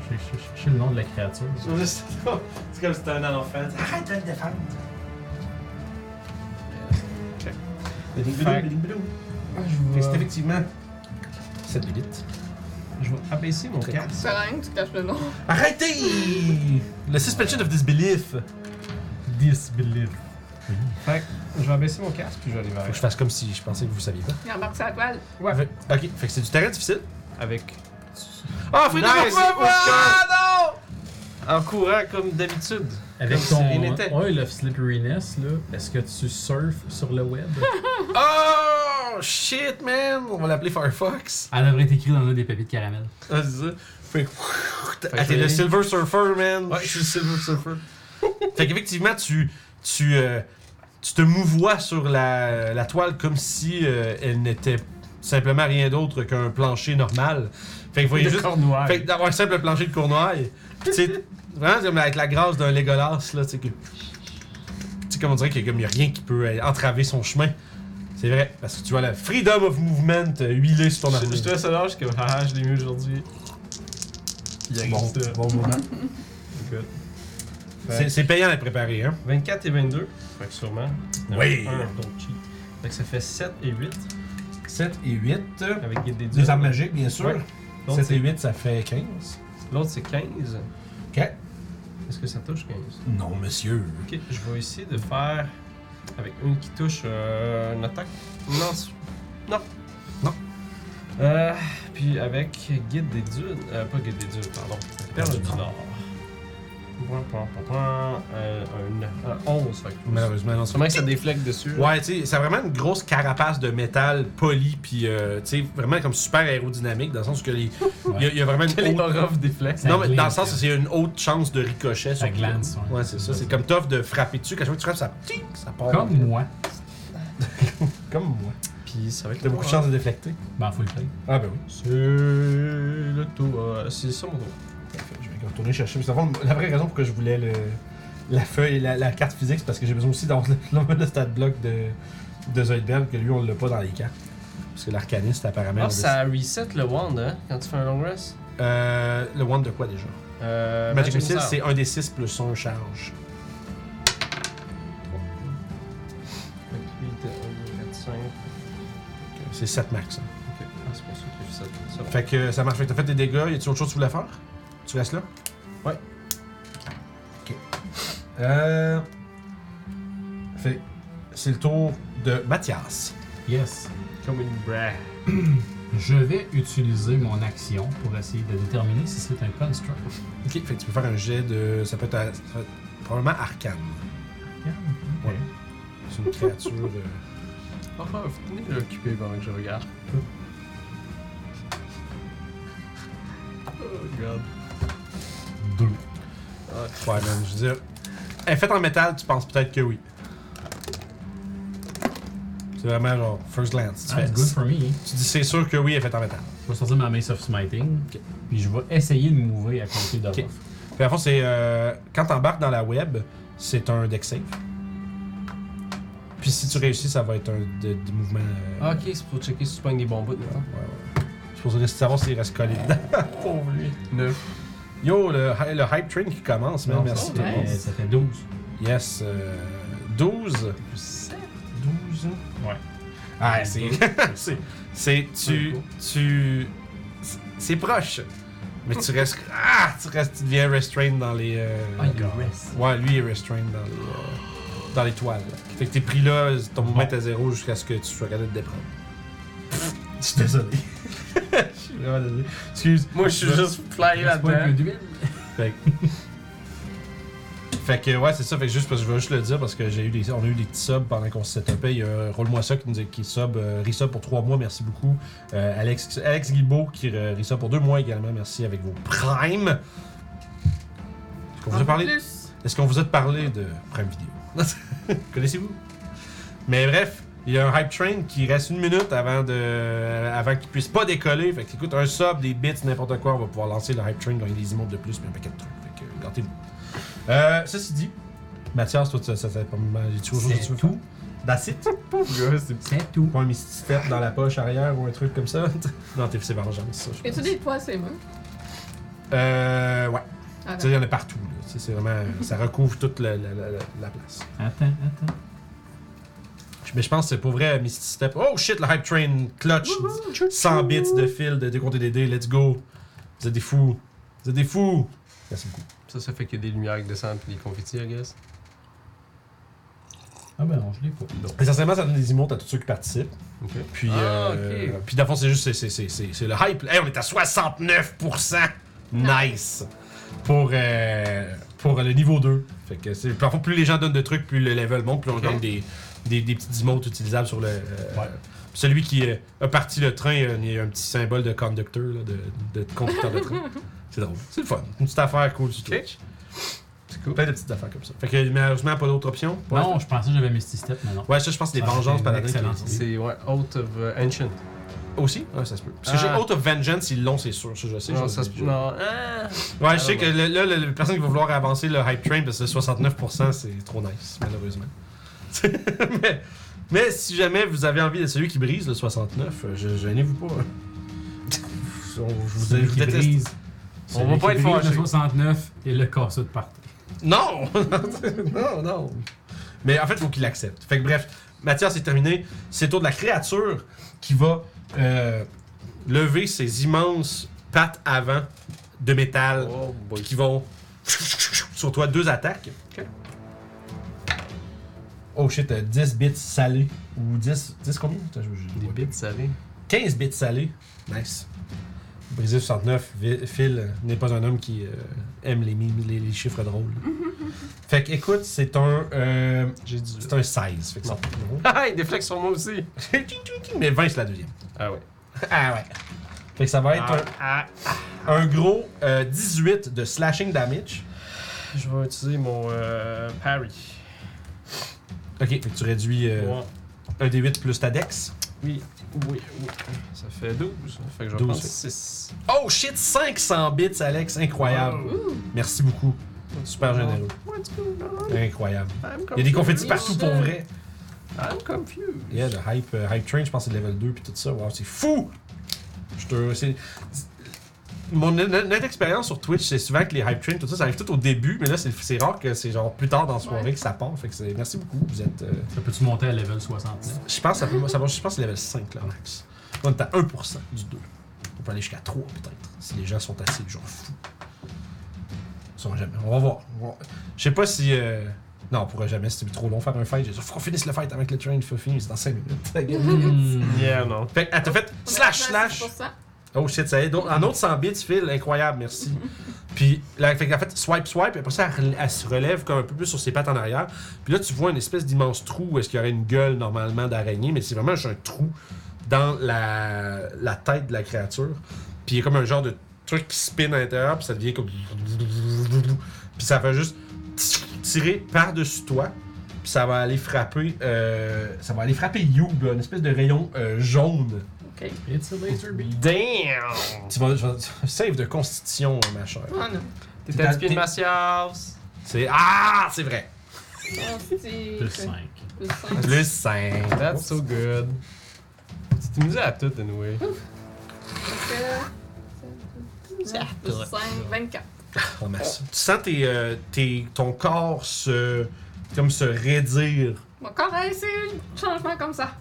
Je je- je- je sais le nom de la créature.
C'est juste- C'est comme si c'était un enfant. tu sais. Arrête de le défendre! Euh,
Fait-
Fait que c'est effectivement cette bébite.
Je vais abaisser mon casque.
C'est rien que tu caches le nom.
Arrêtez! Le suspension of disbelief. Disbelief.
Fait que je vais abaisser mon casque puis je vais aller vers
Faut que
elle.
je fasse comme si je pensais que vous saviez pas.
Il embarque sa toile.
Ouais.
Fait- Ok, fait que c'est du terrain difficile.
Avec.
Ah, faut
Nice!
Ah, non!
En courant comme d'habitude.
Avec
Comme
ton.
s'il n'était.
Ouais, le slipperiness, là. Est-ce que tu surfes sur le web?
Oh shit, man! On va l'appeler Firefox.
Elle devrait être écrite dans un des papiers de caramel.
Ah, c'est ça. Fait que. Ah,
je
t'es
vais
le
aller.
Silver Surfer, man.
Ouais, je suis le Silver Surfer.
Fait qu'effectivement, tu. Tu. euh, tu te mouvoies sur la, la toile comme si euh, elle n'était simplement rien d'autre qu'un plancher normal. Fait que vous voyez juste.
noir.
Fait que d'avoir un simple plancher de Cournoye, tu sais, vraiment comme avec la grâce d'un Legolas, là, tu sais, que. Tu sais, comme on dirait qu'il n'y a rien qui peut euh, entraver son chemin. C'est vrai, parce que tu vois le freedom of movement euh, huilé sur ton
Je, je te
armure.
laisse là, je suis comme, ah, je l'ai mis aujourd'hui. Il euh, arrive
Bon,
ça.
bon moment.
Good. Fait
C'est-
que
C'est payant à les préparer, hein.
24 et 22. Fait que sûrement. il y en a
Oui.
Un, donc cheat. Fait que ça fait 7 et 8
7 et 8.
avec des déduits.
Des armes magiques, bien sûr.
Ouais. L'autre,
7 et
c'est-
8, ça fait 15.
L'autre, c'est 15.
Ok.
Est-ce que ça touche 15
Non, monsieur.
Ok, je vais essayer de faire avec une qui touche euh, une attaque. Non, c'est- non.
Non.
Euh, puis avec Guide des Dunes. Euh, pas Guide des Dunes, pardon. Perle du Nord. Point, point, point, point. Euh, un, un 11. Fait que
Malheureusement, non, c'est
Sûrement que ça déflecte dessus.
Ouais, tu sais, c'est vraiment une grosse carapace de métal poli, puis euh, tu sais, vraiment comme super aérodynamique, dans le sens que les. Il y a- il y, a vraiment
Les
une haute
Orov déflectent.
Non,
Ça
mais dans le
glisse,
sens,
là.
c'est une haute chance de ricochet.
Ça
sur-
glance, ouais.
Ouais, c'est ça. C'est comme tough de frapper dessus. Quand chaque fois que tu frappes, ça, ting, ça part.
Comme moi.
Comme moi.
Puis ça va être hein.
T'as beaucoup de chance de déflecter.
Ben, faut le faire.
Ah, ben oui.
C'est le tour. euh, c'est ça mon tour.
Parfait, Je vais retourner chercher. Mais avant, la vraie raison pourquoi je voulais le, la feuille et la, la carte physique, c'est parce que j'ai besoin aussi d'avoir le, le stat block de, de Zoidberg, que lui, on l'a pas dans les cartes. Parce que l'arcaniste, apparemment. on
Ah, ça reset le wand, hein, quand tu fais un long rest.
décide- Euh, le one de quoi déjà
Euh,
Magic Missile,
Missile.
c'est 1 des 6 plus 1 charge.
Fait que lui, il était 1, 2, 4, 5.
C'est 7 max. hein.
Ok, ah, c'est pour ça que j'ai fait ça. ça. va.
Fait que euh, ça marche. Fait que t'as fait des dégâts. Y a-tu autre chose que tu voulais faire? Tu restes là?
Ouais.
Ok. Euh. Fait. C'est le tour de Mathias.
Yes.
Comme une bra.
Je vais utiliser mon action pour essayer de déterminer si c'est un construct.
Ok. Fait que tu peux faire un jet de. Ça peut être. à- ça peut être probablement arcane. Ouais. C'est une créature. euh,
Oh, vous tenez occupé pendant que je regarde. oh god.
Deux.
Ouais, man. Je veux dire. Elle est faite en métal, tu penses peut-être que oui. C'est vraiment genre, first glance. Tu,
Ah,
fais-
it's good for me.
tu dis, c'est sûr que oui, elle est faite en métal.
Je vais sortir ma Mace of Smiting.
Ok.
Puis je vais essayer de mouver à côté de
Ok.
Ruff.
Puis à fond, c'est. euh, quand t'embarques dans la web, c'est un deck save. Puis si tu réussis, ça va être un de, de mouvement.
Ah,
euh,
ok, c'est pour checker si tu pognes des bons bouts maintenant.
ouais, ouais. C'est pour ça que si tu savoir s'il reste collé dedans.
Pauvre lui. 9.
Yo, le, hy- le hype train qui commence, man.
Non,
Merci
ça,
tout le
fait-
monde.
Euh, Ça fait 12.
Yes. euh, 12. 12.
Ouais.
Ah, c'est. c'est- c'est. Tu. Tu. c'est- c'est proche. Mais tu restes. Ah! Tu, restes, tu deviens restrained dans les. euh,
Ah,
Ouais, lui il est restrained dans les, euh, dans les toiles. là. Fait que t'es pris là, ton mouvement est à zéro jusqu'à ce que tu sois capable de te déprendre. Je suis désolé. Je suis vraiment désolé. Excuse.
Moi, je suis juste flyé
C'est pas
là-dedans.
un peu d'huile.
Fait que... fait que, ouais, c'est ça. Fait que juste parce que je veux juste le dire parce que j'ai eu des, on a eu des petits subs pendant qu'on se setupait. Il y a Roll-moi ça qui nous a- qui sub, euh, resub pour 3 mois, merci beaucoup. Euh, Alex, Alex Guilbeault qui euh, resub pour 2 mois également, merci avec vos primes. Est-ce
Ah,
qu'on vous a parlé
Plus.
est-ce qu'on vous a parlé de Prime Video? Connaissez-vous? Mais bref, il y a un hype train qui reste une minute avant de, avant qu'il puisse pas décoller. Fait que, écoute, un sub, des bits, n'importe quoi, on va pouvoir lancer le hype train, gagner des immeubles de plus, puis un paquet de trucs. Fait que, gâtez-vous. Euh, ceci dit, Mathias, toi, ça, ça, ça, pas mal. J'ai-tu autre chose que tu veux faire? That's it.
C'est tout.
Pas un mystique step dans la poche arrière ou un truc comme ça. non, t'es c'est vengeance, ça. je
Et tu
pense.
des poils, c'est moi.
Euh, ouais.
Ah,
Tu sais, il y en a partout. là. Tu sais, C'est vraiment, ça recouvre toute la- la- la- la- la place.
Attends, attends.
Mais je pense que c'est pour vrai, Misty Step. Oh shit, le hype train clutch. 100 bits de fil de décompté des dés. Let's go. Vous êtes des fous. Vous êtes des fous. Merci beaucoup.
Ça, ça fait qu'il y a des lumières qui descendent puis des confettis, I guess.
Ah ben non, je l'ai pas.
Essentiellement, ça donne des emotes à tous ceux qui participent.
Ok.
Puis,
Ah,
euh,
ok.
puis dans le fond, c'est juste c'est- c'est- c'est c'est- c'est le hype. Hey, on est à 69%. Nice. Pour, euh, pour le niveau 2. Fait que c'est- puis en fait, plus les gens donnent de trucs, plus le level monte, plus on gagne des, des, des petits emotes utilisables sur le. euh, puis Celui qui euh, a parti le train, euh, il y a un petit symbole de conducteur, là, de, de conducteur de train. C'est drôle. C'est le fun. Une petite affaire cool du Twitch.
C'est cool.
Plein de petites affaires comme ça. Fait que malheureusement, pas d'autre option.
Non, je pensais que j'avais Misty Step, mais non.
Ouais, ça, je pense que les
Ah,
vengeances
c'est
paladins. qui-
excellent.
C'est, ouais, Out of euh, Ancient.
Aussi? Ouais, ça se peut. Parce que
Ah.
j'ai Out of Vengeance, ils l'ont, c'est sûr. Ça, je sais.
Non,
je-
ça se
je-
Non, ah!
Ouais, je sais que le- là, la personne qui va vouloir avancer le hype train, ben, parce que 69%, c'est trop nice, malheureusement. mais, mais si jamais vous avez envie de celui qui brise le 69, euh, je, gênez-vous pas. hein. On- je vous, je
Celui
vous
qui
déteste.
brise.
On va pas être
Le
fâchés.
69 et le casse de partout.
Non! non, non. Mais en fait, il faut qu'il l'accepte. Fait que bref, Mathias, c'est terminé. C'est le tour de la créature qui va euh, lever ses immenses pattes avant de métal
Oh boy.
qui vont sur toi deux attaques.
Ok.
Oh shit, euh, 10 bits salés. Ou 10, 10 combien Attends, je- je-
Des bits salés.
15 bits salés. Nice. Brisé 69, vi- Phil euh, n'est pas un homme qui euh, aime les, mimes, les, les chiffres drôles. fait que écoute, c'est un, euh,
J'ai du.
c'est un 16. Fait que ça-
Ah, il déflexe sur moi aussi.
Ting, ting, ting, Mais 20, c'est la deuxième.
Ah ouais.
Ah ouais. Fait que ça va être
Ah,
un, un gros euh, 18 de slashing damage.
Je vais utiliser mon euh, parry.
Ok, fait que tu réduis euh,
Ouais.
un des 8 plus ta dex.
Oui, oui, oui. Ça fait 12. Fait que je
12,
pense
oui.
6.
Oh shit, 500 bits, Alex, incroyable.
Oh.
Merci beaucoup. Super généreux. Incroyable. Il y a des confettis partout pour vrai.
I'm confused.
Yeah, le hype, euh, hype train, je pense que c'est level 2 puis tout ça. Wow, c'est fou! Je te. c'est- Mon, notre notre expérience sur Twitch, c'est souvent que les hype trains, tout ça, ça arrive tout au début, mais là, c'est- c'est rare que c'est genre plus tard dans la soirée
Ouais.
que ça part. Fait que c'est- merci beaucoup, vous êtes. euh,
Ça peut-tu monter à level 69
je pense que ça peut- ça va- je pense que c'est level 5 là, max. On est à 1% du 2. On peut aller jusqu'à 3 peut-être. Si les gens sont assez genre fous. Ils sont jamais. On va voir. on va voir. Je sais pas si. euh, Non, on pourrait jamais, c'était trop long faire un fight. J'ai dit, faut qu'on finisse le fight avec le train, faut finir, c'est dans 5 minutes.
Hmm.
Yeah, non.
fait que, elle t'a fait slash slash. Oh shit, ça y est. Donc, en autre 100 bits, Phil, incroyable, merci. Puis, là, fait, qu'en fait, swipe, swipe, et après ça, elle, rel- elle se relève comme un peu plus sur ses pattes en arrière. Puis là, tu vois une espèce d'immense trou où est-ce qu'il y aurait une gueule normalement d'araignée, mais c'est vraiment juste un trou dans la, la tête de la créature. Puis il y a comme un genre de truc qui spin à l'intérieur, puis ça devient comme. Puis ça fait juste tirer par-dessus toi. Puis ça va aller frapper. euh, ça va aller frapper Youb, une espèce de rayon euh, jaune.
Ok.
It's a laser beam.
Damn!
Tu vas, tu vas- tu- save de constitution, euh, ma chère.
Ah non.
T'es à 10 pieds de Mathias.
C'est. Ah, c'est vrai.
Ah, c'est-
Plus 5.
Plus cinq.
Plus 5.
That's so good. Tu t'es misé à tout, anyway.
Plus 5, 24.
Tu sens tes, euh, tes- ton corps se. comme se raidir
Bon, quand même, c'est le changement comme ça.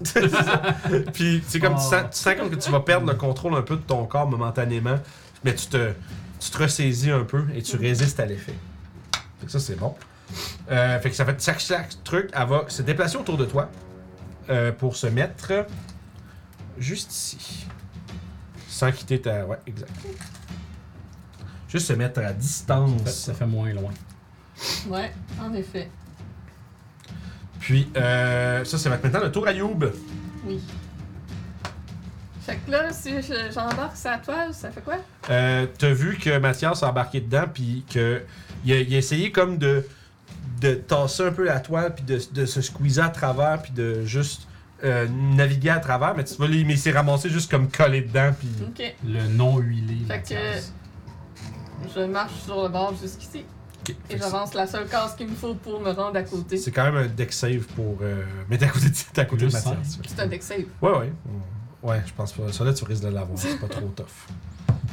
Puis c'est comme tu
Oh.
sens, tu sens comme que tu vas perdre le contrôle un peu de ton corps momentanément, mais tu te, tu te ressaisis un peu et tu résistes à l'effet. Fait que ça c'est bon. Euh, fait que ça fait chaque, chaque truc, elle va se déplacer autour de toi euh, pour se mettre juste ici. Sans quitter ta. Ouais, exact. Juste se mettre à
Ça,
distance.
ça fait moins loin.
Ouais, en effet.
Puis euh, ça, ça va être maintenant le tour à Youb.
Oui. Fait que là, si je- j'embarque sa toile, ça fait quoi?
Euh, t'as vu que Mathias a embarqué dedans, puis que il a, il a essayé comme de, de tasser un peu la toile, puis de, de se squeezer à travers, puis de juste euh, naviguer à travers, mais tu vois, lui, mais il s'est ramassé juste comme collé dedans, puis
Ok.
Le non huilé.
Fait
Mathias.
Je marche sur le bord jusqu'ici.
Ok. Fait
Et
que
j'avance la seule case qu'il me faut pour me rendre à côté.
c'est- c'est quand même un deck save pour. euh, mais t'es à côté de, t'es à côté de
Plus
Mathias. ouais.
C'est un deck save.
Ouais, ouais. Ouais, je pense pas. Ça là, tu risques de l'avoir. C'est pas trop tough.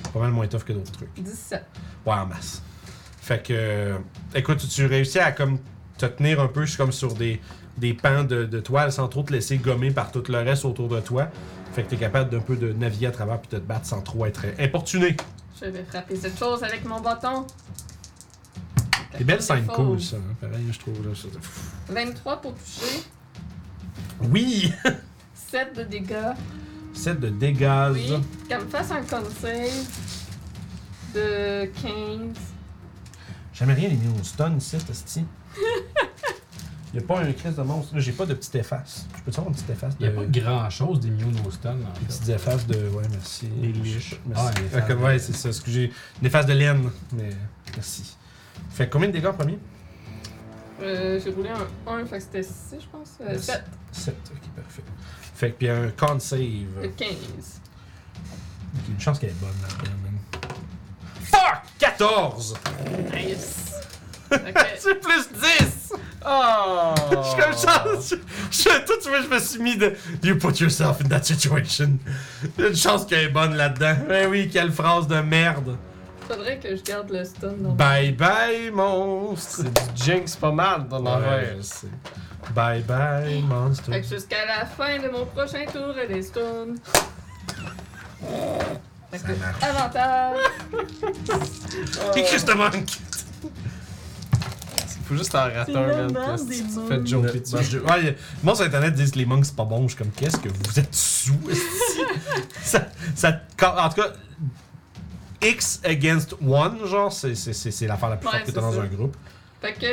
C'est Pas mal moins tough que d'autres trucs.
17.
Ouais, en masse. Fait que, euh, écoute, tu- tu réussis à comme te tenir un peu comme sur des, des pans de, de toile sans trop te laisser gommer par tout le reste autour de toi. Fait que t'es capable d'un peu de naviguer à travers puis de te battre sans trop être importuné.
Je vais frapper cette chose avec mon bâton.
Des belles scènes
Faut-
cool, ça. hein, Pareil, je trouve. Là, ça, c'est fou.
23 pour toucher,
oui!
7 de dégâts.
7 de dégâts.
Oui, qu'elle me fasse un con save de 15.
Jamais rien les mis au stun ici, Testi. Il a pas un crise de monstre. Là, j'ai pas de petite efface. Je peux te avoir une petite efface
Il
de.
n'y a pas grand chose des Mionoston.
Des petites effaces de. Ouais, merci.
Des liches.
Merci.
Ah, des
Fait que,
effaces.
ouais, c'est ça. Ce que j'ai. Des effaces de laine. Mais. Merci. Fait que combien de dégâts en premier
Euh, J'ai roulé un 1, fait que c'était 6, je pense. Euh,
Yes.
7
7. Ok, parfait. Fait que, puis un con save.
de
Ok,
15.
une chance qu'elle est bonne, là, quand même. Fuck 14
Nice! Ok.
C'est plus 10
Oh!
Je suis comme chance. Je, je- tout de suite, je me suis mis de. You put yourself in that situation. Une chance qu'elle est bonne là-dedans. Eh oui, quelle phrase de merde.
Faudrait que je garde le stun dans
Bye bye, monstre.
C'est du jinx pas mal dans l'envers.
Ouais, je sais. Bye bye, monstre.
Fait que jusqu'à la fin de mon prochain tour, elle est stun. Fait que avantage!
He kissed a monkey.
Faut juste en rater un, man.
des
Tu te
mondes.
fais joker dessus.
Je- ouais, les- moi sur internet disent que les monks c'est pas bon. Je suis comme qu'est-ce que vous êtes sous esti? ça, ça, quand- En tout cas, X against one, genre, c'est, c'est, c'est, c'est l'affaire la plus
Ouais,
forte que t'as
c'est
dans
ça.
un groupe.
Fait que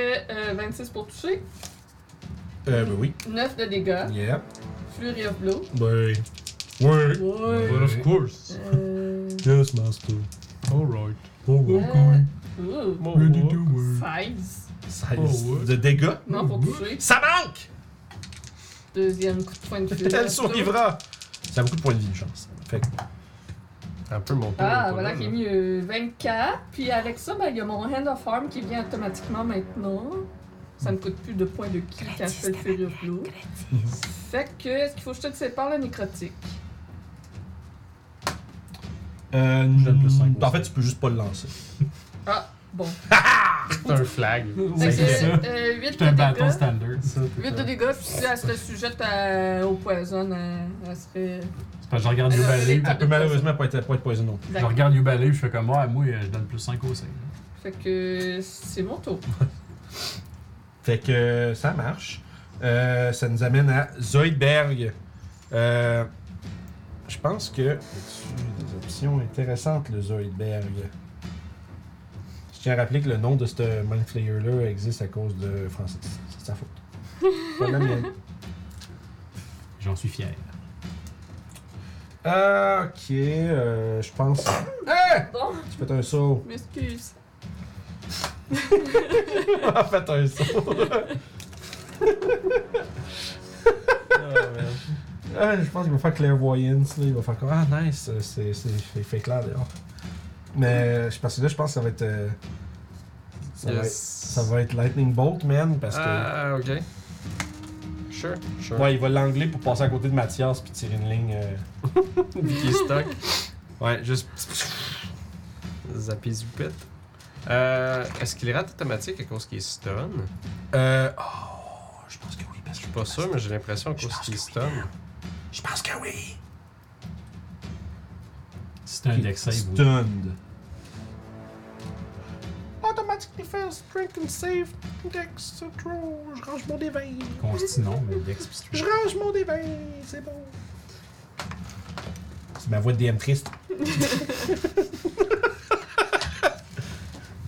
euh, 26 pour toucher,
Euh, ben oui.
9 de dégâts,
Yeah.
Flurry of Blow.
Ben. Oui.
Ouais.
But of course.
Euh,
Yes, master. Oh,
Alright.
euh, ouh,
Ready to
16.
16
Oh, ouais.
de dégâts.
Non, pour toucher.
Ça manque!
Deuxième coup de poing de Flurry
Elle
of Blow.
survivra! Ça a beaucoup de points de vie, une chance. Fait que
Un peu mon tour.
Ah,
pas
voilà
mal,
qui est
là.
mieux. 24. Puis avec ça, ben, il y a mon Hand of Arm qui vient automatiquement maintenant. Ça ne coûte plus de points de ki quand je fais le Fury of Blow. Fait que, est-ce qu'il faut que je te sépare le nécrotique?
Euh,
donne plus cinq
en
aussi.
fait, tu peux juste pas le lancer.
Ah, bon.
C'est un flag.
Fait
C'est ça.
que, euh, 8
C'est un
de
bâton
dégâts.
standard.
8 de dégâts, puis si elle serait sujette à- au poison, elle, elle serait.
C'est parce que je regarde
Elle a fait
Yubalé.
des-
Elle peut Ah, malheureusement pas être, pas être poison non plus.
Je regarde Yubalé, je fais comme moi, moi
euh,
je donne plus 5 au 5.
Fait que c'est mon tour.
Fait que euh, ça marche. Euh, ça nous amène à Zoidberg. Euh, je pense que. As-tu des options intéressantes, le Zoidberg? Je tiens à rappeler que le nom de ce Mind Flayer-là existe à cause de Francis. C'est sa faute. Pas la mienne.
J'en suis fier.
Ah, ok, euh, je pense. Ah!
Bon,
Tu fais un saut.
je m'excuse.
Faites un saut. Ah, je pense qu'il va faire clairvoyance. Là. Il va faire comme Ah, nice, euh, c'est c'est- fait, fait clair dehors. Mais euh, je pense que là, je pense que ça va être. euh, ça, va être
Yes.
ça va être Lightning Bolt, man. Parce que.
Ah, ok. Sure, sure.
Ouais, il va l'angler pour passer à côté de Mathias puis tirer une ligne. euh,
Vu qu'il est stock.
Ouais, juste.
Zappé Zupette. Euh, Est-ce qu'il rate automatique à cause qu'il est stun?
Euh. Oh, je pense que oui, parce que je
suis pas sûr, mais j'ai l'impression qu'au
pense que
style
oui,
stun.
Je pense que oui.
C'est un deck save. oui.
Stunned.
Automatic defense, strength and save, dex, throw. Je range mon déveil.
Constinon, mais dex
Je range mon déveil, c'est bon.
C'est ma voix de DM triste.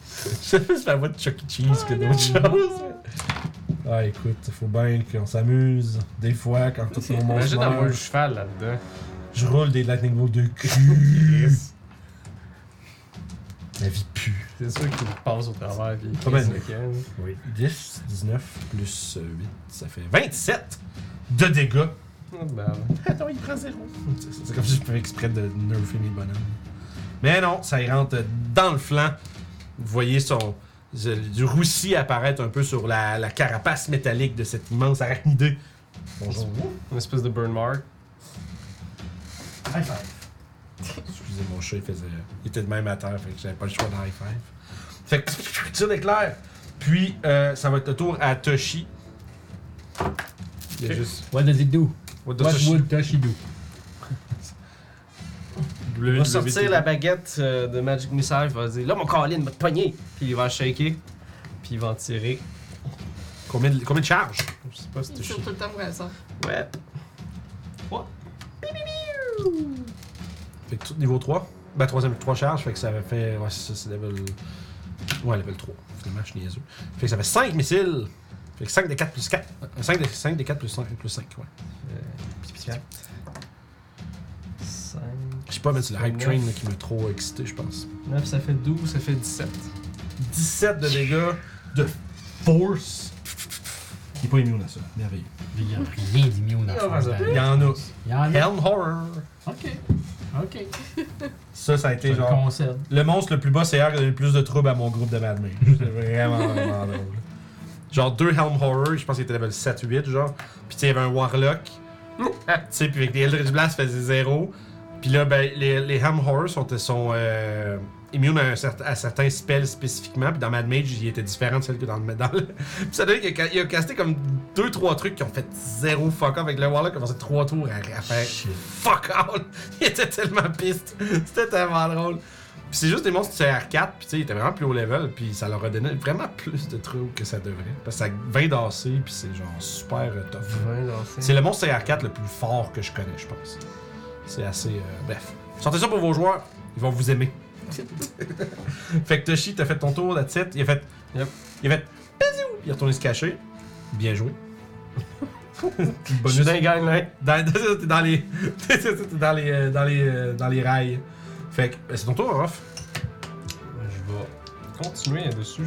C'est plus ma voix de Chuck E. Cheese que d'autres
Oh,
choses. Ah, écoute, faut bien qu'on s'amuse. Des fois, quand tout le monde
Imagine avoir
meurt,
le cheval là-dedans.
je roule des lightning bolts de cul. La vie pue.
C'est sûr qu'il passe au travers. Puis
Pas mal.
il se calme.
10, 19, plus 8, ça fait 27 de dégâts.
Ah, ben,
Attends, il prend zéro. C'est- C'est comme si je pouvais exprès de nerfer mes bonhommes. Mais non, ça y rentre dans le flanc. Vous voyez son du roussi apparaître un peu sur la, la carapace métallique de cet immense arachnidé. Bonjour.
Une espèce de burn mark.
High five. Excusez, mon chat, il faisait... Il était de même à terre, fait que j'avais pas le choix d'un high five. Fait que tire d'éclair. Puis, euh, ça va être le tour à Toshi.
Il y a juste.
What does it do?
What does
What
Toshi-
would Toshi do?
Il va sortir la baguette euh, de Magic Missile, il va dire Là, mon Colin, m'a poignet Puis il va shaker, puis il va en tirer.
Combien de, combien de charges?
Je sais pas si
Je
tu
suis tout le temps pour ça.
Ouais.
Fait que tout niveau 3. Ben, troisième, 3 charges, fait que ça fait. Ouais, c'est ça, c'est level. Ouais, level 3. Finalement, je suis niaiseux. Fait que ça fait 5 missiles. Fait que 5 des 4 plus 4. 5 des, 5 des 4 plus 5, plus 5 ouais.
Euh, 5,
Je sais pas, mais c'est le hype
Neuf.
train là, qui m'a trop excité, je pense.
9, ça fait 12, ça fait 17.
17 de dégâts de force. Il est pas immune à ça. Merveilleux.
Il n'y a rien d'immune dans
Il en reste
Il y en a.
Il y en a.
Helm Horror.
Ok. Ok.
Ça, ça a
Je
été
le
genre.
concède.
Le monstre le plus bas, c'est R qui a donné le plus de troubles à mon groupe de Mad Mage. C'est vraiment, vraiment drôle. Genre deux Helm Horror, je pense qu'il était level 7-8, genre. Puis tu sais, il y avait un Warlock. tu sais, puis avec des Eldritch Blast, ça faisait zéro. Puis là, ben, les, les Helm Horror sont, sont euh, immunes à, un cer- à certains spells spécifiquement. Puis dans Mad Mage, il était différent de celle que dans le. Dans le- Puis ça donne qu'il a, ca- il a casté comme deux, trois trucs qui ont fait zéro fuck off avec le Warlock. Il a passé trois tours à, à faire fuck all. Il était tellement piste. C'était tellement drôle. Puis c'est juste des monstres sur R4, puis tu sais, ils étaient vraiment plus haut level, puis ça leur a donné vraiment plus de trucs que ça devrait. Parce que ça a 20 d'assez, puis c'est genre super euh, tough. C'est le monstre CR4 le plus fort que je connais, je pense. C'est assez. euh, bref. Sortez ça pour vos joueurs, ils vont vous aimer. fait que Toshi, t'as fait ton tour, that's it. Il a fait.
Yep.
Il a fait. Bisous! Il est retourné se cacher. Bien joué.
Je suis
Bonus.
dans les guidelines.
Dans, t'es dans les. t'es dans les, euh, dans les, euh, dans les rails. Fait que euh, c'est ton tour, Ruff.
Ben, Je vais continuer là-dessus.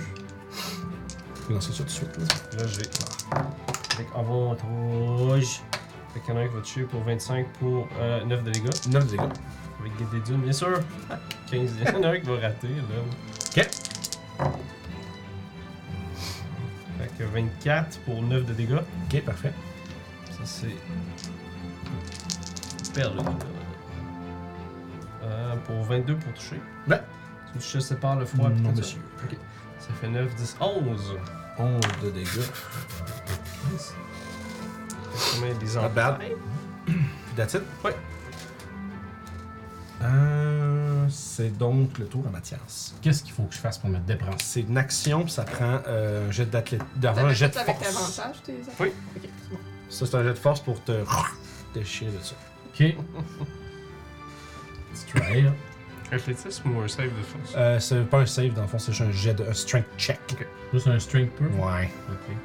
Je vais lancer ça tout de suite. là.
Là, j'ai. Avec avantage. Fait qu'il y en a un qui va tuer pour 25 pour euh, 9 de dégâts.
9 dégâts.
Avec des dédunes, bien sûr. 15. Il y en a un qui va rater, là.
Ok.
Fait que 24 pour 9 de dégâts.
Ok, parfait.
Ça, c'est. Perle. Euh, pour 22 pour toucher. Ben,
Ouais.
Tu touches, sépare le froid. puis
non,
tout ça.
monsieur.
Ok. Ça fait 9, 10, 11.
11 de dégâts.
Combien des
Not
enfants?
bad. That's it?
Ouais.
Euh, c'est donc le tour à Mathias.
Qu'est-ce qu'il faut que je fasse pour me dépenser?
C'est une action, puis ça prend euh, un jet d'athlète. d'avoir un
T'avais
jet de
fait avec
force.
avantage, tes
Oui.
Ok, c'est bon.
Ça, c'est un jet de force pour te déchirer de ça.
Ok. Strike.
Athlétisme ou un save de force?
Euh, c'est pas un save, dans le fond, c'est juste un jet de un strength check.
Juste un string peu.
Ouais.
Ok.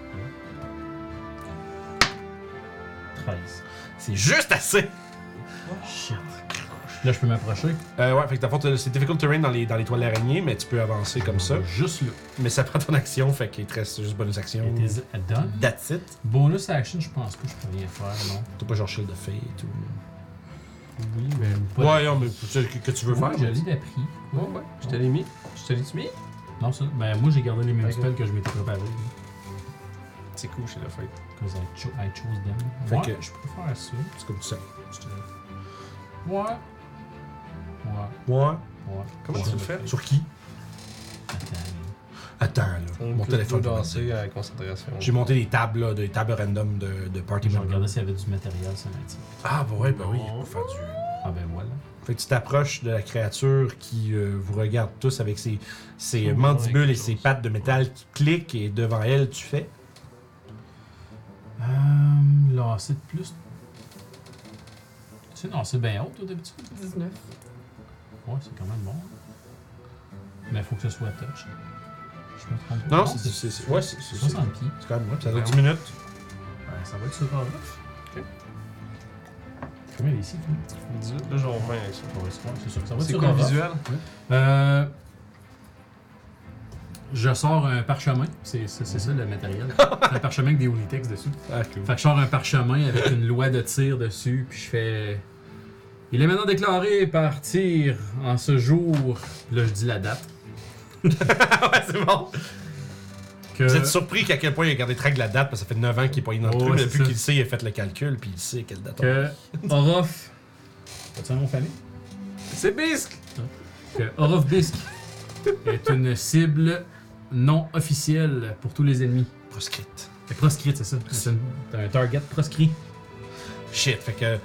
13.
C'est juste assez!
Shit. Là, je peux m'approcher.
Euh, ouais, fait que dans le fond, t'as- c'est difficult terrain dans les, dans les toiles d'araignée, mais tu peux avancer comme ça.
Juste là.
Mais ça prend ton action, fait qu'il te reste juste bonus action.
It is done.
That's it.
Bonus action, je pense pas que je peux rien faire, non.
T'as pas genre shield de fate ou.
Oui, mais pas
Ouais, non, mais c'est ce que, que tu veux
Oui,
faire.
Je
mais-
l'ai d'appris.
Ouais, ouais. Je te l'ai mis. Je te l'ai-tu mis?
Non, ça. Ben, moi, j'ai gardé les mêmes
Ok.
spells que je m'étais préparé. là,
C'est cool chez la fête.
Cause I, cho- I chose them.
Fait
ouais,
que-
je peux faire ça.
C'est comme ça. Je te-
Ouais. Ouais.
Ouais.
Ouais.
Comment
Ouais.
tu le fais?
Sur qui
Attends.
Attends. temps, là. Mon téléphone. doit
danser
dire.
à la concentration.
J'ai monté des tables, là, des tables random de, de party
Je
members.
regardais s'il y avait du matériel sur l'inti.
Ah, bah ouais, bah oui, pour faire du.
Ah ben voilà.
Fait que tu t'approches de la créature qui euh, vous regarde tous avec ses, ses mandibules et ses pattes de métal qui cliquent et devant elle tu fais.
Euh, lancé de plus. C'est non, c'est bien haut, toi, d'habitude.
19.
Ouais, c'est quand même bon. Mais faut que ce soit touch. Je me trompe pas.
Non, c'est. c'est- c'est- Ouais, c'est. C'est
60 pieds.
c'est quand même. Ouais, ça dure 10 minutes.
Ben, ça va être super rough.
Combien ici?
Là, j'en reviens avec ça.
C'est sûr que ça va être
C'est
sur
quoi
un
le
rock.
visuel
Euh, je sors un parchemin. C'est c'est- c'est ça le matériel. C'est un parchemin avec des Unitex dessus.
Ah, cool.
Fait que je sors un parchemin avec une loi de tir dessus, puis je fais. Il est maintenant déclaré par tir en ce jour. Là, je dis la date.
ouais, c'est bon.
Que...
Vous êtes surpris qu'à quel point il a gardé track de la date parce que ça fait 9 ans qu'il est pas dans le
Euh. Ouais,
truc, mais
c'est
depuis
ça.
qu'il sait, il a fait le calcul puis il sait quelle date. on-
que Orof. As-tu un nom de famille?
C'est bisque
Que Orof Bisque est une cible non officielle pour tous les ennemis.
Proscrite.
Et proscrite, c'est ça. C'est une- t'as un target proscrit.
Shit, fait que.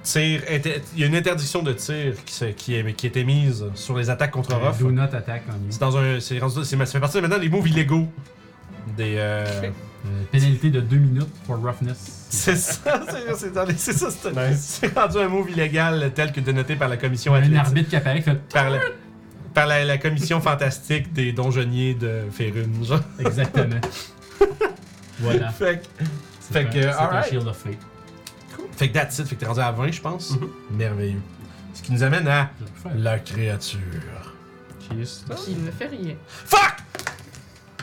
Tir, inter- il y a une interdiction de tir qui, se- qui, est, qui est émise sur les attaques contre
Euh,
Ruff.
Do not attack en lui.
C'est dans un. C'est rendu- c'est- ça fait partie de maintenant des moves illégaux. Des. euh,
Euh, pénalité de 2 minutes pour roughness.
C'est ça, c'est c'est dans les- c'est ça, c'est c'est rendu un move illégal tel que dénoté par la commission
Un
athlétique.
arbitre qui apparaît qui fait
Par la, par la, la commission fantastique des donjonniers de Férune, genre.
exactement. voilà.
Fait que,
C'est
Fait
un-
que,
c'est un
alright.
shield of fate.
fait que that's it, fait que t'es rendu à 20, je pense. Merveilleux. Ce qui nous amène à
Je vais le faire.
la créature.
Ah.
Qui ne fait rien.
Fuck!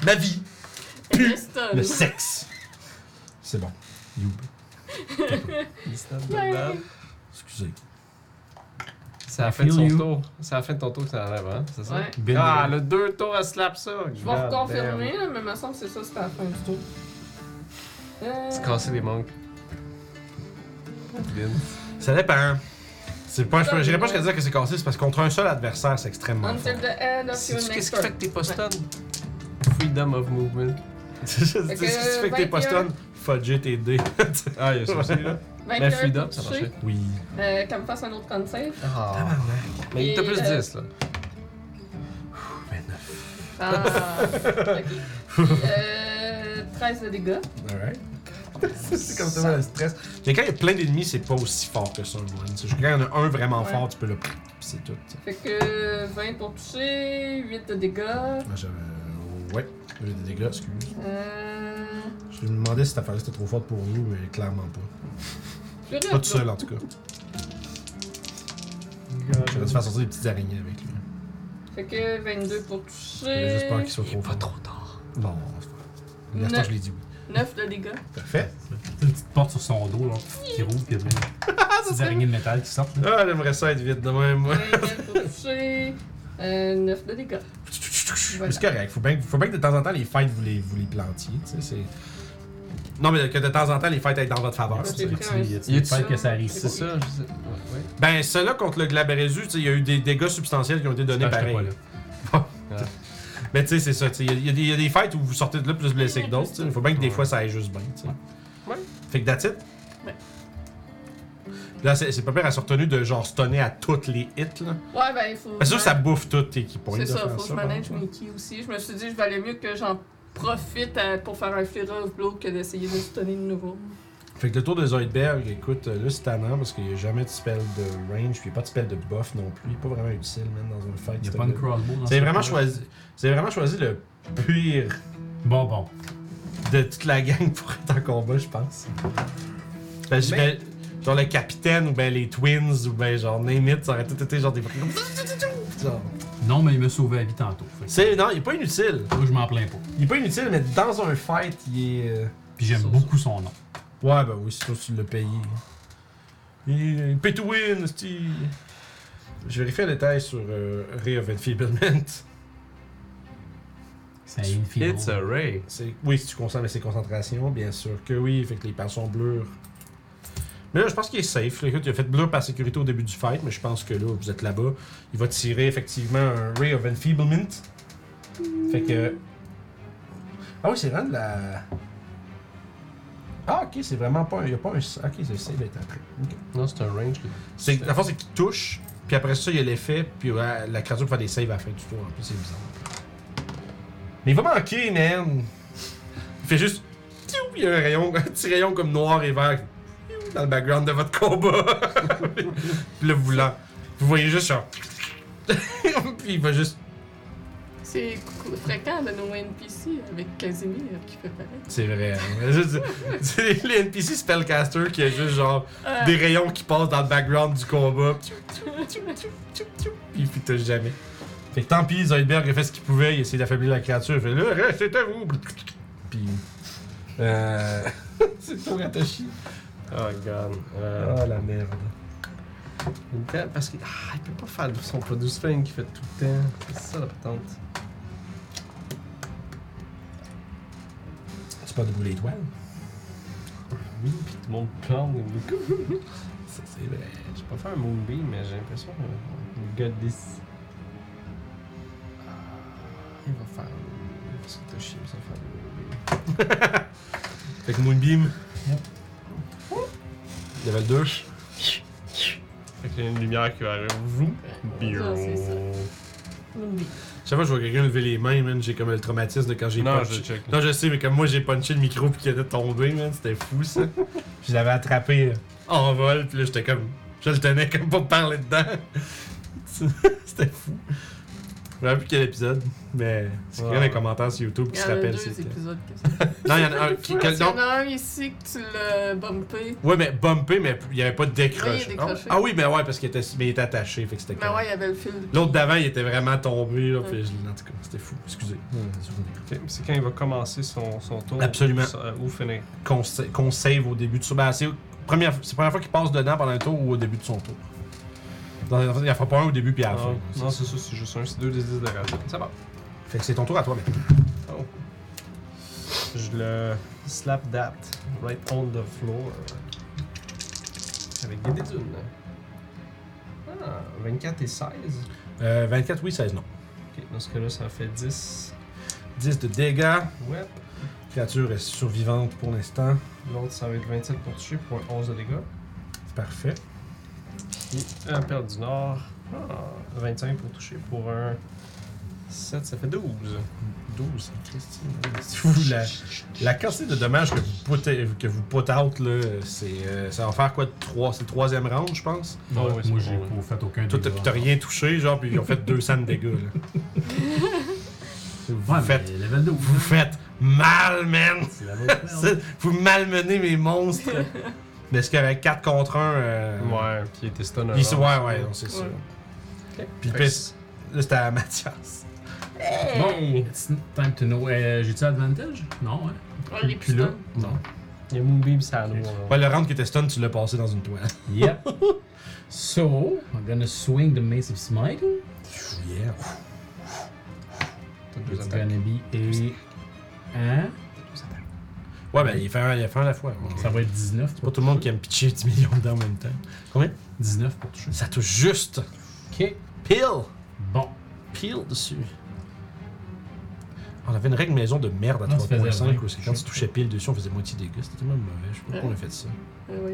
La vie,
Elle est stun.
le sexe. C'est bon. Youp.
Ouais.
Excusez.
C'est à la fin de son
Feel you.
tour. C'est à la fin de ton tour que ça arrive, hein? C'est ça?
Ouais.
Ben,
Ah, le deux tours à slap ça!
Je vais reconfirmer, là, mais il me semble que c'est ça, c'était à la fin du tour. Euh,
Tu casser les manques.
Ça dépend. C'est pas, je dirais pas jusqu'à dire que c'est cassé, c'est parce que contre un seul adversaire, c'est extrêmement fort.
Until the end of your
Sais-tu
next
qu'est-ce qui fait
turn.
que t'es pas stun? Freedom of movement.
C'est juste-
Fait
tu sais ce que tu
que
fais que t'es pas
21.
stun? Fudge tes dés.
Ah, il y a ça aussi, là.
21
Ben,
Mais freedom,
pour
ça
toucher,
marchait.
Oui.
euh, Qu'elle me fasse un autre con save.
Ah. Mais il t'a
Et,
plus
euh,
10, là.
Ah, ok. Euh, 13 de dégâts.
Alright. c'est comme ça, le stress. Mais quand il y a plein d'ennemis, c'est pas aussi fort que ça, le one. C'est juste Quand il y en a un vraiment
Ouais.
fort, tu peux le. Pis c'est tout. tu sais.
Fait que 20 pour toucher, 8 de dégâts.
Moi, j'avais. Ouais. J'ai des dégâts, excuse.
Euh.
Je me demandais si cette affaire était trop forte pour nous, mais clairement pas.
Plus rien,
Pas tout
là.
seul, en tout cas. J'aurais dû faire sortir des petites araignées avec lui.
Fait que 22 pour
J'avais
toucher.
juste peur qu'il soit trop fort. Euh, pas trop tard. Non, c'est pas. Mais
Ne-
l'instant, je l'ai dit oui.
9 de dégâts.
Parfait.
une petite porte sur son dos, là, qui roule, puis il y a des petites araignées de métal qui sortent. là.
Ah, j'aimerais ça être vite de même, moi.
21 pour toucher. Euh, 9 de dégâts.
Mais C'est correct. Faut bien, que- faut bien que de temps en temps, les fights, vous les, vous les plantiez. tu sais, c'est- Non, mais que de temps en temps, les fights aient dans votre faveur.
Ouais,
tu sais.
c'est-
Il y a
ça?
que ça arrive.
C'est ça, je sais. Ouais, ouais.
Ben, ceux-là contre le Glaberezu, tu sais, il y a eu des dégâts substantiels qui ont été donnés
Ah, j'étais
pareil.
pas là.
Mais tu sais, c'est ça. tu sais, Il y a- il y, a des- il y a des fights où vous sortez de là plus blessé que d'autres. tu sais. Il faut bien que des
Ouais.
fois, ça aille juste bien. tu sais.
Ouais.
Fait que that's it.
Ouais.
Là, c'est c'est pas pire à se retenir de genre stunner à toutes les hits. là.
Ouais, ben il faut.
C'est sûr que ça bouffe toutes tes key points.
C'est
de
ça,
faire
faut que je
par
manage
exemple.
mes keys aussi. Je me suis dit, je valais mieux que j'en profite euh, pour faire un Fear of Blow que d'essayer de se donner de nouveau.
Fait que le tour de Zoidberg, écoute, euh, là c'est tannant parce qu'il n'y a jamais de spell de range, puis il n'y a pas de spell de buff non plus. Il n'est pas vraiment utile, même dans un fight.
Il y a
ce
pas une
gars.
crossbow dans
Vous avez
ce
vraiment
coin-là.
choisi. Vous avez vraiment choisi le pire
Bon, bon.
de toute la gang pour être en combat, je pense. Ben, je- ben, genre le capitaine ou ben les twins ou ben genre name it, ça aurait tout été genre des bruits comme- Genre.
Non, mais il m'a sauvé la vie tantôt. fait que
C'est non, il est pas inutile.
Moi, je m'en plains pas.
Il est pas inutile, mais dans un fight, il est. euh,
Puis j'aime beaucoup son nom.
Ouais, ben oui, surtout si tu l'as payé. Il il pay to win, c'ti. Je vérifie un détail sur euh, Ray of Enfeeblement.
C'est un infidèle.
It's a ray.
C'est- Oui, si tu consommes ses concentrations, bien sûr que oui, fait que les pattes sont bleues. Mais là, je pense qu'il est safe. Là, Écoute, il a fait bleu par sécurité au début du fight, mais je pense que là, vous êtes là-bas. Il va tirer effectivement un Ray of Enfeeblement. Fait que. Ah oui, c'est vraiment de la. Ah, ok, c'est vraiment pas. Il a pas un. Ok, c'est le save est après. Ok.
Non, c'est un range. là.
C'est- La force, c'est qu'il touche, puis après ça, il y a l'effet, puis ouais, la créature peut faire des saves à la fin du tour. En plus, c'est bizarre. Mais il va manquer, man! Il fait juste. Tiou! Il y a un rayon, un petit rayon comme noir et vert tiou, dans le background de votre combat. puis là, vous, la- vous voyez juste ça. puis il va juste.
C'est cou- fréquent de nos NPC avec Casimir qui fait pareil.
C'est vrai. hein. Mais juste- C'est les NPC spellcaster qui a juste genre
Euh,
des rayons qui passent dans le background du combat. Puis il touche jamais. Fait que tant pis, Zoidberg a fait ce qu'il pouvait, il a essayé d'affaiblir la créature. Fait là, restez à vous. Puis. Euh. C'est tout rattaché.
Oh god. Euh,
Ah la merde.
En même temps, parce qu'il ah, il peut pas faire son produit spring qu'il fait tout le temps. C'est ça la patente.
C'est pas de boulet étoile.
Oui, pis tout le monde plante. mais-
Ça, c'est vrai.
J'ai pas fait un moonbeam, mais j'ai l'impression que le gars this. Ah, Il va faire. Parce que t'as chié, ça va faire le moonbeam.
Fait que Moonbeam. Level 2.
Fait qu'il y a une lumière qui va arriver. Vroom.
Non, c'est ça. oui.
Chaque fois que je vois quelqu'un lever les mains, man, j'ai comme le traumatisme de quand j'ai
Non,
punché.
je check.
Non, je sais, mais comme moi j'ai punché le micro puis qu'il était tombé, man, c'était fou ça. je l'avais attrapé euh, en vol, puis là j'étais comme. Je le tenais comme pour parler dedans. c'était fou. Je sais plus quel épisode, mais c'est quelqu'un dans les
Ouais.
commentaires sur YouTube
Il
qui
y
se
en a
rappelle.
deux
c'était-
épisodes que ça.
Non, il y en a un qui.
Il
quel-
y en
non.
a un ici que tu l'as bumpé.
Ouais, mais bumpé, mais il n'y avait pas de
Oui,
décroche.
il est décroché.
ah oui, mais ouais, parce qu'il était, mais il était attaché, fait que c'était
Mais
correct.
Ben ouais, il y avait le fil.
L'autre d'avant, il était vraiment tombé, là,
Ouais.
puis je- en tout cas, c'était fou. Excusez.
Ok, C'est quand il va commencer son, son tour.
Absolument.
Ça- euh, Ou finir.
qu'on sa- qu'on save au début de son. Ben, c'est première- c'est la première fois qu'il passe dedans pendant un tour ou au début de son tour. Dans- il n'y en fera pas un au début puis à la fin.
non, non, Ah, c'est ça, c'est juste un, c'est deux des 10 de rachat. Ça va.
Fait que c'est ton tour à toi maintenant.
Oh. Je le slap that right on the floor. Avec des dédunes. Ah, 24 et 16.
Euh, 24, oui, 16, non.
Ok, dans ce cas-là, ça fait 10.
10 de dégâts.
Ouais.
Créature est survivante pour l'instant.
L'autre, ça va être 27 pour toucher pour 11 de dégâts.
C'est parfait.
Puis un père du Nord. Ah, 25 pour toucher pour un 7, ça fait 12.
12, Christine. Si vous la, la quantité de dommages que vous put, que vous put out, là, c'est, euh, ça va faire quoi de 3 C'est le troisième round, je pense.
Ah ouais, c'est
Moi,
bon,
j'ai
ouais.
pas fait aucun
Toi, t'as-
dégât.
t'as rien touché, genre, puis ils ont fait 200 de dégâts, là.
Ouais,
vous
mais
faites
level 12.
hein.
Vous faites mal, man!
C'est la bonne merde.
C'est- Vous malmenez mes monstres! Mais est-ce qu'avec 4 contre 1. Euh,
Ouais, puis il était stun
il
avant.
se- ouais, ouais, non, c'est sûr.
Ouais.
Puis le
Fait que
piste, là, c'était à Mathias.
Bon,
Hey!
it's time to know. Euh, J'ai-tu advantage? Non, hein?
Ah, les
Puis là?
pistons.
Non.
Il y a Moonbeam, ça a l'air.
Ouais, le round qui était stun, tu l'as passé dans une toile.
Yep. so, I'm gonna swing the Mace of Smite.
Yeah.
T'as deux
It's
attaques.
gonna be a. Hein?
Ouais, ben il fait un, il fait un à la fois. ouais.
Ça va être 19.
C'est pas tout le monde qui aime pitcher 10 millions dedans en même temps.
19 pour toucher.
Ça touche juste!
Ok.
Pile!
Bon.
Pile dessus. On avait une règle maison de merde à
Non, ça faisait
3.5
vingt.
où c'est quand tu touchais pile dessus, on faisait moitié dégâts. C'était tellement mauvais. Je sais pas pourquoi on a fait ça.
Ah oui.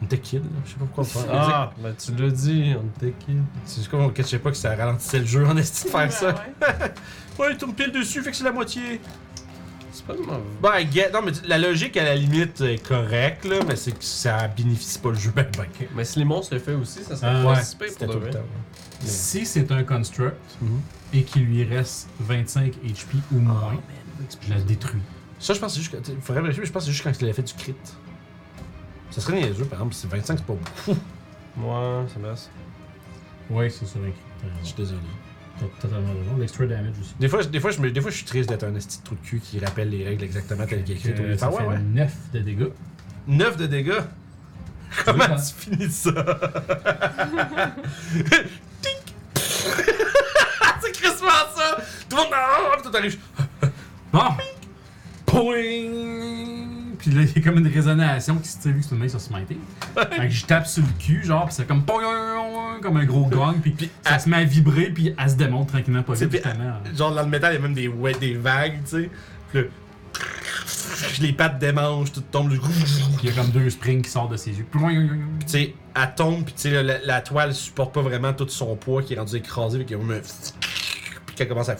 On était kid, là. Je sais pas pourquoi on fait
Ah, ben tu l'as dit, on était qui
C'est juste qu'on catchait pas que ça ralentissait le jeu en esti de faire
Ben
ça.
ouais.
Ouais, il tombe pile dessus, fait que c'est la moitié.
C'est pas mauvais.
Ben, I get- non, mais la logique à la limite est correcte, là, mais c'est que ça bénéficie pas le jeu ben ben.
Mais si les monstres le fait aussi, ça serait
Ah,
pas
ouais,
si pire
C'était
pour
tout
de
le
vrai.
temps.
Si c'est un construct
Mhm.
et qu'il lui reste 25 HP ou moins, je la détruis.
Ça, je pense que c'est juste. quand- Faudrait vérifier, mais je pense que c'est juste quand il a fait du crit. Ça serait les jeux, par exemple, c'est 25, c'est pas beaucoup.
Ouais, c'est basse.
Ouais, c'est sur un crit. T'as
Je
raison.
suis désolé.
T'as totalement raison. L'extra damage aussi.
Des fois, je- des fois, je me, des fois, je suis triste d'être un esti de trou de cul qui rappelle les règles exactement telles qu'elles sont écrites. au lieu de
Euh, ça
faire, Ah Ouais,
fait
ouais.
9 de dégâts.
9 de dégâts. Comment
hein?
tu finis ça? Tink! C'est crissement ça! ah, Tout le monde, ah, puis toi, t'arrives.
Bon!
Poing!
Puis
Puis
là, il y a comme une résonation qui se tire vu que c'est une main sur smiter. fait que je tape sur le cul, genre, puis c'est comme pong, comme un gros gong, puis, ça se met à vibrer, puis elle se démonte tranquillement, pas
C'est
vite,
puis-
justement.
Genre dans le métal, il y a même des, ouais, des vagues, tu sais. Puis le- les pattes démangent, tout tombe. le- Puis
Puis il y a comme deux springs qui sortent de ses yeux.
tu sais, elle tombe, puis tu sais, la, la toile supporte pas vraiment tout son poids qui est rendu écrasé, puis qu'il y a comme un Puis qu'elle commence à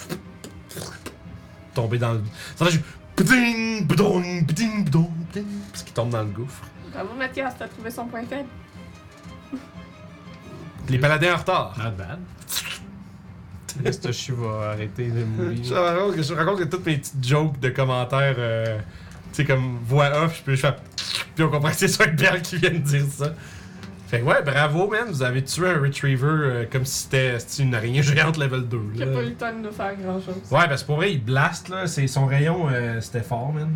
tomber dans le. Ça fait juste Pding, pdong, pding, pdong, pding. Parce qu'il tombe dans le gouffre.
Bravo Mathias, t'as trouvé son point faible.
Les paladins en retard.
Not bad.
Reste Chi va arrêter de
Je
mourir.
raconte, que- je raconte que toutes mes petites jokes de commentaires, euh, tu sais, comme voix off, je peux juste faire. Puis on comprend que c'est Swagberg qui vient de dire ça. Fait que ouais, bravo, man, vous avez tué un retriever euh, comme si c'était c'était une araignée géante level 2.
Qui
Là.
a pas eu le temps de nous faire grand chose.
Ouais, parce que pour vrai, il blast, là. C'est son rayon, euh, c'était fort, man.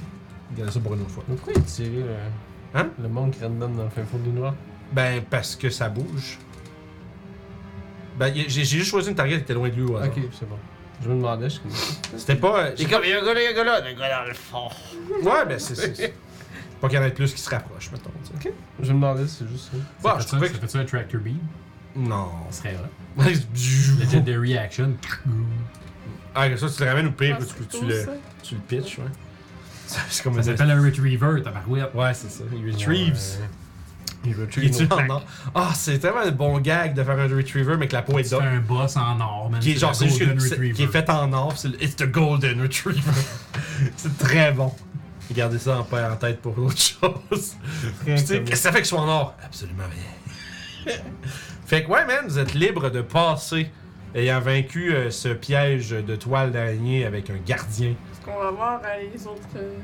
Regardez ça pour une autre fois.
Mais pourquoi il tirait le...
Hein?
le monde qui random dans le fin fond du noir?
Ben, parce que ça bouge. Ben, y- j'ai j'ai juste choisi une target qui était loin de lui, ouais.
Ok, c'est bon. Je me demandais, je suis
C'était pas. euh,
comme, il y a un gars là, il y a un gars là, le gars dans le fond.
ouais, ben, c'est. c'est- c'est- Pas qu'il y en ait plus qui se rapprochent, mettons, tu sais.
Je me demandais, c'est juste ça.
Bon,
ça
je
fait-tu
trouvais que. Oh.
ça fait-tu un tractor beam?
Non.
Ça serait là.
Ouais,
Legendary action.
Ah, ça, tu le ramènes ou pire,
Ah,
ou
c'est
tu, tu
cool,
le,
ça.
tu le pitches, ouais. Ça, C'est comme
Ça
un
s'appelle un retriever, tabarouette.
Ouais, c'est ça. Il retrieves.
Il
Il est
retrieves.
tué en or. Ah, c'est tellement un bon gag de faire un retriever, mais que la peau est
C'est
d'or.
un boss en or, man.
Qui est genre, c'est
le
juste
Golden
que- c'est-
Retriever.
qui est fait en or, c'est le- It's the Golden Retriever. c'est très bon. Gardez ça en, pa- en tête pour autre chose. Puis tu sais, qu'est-ce que ça fait que je sois en or Absolument rien. fait que ouais, man, vous êtes libre de passer ayant vaincu euh, ce piège de toile d'araignée avec un gardien.
Est-ce qu'on va voir euh, les autres euh,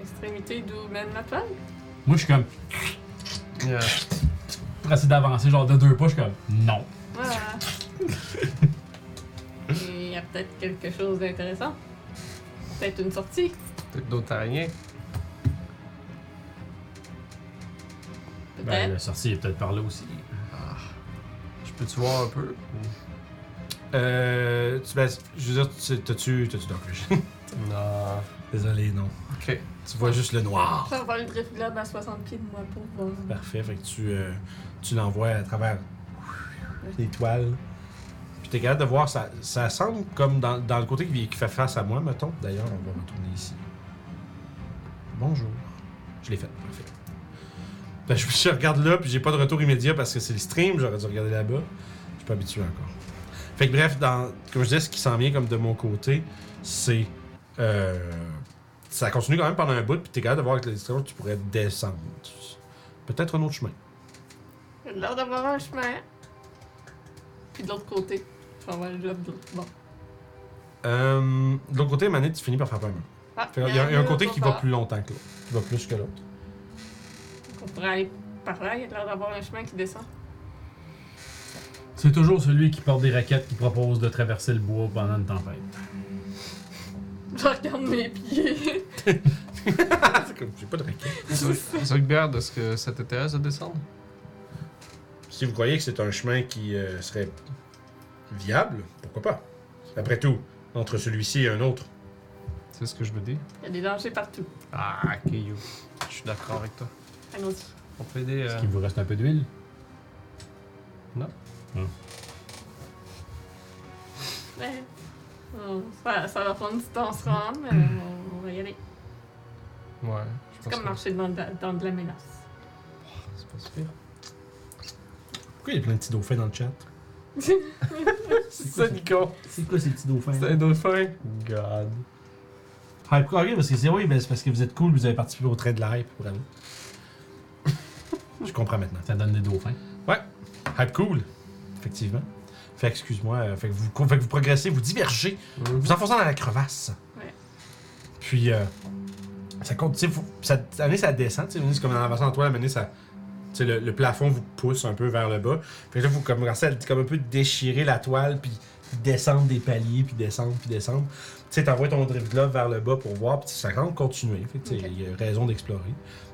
extrémités d'où mène la toile?
Moi, je suis comme, pour essayer d'avancer, genre de deux pas, je suis comme, non.
Voilà. Il y a peut-être quelque chose d'intéressant. Peut-être une sortie.
Peut-être d'autres araignées.
Ben,
Ben,
Ben,
Peut-être.
le sorcier est peut-être par là aussi.
Je peux-tu voir un peu?
Euh. Tu, ben, je veux dire, tu- t'as-tu. T'as-tu Dark Vision?
Non.
Désolé, non.
Ok.
Tu vois juste le noir.
Faire voir une triflade à 60 pieds de moi pour voir.
Parfait, fait que tu, euh, tu l'envoies à travers l'étoile. Puis t'es capable de voir, ça, ça semble comme dans, dans le côté qui, qui fait face à moi, mettons. D'ailleurs, on va retourner ici. Bonjour. Je l'ai fait, parfait. Ben, je, je regarde là, puis j'ai pas de retour immédiat parce que c'est le stream, j'aurais dû regarder là-bas. Je suis pas habitué encore. Fait que bref, dans, comme je disais, ce qui s'en vient comme de mon côté, c'est... euh, ça continue quand même pendant un bout, puis t'es capable de voir avec les distractions, tu pourrais descendre. Peut-être un autre chemin.
J'ai l'air d'avoir un chemin. Puis de l'autre côté. Enfin, ouais, je l'ai de l'autre. Bon.
Euh, de l'autre côté, Manette, tu finis par frapper un mur.
Ah,
Fait qu'il y a- Il y, a un côté qui va
pas.
plus longtemps que l'autre. Qui va plus que l'autre.
On pourrait aller par là. Il y a l'air d'avoir un chemin qui descend.
C'est toujours celui qui porte des raquettes qui propose de traverser le bois pendant une tempête.
Je regarde mes pieds.
C'est comme, j'ai pas de raquette.
Zuckbeard, est-ce que ça t'intéresse de descendre?
Si vous croyez que c'est un chemin qui euh, serait viable, pourquoi pas? Après tout, entre celui-ci et un autre.
C'est ce que je me dis.
Il y a des dangers partout.
Ah, ok, yo. Je suis d'accord avec toi.
Allons-y.
On peut aider.
Est-ce
euh,
qu'il vous reste un peu d'huile?
Ouais. Bon, ça, ça va prendre du temps à se rendre, mais on, on va y aller.
Ouais. je
C'est
pense
comme
que-
marcher dans, de la- dans de la mélasse.
C'est pas super.
Pourquoi il y a plein de petits dauphins dans le chat?
C'est ça, Nico.
C'est quoi ces petits dauphins?
C'est un dauphin. God.
Hype Corée, Ah, parce que c'est oui, ben, c'est parce que vous êtes cool, vous avez participé au trait de l'hype, bravo. Je comprends maintenant.
Ça donne des dauphins.
Hype Ah, cool, effectivement. Fait excuse-moi, euh, fait que vous, fait que vous progressez, vous divergez vous enfoncez dans la crevasse.
Ouais.
Puis, euh, ça continue. Faut, ça, à un moment donné, ça descend. tu sais, à un moment donné, C'est comme en avançant en toile, à un moment donné, ça, tu sais, le, le plafond vous pousse un peu vers le bas. Puis là, vous commencez à comme un peu déchirer la toile, puis descendre des paliers, puis descendre, puis descendre. Tu sais, t'envoies ton drift glove vers le bas pour voir, puis ça compte continuer. Fait que, tu sais,
Ok.
il y a raison d'explorer.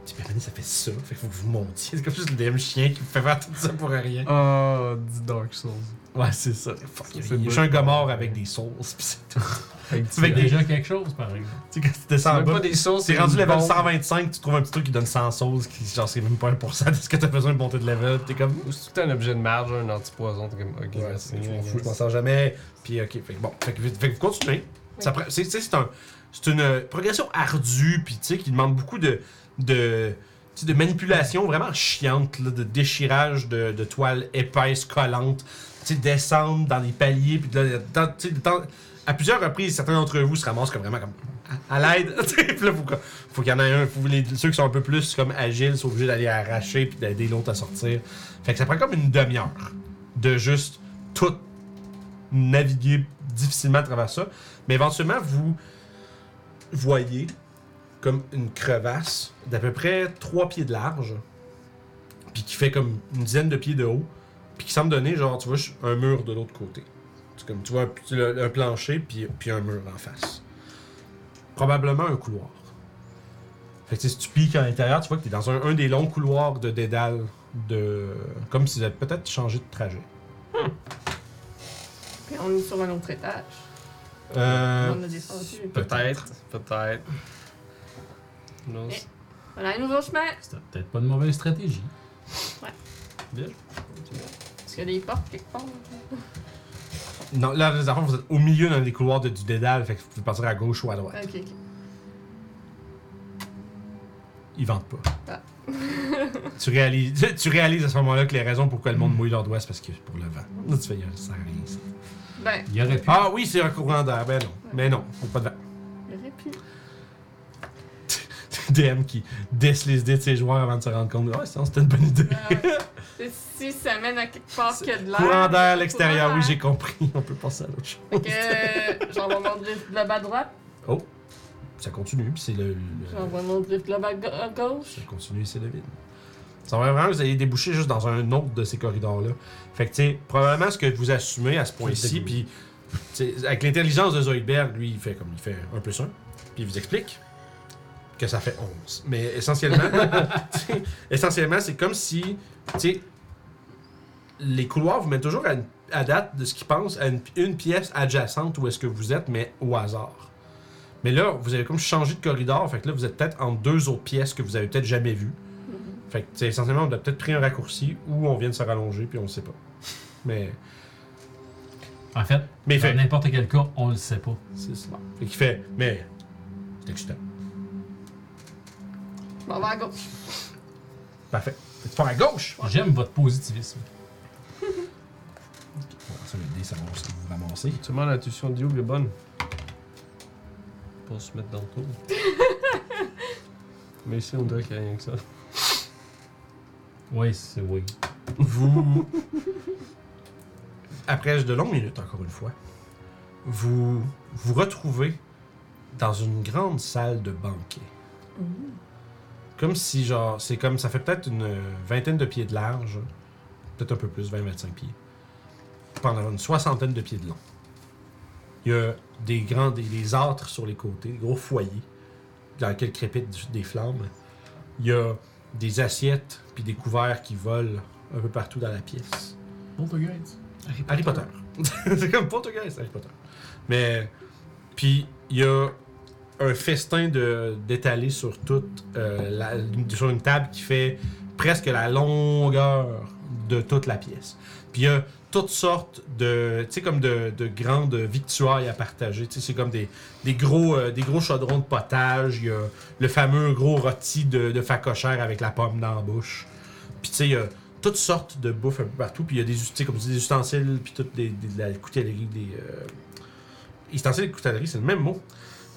Tu peux ça fait ça. Fait que faut que vous montiez. C'est comme juste le DM chien qui vous fait faire tout ça pour rien. Ah,
Oh, du Dark Souls.
Ouais, c'est ça. Fuck,
Ça,
il
c'est
il-
beau.
je suis un gomard avec des sauces. Pis c'est tout.
Avec
Tu fais que des-
déjà quelque chose, par exemple.
Tu sais, quand tu descends en
même
bas,
pas des sauces.
c'est rendu
une
level
bombe.
125, tu trouves un petit truc qui donne 100 sauces, qui genre c'est même pas 1% de ce que t'as besoin de monter de level. T'es comme.
Ou c'est tout un objet de marge, un antipoison, t'es comme, ok,
Ouais,
merci.
c'est- je m'en fous, je m'en
merci.
sers jamais. Puis, ok, fait que bon, fait que, fait que vous continuez. Ça prend- c'est, c'est- c'est un- c'est une euh, progression ardue, puis tu sais, qui demande beaucoup de, de, tu sais, de manipulation vraiment chiante, là, de déchirage de, de toiles épaisses, collantes, tu sais, descendre dans les paliers, puis de là, dans- tu sais, dans- à plusieurs reprises, certains d'entre vous se ramassent comme vraiment comme à, à l'aide. tu sais, puis là, faut, que- faut qu'il y en ait un, faut, les, ceux qui sont un peu plus comme agiles sont obligés d'aller arracher, puis d'aider l'autre à sortir. Fait que ça prend comme une demi-heure de juste tout naviguer difficilement à travers ça. Mais éventuellement, vous voyez comme une crevasse d'à peu près 3 pieds de large, puis qui fait comme une dizaine de pieds de haut, puis qui semble donner, genre, tu vois, un mur de l'autre côté. C'est comme, tu vois, un, petit- le- un plancher, puis, puis un mur en face. Probablement un couloir. Fait que tu sais, si tu piques à l'intérieur, tu vois que t'es dans un, un des longs couloirs de dédale, de... comme si vous avez peut-être changé de trajet.
Puis on est sur un autre étage.
Euh,
on a descendu.
Peut-être, peut-être. Non,
Eh. Voilà un nouveau chemin.
C'était peut-être pas une mauvaise stratégie.
Est-ce qu'il y a des portes quelque part?
non, là, les enfants, vous êtes au milieu d'un des couloirs de- du dédale, fait que vous pouvez partir à gauche ou à droite.
Ok, ok.
Ils vendent pas.
Ah.
tu, réalises, tu réalises à ce moment-là que les raisons pourquoi le monde mouille leur doigt, c'est parce que pour le vent. Là, tu fais, Y'a- ça sert à rien, ça.
Ben,
Il y aurait pu.
Ah oui, c'est un courant d'air. Ben non. Mais non, faut pas de vent.
il aurait pu.
DM qui déce les idées de ses joueurs avant de se rendre compte. Ouais, sinon, c'était une bonne idée.
Euh, si ça mène à quelque part qu'il y a de l'air.
courant d'air à
courant
l'extérieur, oui,
d'air.
j'ai compris. On peut passer à l'autre chose.
Fait que j'envoie mon drift globe à droite,
Ça continue, puis c'est le- le,
j'envoie mon drift globe à, ga- à gauche.
Ça continue, c'est le vide. Ça va vraiment, vous allez déboucher juste dans un autre de ces corridors-là. Fait que, tu sais, probablement ce que vous assumez à ce point-ci, puis, tu sais, avec l'intelligence de Zoidberg, lui, il fait comme il fait un plus un, puis il vous explique que ça fait 11. Mais essentiellement, tu sais, essentiellement, c'est comme si, tu sais, les couloirs vous mettent toujours à, une- à date de ce qu'ils pensent à une, une pièce adjacente où est-ce que vous êtes, mais au hasard. Mais là, vous avez comme changé de corridor, fait que là, vous êtes peut-être entre deux autres pièces que vous avez peut-être jamais vues. Fait que, c'est essentiellement, on a peut-être pris un raccourci ou on vient de se rallonger, puis on le sait pas. Mais.
En fait,
Mais il
dans
fait.
n'importe quel cas, on le sait pas.
C'est ça. Fait qu'il fait. Mais. C'est excitant.
Je m'en vais à gauche.
Parfait. Fait que tu pars à gauche!
J'aime votre positivisme.
Ça va aider, ça va ce que vous ramassez.
Seulement l'intuition de Youb est bonne. Pour se mettre dans le tour. Mais ici, on dirait qu'il n'y a rien que ça.
Oui, c'est oui.
Vous. Après de longues minutes, encore une fois, vous vous retrouvez dans une grande salle de banquet. Comme si, genre, c'est comme. Ça fait peut-être une vingtaine de pieds de large, peut-être un peu plus, 20-25 pieds, pendant une soixantaine de pieds de long. Il y a des grands. des, des âtres sur les côtés, des gros foyers, dans lesquels crépitent du- des flammes. Il y a des assiettes puis des couverts qui volent un peu partout dans la pièce. Harry Potter. c'est comme Poltergeist, Harry Potter. Mais, puis, il y a un festin de- d'étalés sur toute, euh, la- sur une table qui fait presque la longueur de toute la pièce. Puis il y a toutes sortes de, tu sais, comme de, de grandes victuailles à partager. Tu sais, c'est comme des, des gros, euh, des gros chaudrons de potage. Il y a le fameux gros rôti de, de facochère avec la pomme dans la bouche. Puis tu sais, il y a toutes sortes de bouffe un peu partout. Puis il y a des, ust- tu sais, comme je dis, des ustensiles, puis toutes des, des- de la coutellerie, des... euh, Ustensiles et coutellerie, c'est le même mot.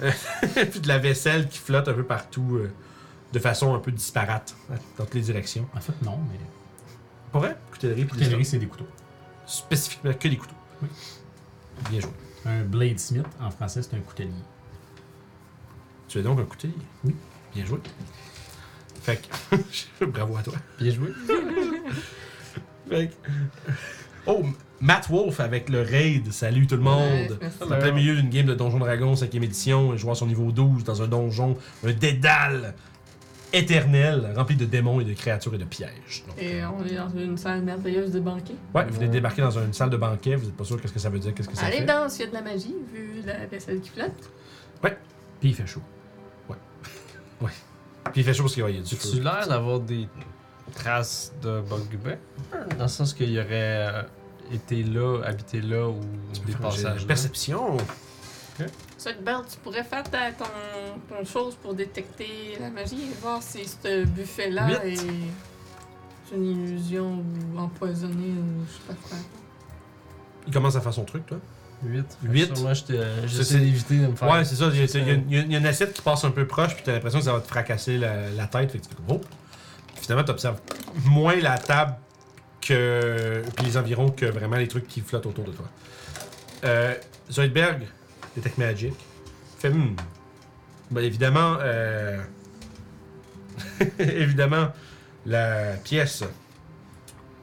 Euh, puis de la vaisselle qui flotte un peu partout, euh, de façon un peu disparate, dans toutes les directions.
En fait, non, mais.
Pour vrai? Coutellerie, puis des
Coutellerie, c'est des couteaux.
ustensiles. Spécifiquement que des couteaux.
Oui.
Bien joué.
Un bladesmith, en français, c'est un coutelier.
Tu es donc un couteau. Oui. Bien joué. Fait que, bravo à toi.
Bien joué.
Fait que- Oh, Matt Wolf avec le raid. Salut tout le monde.
Ouais,
En plein milieu d'une game de Donjon Dragon 5ème édition, un joueur son niveau 12 dans un donjon, un dédale éternelle, remplie de démons et de créatures et de pièges. Donc,
Et on est dans une salle merveilleuse de banquet.
ouais, vous venez de débarquer dans une salle de banquet, vous n'êtes pas sûr qu'est-ce que ça veut dire, qu'est-ce que ça
Allez,
fait.
danse, il y a de la magie, vu la vaisselle qui flotte.
Puis il fait chaud.
Puis il fait chaud parce qu'il y a du
Tu
feu.
l'air d'avoir des traces de Bugbear, dans le sens qu'il aurait euh, été là, habité là ou des
Faire un jet de
passages. hein? là.
Perception.
Suckbird, tu pourrais faire ta, ton, ton chose pour détecter la magie et voir si ce buffet-là est
Huit.
une illusion ou empoisonné ou je sais pas quoi.
Il commence à faire son truc, toi.
8.
Huit.
Moi, j'étais-
C'est-
j'essaie d'éviter de me faire.
Ouais, c'est ça. Il y, a- il y a une- il y a une assiette qui passe un peu proche, puis t'as l'impression que ça va te fracasser la, la tête. Fait que tu fais comme, oh. Finalement, t'observes moins la table que. puis les environs que vraiment les trucs qui flottent autour de toi. Euh, Zoidberg, Detect Magic, fait hmm. Ben, évidemment, euh, évidemment, la pièce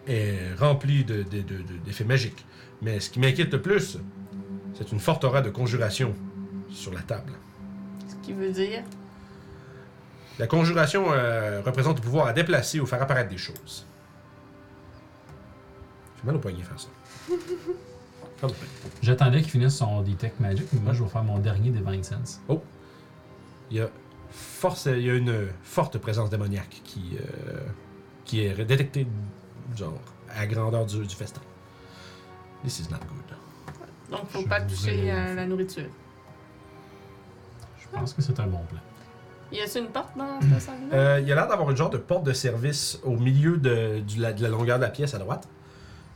est remplie de- de- de- de- d'effets magiques. Mais ce qui m'inquiète le plus, c'est une forte aura de conjuration sur la table.
Ce qui veut dire.
La conjuration euh, représente le pouvoir à déplacer ou faire apparaître des choses. J'ai mal au poignet faire ça. Faire du pain.
J'attendais qu'il finisse son Detect Magic, mais moi je vais faire mon dernier Divine Sense.
Il y a, force, il y a une forte présence démoniaque qui, euh, qui est détectée genre, à la grandeur du, du festin. This is not good.
Donc, faut pas toucher à la nourriture.
Je pense que c'est un bon plan.
Y a une porte dans cette salle-là?
Euh, il y a l'air d'avoir une genre de porte de service au milieu de, du- la, de la longueur de la pièce à droite.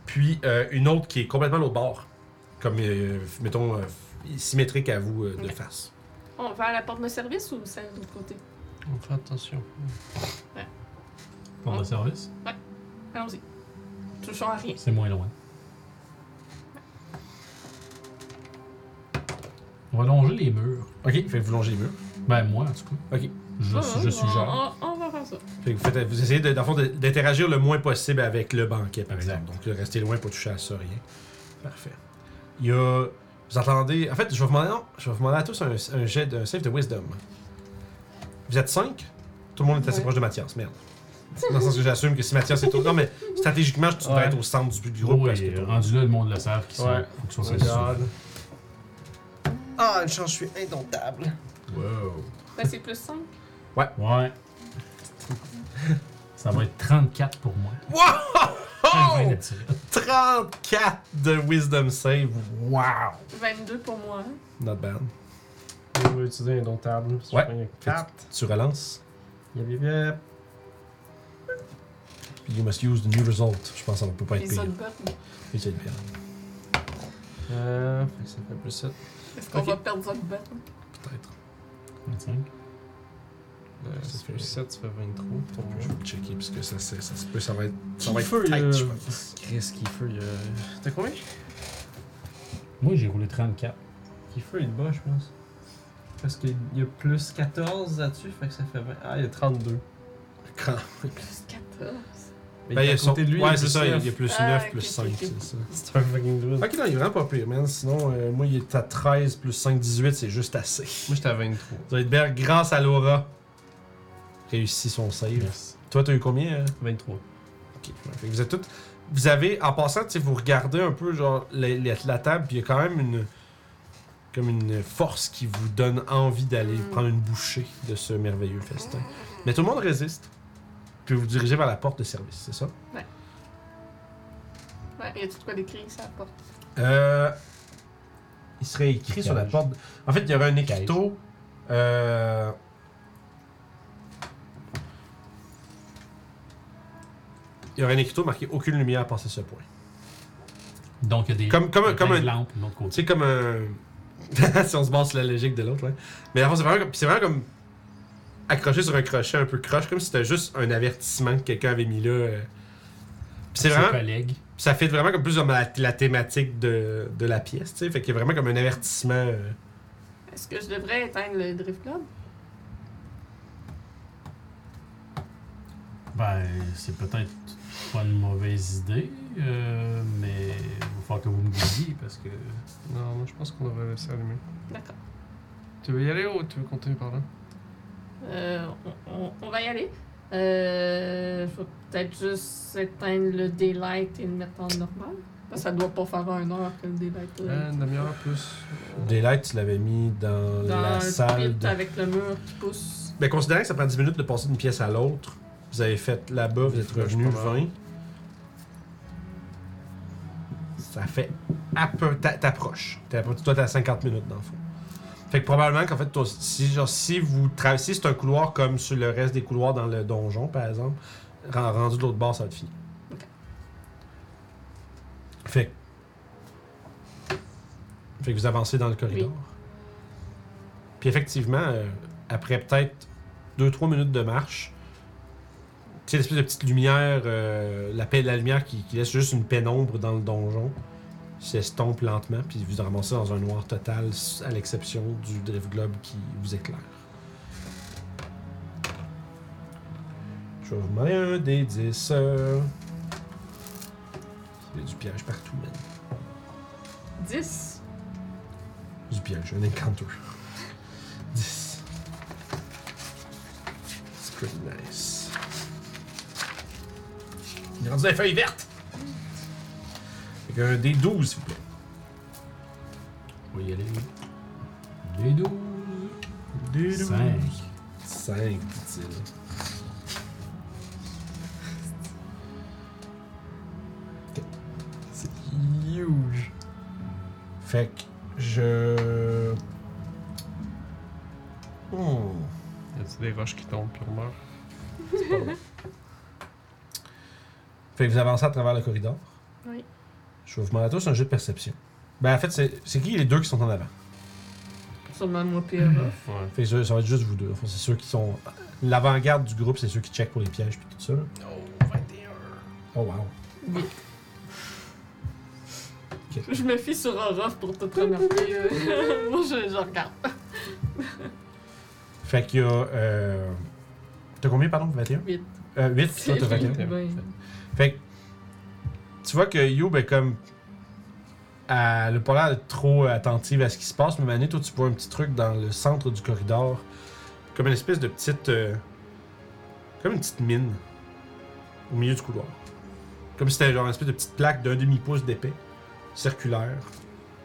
Puis euh, une autre qui est complètement à l'autre bord. Comme, euh, mettons, euh, symétrique à vous euh, de
Ok.
face.
On va faire la porte de service ou celle de l'autre côté?
On fait attention.
Pour
Ouais.
le service,
Allons-y. Touchons à rien.
c'est moins loin. On va longer les murs.
Ok, fait que vous longez les murs.
Ben, moi, en tout cas.
Ok.
Je,
Ah,
je
on-
suggère.
On, on va faire ça.
Fait que vous, faites- vous essayez de- dans le fond, de- d'interagir le moins possible avec le banquet, par
Exact.
exemple. Donc, euh, restez loin, pas toucher à ça, rien. Parfait. Il y a. Vous entendez. En fait, je vais vous demander, non, je vais vous demander à tous un, un jet d'un save de wisdom. Vous êtes 5 Tout le monde est assez
Ouais.
proche de Mathias, merde. Dans le sens que j'assume que si Mathias est au. Non, mais stratégiquement, tu devrais
Ouais.
être au centre du, du groupe.
Oui,
parce que t'as-
rendu là, le monde le savent. qu'ils sont-
Ouais.
Faut que ce soit ça.
Regarde. Ah, une chance, je suis indomptable.
Wow.
Ben, c'est plus simple.
Ouais. Ça va être 34 pour moi. Ah,
Oh!
Je viens de tirer.
34 de wisdom save. Wow!
22 pour moi. hein.
Not bad.
On va utiliser indomptable.
Ouais.
Cap.
Tu relances.
Yep, yep, yep.
Puis you must use the new result. Je pense que ça ne peut pas être
Les
pire. hein.
autres bottes.
Et c'est pire.
Euh, fait que ça fait plus 7.
Est-ce qu'on
Ok.
va perdre notre botte?
Peut-être.
25.
Euh,
Ça
ça
fait-
fait 7, ça fait 23. Pour moi.
Je vais checker parce que ça, c'est- ça se peut, ça va être. Ça va
Kiefer,
être tight,
il a-
je pense.
Chris Kiefer, il a. T'as combien
Moi, j'ai roulé 34.
Kiefer, il bat, je pense. Parce qu'il y a plus 14 là-dessus, fait que ça fait 20. Ah, il y a 32.
Quand?
Plus 14.
Mais
Ben, il y a
à
son...
côté de lui, il y a
ouais, c'est
plus
ça, il y a
9.
plus
Ah,
9,
ok,
plus
ok,
5,
ok.
c'est ça.
C'est un fucking druide.
Ok, non, il est vraiment pas pire, man. Sinon, euh, moi, il est à 13, plus 5, 18, c'est juste assez.
Moi, j'étais à 23.
Zoidberg, grâce à Laura, réussit son save.
Yes.
Toi, t'as eu combien? hein?
23.
Ok, ouais, fait que vous êtes toutes. Vous avez, en passant, tu sais, vous regardez un peu genre la, la- la table, puis il y a quand même une comme une force qui vous donne envie d'aller
Mm.
prendre une bouchée de ce merveilleux festin. Mais tout le monde résiste. Puis vous vous dirigez vers la porte de service, c'est ça
Ouais, y a-tu de quoi d'écrire sur la porte?
Euh, Il serait écrit sur la
Cage.
porte. En fait, il y aurait un écriteau. euh, Il y aurait un écriteau marqué aucune lumière passée ce point.
Donc, il y a des.
Comme- comme-
il y a
comme
plein
un-
de lampes de l'autre côté.
C'est comme un. si on se base sur la logique de l'autre, ouais. Mais à la fois, c'est vraiment, comme- c'est vraiment comme. Accroché sur un crochet un peu croche, comme si c'était juste un avertissement que quelqu'un avait mis là. euh. Puis c'est
Ses
vraiment.
collègues.
Ça fait vraiment comme plus dans la, la thématique de, de la pièce, tu sais. Fait qu'il y a vraiment comme un avertissement. euh.
Est-ce que je devrais éteindre le drift club?
Ben, c'est peut-être pas une mauvaise idée, euh, mais il va falloir que vous me disiez parce que.
Non, moi, je pense qu'on devrait laisser allumer.
D'accord.
Tu veux y aller ou tu veux continuer par là
Euh, on, on- on va y aller. Euh, faut peut-être juste éteindre le daylight et le mettre en normal. Parce que ça doit pas faire un heure que le daylight. euh,
Une demi-heure Eh, plus.
Daylight, tu l'avais mis dans,
dans
Euh, la
le
salle.
pit
De...
avec le mur qui pousse.
Ben, considérant que ça prend 10 minutes de passer d'une pièce à l'autre, vous avez fait là-bas, vous êtes revenu 20. Ça fait à peu. t'a- T'approches. T'es à peu- Toi, t'es à 50 minutes dans le fond. Fait que probablement qu'en fait, toi, si, genre, si vous traversez, c'est un couloir comme sur le reste des couloirs dans le donjon, par exemple, ren- rendu de l'autre bord, ça va être fini.
Ok.
Fait que- Fait que vous avancez dans le corridor. Puis effectivement, euh, après peut-être 2-3 minutes de marche, tu sais, l'espèce de petite lumière, euh, la, pa- la lumière qui, qui laisse juste une pénombre dans le donjon, s'estompe lentement, puis vous vous ramassez dans un noir total, s- à l'exception du Drift Globe qui vous éclaire. Je vais vous demander un des 10. euh. Il y a du piège partout, man.
10.
Du piège, un encounter. 10. C'est pretty nice. Il est rendu dans les feuilles vertes! Fait qu'un des 12, s'il vous plaît.
On va y aller. Des 12. 5.
5, dit-il. C'est huge. Fait que je. Hmm.
Y a-t-il des roches qui tombent puis on meurt
Fait que vous avancez à travers le corridor.
Oui.
Je vais vous demander à tous un jeu de perception. Ben, en fait, c'est c'est qui les deux qui sont en avant?
Sûrement moi puis
Hmm.
Eva.
Ouais.
Fait que ça, ça va être juste vous deux. Enfin, c'est ceux qui sont. L'avant-garde du groupe, c'est ceux qui checkent pour les pièges puis tout ça. là.
Oh, 21.
Oh, wow.
Je me fie sur Orof pour tout remarquer. euh. moi, je, je regarde.
Fait qu'il y a. Euh... T'as combien, pardon? 21?
Huit.
Euh, 8, toi, t'as 21.
Ben,
Fait que, tu vois que Youb est comme. Elle a pas l'air d'être trop attentive à ce qui se passe, mais Mané, toi, tu vois un petit truc dans le centre du corridor. Comme une espèce de petite. euh, comme une petite mine. Au milieu du couloir. Comme si c'était genre une espèce de petite plaque d'un demi-pouce d'épais, circulaire,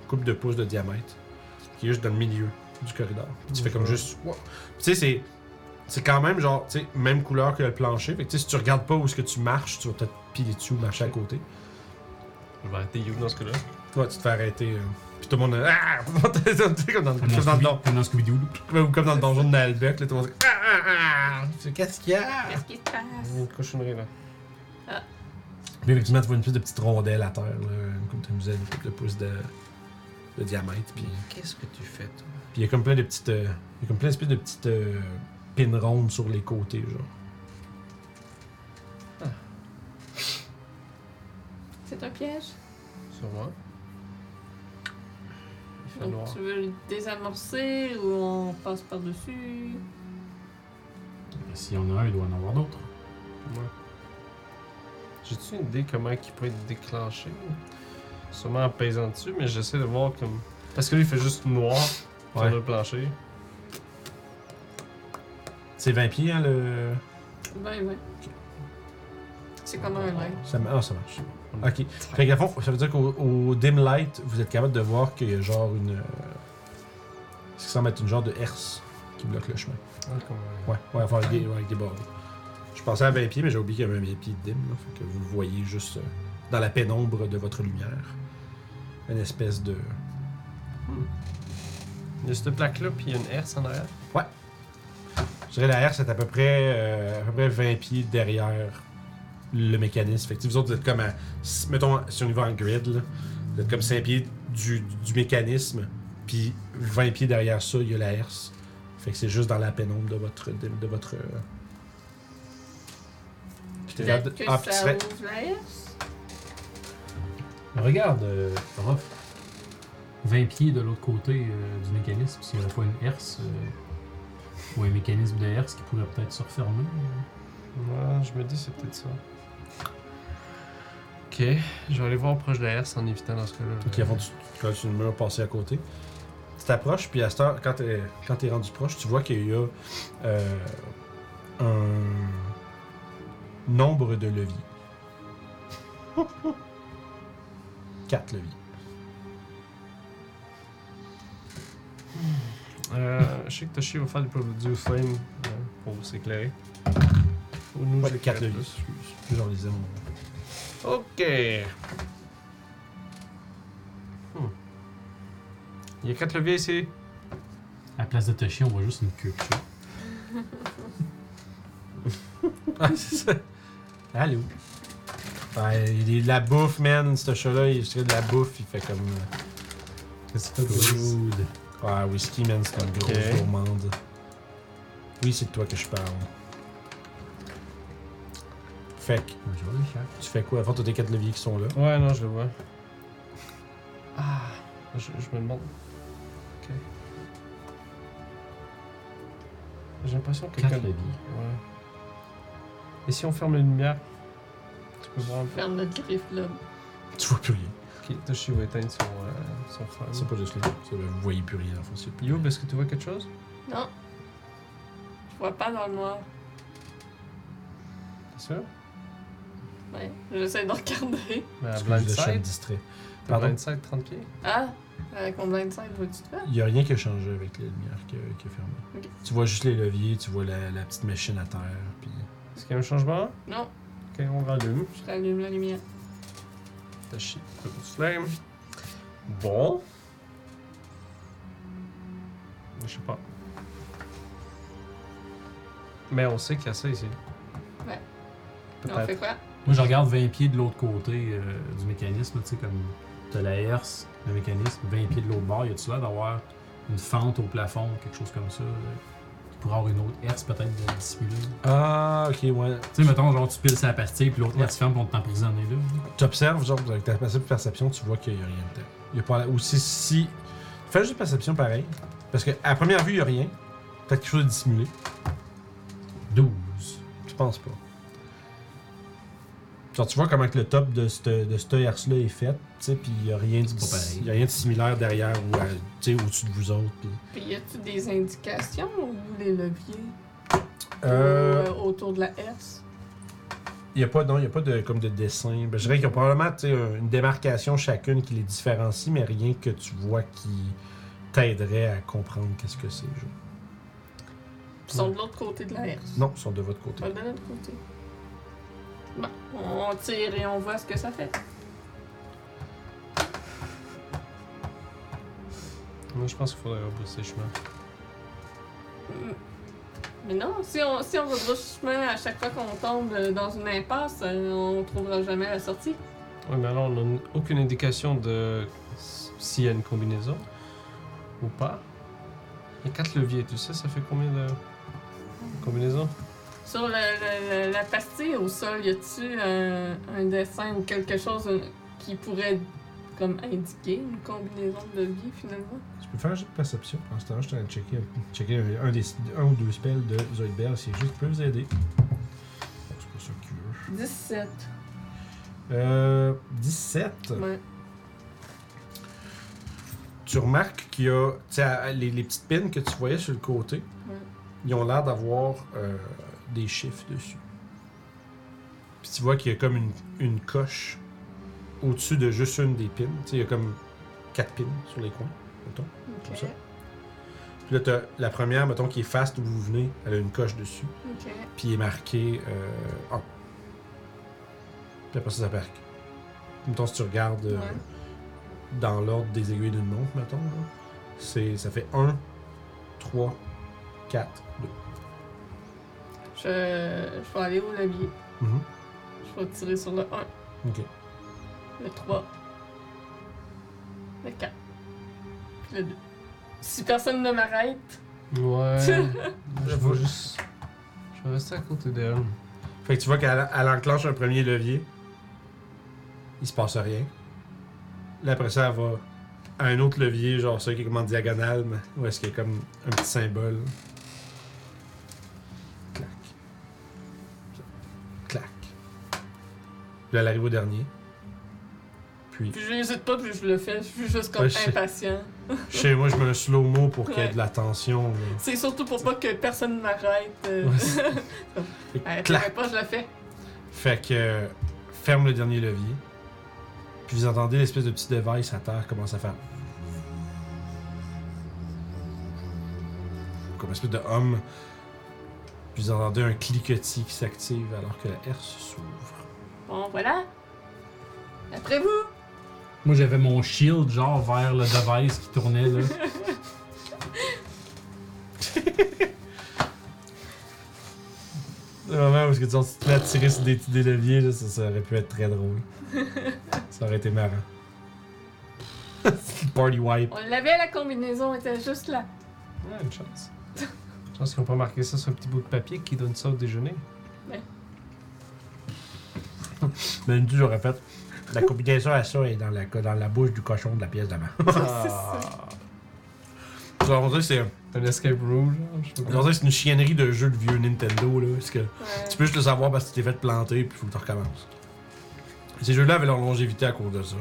coupe de pouce de diamètre, qui est juste dans le milieu du corridor. Puis tu fais comme juste. Wow. Puis tu sais, c'est c'est quand même genre, tu sais, même couleur que le plancher. Fait que tu sais, si tu regardes pas où est-ce que tu marches, tu vas peut-être piler dessus ou marcher à côté.
Je vais arrêter You dans ce cas-là.
Toi, tu te fais arrêter. euh, Puis tout le monde. euh, Ah! Tout le monde, tu sais, comme dans, le-
Comme dans
comme dans le
Scooby-
don-
comme dans Scooby-Doo. là.
comme- comme dans le donjon de Nalbec, là, tout le monde. Ah! ah, ah! Tu fais, Qu'est-ce qu'il y a?
Qu'est-ce qui se passe?
Une cochonnerie là.
Puis effectivement, tu vois une espèce de petite rondelle à terre, là, comme tu nous disais, une couple de pouces de, de diamètre. Puis
Qu'est-ce que tu fais, toi
Puis il y a comme plein de petites. euh, il y a comme plein d'espèces de petites euh, pins rondes sur les côtés, genre.
C'est un piège?
Sûrement. Il fait
Donc,
noir.
tu veux le désamorcer ou on passe par-dessus?
Ben, S'il y en a un, il doit en avoir d'autres.
Ouais. J'ai-tu une idée comment il peut être déclenché? Sûrement en pesant dessus, mais j'essaie de voir comme. Parce que lui, il fait juste noir sur
Ouais.
le plancher.
C'est 20 pieds, hein, le.
Ben ouais. C'est comme un lin.
Ça, ma- ah, ça marche. Ok. Fait que, à fond, ça veut dire qu'au au dim light, vous êtes capable de voir qu'il y a genre une. euh, ce qui semble être une genre de herse qui bloque le chemin.
Ouais, comme-
Ouais, ouais, enfin, avec des, ouais, avec des bords. Je pensais à 20 pieds, mais j'ai oublié qu'il y avait un 20 pieds de dim. là. Fait que vous le voyez juste euh, dans la pénombre de votre lumière. Une espèce de.
Il y a cette plaque-là, puis il y a une herse en arrière.
Je dirais la herse est à peu près, euh, à peu près 20 pieds derrière le mécanisme. Fait que tu sais, vous autres, vous êtes comme à. si- Mettons, si on y va en grid, là, vous êtes comme 5 pieds du, du mécanisme, puis 20 pieds derrière ça, il y a la herse. Fait que c'est juste dans la pénombre de votre. De, de votre euh, puis t'es
Peut-être
capable de-
que
ah, puis tu
ça
serais-
ouvre la herse?
Regarde, euh, Rof. 20 pieds de l'autre côté euh, du mécanisme, s'il n'y avait pas une herse euh, ou un mécanisme de herse qui pourrait peut-être se refermer.
Ouais, je me dis, c'est peut-être ça. Ok, je vais aller voir proche de la herse en évitant dans ce cas-là.
Ok, avant, tu tu colles sur le mur, passer à côté. tu t'approches, puis à cette heure, quand t'es, quand t'es rendu proche, tu vois qu'il y a euh, un nombre de leviers. Quatre leviers.
Euh, je sais que Toshi va faire du, du flame euh, pour s'éclairer. Ou nous
Ouais,
éclairer
quatre leviers.
plus.
J'en lisais mon.
Ok. Hmm. Il y a quatre leviers ici.
À la place de Toshi, on voit juste une queue. de chat.
Ah, c'est ça. Allô? Ouais, il est de la bouffe, man. Ce chat-là, il serait de la bouffe. Il fait comme. euh,
Qu'est-ce que tu fais, toi?
Food. Ouais, whisky, man, c'est comme grosse
Ok.
gourmande. Oui, c'est de toi que je parle. Fait que,
Bonjour, les chats.
tu fais quoi? Avant, t'as tes quatre leviers qui sont là.
Ouais, non, je le vois. Ah, je, je me demande. Ok. J'ai l'impression que.
Quatre
comme-
leviers.
Ouais. Et si on ferme les lumières Tu peux voir un peu.
Ferme notre griffe là.
Tu vois plus rien.
Ok, Toshi va éteindre son, euh, son flamme.
C'est pas juste là. C'est là, Vous voyez plus rien, en fait. c'est plus-
Youb, est-ce que tu vois quelque chose
Non. Je vois pas dans le noir.
T'es sûr
Ouais. Ben, J'essaie de regarder.
Mais à
Excuse,
blind
le chat me
side,
distrait.
t'as
Pardon?
blind side 30 pieds
Ah! Avec mon blind side, vois-tu de quoi?
Il y a rien qui a changé avec les lumières qui qui a fermé.
Ok.
Tu vois juste les leviers, tu vois la, la petite machine à terre, puis.
Est-ce qu'il y a un changement
Non,
Ok, on rallume.
je rallume la lumière.
Toshi, flame. Bon. Je sais pas. Mais on sait qu'il y a ça ici.
Ouais. Et on
Peut-être.
fait quoi?
Moi, je regarde 20 pieds de l'autre côté euh, du mécanisme, tu sais, comme t'as la herse, le mécanisme, 20 pieds de l'autre bord, y a-tu l'air d'avoir une fente au plafond, quelque chose comme ça, euh, qui pourrait avoir une autre herse peut-être de dissimulée?
Ah, ok, ouais.
Tu sais, mettons, genre, tu piles sa pastille, puis l'autre
Ouais.
herse ferme pour t'emprisonner là.
Tu observes, genre, avec ta passive perception, tu vois qu'il n'y a rien dedans. Il y a pas la- Ou si. si... Fais juste perception pareil. Parce que à première vue, il n'y a rien. Peut-être quelque chose de dissimulé.
12.
Je pense pas. Genre, tu vois comment que le top de cette de cette herse-là est fait, tu sais, puis il n'y a, rien de-
C'est pas pareil.
il y a rien de similaire derrière ou à- tu sais, au-dessus de vous autres. puis-
Puis y a-tu des indications ou les leviers?
Euh,
Ou, euh, autour de la herse?
Il n'y a pas, non, il y a pas de, comme de dessin. Ben, je dirais qu'il y a probablement tu sais, un- une démarcation chacune qui les différencie, mais rien que tu vois qui t'aiderait à comprendre qu'est-ce que c'est. genre.
Ils sont de l'autre côté de la herse.
Non, ils sont de votre côté.
Pas de l'autre côté. Bon, on tire et on voit ce que ça fait.
Moi, je pense qu'il faudrait rebrousser le chemin.
Mm. Mais non, si on, si on rebrousse chemin à chaque fois qu'on tombe euh, dans une impasse, euh, on trouvera jamais la sortie.
Oui, mais alors, on n'a aucune indication de s- s'il y a une combinaison ou pas. Il y a quatre leviers, tu sais, ça fait combien de combinaisons
Sur le- le- le- la pastille au sol, y a-tu un, un dessin ou quelque chose euh, qui pourrait comme indiquer une combinaison de leviers finalement?
Tu peux faire un jeu de perception. En ce temps, je suis en train de checker, checker un, un des, un ou deux spells de Zoidberg. C'est juste qui peut vous aider. C'est pas ça qu'il veut.
17.
Euh, 17.
Ouais.
Tu remarques qu'il y a. Tu sais, à- les, les petites pins que tu voyais sur le côté,
Ouais.
ils ont l'air d'avoir euh, des chiffres dessus. Puis tu vois qu'il y a comme une, une coche au-dessus de juste une des pins. Tu sais, il y a comme quatre pins sur les coins, mettons.
Ok.
Comme ça. Puis là, t'as la première, mettons, qui est face d'où vous venez, elle a une coche dessus.
Ok.
Puis il est marqué euh, 1. Puis après ça, ça marque. Mettons, si tu regardes euh,
Ouais.
dans l'ordre des aiguilles d'une montre, mettons, là, c'est, ça fait 1, 3, 4, 2.
Je, je vais aller au levier.
Mhm.
Je vais tirer sur le 1,
Ok.
le 3, le 4, puis le 2. Si personne ne m'arrête,
Ouais. je
Faut-
vais juste. Je vais rester à côté d'elle.
Fait que tu vois qu'elle elle enclenche un premier levier. Il se passe rien. Là, après ça, elle va à un autre levier, genre ça qui est comme en diagonale, mais où est-ce qu'il y a comme un petit symbole. Clac. Clac. Puis là, elle arrive au dernier. Puis Puis,
Puis j'hésite pas, puis je le fais. Je suis juste comme
Ouais, je sais.
impatient.
chez moi, je mets un slow-mo pour qu'il y ait de la tension. là.
C'est surtout pour pas que personne m'arrête. euh.
Ouais, c'est-
Arrête,
Clac.
arrête pas, je le fais.
Fait que euh, ferme le dernier levier. Puis vous entendez l'espèce de petit device à terre commence à faire. Comme une espèce de homme. Puis vous entendez un cliquetis qui s'active alors que la herse s'ouvre.
Bon, voilà. Après vous.
Moi, j'avais mon shield, genre, vers le device qui tournait, là.
Le moment où est-ce que tu te mets à tirer sur des, des leviers, là, ça, ça aurait pu être très drôle. ça aurait été marrant. Party wipe.
On l'avait, la combinaison était juste là.
Ouais, une chance. Je pense qu'ils n'ont pas marqué ça sur un petit bout de papier qui donne ça au déjeuner.
Ben, je répète. La combinaison à ça est dans la, dans la bouche du cochon de la pièce d'avant.
Ah,
On dirait que c'est
un escape room, genre. je sais pas
On
comment-
dirait que c'est une chiennerie de jeu de vieux Nintendo, là. Parce que
Ouais.
tu peux juste le savoir parce que tu t'es fait planter, puis faut que tu recommences. Ces jeux-là avaient leur longévité à cause de ça.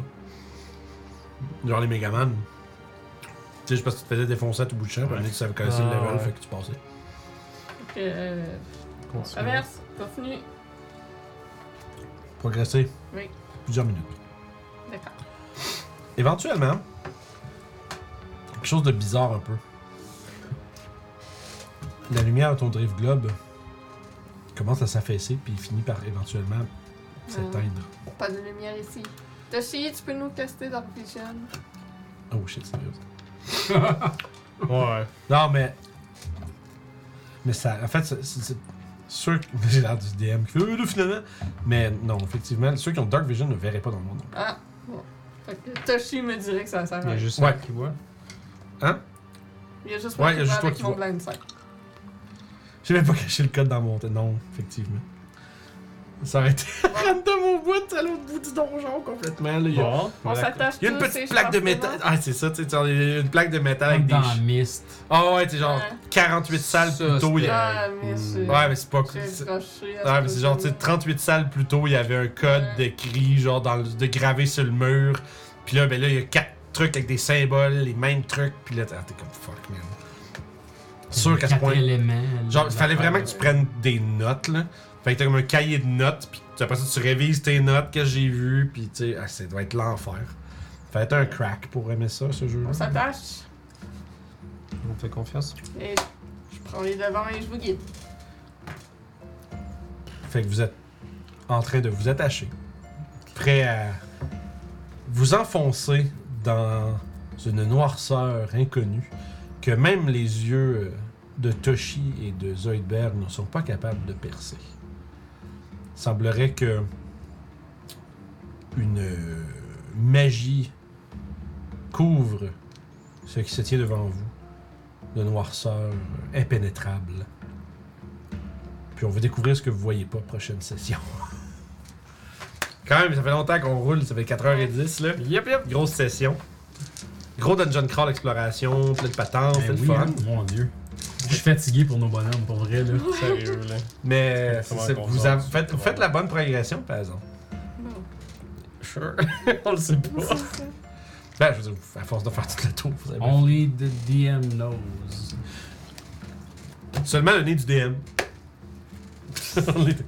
Genre les Megaman. Tu sais, juste parce que tu te faisais défoncer à tout bout de champ, puis à un moment donné, tu savais connaissais le
Ah,
level,
ouais.
fait que tu passais.
Fait que, euh,
Continue.
Ah,
traverse, continue.
Progresser.
Oui.
Plusieurs minutes.
D'accord.
Éventuellement, quelque chose de bizarre un peu. La lumière de ton drift globe commence à s'affaisser, puis finit par éventuellement s'éteindre.
Euh, Pas de lumière ici. Toshi, tu peux nous caster Dark Vision?
Oh shit, sérieux.
Ouais.
Non, mais. Mais ça. En fait, c'est- c'est c'est sûr que. J'ai l'air du DM qui fait, Euh, là, finalement. Mais non, effectivement, ceux qui ont Dark Vision ne verraient pas dans le monde.
Ah, bon. Fait que Toshi me dirait que ça sert à
Il y a
rien.
juste
Ouais.
ça qui voit.
Il y a
Ouais,
juste moi
il y
qui
a
vois
juste toi
avec
qui
mon
vois.
blind sight.
J'ai même pas caché le code dans mon. Non, effectivement. Ça aurait été random au bout, à l'autre bout du donjon complètement. Là. Il, y a,
Bon.
On s'attache
il y a une
tous,
petite
et je
plaque de
pense que
métal. Ah, c'est ça, tu sais, genre, il y a une plaque de métal avec
Comme
des.
dans
chi-
Mist.
Ah ouais, t'es genre
Ouais.
48 salles
Ça,
plus tôt. il y
non.
a-
Ah, mais c'est.
Ouais, mais c'est pas. c'est-
J'ai rushé à
Ah,
ce
mais c'est genre, tu sais,
côté-là.
38 salles plus tôt, il y avait un code
Ouais.
d'écrit, genre, dans le- de gravé sur le mur. Puis là, ben là, il y a quatre trucs avec des symboles, les mêmes trucs. Puis là, t'es ah, t'es comme fuck, man. Sûr qu'à ce
Quatre
point.
éléments. là,
Genre, il fallait
la-
vraiment que tu prennes des notes, là. Fait que t'as comme un cahier de notes, puis tu- après ça, tu révises tes notes, qu'est-ce que j'ai vu, puis tu sais, ah, ça doit être l'enfer. Fallait être un crack pour aimer ça, ce jeu-là.
On s'attache.
On te fait confiance.
Et je prends les devants et je vous guide.
Fait que vous êtes en train de vous attacher, prêt à vous enfoncer dans une noirceur inconnue que même les yeux euh, de Toshi et de Zoidberg ne sont pas capables de percer. Semblerait que une euh, magie couvre ce qui se tient devant vous de noirceur impénétrable. Puis on veut découvrir ce que vous voyez pas prochaine session. Quand même, ça fait longtemps qu'on roule, ça fait 4h10 là.
Yep, yep.
Grosse session. Gros dungeon crawl exploration, plein de patentes,
Ben
plein de
oui,
fun.
hein, mon dieu.
Je suis fatigué pour nos bonhommes, pour vrai, là.
Sérieux, là.
Mais
C'est
c'est-
vraiment
c'est-
bon
vous
sens,
avez-
c'est
faites,
vraiment
faites
bon.
la bonne progression, par exemple.
Bon.
Sure. On le sait pas.
Ben, je veux dire, à force de faire tout le tour, vous avez-
Only the DM knows.
Seulement le nez du DM. On l'est-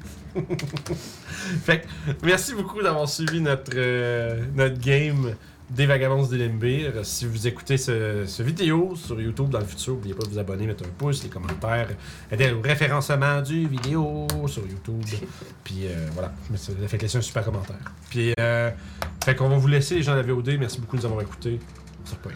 fait que, merci beaucoup d'avoir suivi notre, euh, notre game des Vagabonds de Limbir. Euh, Si vous écoutez ce, ce vidéo sur YouTube dans le futur, n'oubliez pas de vous abonner, mettre un pouce, les commentaires, aider au référencement du vidéo sur YouTube. Puis euh, voilà, je me suis fait laisser un super commentaire. Puis, euh, fait qu'on va vous laisser les gens de la VOD. Merci beaucoup de nous avoir écoutés. Sur Point.